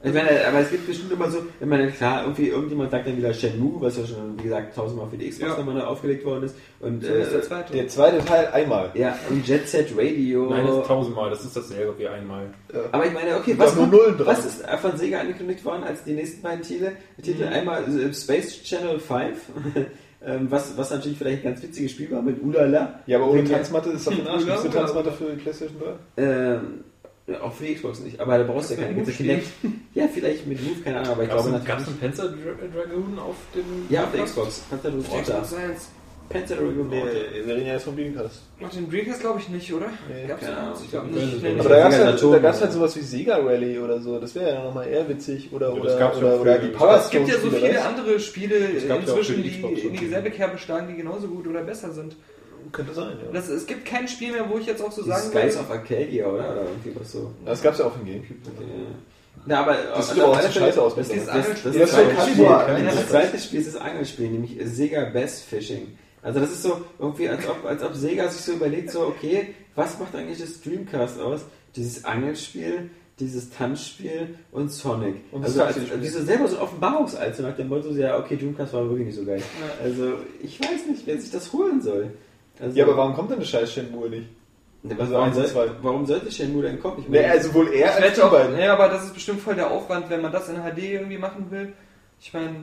[SPEAKER 5] Ich meine, aber es gibt bestimmt immer so, ich meine, klar, irgendwie irgendjemand sagt dann wieder Shenmue, was ja schon, wie gesagt, tausendmal für die Xbox
[SPEAKER 2] Ja.
[SPEAKER 5] nochmal neu aufgelegt worden ist. Und,
[SPEAKER 2] Das ist der
[SPEAKER 5] äh,
[SPEAKER 2] zweite.
[SPEAKER 4] Der zweite Teil einmal.
[SPEAKER 5] ja, und Jet Set Radio.
[SPEAKER 3] Nein, das ist tausendmal, das ist dasselbe wie einmal.
[SPEAKER 5] Aber ich meine, okay,
[SPEAKER 4] Da
[SPEAKER 5] was,
[SPEAKER 4] nur Nullen dran.
[SPEAKER 5] was ist äh, von Sega angekündigt worden als die nächsten beiden Titel? Titel
[SPEAKER 4] Mhm.
[SPEAKER 5] einmal äh, Space Channel 5, ähm, was, was natürlich vielleicht ein ganz witziges Spiel war mit Ulala.
[SPEAKER 4] Ja, aber ohne
[SPEAKER 5] Wegen-
[SPEAKER 4] Tanzmatte ist doch ein Arsch.
[SPEAKER 2] Ja,
[SPEAKER 4] Gibt's eine
[SPEAKER 2] oder?
[SPEAKER 4] Tanzmatte für die Playstation 3?
[SPEAKER 5] Ähm, ja, auch für die Xbox nicht, aber da brauchst du ja keine gute Kinect. Ja, vielleicht mit Move, keine Ahnung, aber ich
[SPEAKER 3] Gab es
[SPEAKER 5] glaube
[SPEAKER 3] einen
[SPEAKER 5] natürlich.
[SPEAKER 3] Panzer Dra- Dragoon auf dem.
[SPEAKER 5] Ja, auf der Xbox. Panther Dragoon
[SPEAKER 2] Xbox
[SPEAKER 5] Fighter.
[SPEAKER 2] eins.
[SPEAKER 5] Panther
[SPEAKER 4] Oh,
[SPEAKER 5] Dragoon Fighter.
[SPEAKER 4] wir reden ja jetzt vom Dreamcast.
[SPEAKER 2] Und den Dreamcast glaube ich nicht, oder?
[SPEAKER 4] Nee,
[SPEAKER 2] Gab's
[SPEAKER 5] keine
[SPEAKER 2] den?
[SPEAKER 5] Ahnung.
[SPEAKER 2] Ich glaube nicht.
[SPEAKER 3] Aber
[SPEAKER 2] Nee,
[SPEAKER 4] Aber
[SPEAKER 2] nicht.
[SPEAKER 4] da
[SPEAKER 5] Ja,
[SPEAKER 4] gab es
[SPEAKER 5] Sega
[SPEAKER 4] halt,
[SPEAKER 5] Nation,
[SPEAKER 4] da gab's halt
[SPEAKER 5] ja.
[SPEAKER 4] sowas wie Sega Rally oder so. Das wäre ja nochmal eher witzig. Oder,
[SPEAKER 3] Ja, das
[SPEAKER 4] oder,
[SPEAKER 3] gab's schon
[SPEAKER 4] oder, oder
[SPEAKER 3] für-
[SPEAKER 4] die
[SPEAKER 3] Aber
[SPEAKER 4] Power
[SPEAKER 2] Es gibt ja so
[SPEAKER 4] Stone
[SPEAKER 2] viele
[SPEAKER 4] Spiele,
[SPEAKER 2] andere Spiele
[SPEAKER 3] Es gab ja auch für
[SPEAKER 2] inzwischen,
[SPEAKER 3] die
[SPEAKER 2] die
[SPEAKER 3] Xbox
[SPEAKER 2] in
[SPEAKER 3] schon.
[SPEAKER 2] dieselbe Kerbe schlagen, die genauso gut oder besser sind.
[SPEAKER 4] das Könnte sein, ja.
[SPEAKER 2] Das, es gibt kein Spiel mehr, wo ich jetzt auch so
[SPEAKER 5] Die
[SPEAKER 2] sagen
[SPEAKER 5] Skies of Arcadia, oder? Oder irgendwie was so.
[SPEAKER 4] Das gab's ja auch im Gamecube.
[SPEAKER 5] Ja. Na, aber
[SPEAKER 4] Das sieht
[SPEAKER 5] auf
[SPEAKER 4] aber auch
[SPEAKER 5] alle
[SPEAKER 4] so
[SPEAKER 5] Fälle-
[SPEAKER 4] scheiße aus,
[SPEAKER 5] Das,
[SPEAKER 4] bitte.
[SPEAKER 5] ist das, das, das,
[SPEAKER 4] Das ist so ein
[SPEAKER 5] zweite Spiel,
[SPEAKER 4] Kackboard.
[SPEAKER 5] das zweite Spiel ist das Angelspiel, nämlich Sega Bass Fishing. Also das ist so irgendwie, als ob, als ob Sega sich so überlegt, so okay, was macht eigentlich das Dreamcast aus? Dieses Angelspiel, dieses Tanzspiel und Sonic.
[SPEAKER 4] Und das
[SPEAKER 5] also als,
[SPEAKER 4] Taxispiel.
[SPEAKER 5] als diese selber so ein Offenbarungsalz nach dem Motto, so, ja okay, Dreamcast war wirklich nicht so geil. Also ich weiß nicht, wer sich das holen soll. Also,
[SPEAKER 4] Ja, aber warum kommt denn das scheiß Shenmue nicht?
[SPEAKER 5] Ne, was-
[SPEAKER 4] warum
[SPEAKER 5] warum,
[SPEAKER 4] sind zwei?
[SPEAKER 5] soll, warum sollte Shenmue denn kommen? Ich
[SPEAKER 4] Ne, also wohl er
[SPEAKER 2] Ich
[SPEAKER 4] als die
[SPEAKER 2] wette auch,
[SPEAKER 4] beiden.
[SPEAKER 2] ja, aber das ist bestimmt voll der Aufwand, wenn man das in HD irgendwie machen will. Ich meine,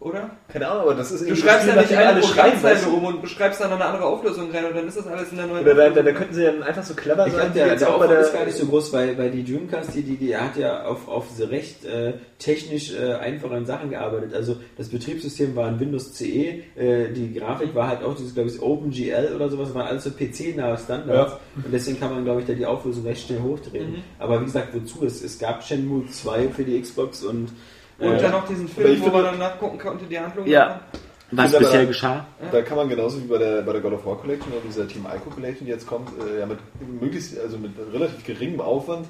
[SPEAKER 2] oder?
[SPEAKER 4] Keine Ahnung, aber das ist
[SPEAKER 2] Du
[SPEAKER 4] irgendwie
[SPEAKER 2] schreibst
[SPEAKER 4] das
[SPEAKER 2] ja nicht
[SPEAKER 4] Spiel, nachdem
[SPEAKER 2] eine Programmzeile
[SPEAKER 4] weißt du?
[SPEAKER 2] rum und beschreibst dann noch eine andere Auflösung rein und dann ist das alles in der neuen.
[SPEAKER 4] Oder da, da, da könnten sie dann einfach so clever
[SPEAKER 5] Ich
[SPEAKER 4] sein.
[SPEAKER 5] glaube,
[SPEAKER 4] wie
[SPEAKER 5] der,
[SPEAKER 4] jetzt
[SPEAKER 5] der
[SPEAKER 4] auch bei
[SPEAKER 5] Aufwand ist gar nicht so groß, weil, weil die Dreamcast, die, die, die hat ja auf, auf so recht äh, technisch äh, einfachen Sachen gearbeitet. Also das Betriebssystem war ein Windows CE, äh, die Grafik war halt auch dieses, glaube ich, OpenGL oder sowas, waren alles so PC-nahe Standards. Und deswegen kann man, glaube ich, da die Auflösung recht schnell hochdrehen. Aber wie gesagt, wozu? Es, es gab Shenmue 2 für die Xbox und, äh,
[SPEAKER 2] Und dann noch diesen
[SPEAKER 4] Aber
[SPEAKER 2] Film,
[SPEAKER 4] ich
[SPEAKER 2] wo
[SPEAKER 4] finde-
[SPEAKER 2] man dann nachgucken konnte, die Handlung.
[SPEAKER 5] Ja. was
[SPEAKER 4] aber-
[SPEAKER 5] bisher geschah.
[SPEAKER 4] Da kann man genauso wie bei der, bei der God of War Collection oder dieser Team Ico Collection, die jetzt kommt, äh, ja mit möglichst, also mit relativ geringem Aufwand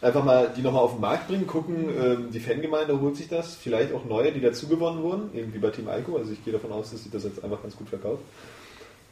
[SPEAKER 4] einfach mal die nochmal auf den Markt bringen, gucken, ähm, die Fangemeinde holt sich das, vielleicht auch neue, die dazugewonnen wurden, eben wie bei Team Ico. Also ich gehe davon aus, dass sich das jetzt einfach ganz gut verkauft.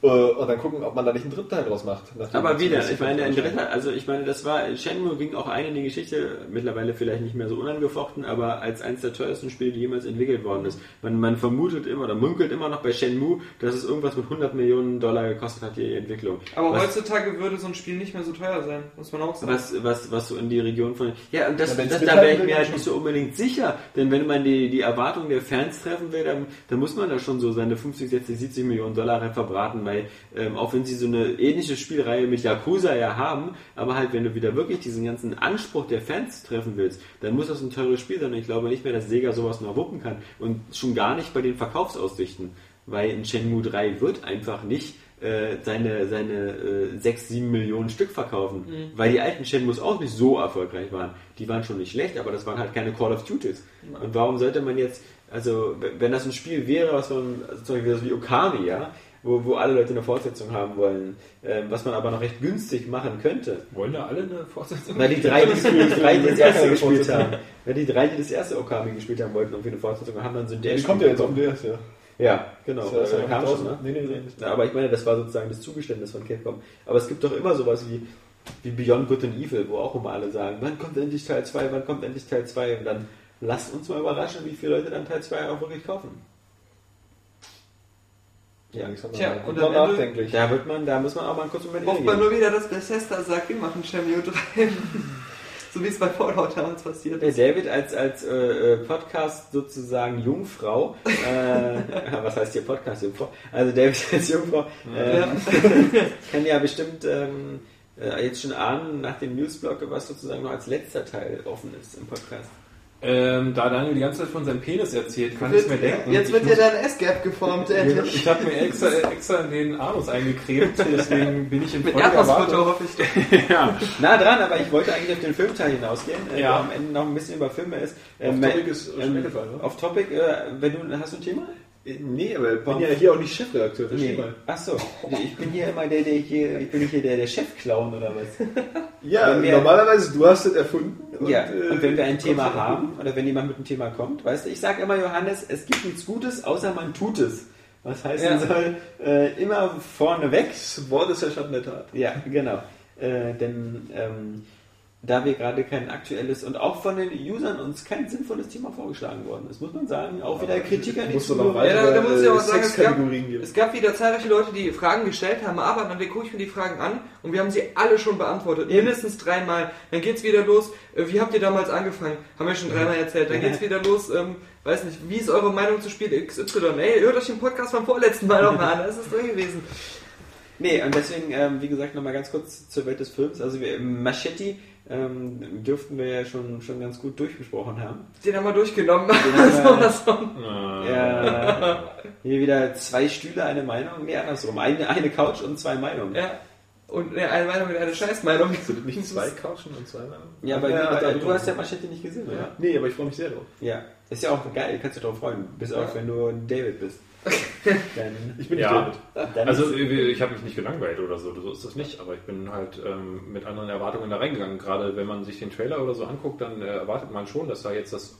[SPEAKER 4] Äh, und dann gucken, ob man da nicht einen dritten Teil draus macht. nachdem
[SPEAKER 5] Aber
[SPEAKER 4] man
[SPEAKER 5] wieder,
[SPEAKER 4] zumindest-
[SPEAKER 5] ich meine, ein dritter, also ich meine, das war, Shenmue ging auch ein in die Geschichte, mittlerweile vielleicht nicht mehr so unangefochten, aber als eines der teuersten Spiele, die jemals entwickelt worden ist. Man, man vermutet immer oder munkelt immer noch bei Shenmue, dass es irgendwas mit 100 Millionen Dollar gekostet hat, die Entwicklung.
[SPEAKER 2] Aber
[SPEAKER 5] was,
[SPEAKER 2] heutzutage würde so ein Spiel nicht mehr so teuer sein, muss man auch sagen.
[SPEAKER 5] was, was, was so in die Region von. Ja, und das,
[SPEAKER 4] Ja, wenn's
[SPEAKER 5] das, da
[SPEAKER 4] mithalten
[SPEAKER 5] wäre ich
[SPEAKER 4] will,
[SPEAKER 5] mir
[SPEAKER 4] dann
[SPEAKER 5] halt
[SPEAKER 4] schon.
[SPEAKER 5] nicht so unbedingt sicher, denn wenn man die, die Erwartung der Fans treffen will, dann, dann muss man da schon so seine 50, 60, 70 Millionen Dollar rein verbraten, weil ähm, auch wenn sie so eine ähnliche Spielreihe mit Yakuza ja haben, aber halt wenn du wieder wirklich diesen ganzen Anspruch der Fans treffen willst, dann muss das ein teures Spiel sein und ich glaube nicht mehr, dass Sega sowas noch wuppen kann und schon gar nicht bei den Verkaufsaussichten, weil in Shenmue 3 wird einfach nicht äh, seine, seine äh, 6, 7 Millionen Stück verkaufen. Weil die alten Shenmues auch nicht so erfolgreich waren. Die waren schon nicht schlecht, aber das waren halt keine Call of Duties. Und warum sollte man jetzt, also w- wenn das ein Spiel wäre, was man, also zum Beispiel sowas wie Okami, ja, wo, wo alle Leute eine Fortsetzung haben wollen, ähm, was man aber noch recht günstig machen könnte,
[SPEAKER 3] Wollen da alle eine Fortsetzung?
[SPEAKER 5] weil die drei, die, die drei, die das
[SPEAKER 4] Gar
[SPEAKER 5] erste
[SPEAKER 4] keine
[SPEAKER 5] gespielt
[SPEAKER 4] Fortsetzung.
[SPEAKER 5] haben, weil die drei, die das erste Okami gespielt haben wollten, irgendwie eine Fortsetzung haben, dann sind der
[SPEAKER 4] Die kommt ja jetzt auf den DS, ja.
[SPEAKER 5] Ja, genau.
[SPEAKER 4] Ist ja erst
[SPEAKER 5] Äh,
[SPEAKER 4] noch
[SPEAKER 5] kam
[SPEAKER 4] draußen.
[SPEAKER 5] schon, ne?
[SPEAKER 4] Nee, nee, nee, nicht.
[SPEAKER 5] Na, aber ich meine, das war sozusagen das Zugeständnis von Capcom. Aber es gibt doch immer sowas wie, wie Beyond Good and Evil, wo auch immer alle sagen, wann kommt endlich Teil 2, wann kommt endlich Teil 2? Und dann lasst uns mal überraschen, wie viele Leute dann Teil 2 auch wirklich kaufen. Ja.
[SPEAKER 4] Alexander,
[SPEAKER 2] Tja,
[SPEAKER 4] guck
[SPEAKER 2] und
[SPEAKER 4] mal
[SPEAKER 2] am Ende-
[SPEAKER 4] nachdenklich.
[SPEAKER 5] Da wird man, da muss man auch mal kurz um Moment
[SPEAKER 2] Braucht man
[SPEAKER 5] innegehen.
[SPEAKER 2] nur wieder, dass Bethesda sagt, wir machen Shenmue 3. so wie es bei Fallout damals passiert ist.
[SPEAKER 5] Der David als, als äh, äh, Podcast sozusagen Jungfrau, äh, was heißt hier Podcast Jungfrau? Also David als Jungfrau äh,
[SPEAKER 2] Ja.
[SPEAKER 5] kann ja bestimmt ähm, äh, äh, jetzt schon ahnen nach dem Newsblock, was sozusagen noch als letzter Teil offen ist im Podcast.
[SPEAKER 3] Ähm, da Daniel die ganze Zeit von seinem Penis erzählt, kann ich mir denken.
[SPEAKER 2] Jetzt wird
[SPEAKER 3] ich
[SPEAKER 2] ja dein S-Gap geformt, endlich.
[SPEAKER 3] ich habe mir extra, extra in den Anus eingecremt, deswegen bin ich in
[SPEAKER 2] Mit
[SPEAKER 3] voller
[SPEAKER 2] Erdnussbutter
[SPEAKER 3] Erwartung.
[SPEAKER 2] hoffe ich.
[SPEAKER 5] Ja, nah dran, aber ich wollte eigentlich auf den Filmteil hinausgehen, äh,
[SPEAKER 3] Ja.
[SPEAKER 5] der am Ende noch ein bisschen über Filme ist.
[SPEAKER 4] Auf
[SPEAKER 5] Ähm,
[SPEAKER 4] Topic ist
[SPEAKER 5] ähm,
[SPEAKER 4] Schmeckelfall, ne?
[SPEAKER 5] Auf Topic, äh, wenn du, hast du ein Thema?
[SPEAKER 4] Äh, Nee, aber ich bin ja hier auch nicht Chefredakteur, versteh mal.
[SPEAKER 5] Ach so, ich bin hier immer der, der hier, ich bin hier der, der Chefclown oder was?
[SPEAKER 4] Ja,
[SPEAKER 5] Wenn wir-
[SPEAKER 4] normalerweise, du hast es erfunden. und,
[SPEAKER 5] ja,
[SPEAKER 4] äh,
[SPEAKER 5] und wenn wir ein
[SPEAKER 4] kommst
[SPEAKER 5] Thema
[SPEAKER 4] du-
[SPEAKER 5] haben oder wenn jemand mit einem Thema kommt, weißt du, ich sage immer Johannes, es gibt nichts Gutes, außer man tut es. Was heißt, man soll äh, immer vorne weg.
[SPEAKER 4] Das Wort ist ja schon in der Tat.
[SPEAKER 5] Ja, genau. Äh, denn ähm, da wir gerade kein aktuelles und auch von den Usern uns kein sinnvolles Thema vorgeschlagen worden ist, muss man sagen, auch wieder Kritik an die
[SPEAKER 4] Musst du noch
[SPEAKER 5] Zuhörer.
[SPEAKER 4] weitere
[SPEAKER 2] Ja, da- da muss ich
[SPEAKER 4] äh,
[SPEAKER 2] aber sagen, es gab,
[SPEAKER 4] Sexkategorien geben.
[SPEAKER 2] es gab wieder zahlreiche Leute, die Fragen gestellt haben, aber dann gucke ich mir die Fragen an und wir haben sie alle schon beantwortet. Mindestens dreimal. Dann geht's wieder los. äh, Wie habt ihr damals angefangen? Haben wir schon dreimal erzählt. Dann geht's wieder los. Ähm, weiß nicht, wie ist eure Meinung zu Spiel XY? Ey, hört euch den Podcast vom vorletzten Mal nochmal an. Das ist drin gewesen.
[SPEAKER 5] Nee, und deswegen, ähm, wie gesagt, nochmal ganz kurz zur Welt des Films. Also wir, Machete ähm, dürften wir ja schon, schon ganz gut durchgesprochen haben.
[SPEAKER 2] Den haben wir durchgenommen.
[SPEAKER 5] haben wir-
[SPEAKER 2] So, so.
[SPEAKER 5] Ja, hier wieder zwei Stühle, eine Meinung. Nee, andersrum. Eine, eine Couch und zwei Meinungen.
[SPEAKER 2] ja. Und ne, eine Meinung mit einer Scheißmeinung.
[SPEAKER 4] Sind nicht zwei Couchen und zwei Männer?
[SPEAKER 5] Ja, aber
[SPEAKER 4] Ja, da
[SPEAKER 5] du,
[SPEAKER 4] drin.
[SPEAKER 5] du hast ja Machete nicht gesehen, oder?
[SPEAKER 4] Nee, aber ich freue mich sehr drauf.
[SPEAKER 5] Ja. Ist ja auch geil, kannst du dich drauf freuen. Bis auf, wenn du David bist. Dann,
[SPEAKER 4] Ich bin
[SPEAKER 3] Ja.
[SPEAKER 4] nicht
[SPEAKER 5] dann
[SPEAKER 3] Also ich habe mich nicht gelangweilt oder so, so ist das nicht, aber ich bin halt ähm, mit anderen Erwartungen da reingegangen. Gerade wenn man sich den Trailer oder so anguckt, dann äh, erwartet man schon, dass da jetzt das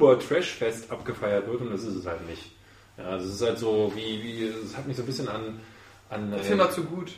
[SPEAKER 3] Uber-Trash-Fest abgefeiert wird und das ist es halt nicht. Ja, das ist halt so wie, wie es hat mich so ein bisschen an... an
[SPEAKER 2] Das
[SPEAKER 3] äh,
[SPEAKER 2] ist immer zu gut.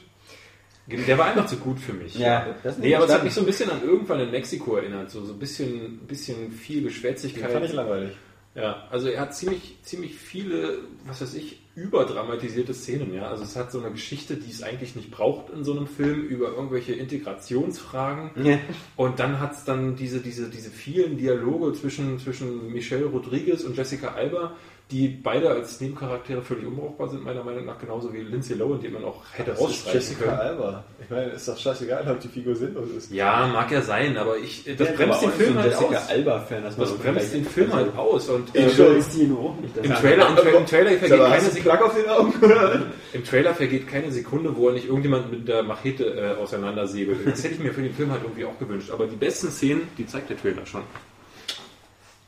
[SPEAKER 3] Der war einfach zu gut für mich.
[SPEAKER 5] Ja, das
[SPEAKER 3] nee, aber es
[SPEAKER 5] verstanden.
[SPEAKER 3] hat mich so ein bisschen an irgendwann in Mexiko erinnert. So, so ein bisschen, bisschen viel Geschwätzigkeit.
[SPEAKER 4] David. Fand ich langweilig.
[SPEAKER 3] Ja, also er hat ziemlich, ziemlich viele, was weiß ich, überdramatisierte Szenen, ja. Also es hat so eine Geschichte, die es eigentlich nicht braucht in so einem Film, über irgendwelche Integrationsfragen.
[SPEAKER 5] Ja.
[SPEAKER 3] Und dann hat es dann diese, diese, diese vielen Dialoge zwischen, zwischen Michelle Rodriguez und Jessica Alba, die beide als Nebencharaktere völlig unbrauchbar sind, meiner Meinung nach, genauso wie Lindsay Lohan, die man auch hätte
[SPEAKER 4] Das ist
[SPEAKER 3] rausstreichen
[SPEAKER 4] Jessica
[SPEAKER 3] können.
[SPEAKER 4] Alba. Ich meine, ist doch scheißegal, ob die Figur sinnlos ist.
[SPEAKER 3] Ja, mag ja sein, aber ich, das
[SPEAKER 5] Ja,
[SPEAKER 3] bremst den
[SPEAKER 5] aber
[SPEAKER 3] Film
[SPEAKER 5] auch
[SPEAKER 3] halt
[SPEAKER 5] so ein
[SPEAKER 3] aus.
[SPEAKER 5] Jessica Alba-Fan. dass man
[SPEAKER 3] Das
[SPEAKER 5] so
[SPEAKER 3] bremst
[SPEAKER 5] vielleicht- also
[SPEAKER 3] den Film halt aus. Und äh,
[SPEAKER 5] Ich ist die nur auch nicht.
[SPEAKER 3] im
[SPEAKER 5] das-
[SPEAKER 3] Trailer, im, Tra im Trailer vergeht
[SPEAKER 4] Aber Also,
[SPEAKER 3] keine
[SPEAKER 4] hast du einen
[SPEAKER 3] Sekunde.
[SPEAKER 4] Plug auf den Augen?
[SPEAKER 3] Im Trailer vergeht keine Sekunde, wo er nicht irgendjemand mit der Machete äh, auseinandersäbelt. Das hätte ich mir für den Film halt irgendwie auch gewünscht. Aber die besten Szenen, die zeigt der Trailer schon.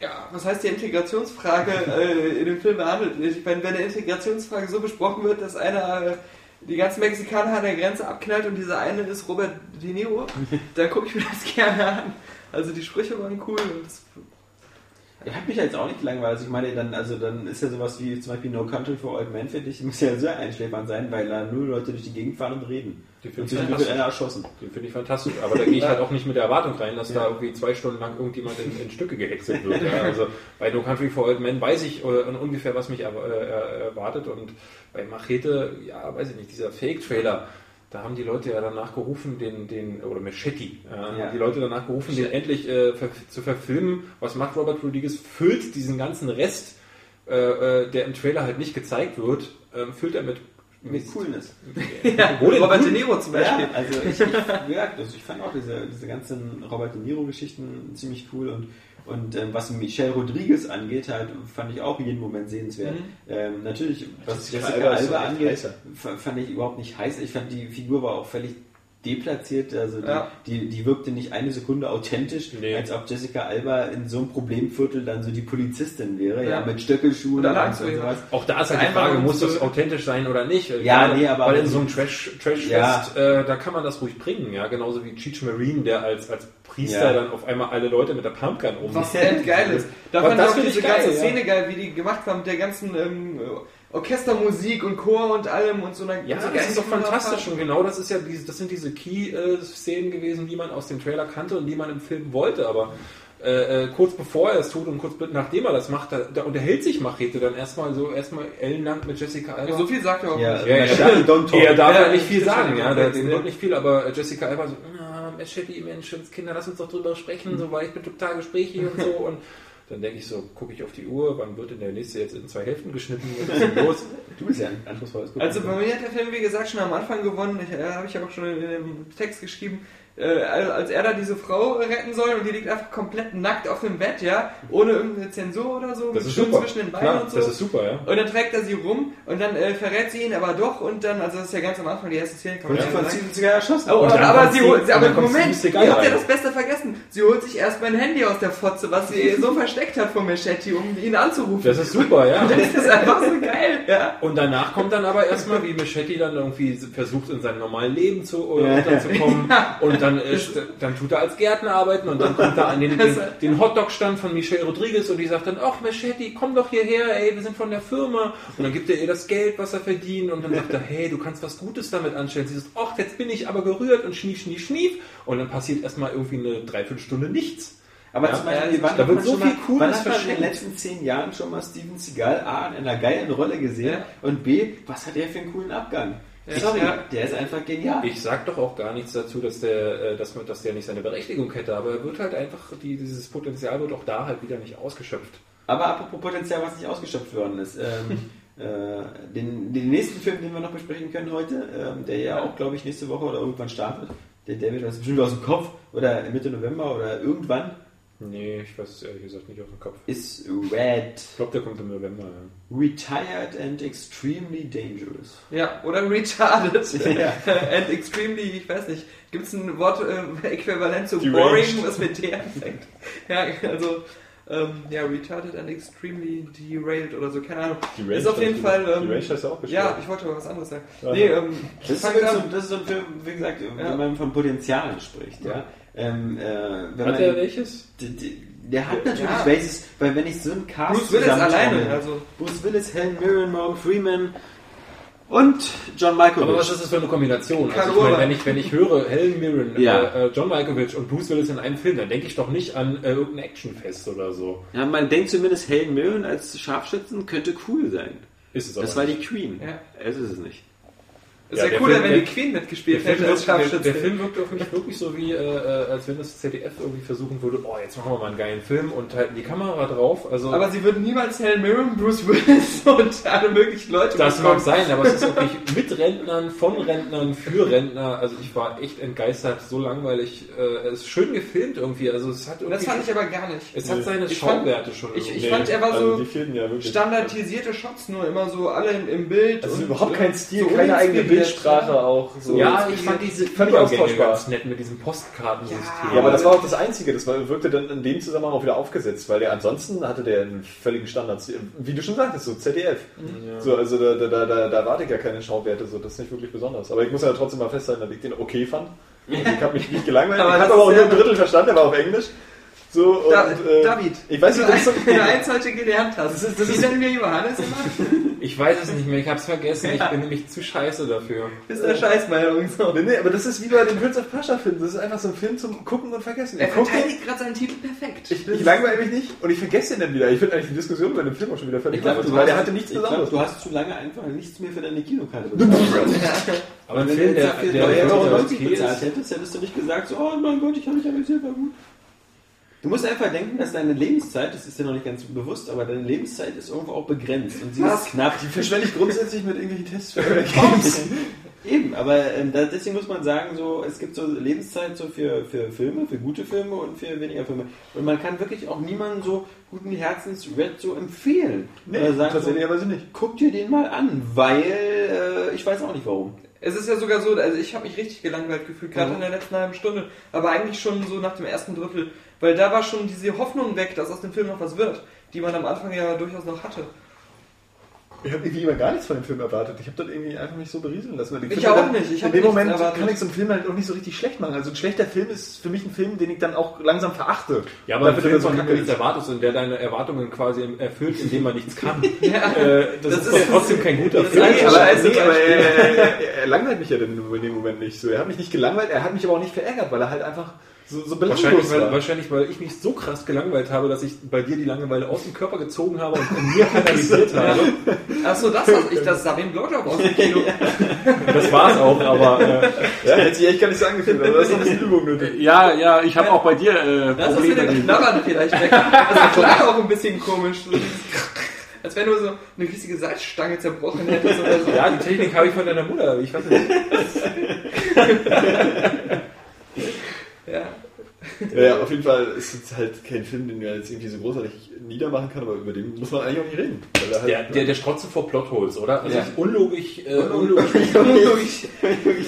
[SPEAKER 2] Ja, was heißt die Integrationsfrage äh, in dem Film behandelt? Ich meine, wenn eine Integrationsfrage so besprochen wird, dass einer äh, die ganzen Mexikaner an der Grenze abknallt und dieser eine ist Robert De Niro, dann gucke ich mir das gerne an. Also die Sprüche waren cool. Und das,
[SPEAKER 5] Ich hab mich jetzt auch nicht langweilig. Also ich meine, dann, also dann ist ja sowas wie zum Beispiel No Country for Old Men für dich, muss ja sehr einschläfernd sein, weil da nur Leute durch die Gegend fahren und reden.
[SPEAKER 3] Den finde
[SPEAKER 5] Und sich
[SPEAKER 3] ich,
[SPEAKER 5] wird
[SPEAKER 3] fantastisch.
[SPEAKER 5] einer erschossen.
[SPEAKER 3] Den find ich fantastisch. Aber da gehe ich halt auch nicht mit der Erwartung rein, dass da irgendwie zwei Stunden lang irgendjemand in, in Stücke gehäckselt wird. Ja, also bei No Country for Old Men weiß ich äh, ungefähr, was mich er, äh, erwartet. Und bei Machete, ja, weiß ich nicht, dieser Fake-Trailer. Da haben die Leute ja danach gerufen, den, den oder Machete, äh,
[SPEAKER 5] Ja.
[SPEAKER 3] haben die Leute danach gerufen, den endlich äh, ver zu verfilmen. Was macht Robert Rodriguez? Füllt diesen ganzen Rest, äh, äh, der im Trailer halt nicht gezeigt wird, ähm, füllt er mit,
[SPEAKER 5] Mit Coolness.
[SPEAKER 3] Wo denn
[SPEAKER 2] Robert
[SPEAKER 3] cool?
[SPEAKER 2] De Niro zum Beispiel.
[SPEAKER 5] Ja, also ich, ich, wie gesagt, also ich fand auch diese, diese ganzen Robert De Niro-Geschichten ziemlich cool und, und ähm, was Michelle Rodriguez angeht, halt, fand ich auch jeden Moment sehenswert. Ähm, natürlich, was
[SPEAKER 4] Jessica
[SPEAKER 5] Jessica
[SPEAKER 4] Alba
[SPEAKER 5] Alba,
[SPEAKER 4] ist doch echt
[SPEAKER 5] angeht,
[SPEAKER 4] heißer.
[SPEAKER 5] fa- fand ich überhaupt nicht heiß. Ich fand die Figur war auch völlig deplatziert, also die,
[SPEAKER 2] Ja.
[SPEAKER 5] die, die wirkte nicht eine Sekunde authentisch,
[SPEAKER 3] Nee.
[SPEAKER 5] als ob Jessica Alba in so einem Problemviertel dann so die Polizistin wäre, ja,
[SPEAKER 2] Ja.
[SPEAKER 5] mit Stöckelschuhen
[SPEAKER 2] Und alle Angst vor ihr.
[SPEAKER 3] Auch da ist halt die
[SPEAKER 2] Einfach
[SPEAKER 3] Frage,
[SPEAKER 2] um
[SPEAKER 3] muss
[SPEAKER 2] zu-
[SPEAKER 3] das authentisch sein oder nicht?
[SPEAKER 5] Ja, nee, aber-
[SPEAKER 3] Weil in so einem Trash- Trash-Fest,
[SPEAKER 5] Ja.
[SPEAKER 3] äh, da kann man das ruhig bringen, ja. Genauso wie Cheech Marine, der als, als Priester
[SPEAKER 5] Ja.
[SPEAKER 3] dann auf einmal alle Leute mit der Pumpgun um.
[SPEAKER 2] Was denn geil ist. Da fand ich
[SPEAKER 3] das
[SPEAKER 2] auch
[SPEAKER 3] find
[SPEAKER 2] diese
[SPEAKER 3] ich geil,
[SPEAKER 2] ganze
[SPEAKER 3] ja.
[SPEAKER 2] Szene geil, wie die gemacht haben mit der ganzen ähm, Orchestermusik und Chor und allem und so einer
[SPEAKER 3] Ja,
[SPEAKER 2] so
[SPEAKER 3] das ist doch
[SPEAKER 2] geilen
[SPEAKER 3] fantastisch und genau das ist ja diese, das sind diese Key-Szenen gewesen, die man aus dem Trailer kannte und die man im Film wollte, aber äh, äh, kurz bevor er es tut und kurz nachdem er das macht, da, da unterhält sich Machete dann erstmal so erstmal ellenlang mit Jessica Alba.
[SPEAKER 2] So viel sagt er auch
[SPEAKER 5] Ja,
[SPEAKER 2] nicht.
[SPEAKER 3] Ja, ja,
[SPEAKER 5] Machete, don't talk.
[SPEAKER 3] Er darf
[SPEAKER 2] Ja,
[SPEAKER 3] ja, nicht viel
[SPEAKER 2] das
[SPEAKER 3] sagen,
[SPEAKER 2] stimmt.
[SPEAKER 3] ja, der, dem
[SPEAKER 2] Ja.
[SPEAKER 3] wird nicht viel, aber äh, Jessica Alba "Ah, so, na, Machete, Menschenskinder, lass uns doch drüber sprechen, so war ich bin total gesprächig und so und Dann denke ich so, gucke ich auf die Uhr, wann wird denn der nächste jetzt in zwei Hälften geschnitten? Was ist denn los?
[SPEAKER 4] Du bist ja ein anspruchsvolles Publikum.
[SPEAKER 2] Also bei mir hat der Film, wie gesagt, schon am Anfang gewonnen. Ich, äh, Habe ich auch schon in dem Text geschrieben. Äh, als als er da diese Frau retten soll und die liegt einfach komplett nackt auf dem Bett, ja, ohne irgendeine Zensur oder so,
[SPEAKER 3] Das ist
[SPEAKER 2] schön
[SPEAKER 3] super.
[SPEAKER 2] zwischen den Beinen
[SPEAKER 3] Klar,
[SPEAKER 2] und so.
[SPEAKER 3] das ist super, ja.
[SPEAKER 2] Und dann trägt er sie rum und dann äh, verrät sie ihn aber doch und dann, also das ist ja ganz am Anfang die erste Szene. kann man
[SPEAKER 4] Und
[SPEAKER 2] ja
[SPEAKER 4] von
[SPEAKER 2] sagen.
[SPEAKER 4] Steven Seagal erschossen.
[SPEAKER 2] Oh,
[SPEAKER 3] Und dann
[SPEAKER 2] aber
[SPEAKER 3] kommt
[SPEAKER 2] sie
[SPEAKER 3] sie-
[SPEAKER 2] holt,
[SPEAKER 3] und
[SPEAKER 2] aber
[SPEAKER 3] dann kommt
[SPEAKER 2] Moment,
[SPEAKER 3] Steven
[SPEAKER 2] ihr
[SPEAKER 3] Seagal
[SPEAKER 2] habt ja
[SPEAKER 3] rein.
[SPEAKER 2] das Beste vergessen. Sie holt sich erst mein Handy aus der Fotze, was sie so versteckt hat vom Machete, um ihn anzurufen.
[SPEAKER 3] Das ist super, ja.
[SPEAKER 2] Das ist einfach so geil, ja.
[SPEAKER 3] Und danach kommt dann aber erstmal, wie Machete dann irgendwie versucht, in seinem normalen Leben zu äh, unterzukommen. Und dann, äh, st- dann tut er als Gärtner arbeiten und dann kommt er an den, den, den Hotdog-Stand von Michelle Rodriguez und die sagt dann, ach Machete, komm doch hierher, ey, wir sind von der Firma. Und dann gibt er ihr das Geld, was er verdient und dann sagt er, hey, du kannst was Gutes damit anstellen. Sie sagt, ach, jetzt bin ich aber gerührt und schnief, schnief, schnief. Und dann passiert erstmal irgendwie eine Dreiviertelstunde nichts.
[SPEAKER 5] Aber
[SPEAKER 3] Ja,
[SPEAKER 5] zum Beispiel,
[SPEAKER 3] ja,
[SPEAKER 5] wann
[SPEAKER 3] da
[SPEAKER 5] hat
[SPEAKER 3] wird
[SPEAKER 5] man
[SPEAKER 3] so
[SPEAKER 5] schon
[SPEAKER 3] viel
[SPEAKER 5] mal,
[SPEAKER 3] Cooles
[SPEAKER 5] wann hat man in den
[SPEAKER 3] verschenkt.
[SPEAKER 5] letzten zehn Jahren schon mal Steven Seagal A in einer geilen Rolle gesehen und B, was hat er für einen coolen Abgang? Sorry,
[SPEAKER 2] ja.
[SPEAKER 5] der ist einfach genial.
[SPEAKER 3] Ich sag doch auch gar nichts dazu, dass der, äh, dass, man, dass der nicht seine Berechtigung hätte, aber er wird halt einfach, die, dieses Potenzial wird auch da halt wieder nicht ausgeschöpft.
[SPEAKER 5] Aber apropos Potenzial, was nicht ausgeschöpft worden ist. Ähm, äh, den, den nächsten Film, den wir noch besprechen können heute, ähm, der ja auch, glaube ich, nächste Woche oder irgendwann startet, der David weiß bestimmt aus dem Kopf oder Mitte November oder irgendwann,
[SPEAKER 3] Nee, ich weiß es ehrlich gesagt nicht aus dem Kopf.
[SPEAKER 5] ist Red.
[SPEAKER 3] Ich glaube, der kommt im November. Ja.
[SPEAKER 5] Retired and Extremely Dangerous.
[SPEAKER 2] Ja, oder retarded.
[SPEAKER 5] Ja.
[SPEAKER 2] And extremely, ich weiß nicht, gibt es ein Wort äh, äquivalent zu
[SPEAKER 4] Deranged.
[SPEAKER 2] boring, was mit D anfängt? ja, also, ähm, ja, retarded and extremely derailed oder so, keine Ahnung. ist auf jeden Fall, ähm,
[SPEAKER 4] hast du auch
[SPEAKER 2] ja, ich wollte mal was anderes sagen. Nee, ähm,
[SPEAKER 5] Das ist,
[SPEAKER 2] fang
[SPEAKER 5] übrigens so,
[SPEAKER 2] an.
[SPEAKER 5] das ist so ein Film, wie gesagt,
[SPEAKER 2] Ja.
[SPEAKER 5] wenn man von Potenzialen spricht. Ja. Ähm, äh, wenn
[SPEAKER 3] Hat
[SPEAKER 5] man,
[SPEAKER 3] er welches?
[SPEAKER 5] D- d- der hat natürlich
[SPEAKER 2] Ja.
[SPEAKER 5] welches, weil wenn ich so einen Cast
[SPEAKER 2] Bruce Willis
[SPEAKER 5] zusammentrommel-
[SPEAKER 2] alleine, also.
[SPEAKER 5] Bruce Willis, Helen Mirren, Morgan Freeman und John Malkovich.
[SPEAKER 3] Aber was ist das für eine Kombination? Also ich
[SPEAKER 2] Carola.
[SPEAKER 3] meine, wenn ich, wenn ich höre Helen Mirren,
[SPEAKER 5] Ja.
[SPEAKER 3] äh, äh, John Malkovich und Bruce Willis in einem Film, dann denke ich doch nicht an äh, irgendein Actionfest oder so.
[SPEAKER 5] ja, man denkt zumindest, Helen Mirren als Scharfschützen könnte cool sein.
[SPEAKER 3] Ist es aber
[SPEAKER 5] Das war
[SPEAKER 3] nicht.
[SPEAKER 5] die Queen.
[SPEAKER 2] Ja.
[SPEAKER 5] Es ist es nicht.
[SPEAKER 2] Ist
[SPEAKER 3] Ja,
[SPEAKER 2] ja,
[SPEAKER 3] der
[SPEAKER 2] cooler,
[SPEAKER 3] Film-
[SPEAKER 2] wenn
[SPEAKER 3] der-
[SPEAKER 2] die Queen mitgespielt
[SPEAKER 3] Der
[SPEAKER 2] hätte
[SPEAKER 3] Film,
[SPEAKER 2] als
[SPEAKER 3] wirkt, der,
[SPEAKER 2] Scharfschütze.
[SPEAKER 3] der Film wirkt auf mich wirklich so wie, äh, äh, als wenn das ZDF irgendwie versuchen würde, oh, jetzt machen wir mal einen geilen Film und halten die Kamera drauf. Also
[SPEAKER 2] Aber sie würden niemals Helen Mirren, Bruce Willis und alle möglichen Leute
[SPEAKER 3] Das
[SPEAKER 2] bekommen.
[SPEAKER 3] mag sein, aber es ist wirklich mit Rentnern, von Rentnern, für Rentner. Also ich war echt entgeistert, so langweilig. Äh, es ist schön gefilmt irgendwie. Also es hat irgendwie,
[SPEAKER 2] Das fand ich aber gar nicht.
[SPEAKER 3] es hat seine
[SPEAKER 2] Ich fand-
[SPEAKER 3] Schauwerte schon.
[SPEAKER 2] ich-
[SPEAKER 3] irgendwie.
[SPEAKER 2] ich fand, er war
[SPEAKER 4] also
[SPEAKER 2] so
[SPEAKER 4] Die fehlten ja wirklich.
[SPEAKER 2] standardisierte Shots nur immer so alle im, im Bild.
[SPEAKER 4] Das ist
[SPEAKER 2] und äh,
[SPEAKER 4] überhaupt kein Stil,
[SPEAKER 2] so
[SPEAKER 4] keine eigene
[SPEAKER 2] uninspiriert.
[SPEAKER 4] Bildsprache auch. So.
[SPEAKER 3] ja, ich fand diese
[SPEAKER 4] Völlig
[SPEAKER 3] Übergänge
[SPEAKER 4] austauschbar.
[SPEAKER 3] ganz nett mit diesem Postkartensystem.
[SPEAKER 4] Ja, aber das war auch das Einzige, das war- wirkte dann in dem Zusammenhang auch wieder aufgesetzt, weil der ansonsten hatte der einen völligen Standard, wie du schon sagtest, so ZDF. So, also da, da, da, da, da warte ich ja keine Schauwerte, so, das ist nicht wirklich besonders. Aber ich muss ja trotzdem mal festhalten, dass ich den okay fand. Ich habe mich nicht gelangweilt,
[SPEAKER 2] Aber
[SPEAKER 4] ich
[SPEAKER 2] das
[SPEAKER 4] habe aber auch
[SPEAKER 2] ist
[SPEAKER 4] nur
[SPEAKER 2] ja-
[SPEAKER 4] ein Drittel verstanden, der war auf Englisch. So, und,
[SPEAKER 2] Da,
[SPEAKER 4] äh,
[SPEAKER 2] David,
[SPEAKER 4] ich weiß
[SPEAKER 2] wie
[SPEAKER 4] nicht,
[SPEAKER 2] du
[SPEAKER 4] das ist
[SPEAKER 2] ein- also
[SPEAKER 4] so,
[SPEAKER 2] eine eins heute gelernt hast.
[SPEAKER 4] Das ist- das
[SPEAKER 2] wie
[SPEAKER 4] ist-
[SPEAKER 2] nennen wir Johannes immer?
[SPEAKER 3] Ich weiß es nicht mehr, ich hab's vergessen. Ich bin nämlich zu scheiße dafür.
[SPEAKER 2] Ist der Scheißmeinung so.
[SPEAKER 4] Nee, nee, aber das ist wie bei den Prince of Pasha Film. Das ist einfach so ein Film zum Gucken und Vergessen.
[SPEAKER 2] Er
[SPEAKER 4] Ich gucke,
[SPEAKER 2] verteidigt gerade seinen Titel perfekt.
[SPEAKER 4] ich, ich langweile mich nicht und ich vergesse ihn dann wieder. Ich finde eigentlich die Diskussion über den Film auch schon wieder völlig
[SPEAKER 5] Ich glaub,
[SPEAKER 4] wahnsinnig,
[SPEAKER 5] du hast-
[SPEAKER 4] weil der hatte nichts
[SPEAKER 5] ich glaub,
[SPEAKER 4] Besonderes.
[SPEAKER 5] Du hast zu lange einfach nichts mehr für deine Kinokarte bezahlt.
[SPEAKER 3] Aber ein
[SPEAKER 5] Wenn
[SPEAKER 3] Film,
[SPEAKER 5] du
[SPEAKER 3] der,
[SPEAKER 5] jetzt
[SPEAKER 3] der,
[SPEAKER 5] dafür
[SPEAKER 3] der,
[SPEAKER 5] 9,90 Euro
[SPEAKER 3] okay
[SPEAKER 5] bezahlt
[SPEAKER 3] ist.
[SPEAKER 5] hättest, hättest du nicht gesagt, so, oh mein Gott, ich habe mich amüsiert, war gut. Du musst einfach denken, dass deine Lebenszeit, das ist dir noch nicht ganz bewusst, aber deine Lebenszeit ist irgendwo auch begrenzt und sie
[SPEAKER 2] Was?
[SPEAKER 5] ist knapp.
[SPEAKER 4] Die verschwende ich grundsätzlich mit irgendwelchen Tests für
[SPEAKER 5] Eben, aber ähm, da, deswegen muss man sagen, so, es gibt so Lebenszeit so für, für Filme, für gute Filme und für weniger Filme. Und man kann wirklich auch niemandem so guten Herzens Red so empfehlen.
[SPEAKER 4] äh,
[SPEAKER 5] Oder sagen, so,
[SPEAKER 4] tatsächlich nicht.
[SPEAKER 5] guck dir den mal an, weil äh, ich weiß auch nicht warum.
[SPEAKER 2] Es ist ja sogar so, also ich habe mich richtig gelangweilt gefühlt, gerade
[SPEAKER 5] Mhm.
[SPEAKER 2] in der letzten halben Stunde, aber eigentlich schon so nach dem ersten Drittel, weil da war schon diese Hoffnung weg, dass aus dem Film noch was wird, die man am Anfang ja durchaus noch hatte.
[SPEAKER 4] Ich habe irgendwie immer gar nichts von dem Film erwartet. Ich habe das irgendwie einfach nicht so berieseln lassen. weil
[SPEAKER 2] Ich
[SPEAKER 4] finde
[SPEAKER 2] auch
[SPEAKER 4] dann,
[SPEAKER 2] nicht. Ich
[SPEAKER 4] in
[SPEAKER 2] hab
[SPEAKER 4] dem
[SPEAKER 2] nichts
[SPEAKER 4] Moment
[SPEAKER 2] erwartet.
[SPEAKER 4] kann ich so einen Film halt auch nicht so richtig schlecht machen. Also ein schlechter Film ist für mich ein Film, den ich dann auch langsam verachte.
[SPEAKER 3] Ja, aber ein
[SPEAKER 4] Dafür,
[SPEAKER 3] Film,
[SPEAKER 4] dass er so
[SPEAKER 3] von dem
[SPEAKER 4] kacke
[SPEAKER 3] du nichts
[SPEAKER 4] ist.
[SPEAKER 3] erwartest und der deine Erwartungen quasi erfüllt, indem man nichts kann.
[SPEAKER 2] Ja.
[SPEAKER 3] Äh, das,
[SPEAKER 2] Das
[SPEAKER 3] ist, doch
[SPEAKER 2] ist-
[SPEAKER 3] trotzdem kein guter
[SPEAKER 2] das
[SPEAKER 3] Film.
[SPEAKER 2] ist-
[SPEAKER 4] Nee, aber,
[SPEAKER 2] Scheiße,
[SPEAKER 4] nee,
[SPEAKER 2] zum
[SPEAKER 4] aber er, er, er langweilt mich ja dann in dem Moment nicht so. Er hat mich nicht gelangweilt, er hat mich aber auch nicht verärgert, weil er halt einfach
[SPEAKER 6] so, so
[SPEAKER 3] Wahrscheinlich
[SPEAKER 6] belanglos
[SPEAKER 3] weil,
[SPEAKER 6] war.
[SPEAKER 3] wahrscheinlich, weil ich mich so krass gelangweilt habe, dass ich bei dir die Langeweile aus dem Körper gezogen habe und in mir kanalisiert habe.
[SPEAKER 2] Achso, das hab ich, das sah wie ein Blowjob aus dem Kino.
[SPEAKER 3] Das war's auch, aber äh,
[SPEAKER 4] Ja, hätte ich echt gar nicht so angefühlt, aber das ist ein bisschen Übung nötig.
[SPEAKER 3] ja, ja, ich habe auch bei dir äh,
[SPEAKER 2] Das ist mit
[SPEAKER 3] Probleme.
[SPEAKER 2] dem
[SPEAKER 3] die-
[SPEAKER 2] Knabbern vielleicht weg. Das klang auch ein bisschen komisch. So dieses Als wenn du so eine riesige Salzstange zerbrochen hättest oder so.
[SPEAKER 3] Ja, die Technik habe ich von deiner Mutter. Ich weiß nicht.
[SPEAKER 2] Ja.
[SPEAKER 4] Ja, ja, auf jeden Fall ist es halt kein Film, den man jetzt irgendwie so großartig niedermachen kann, aber über den muss man eigentlich auch nicht reden. Weil er halt
[SPEAKER 3] Der, der, der strotzt vor Plotholes, oder? Also
[SPEAKER 2] Ja.
[SPEAKER 3] unlogisch, äh, unlogisch.
[SPEAKER 2] Unlogisch.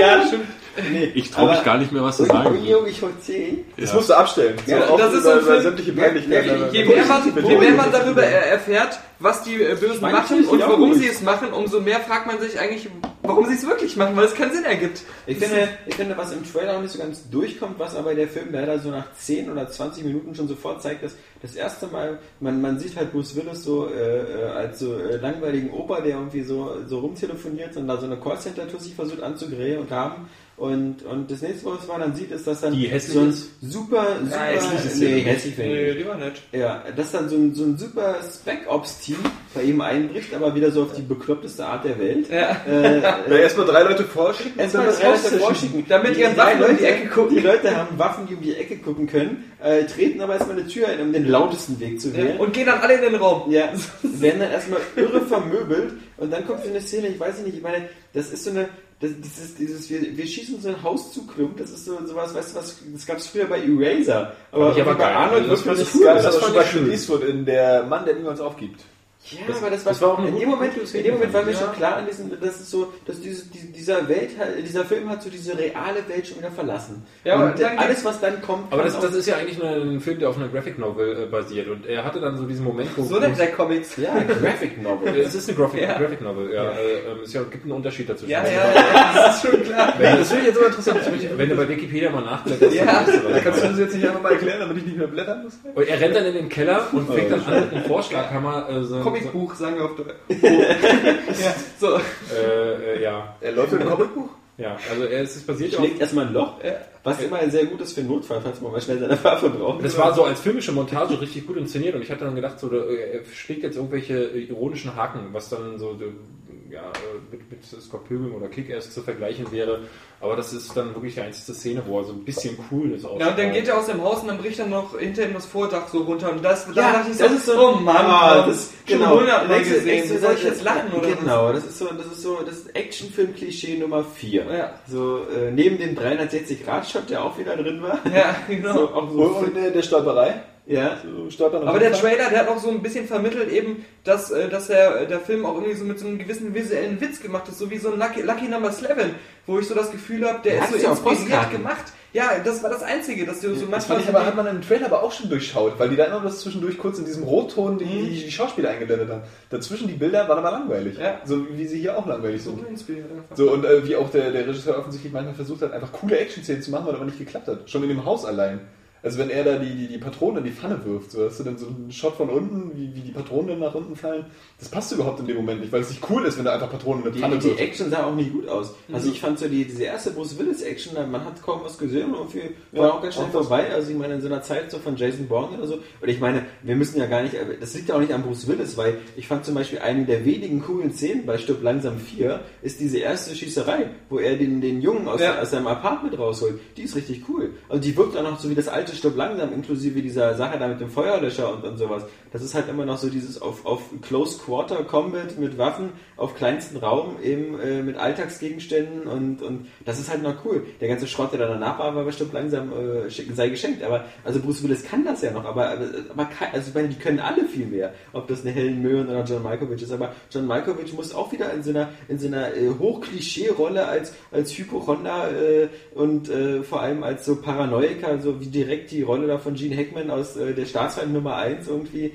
[SPEAKER 4] ja, stimmt. Nee,
[SPEAKER 3] Ich traue mich
[SPEAKER 4] aber-
[SPEAKER 3] gar nicht mehr, was zu sagen.
[SPEAKER 2] ich hol 10.
[SPEAKER 4] Das musst du abstellen. So,
[SPEAKER 2] Ja,
[SPEAKER 4] auch
[SPEAKER 2] das ist so
[SPEAKER 4] über-
[SPEAKER 2] ein
[SPEAKER 4] über
[SPEAKER 2] Film.
[SPEAKER 4] sämtliche
[SPEAKER 2] Ja, ja,
[SPEAKER 4] Peinlichkeiten.
[SPEAKER 2] je,
[SPEAKER 4] aber-
[SPEAKER 2] mehr man,
[SPEAKER 4] aber-
[SPEAKER 2] je mehr man darüber er- erfährt, was die äh, Bösen
[SPEAKER 3] meine,
[SPEAKER 2] machen
[SPEAKER 3] ich
[SPEAKER 2] und
[SPEAKER 3] auch
[SPEAKER 2] warum
[SPEAKER 3] nicht.
[SPEAKER 2] sie es machen, umso mehr fragt man sich eigentlich, warum sie es wirklich machen, weil es keinen Sinn ergibt.
[SPEAKER 5] Ich finde, ich finde, was im Trailer noch nicht so ganz durchkommt, was aber der Film leider so nach 10 oder 20 Minuten schon sofort zeigt, ist das erste Mal, man, man sieht halt Bruce Willis so äh, äh, als so äh, langweiligen Opa, der irgendwie so, so rumtelefoniert und da so eine Callcenter-Tussi versucht anzugrillen und haben. Und, und das nächste, was man dann sieht, ist, dass dann
[SPEAKER 3] Die hässlich
[SPEAKER 5] so ein
[SPEAKER 3] ist?
[SPEAKER 5] super, super,
[SPEAKER 2] Nein, hässlich ist sie
[SPEAKER 5] nee,
[SPEAKER 2] nicht.
[SPEAKER 5] hässlich finde ich. nicht.
[SPEAKER 2] lieber nicht.
[SPEAKER 5] Ja, dass dann so ein, so ein super Spec-Ops-Team bei ihm einbricht, aber wieder so auf die beklopptest Art der Welt.
[SPEAKER 2] Ja.
[SPEAKER 5] Äh,
[SPEAKER 4] Ja, erstmal drei Leute vorschicken und
[SPEAKER 5] Erstmal
[SPEAKER 4] dann
[SPEAKER 5] das
[SPEAKER 4] das
[SPEAKER 5] Rechte
[SPEAKER 4] rauszuschicken.
[SPEAKER 5] vorschicken.
[SPEAKER 2] Damit
[SPEAKER 5] Die
[SPEAKER 2] ihren
[SPEAKER 5] drei
[SPEAKER 2] Waffen um die Ecke gucken.
[SPEAKER 5] Die Leute haben Waffen, die um die Ecke gucken können, äh, treten aber erstmal eine Tür ein, um den lautesten Weg zu wählen.
[SPEAKER 2] Und gehen dann alle in den Raum.
[SPEAKER 5] Ja, werden dann erstmal irre vermöbelt und dann kommt so eine Szene, ich weiß nicht, ich meine, das ist so eine, das, das ist dieses, wir, wir schießen so ein Haus zu Klump, das ist so sowas, weißt du was, das gab es früher bei Eraser, aber,
[SPEAKER 3] Fand ich aber
[SPEAKER 5] bei
[SPEAKER 3] geil.
[SPEAKER 5] Arnold
[SPEAKER 3] Also das
[SPEAKER 5] wird man
[SPEAKER 4] Das
[SPEAKER 5] nicht
[SPEAKER 4] cool,
[SPEAKER 5] cool.
[SPEAKER 4] gab es
[SPEAKER 5] Das
[SPEAKER 4] aber
[SPEAKER 5] war
[SPEAKER 4] schon
[SPEAKER 5] nicht
[SPEAKER 4] bei
[SPEAKER 5] schön.
[SPEAKER 4] Clint Eastwood in Der Mann, der niemals aufgibt.
[SPEAKER 5] Ja, aber das war,
[SPEAKER 3] das war auch eine
[SPEAKER 5] in
[SPEAKER 3] gute-
[SPEAKER 5] dem Moment,
[SPEAKER 3] gute
[SPEAKER 5] in dem Moment war mir schon klar, an diesem, das ist so, dass diese, die- dieser Welt, halt- dieser Film hat so diese reale Welt schon wieder verlassen.
[SPEAKER 2] Ja, aber
[SPEAKER 5] und
[SPEAKER 2] dann
[SPEAKER 5] alles, was dann kommt,
[SPEAKER 3] Aber
[SPEAKER 5] kann
[SPEAKER 3] das,
[SPEAKER 5] auch-
[SPEAKER 3] das ist ja eigentlich eine, ein Film, der auf einer Graphic Novel äh, basiert. Und er hatte dann so diesen Moment, wo. äh,
[SPEAKER 2] So nennt der Comics.
[SPEAKER 5] ja, Graphic Novel.
[SPEAKER 3] es ist eine Graphic,
[SPEAKER 2] Ja.
[SPEAKER 3] Graphic Novel, ja. Äh, ähm, es ja, gibt einen Unterschied dazwischen.
[SPEAKER 2] Ja, ja, ja, das ist schon klar.
[SPEAKER 3] Wenn, das finde ich jetzt aber interessant. Das finde ich- Wenn du bei Wikipedia mal nachblätterst,
[SPEAKER 2] Ja.
[SPEAKER 3] dann weißt du, was ich
[SPEAKER 4] Kannst du das jetzt nicht einfach mal erklären, damit ich nicht mehr blättern muss?
[SPEAKER 3] Und er rennt dann in den Keller und fängt dann an mit einem Vorschlaghammer äh, so, so,
[SPEAKER 2] Comicbuch, sagen wir auf Deutsch. ja, so.
[SPEAKER 3] äh, äh, ja.
[SPEAKER 4] Er läuft in einem Comicbuch?
[SPEAKER 3] ja, also er ist, es basiert auf...
[SPEAKER 5] Schlägt erstmal ein Loch,
[SPEAKER 2] Ja.
[SPEAKER 5] was immer sehr gut ist für einen Notfall, falls man mal schnell seine Waffe braucht.
[SPEAKER 3] Das war so als filmische Montage richtig gut inszeniert und ich hatte dann gedacht, so, da, äh, er schlägt jetzt irgendwelche äh, ironischen Haken, was dann so äh, ja, äh, mit, mit Scott Pilgrim oder Kick-Ass zu vergleichen wäre. Aber das ist dann wirklich die einzige Szene, wo er so ein bisschen cool ist.
[SPEAKER 2] Ja, und dann geht er aus dem Haus und dann bricht dann noch hinter ihm das Vordach so runter. Und das, da
[SPEAKER 5] Ja,
[SPEAKER 2] dachte ich
[SPEAKER 5] das ist so-
[SPEAKER 2] oh Mann,
[SPEAKER 5] Ah,
[SPEAKER 2] Mann,
[SPEAKER 5] das-
[SPEAKER 2] schon
[SPEAKER 5] genau.
[SPEAKER 2] hundertmal
[SPEAKER 5] Denkst du,
[SPEAKER 2] gesehen.
[SPEAKER 5] denkst du,
[SPEAKER 2] Wie soll ich
[SPEAKER 5] das-
[SPEAKER 2] jetzt lachen oder
[SPEAKER 5] Genau, das ist so, das ist so, das ist Actionfilm-Klischee Nummer 4.
[SPEAKER 2] Ja.
[SPEAKER 5] So, äh, neben dem 360-Grad-Shot, der auch wieder drin war.
[SPEAKER 2] was? Ja, genau.
[SPEAKER 5] So, auch so,
[SPEAKER 4] Und, und äh, der, der Stolperei?
[SPEAKER 5] ja.
[SPEAKER 4] So Stolpern am
[SPEAKER 2] Aber der
[SPEAKER 4] Anfang.
[SPEAKER 2] Trailer, der hat auch so ein bisschen vermittelt eben, dass, äh, dass der, der Film auch irgendwie so mit so einem gewissen visuellen Witz gemacht ist, so wie so ein Lucky, Lucky Number 11, wo ich so das Gefühl habe, der
[SPEAKER 5] Ja,
[SPEAKER 2] ist so
[SPEAKER 5] hast du ja auf
[SPEAKER 2] inspiriert
[SPEAKER 5] Postkarten.
[SPEAKER 2] gemacht. Ja, das war das Einzige, dass du so
[SPEAKER 4] Das
[SPEAKER 2] manchmal...
[SPEAKER 4] fand ich aber, hat man im Trailer aber auch schon durchschaut, weil die da immer das zwischendurch kurz in diesem Rotton die, die, die Schauspieler eingeblendet haben. Dazwischen die Bilder waren aber langweilig.
[SPEAKER 2] Ja.
[SPEAKER 4] So wie sie hier auch langweilig sind.
[SPEAKER 2] inspiriert einfach.
[SPEAKER 4] So, und äh, wie auch der, der Regisseur offensichtlich manchmal versucht hat, einfach coole Action-Szenen zu machen, weil aber nicht geklappt hat. Schon in dem Haus allein. Also wenn er da die, die, die Patronen in die Pfanne wirft, so hast du dann so einen Shot von unten, wie, wie die Patronen dann nach unten fallen. Das passt überhaupt in dem Moment nicht, weil es nicht cool ist, wenn du einfach Patronen in die Pfanne
[SPEAKER 5] Die, die
[SPEAKER 4] wirfst.
[SPEAKER 5] Action sah auch nicht gut aus. Also ich fand so die, diese erste Bruce Willis Action, da- man hat kaum was gesehen und irgendwie war auch ganz schnell vorbei. Also ich meine, in so einer Zeit so von Jason Bourne oder so. Und ich meine, wir müssen ja gar nicht, das liegt ja auch nicht an Bruce Willis, weil ich fand zum Beispiel eine der wenigen coolen Szenen bei Stück Langsam 4 ist diese erste Schießerei, wo er den, den Jungen aus,
[SPEAKER 2] Ja.
[SPEAKER 5] aus seinem Apartment rausholt. Die ist richtig cool. Und die wirkt auch noch so wie das alte Stück Langsam, inklusive dieser Sache da mit dem Feuerlöscher und, und sowas. Das ist halt immer noch so dieses auf, auf Close Quarter Combat mit Waffen auf kleinsten Raum eben äh, mit Alltagsgegenständen und, und das ist halt noch cool. Der ganze Schrott, der da danach war, war bestimmt langsam äh, schick- sei geschenkt. Aber also Bruce Willis kann das ja noch, aber, aber, aber kann, also ich meine, die können alle viel mehr. Ob das eine Helen Mirren oder John Malkovich ist, aber John Malkovich muss auch wieder in so einer in so einer äh, Hochklischee-Rolle als als Hypochonder äh, und äh, vor allem als so Paranoiker, so wie direkt die Rolle da von Gene Hackman aus äh, der Staatsfeind Nummer 1 irgendwie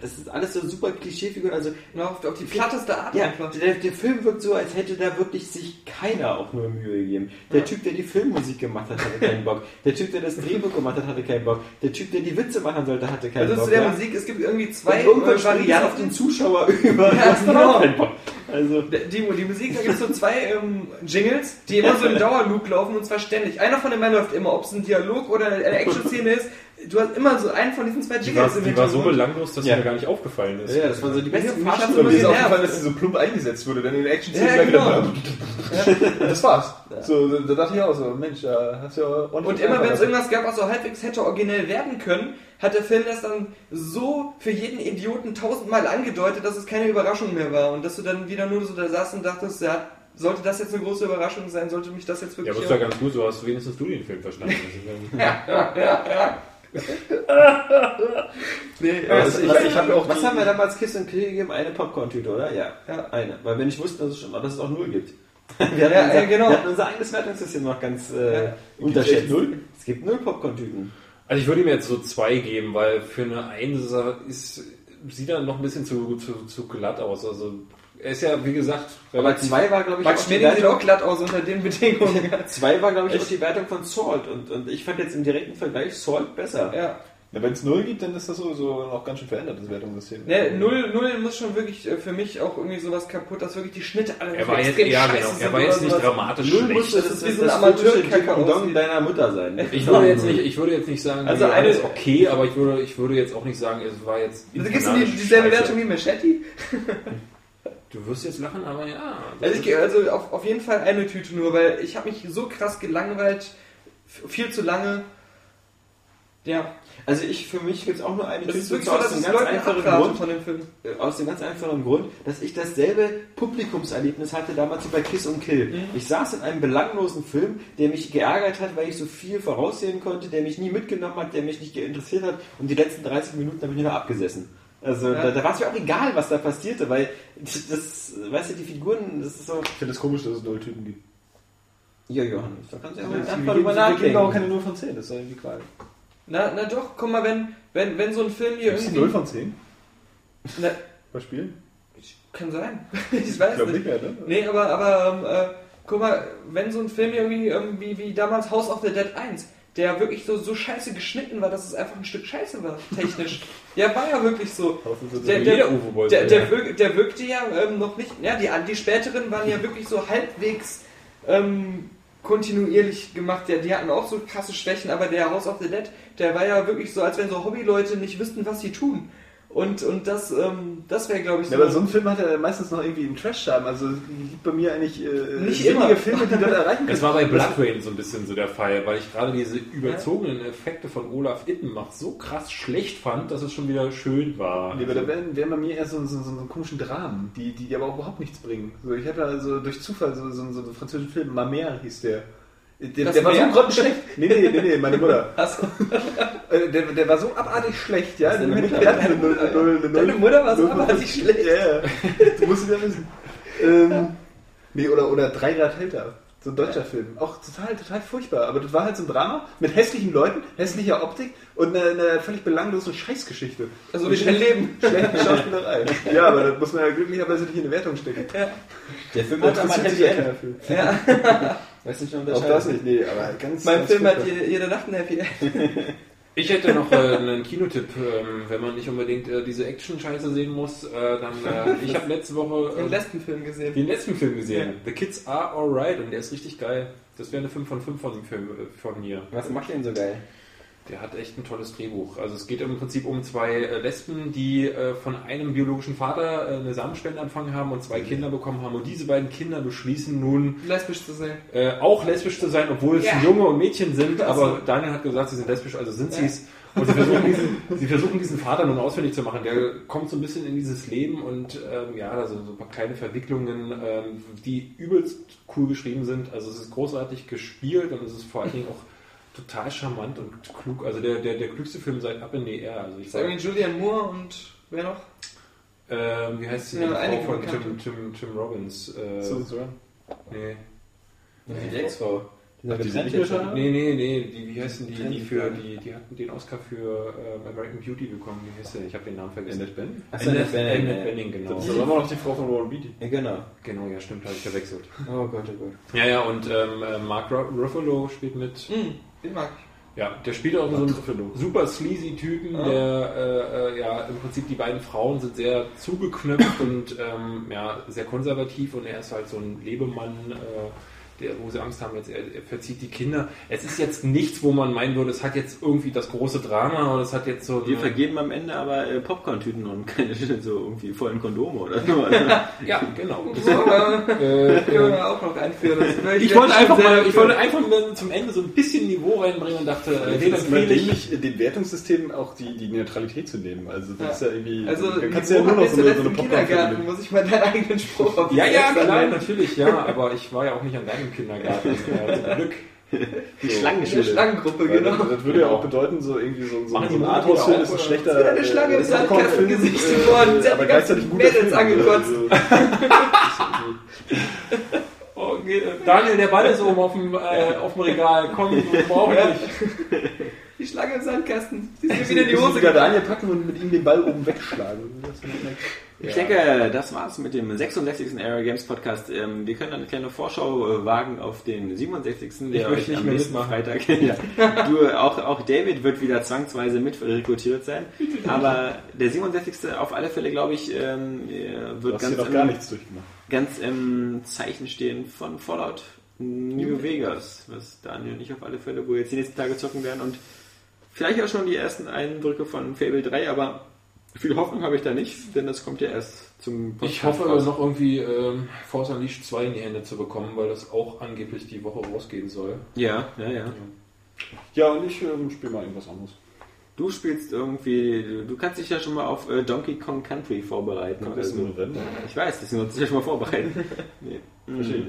[SPEAKER 5] das ist alles so super Klischeefiguren. Also,
[SPEAKER 2] Nur auf, auf die platteste Art
[SPEAKER 5] ja,
[SPEAKER 2] einfach.
[SPEAKER 5] der, der Film wirkt so, als hätte da wirklich sich keiner auch nur Mühe gegeben. Der Typ, der die Filmmusik gemacht hat, hatte keinen Bock. Der Typ, der das Drehbuch gemacht hat, hatte keinen Bock. Der Typ, der die Witze machen sollte, hatte keinen
[SPEAKER 2] Also
[SPEAKER 5] Bock.
[SPEAKER 2] zu der
[SPEAKER 5] ja.
[SPEAKER 2] Musik, es gibt irgendwie zwei
[SPEAKER 5] Weil irgendwann
[SPEAKER 2] äh,
[SPEAKER 5] springt es auf den Zuschauer über.
[SPEAKER 2] Ja,
[SPEAKER 5] Das ist
[SPEAKER 2] genau.
[SPEAKER 5] auch keinen Bock. Also,
[SPEAKER 2] Die, die Musik, da gibt es so zwei ähm, Jingles, die immer so im Dauerloop laufen und zwar ständig. Einer von den beiden läuft immer, ob es ein Dialog oder eine Action-Szene ist. Du hast immer so einen von diesen zwei
[SPEAKER 3] Die war,
[SPEAKER 2] Jingles
[SPEAKER 3] die war so
[SPEAKER 2] Hintergrund.
[SPEAKER 3] belanglos, dass
[SPEAKER 5] Ja.
[SPEAKER 3] mir gar nicht aufgefallen ist.
[SPEAKER 5] ja, das waren so die besten
[SPEAKER 2] Mir hat's
[SPEAKER 5] Fahrstuhl-
[SPEAKER 2] immer
[SPEAKER 4] mir ist
[SPEAKER 2] genervt.
[SPEAKER 4] aufgefallen, dass sie so plump eingesetzt wurde, dann in den action
[SPEAKER 2] Ja, genau.
[SPEAKER 4] Das war's. So, da- da dachte ich auch so, Mensch, da hast du ja ordentlich
[SPEAKER 2] Und immer wenn es
[SPEAKER 4] reingelassen.
[SPEAKER 2] irgendwas gab, was so halbwegs hätte originell werden können, hat der Film das dann so für jeden Idioten tausendmal angedeutet, dass es keine Überraschung mehr war. Und dass du dann wieder nur so da saßt und dachtest, ja, sollte das jetzt eine große Überraschung sein, sollte mich das jetzt
[SPEAKER 3] Ja,
[SPEAKER 2] wirklich...
[SPEAKER 3] aber ist ja ganz gut, so hast du wenigstens du den Film verstanden. Also,
[SPEAKER 2] nee,
[SPEAKER 5] Ja,
[SPEAKER 4] Was-
[SPEAKER 5] also ich,
[SPEAKER 4] was-
[SPEAKER 5] ich
[SPEAKER 4] ich hab auch
[SPEAKER 5] was
[SPEAKER 4] die-
[SPEAKER 5] haben wir damals Kiss and Kill gegeben? Eine Popcorn-Tüte, oder? Ja.
[SPEAKER 2] Ja.
[SPEAKER 5] eine. Weil wir nicht wussten, dass es, schon, dass es auch Null gibt. Wir hatten,
[SPEAKER 2] Ja,
[SPEAKER 5] unser,
[SPEAKER 2] ja, genau.
[SPEAKER 5] wir hatten unser eigenes Wertungssystem noch ganz äh,
[SPEAKER 2] Ja.
[SPEAKER 5] unterschätzt. Es gibt null Popcorn-Tüten.
[SPEAKER 3] also ich würde ihm jetzt so zwei geben, weil für eine Einser ist, sieht er noch ein bisschen zu, zu, zu glatt aus. Also er ist ja, wie gesagt,
[SPEAKER 5] Aber
[SPEAKER 3] relativ-
[SPEAKER 5] zwei war, glaube ich,
[SPEAKER 2] Max
[SPEAKER 5] auch die
[SPEAKER 2] Schmeling sieht halt
[SPEAKER 5] Wertung,
[SPEAKER 2] auch glatt aus unter den Bedingungen.
[SPEAKER 5] zwei war, glaube ich, auch die Wertung von Salt. Und, und ich fand jetzt im direkten Vergleich Salt besser.
[SPEAKER 2] ja.
[SPEAKER 4] Ja, wenn es null gibt, dann ist das sowieso noch ganz schön verändert, das Wertungssystem.
[SPEAKER 2] Ne, null, null muss schon wirklich äh, für mich auch irgendwie sowas kaputt, dass wirklich die Schnitte alle
[SPEAKER 3] er war jetzt,
[SPEAKER 2] extrem
[SPEAKER 3] ja,
[SPEAKER 2] scheiße
[SPEAKER 3] genau,
[SPEAKER 2] sind
[SPEAKER 3] er war jetzt
[SPEAKER 2] oder
[SPEAKER 3] nicht
[SPEAKER 2] sowas.
[SPEAKER 3] dramatisch
[SPEAKER 5] Null
[SPEAKER 3] schlecht.
[SPEAKER 5] musste
[SPEAKER 2] das
[SPEAKER 5] das,
[SPEAKER 2] ist wie
[SPEAKER 5] das,
[SPEAKER 2] so ein
[SPEAKER 5] das
[SPEAKER 2] Amateur-
[SPEAKER 5] typische Dick und Dong
[SPEAKER 2] aussehen.
[SPEAKER 5] deiner Mutter sein.
[SPEAKER 3] Ich würde jetzt nicht, ich würde jetzt nicht sagen,
[SPEAKER 5] Also
[SPEAKER 3] also
[SPEAKER 5] eine-
[SPEAKER 3] alles okay, aber ich würde, ich würde jetzt auch nicht sagen, es war jetzt.
[SPEAKER 2] Also gibt's denn die, dieselbe Wertung wie Machete?
[SPEAKER 3] Du wirst jetzt lachen, aber ja.
[SPEAKER 2] Also, ich, also auf, auf jeden Fall eine Tüte nur, weil ich habe mich so krass gelangweilt, f- viel zu lange. Ja,
[SPEAKER 5] Also ich, für mich gibt es auch nur eine
[SPEAKER 2] das ist
[SPEAKER 5] Tüte
[SPEAKER 2] wirklich
[SPEAKER 5] zu
[SPEAKER 2] so,
[SPEAKER 5] aus
[SPEAKER 2] dass
[SPEAKER 5] dem
[SPEAKER 2] es
[SPEAKER 5] ganz
[SPEAKER 2] Leute
[SPEAKER 5] einfachen
[SPEAKER 2] abraten
[SPEAKER 5] Grund,
[SPEAKER 2] von dem Film.
[SPEAKER 5] äh, aus dem ganz einfachen Grund, dass ich dasselbe Publikumserlebnis hatte damals wie bei Kiss und Kill.
[SPEAKER 4] Mhm.
[SPEAKER 5] Ich saß in einem belanglosen Film, der mich geärgert hat, weil ich so viel voraussehen konnte, der mich nie mitgenommen hat, der mich nicht interessiert hat und die letzten 30 Minuten habe ich nur noch abgesessen. Also
[SPEAKER 2] Ja.
[SPEAKER 5] da, da war es mir auch egal, was da passierte, weil das, das weißt du, die Figuren, das ist so...
[SPEAKER 4] Ich finde es komisch, dass es null Typen gibt.
[SPEAKER 5] Ja, Johannes, da kannst du ja
[SPEAKER 4] Wir
[SPEAKER 5] mal
[SPEAKER 4] geben-
[SPEAKER 5] einfach drüber
[SPEAKER 4] wir geben auch
[SPEAKER 5] nachdenken.
[SPEAKER 4] keine 0 von 10, das ist doch irgendwie Qual.
[SPEAKER 2] Na, na doch, guck mal, wenn, wenn, wenn so ein Film hier
[SPEAKER 4] Gibt es
[SPEAKER 2] irgendwie.
[SPEAKER 4] 0 von 10
[SPEAKER 2] Na,
[SPEAKER 4] bei Spielen?
[SPEAKER 2] kann sein. ich weiß
[SPEAKER 4] Ich glaube
[SPEAKER 2] nicht.
[SPEAKER 4] nicht mehr, ne?
[SPEAKER 2] Nee, aber, aber ähm, äh, guck mal, wenn so ein Film irgendwie, ähm, wie, wie damals House of the Dead 1, der wirklich so, so scheiße geschnitten war, dass es einfach ein Stück scheiße war, technisch. ja, war ja wirklich so. Der, der, der, der, wirk, der wirkte ja ähm, noch nicht, ja, die, die späteren waren ja wirklich so halbwegs ähm, kontinuierlich gemacht. Ja, die hatten auch so krasse Schwächen, aber der House of the Dead, der war ja wirklich so, als wenn so Hobbyleute nicht wüssten, was sie tun. Und, und das, ähm, das wäre, glaube ich,
[SPEAKER 4] Ja, aber so ein Film hat ja meistens noch irgendwie einen Trash-Charme. Also es gibt bei mir eigentlich äh,
[SPEAKER 2] Nicht
[SPEAKER 4] wenige
[SPEAKER 2] immer.
[SPEAKER 4] Filme, die das erreichen
[SPEAKER 3] Das
[SPEAKER 4] können.
[SPEAKER 3] war bei Blood Rain so ein bisschen so der Fall, weil ich gerade diese überzogenen Effekte von Olaf Ittenbach so krass schlecht fand, dass es schon wieder schön war.
[SPEAKER 4] Nee, aber da wären, wären bei mir eher so, so, so, so komischen Dramen, die, die, die aber auch überhaupt nichts bringen. So, ich habe ja so durch Zufall so, so, so einen französischen Film, Mamère hieß der. Äh, Der,
[SPEAKER 2] Das
[SPEAKER 4] der war so
[SPEAKER 2] Meer?
[SPEAKER 4] grottenschlecht. Nee, nee, nee, nee, meine Mutter.
[SPEAKER 2] Hast,
[SPEAKER 4] Äh, Der, der war so abartig schlecht, ja.
[SPEAKER 5] deine
[SPEAKER 4] Der
[SPEAKER 5] Mutter?
[SPEAKER 4] hat eine Null- eine Null- eine Null-
[SPEAKER 2] Deine Mutter war so
[SPEAKER 4] Null-
[SPEAKER 2] abartig schlecht.
[SPEAKER 4] Ja, ja. Du musst es ja wissen. Ähm, nee, oder, oder Drei Grad Helter. So ein deutscher Film. Auch total, total furchtbar. Aber das war halt so ein Drama mit hässlichen Leuten, hässlicher Optik und einer, einer völlig belanglosen Scheißgeschichte.
[SPEAKER 2] also
[SPEAKER 4] Und
[SPEAKER 2] wie schnell leben.
[SPEAKER 4] Schlechte Schauspielerei. ja, aber das muss man ja glücklicherweise nicht in eine Wertung stecken.
[SPEAKER 5] Der Film
[SPEAKER 4] Das
[SPEAKER 5] hat aber
[SPEAKER 4] interessiert
[SPEAKER 5] Happy
[SPEAKER 4] sich ja
[SPEAKER 5] End.
[SPEAKER 4] keiner für.
[SPEAKER 5] Weißt du nicht,
[SPEAKER 4] Auch das nicht, nee, aber ganz.
[SPEAKER 2] Mein
[SPEAKER 4] ganz
[SPEAKER 2] Film hat
[SPEAKER 4] furchtbar.
[SPEAKER 2] jede, jede Nacht ein Happy End.
[SPEAKER 3] Ich hätte noch äh, einen Kinotipp, ähm, wenn man nicht unbedingt äh, diese Action-Scheiße sehen muss. Äh, dann, äh, ich habe letzte Woche
[SPEAKER 2] Den
[SPEAKER 3] äh,
[SPEAKER 2] letzten Film gesehen.
[SPEAKER 3] den letzten Film gesehen. The Kids Are Alright und der ist richtig geil. Das wäre eine 5 von 5 von dem Film äh, von mir.
[SPEAKER 5] Was macht den so geil?
[SPEAKER 3] Der hat echt ein tolles Drehbuch. Also es geht im Prinzip um zwei äh, Lesben, die äh, von einem biologischen Vater äh, eine Samenspende empfangen haben und zwei Mhm. Kinder bekommen haben. Und diese beiden Kinder beschließen nun
[SPEAKER 2] Lesbisch zu sein.
[SPEAKER 3] äh, auch lesbisch zu sein, obwohl es
[SPEAKER 2] Ja.
[SPEAKER 3] Junge und Mädchen sind.
[SPEAKER 2] Also-
[SPEAKER 3] Aber Daniel hat gesagt, sie sind lesbisch, also sind sie es. Und sie versuchen, diesen, sie versuchen diesen Vater nun ausfindig zu machen. Der kommt so ein bisschen in dieses Leben und ähm, ja, da sind so ein paar kleine Verwicklungen, ähm, die übelst cool geschrieben sind. Also es ist großartig gespielt und es ist vor allen Dingen auch total charmant und klug. Also der, der, der klügste Film seit Up in the Air. Also ich
[SPEAKER 2] Ist irgendwie
[SPEAKER 3] sag,
[SPEAKER 2] Julian Moore und wer noch?
[SPEAKER 3] ähm, wie heißt sie?
[SPEAKER 2] Ja,
[SPEAKER 3] die Frau
[SPEAKER 2] einige
[SPEAKER 3] von
[SPEAKER 2] Bekannte.
[SPEAKER 3] Tim, Tim, Tim Robbins. Äh,
[SPEAKER 4] So, so.
[SPEAKER 3] nee.
[SPEAKER 5] Die Ex-Frau.
[SPEAKER 4] Ja,
[SPEAKER 5] die
[SPEAKER 4] gibt's
[SPEAKER 5] sind
[SPEAKER 4] nicht
[SPEAKER 5] jetzt
[SPEAKER 4] mehr
[SPEAKER 5] schon-
[SPEAKER 4] schon?
[SPEAKER 3] Nee, nee, nee, die, wie heißen die, die für, die, die hatten den Oscar für ähm, American Beauty bekommen, wie heißt der? Ich habe den Namen vergessen.
[SPEAKER 2] Annette Bening?
[SPEAKER 5] Achso, Annette
[SPEAKER 3] Annette-
[SPEAKER 5] Bening,
[SPEAKER 3] Annette
[SPEAKER 5] ja.
[SPEAKER 3] Bening, genau.
[SPEAKER 4] Das ist aber immer noch die Frau von Warren Beatty.
[SPEAKER 5] Ja, genau.
[SPEAKER 3] Genau, ja, stimmt, habe ich verwechselt.
[SPEAKER 5] Oh Gott, oh Gott.
[SPEAKER 3] Ja, ja, und ähm, äh, Mark Ru- Ruffalo spielt mit.
[SPEAKER 2] Hm, den mag ich.
[SPEAKER 3] Ja, der spielt auch so einen super sleazy Typen,
[SPEAKER 2] Ja.
[SPEAKER 3] der äh, äh, ja im Prinzip die beiden Frauen sind sehr zugeknöpft und ähm, ja, sehr konservativ und er ist halt so ein Lebemann, äh, der, wo sie Angst haben, jetzt er, er verzieht die Kinder. Es ist jetzt nichts, wo man meinen würde, es hat jetzt irgendwie das große Drama und es hat jetzt so. eine-
[SPEAKER 5] Wir vergeben am Ende aber äh, Popcorn-Tüten und keine so irgendwie vollen Kondome oder so. Also,
[SPEAKER 3] ja, genau.
[SPEAKER 2] So, äh, können wir auch noch einführen. Das wär-
[SPEAKER 3] Ich
[SPEAKER 2] wär
[SPEAKER 3] wollte
[SPEAKER 2] schon
[SPEAKER 3] einfach
[SPEAKER 2] sehr
[SPEAKER 3] mal,
[SPEAKER 2] dafür.
[SPEAKER 3] ich wollte einfach mal zum Ende so ein bisschen Niveau reinbringen und dachte, äh, den
[SPEAKER 4] Das ist immer
[SPEAKER 3] empfehle ich.
[SPEAKER 4] dämlich, dem Wertungssystem auch die, die Neutralität zu nehmen. Also, das
[SPEAKER 2] Ja.
[SPEAKER 4] ist ja irgendwie.
[SPEAKER 2] Also,
[SPEAKER 4] dann kannst
[SPEAKER 2] Niveau
[SPEAKER 4] du ja nur noch
[SPEAKER 2] hat
[SPEAKER 4] so eine,
[SPEAKER 2] jetzt
[SPEAKER 4] so
[SPEAKER 2] im
[SPEAKER 4] eine
[SPEAKER 2] Kindergarten
[SPEAKER 4] Popcorn-Film.
[SPEAKER 2] muss ich mal deinen eigenen Spruch auf
[SPEAKER 3] Ja, ja,
[SPEAKER 2] Selbst
[SPEAKER 3] klar,
[SPEAKER 2] anwenden.
[SPEAKER 3] natürlich, ja, aber ich war ja auch nicht an deinem Kindergarten. Ja, zum Glück.
[SPEAKER 5] Die
[SPEAKER 2] In der
[SPEAKER 5] Schlangenschule.
[SPEAKER 2] Schlangengruppe,
[SPEAKER 4] Weil
[SPEAKER 2] genau.
[SPEAKER 4] Das, das würde ja auch bedeuten, so irgendwie so, so,
[SPEAKER 3] Machen
[SPEAKER 4] so
[SPEAKER 3] die
[SPEAKER 4] ein
[SPEAKER 3] Mutter
[SPEAKER 4] Arthouse-Film
[SPEAKER 3] wieder
[SPEAKER 4] ist ein
[SPEAKER 3] auf,
[SPEAKER 4] schlechter. äh,
[SPEAKER 2] Wieder eine Schlange im
[SPEAKER 4] ist ein Popcorn-Film,
[SPEAKER 2] Sandkastengesicht geworden. Sie hat
[SPEAKER 4] Äh, aber
[SPEAKER 2] die ganzen
[SPEAKER 4] gleichzeitig ein guter
[SPEAKER 2] Mädels
[SPEAKER 4] Film.
[SPEAKER 2] angekotzt.
[SPEAKER 4] ne? Also,
[SPEAKER 3] Okay, Daniel, der Ball ist oben auf dem, äh, auf dem Regal. Komm, du brauchst
[SPEAKER 2] Ja.
[SPEAKER 3] dich.
[SPEAKER 2] Die Schlange im Sandkasten. Sie ist mir
[SPEAKER 4] also,
[SPEAKER 2] wieder in die Hose
[SPEAKER 4] wieder
[SPEAKER 2] gegangen.
[SPEAKER 4] Daniel packen und mit ihm den Ball oben wegschlagen. Das ist nicht-
[SPEAKER 5] Ich denke, das war's mit dem 66. Aero Games Podcast. Ähm, wir können eine kleine Vorschau äh, wagen auf den 67.
[SPEAKER 3] Ich möchte nicht
[SPEAKER 5] am
[SPEAKER 3] mehr
[SPEAKER 5] nächsten
[SPEAKER 3] mitmachen.
[SPEAKER 5] Freitag. ja. Du, äh, auch, auch David wird wieder zwangsweise mitrekrutiert sein. Aber der 67. auf alle Fälle, glaube ich, ähm, äh,
[SPEAKER 4] Du
[SPEAKER 5] wird
[SPEAKER 4] hast hier
[SPEAKER 5] ganz
[SPEAKER 4] noch gar
[SPEAKER 5] im,
[SPEAKER 4] nichts durchgemacht.
[SPEAKER 5] ganz im Zeichen stehen von Fallout New Vegas, was Daniel und ich auf alle Fälle, wo wir jetzt die nächsten Tage zocken werden und vielleicht auch schon die ersten Eindrücke von Fable 3, aber viel Hoffnung habe ich da nicht, denn das kommt ja erst zum
[SPEAKER 3] Ich hoffe
[SPEAKER 5] raus.
[SPEAKER 3] noch irgendwie ähm, Force Unleashed 2 in die Hände zu bekommen, weil das auch angeblich die Woche rausgehen soll.
[SPEAKER 5] Ja, ja, ja.
[SPEAKER 4] Ja, und ich ähm, spiele mal irgendwas anderes.
[SPEAKER 5] Du spielst irgendwie, du- du kannst dich ja schon mal auf äh, Donkey Kong Country vorbereiten.
[SPEAKER 4] Das ist
[SPEAKER 5] Also,
[SPEAKER 4] nur Rennen.
[SPEAKER 5] ich weiß, deswegen solltest du dich ja schon mal vorbereiten. nee.
[SPEAKER 4] Verstehe ich.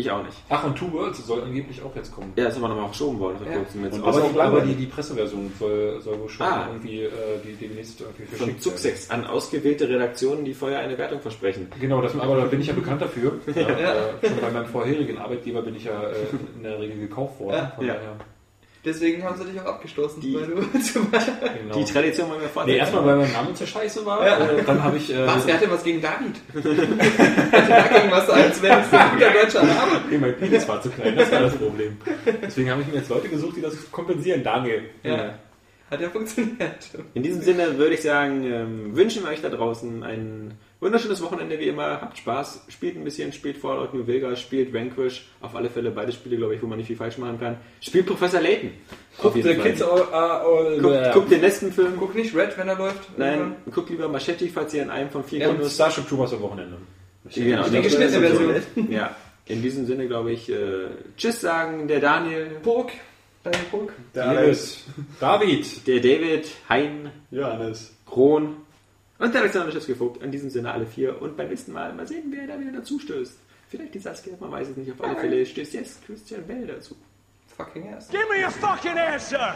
[SPEAKER 5] Ich auch nicht.
[SPEAKER 3] Ach, und Two Worlds soll angeblich auch jetzt kommen.
[SPEAKER 5] Ja, ist aber nochmal verschoben worden vor
[SPEAKER 2] Ja.
[SPEAKER 5] kurzem. Jetzt
[SPEAKER 4] Und
[SPEAKER 5] auch
[SPEAKER 4] das
[SPEAKER 3] Aber,
[SPEAKER 4] auch
[SPEAKER 3] die, aber
[SPEAKER 4] langweilig.
[SPEAKER 3] die, die Presseversion soll, soll wohl schon
[SPEAKER 5] Ah.
[SPEAKER 3] irgendwie äh, die, demnächst irgendwie
[SPEAKER 5] von
[SPEAKER 3] verschickt werden.
[SPEAKER 5] Zugsex an ausgewählte Redaktionen, die vorher eine Wertung versprechen.
[SPEAKER 3] Genau, das, aber da bin ich ja bekannt dafür. Ja, äh, schon bei meinem vorherigen Arbeitgeber bin ich ja äh, in der Regel gekauft worden.
[SPEAKER 2] Ja.
[SPEAKER 3] von
[SPEAKER 5] Ja.
[SPEAKER 3] daher,
[SPEAKER 2] Deswegen haben sie dich auch abgestoßen,
[SPEAKER 5] Die-
[SPEAKER 2] weil du zu weit
[SPEAKER 3] genau.
[SPEAKER 5] Die Tradition wollen wir
[SPEAKER 3] Nee,
[SPEAKER 5] fortsetzen.
[SPEAKER 3] erstmal, weil mein Name zur Scheiße war. Äh, dann habe ich. Äh,
[SPEAKER 2] Was? Wer hat denn was gegen David? Hatte dagegen was, als wenn es ein guter deutscher Name.
[SPEAKER 3] nee, mein Penis war zu klein, das war das Problem. Deswegen habe ich mir jetzt Leute gesucht, die das kompensieren. Daniel.
[SPEAKER 2] Ja. Hat ja funktioniert.
[SPEAKER 5] In diesem Sinne würde ich sagen, ähm, wünschen wir euch da draußen ein wunderschönes Wochenende wie immer. Habt Spaß, spielt ein bisschen, spielt Fallout New Vegas, spielt Vanquish. Auf alle Fälle beide Spiele, glaube ich, wo man nicht viel falsch machen kann. Spielt Professor Layton. Auf
[SPEAKER 3] Guckt
[SPEAKER 5] jeden
[SPEAKER 3] äh,
[SPEAKER 5] Fall.
[SPEAKER 3] Kids all, all,
[SPEAKER 5] guckt, guckt den letzten Film.
[SPEAKER 2] Guck nicht Red, wenn er läuft.
[SPEAKER 5] Nein, guckt lieber Machete, falls ihr in einem von vier
[SPEAKER 3] Ja, und
[SPEAKER 5] Kinos...
[SPEAKER 3] Starship Troopers am Wochenende.
[SPEAKER 5] Genau,
[SPEAKER 2] Die
[SPEAKER 5] die-
[SPEAKER 2] geschnittene Version.
[SPEAKER 5] ja. In diesem Sinne, glaube ich, äh, Tschüss sagen, der Daniel,
[SPEAKER 2] Burg. Deine Burg.
[SPEAKER 4] Der Alex.
[SPEAKER 3] Liebes David.
[SPEAKER 5] der David, Hein,
[SPEAKER 4] Johannes.
[SPEAKER 5] Kron und der Alexander Schiffsgevogt. In diesem Sinne alle vier. Und beim nächsten Mal, mal sehen, wer da wieder dazu stößt. Vielleicht die Saskia, man weiß es nicht. Auf alle Fälle stößt jetzt Christian Bell dazu.
[SPEAKER 2] Fucking erst.
[SPEAKER 7] Give me a fucking answer!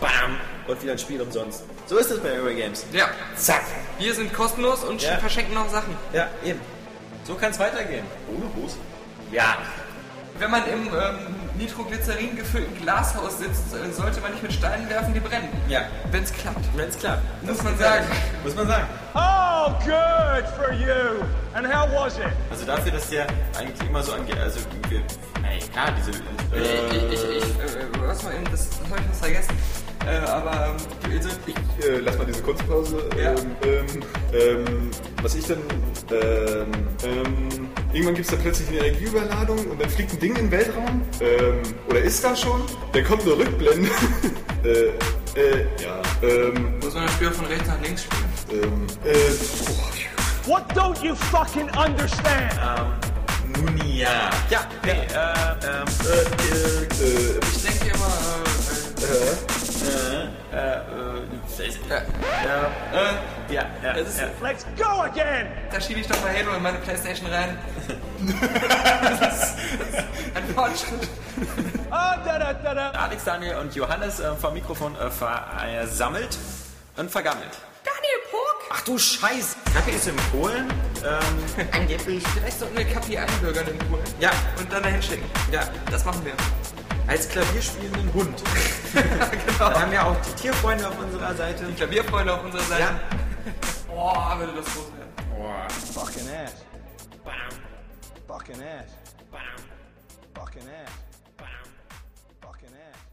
[SPEAKER 8] Bam! Und wieder ein Spiel umsonst. So ist es bei Eurogames.
[SPEAKER 1] Ja,
[SPEAKER 8] Zack!
[SPEAKER 1] wir sind kostenlos und
[SPEAKER 8] Ja.
[SPEAKER 1] verschenken auch Sachen.
[SPEAKER 8] Ja, eben. So kann es weitergehen.
[SPEAKER 4] Ohne Hose.
[SPEAKER 8] Ja.
[SPEAKER 1] Wenn man im ähm, Nitroglycerin gefüllten Glashaus sitzt, äh, sollte man nicht mit Steinen werfen, die brennen.
[SPEAKER 8] Ja.
[SPEAKER 1] Wenn es klappt,
[SPEAKER 8] Wenn's klappt.
[SPEAKER 1] muss man sagen.
[SPEAKER 8] Muss man sagen.
[SPEAKER 7] Oh, good for you! And how was it?
[SPEAKER 8] Also dafür, dass der eigentlich immer so angeht. Also, wir- na ja, klar, diese.
[SPEAKER 1] Ich, ich, ich, ich äh, was war eben, das, das habe ich fast vergessen. Äh, aber ähm, also, ich,
[SPEAKER 4] äh, lass mal diese Kunstpause.
[SPEAKER 1] Ja.
[SPEAKER 4] Ähm, ähm, ähm, was ich dann. Ähm, ähm, irgendwann gibt es da plötzlich eine Energieüberladung und dann fliegt ein Ding in den Weltraum. Ähm, oder ist da schon? Dann kommt eine Rückblende. äh, äh, ja. Ähm,
[SPEAKER 1] muss man das Spiel von rechts nach links spielen.
[SPEAKER 4] ähm, äh, boah,
[SPEAKER 7] What don't you fucking understand?
[SPEAKER 8] Nun ja. Ja, nee, äh, ähm, äh,
[SPEAKER 4] äh,
[SPEAKER 1] Ich denke immer, äh,
[SPEAKER 8] äh, äh, äh,
[SPEAKER 1] äh, ja,
[SPEAKER 8] äh, ja, ja,
[SPEAKER 1] es ist,
[SPEAKER 8] ja.
[SPEAKER 7] Let's go again!
[SPEAKER 1] da schiebe ich doch mal Halo in meine Playstation rein. das ist ein Fortschritt.
[SPEAKER 7] Ah, da, da, da, da.
[SPEAKER 8] Alex, Daniel und Johannes äh, vom Mikrofon äh, versammelt und vergammelt.
[SPEAKER 1] Daniel Puck!
[SPEAKER 8] Ach du Scheiß! Kaffee ist in Polen. Ähm,
[SPEAKER 1] Angeblich. Vielleicht sollten wir Kaffee einbürgern in Polen.
[SPEAKER 8] ja,
[SPEAKER 1] Und dann dahin schicken.
[SPEAKER 8] ja.
[SPEAKER 1] Das machen wir.
[SPEAKER 5] als klavierspielenden Hund.
[SPEAKER 2] genau.
[SPEAKER 5] Da haben ja auch die Tierfreunde auf unserer Seite.
[SPEAKER 2] Die Klavierfreunde auf unserer Seite. Boah, würde das groß werden.
[SPEAKER 9] Fucking ass. Bam. Fucking ass. Bam. Fucking ass. Bam. Fucking ass.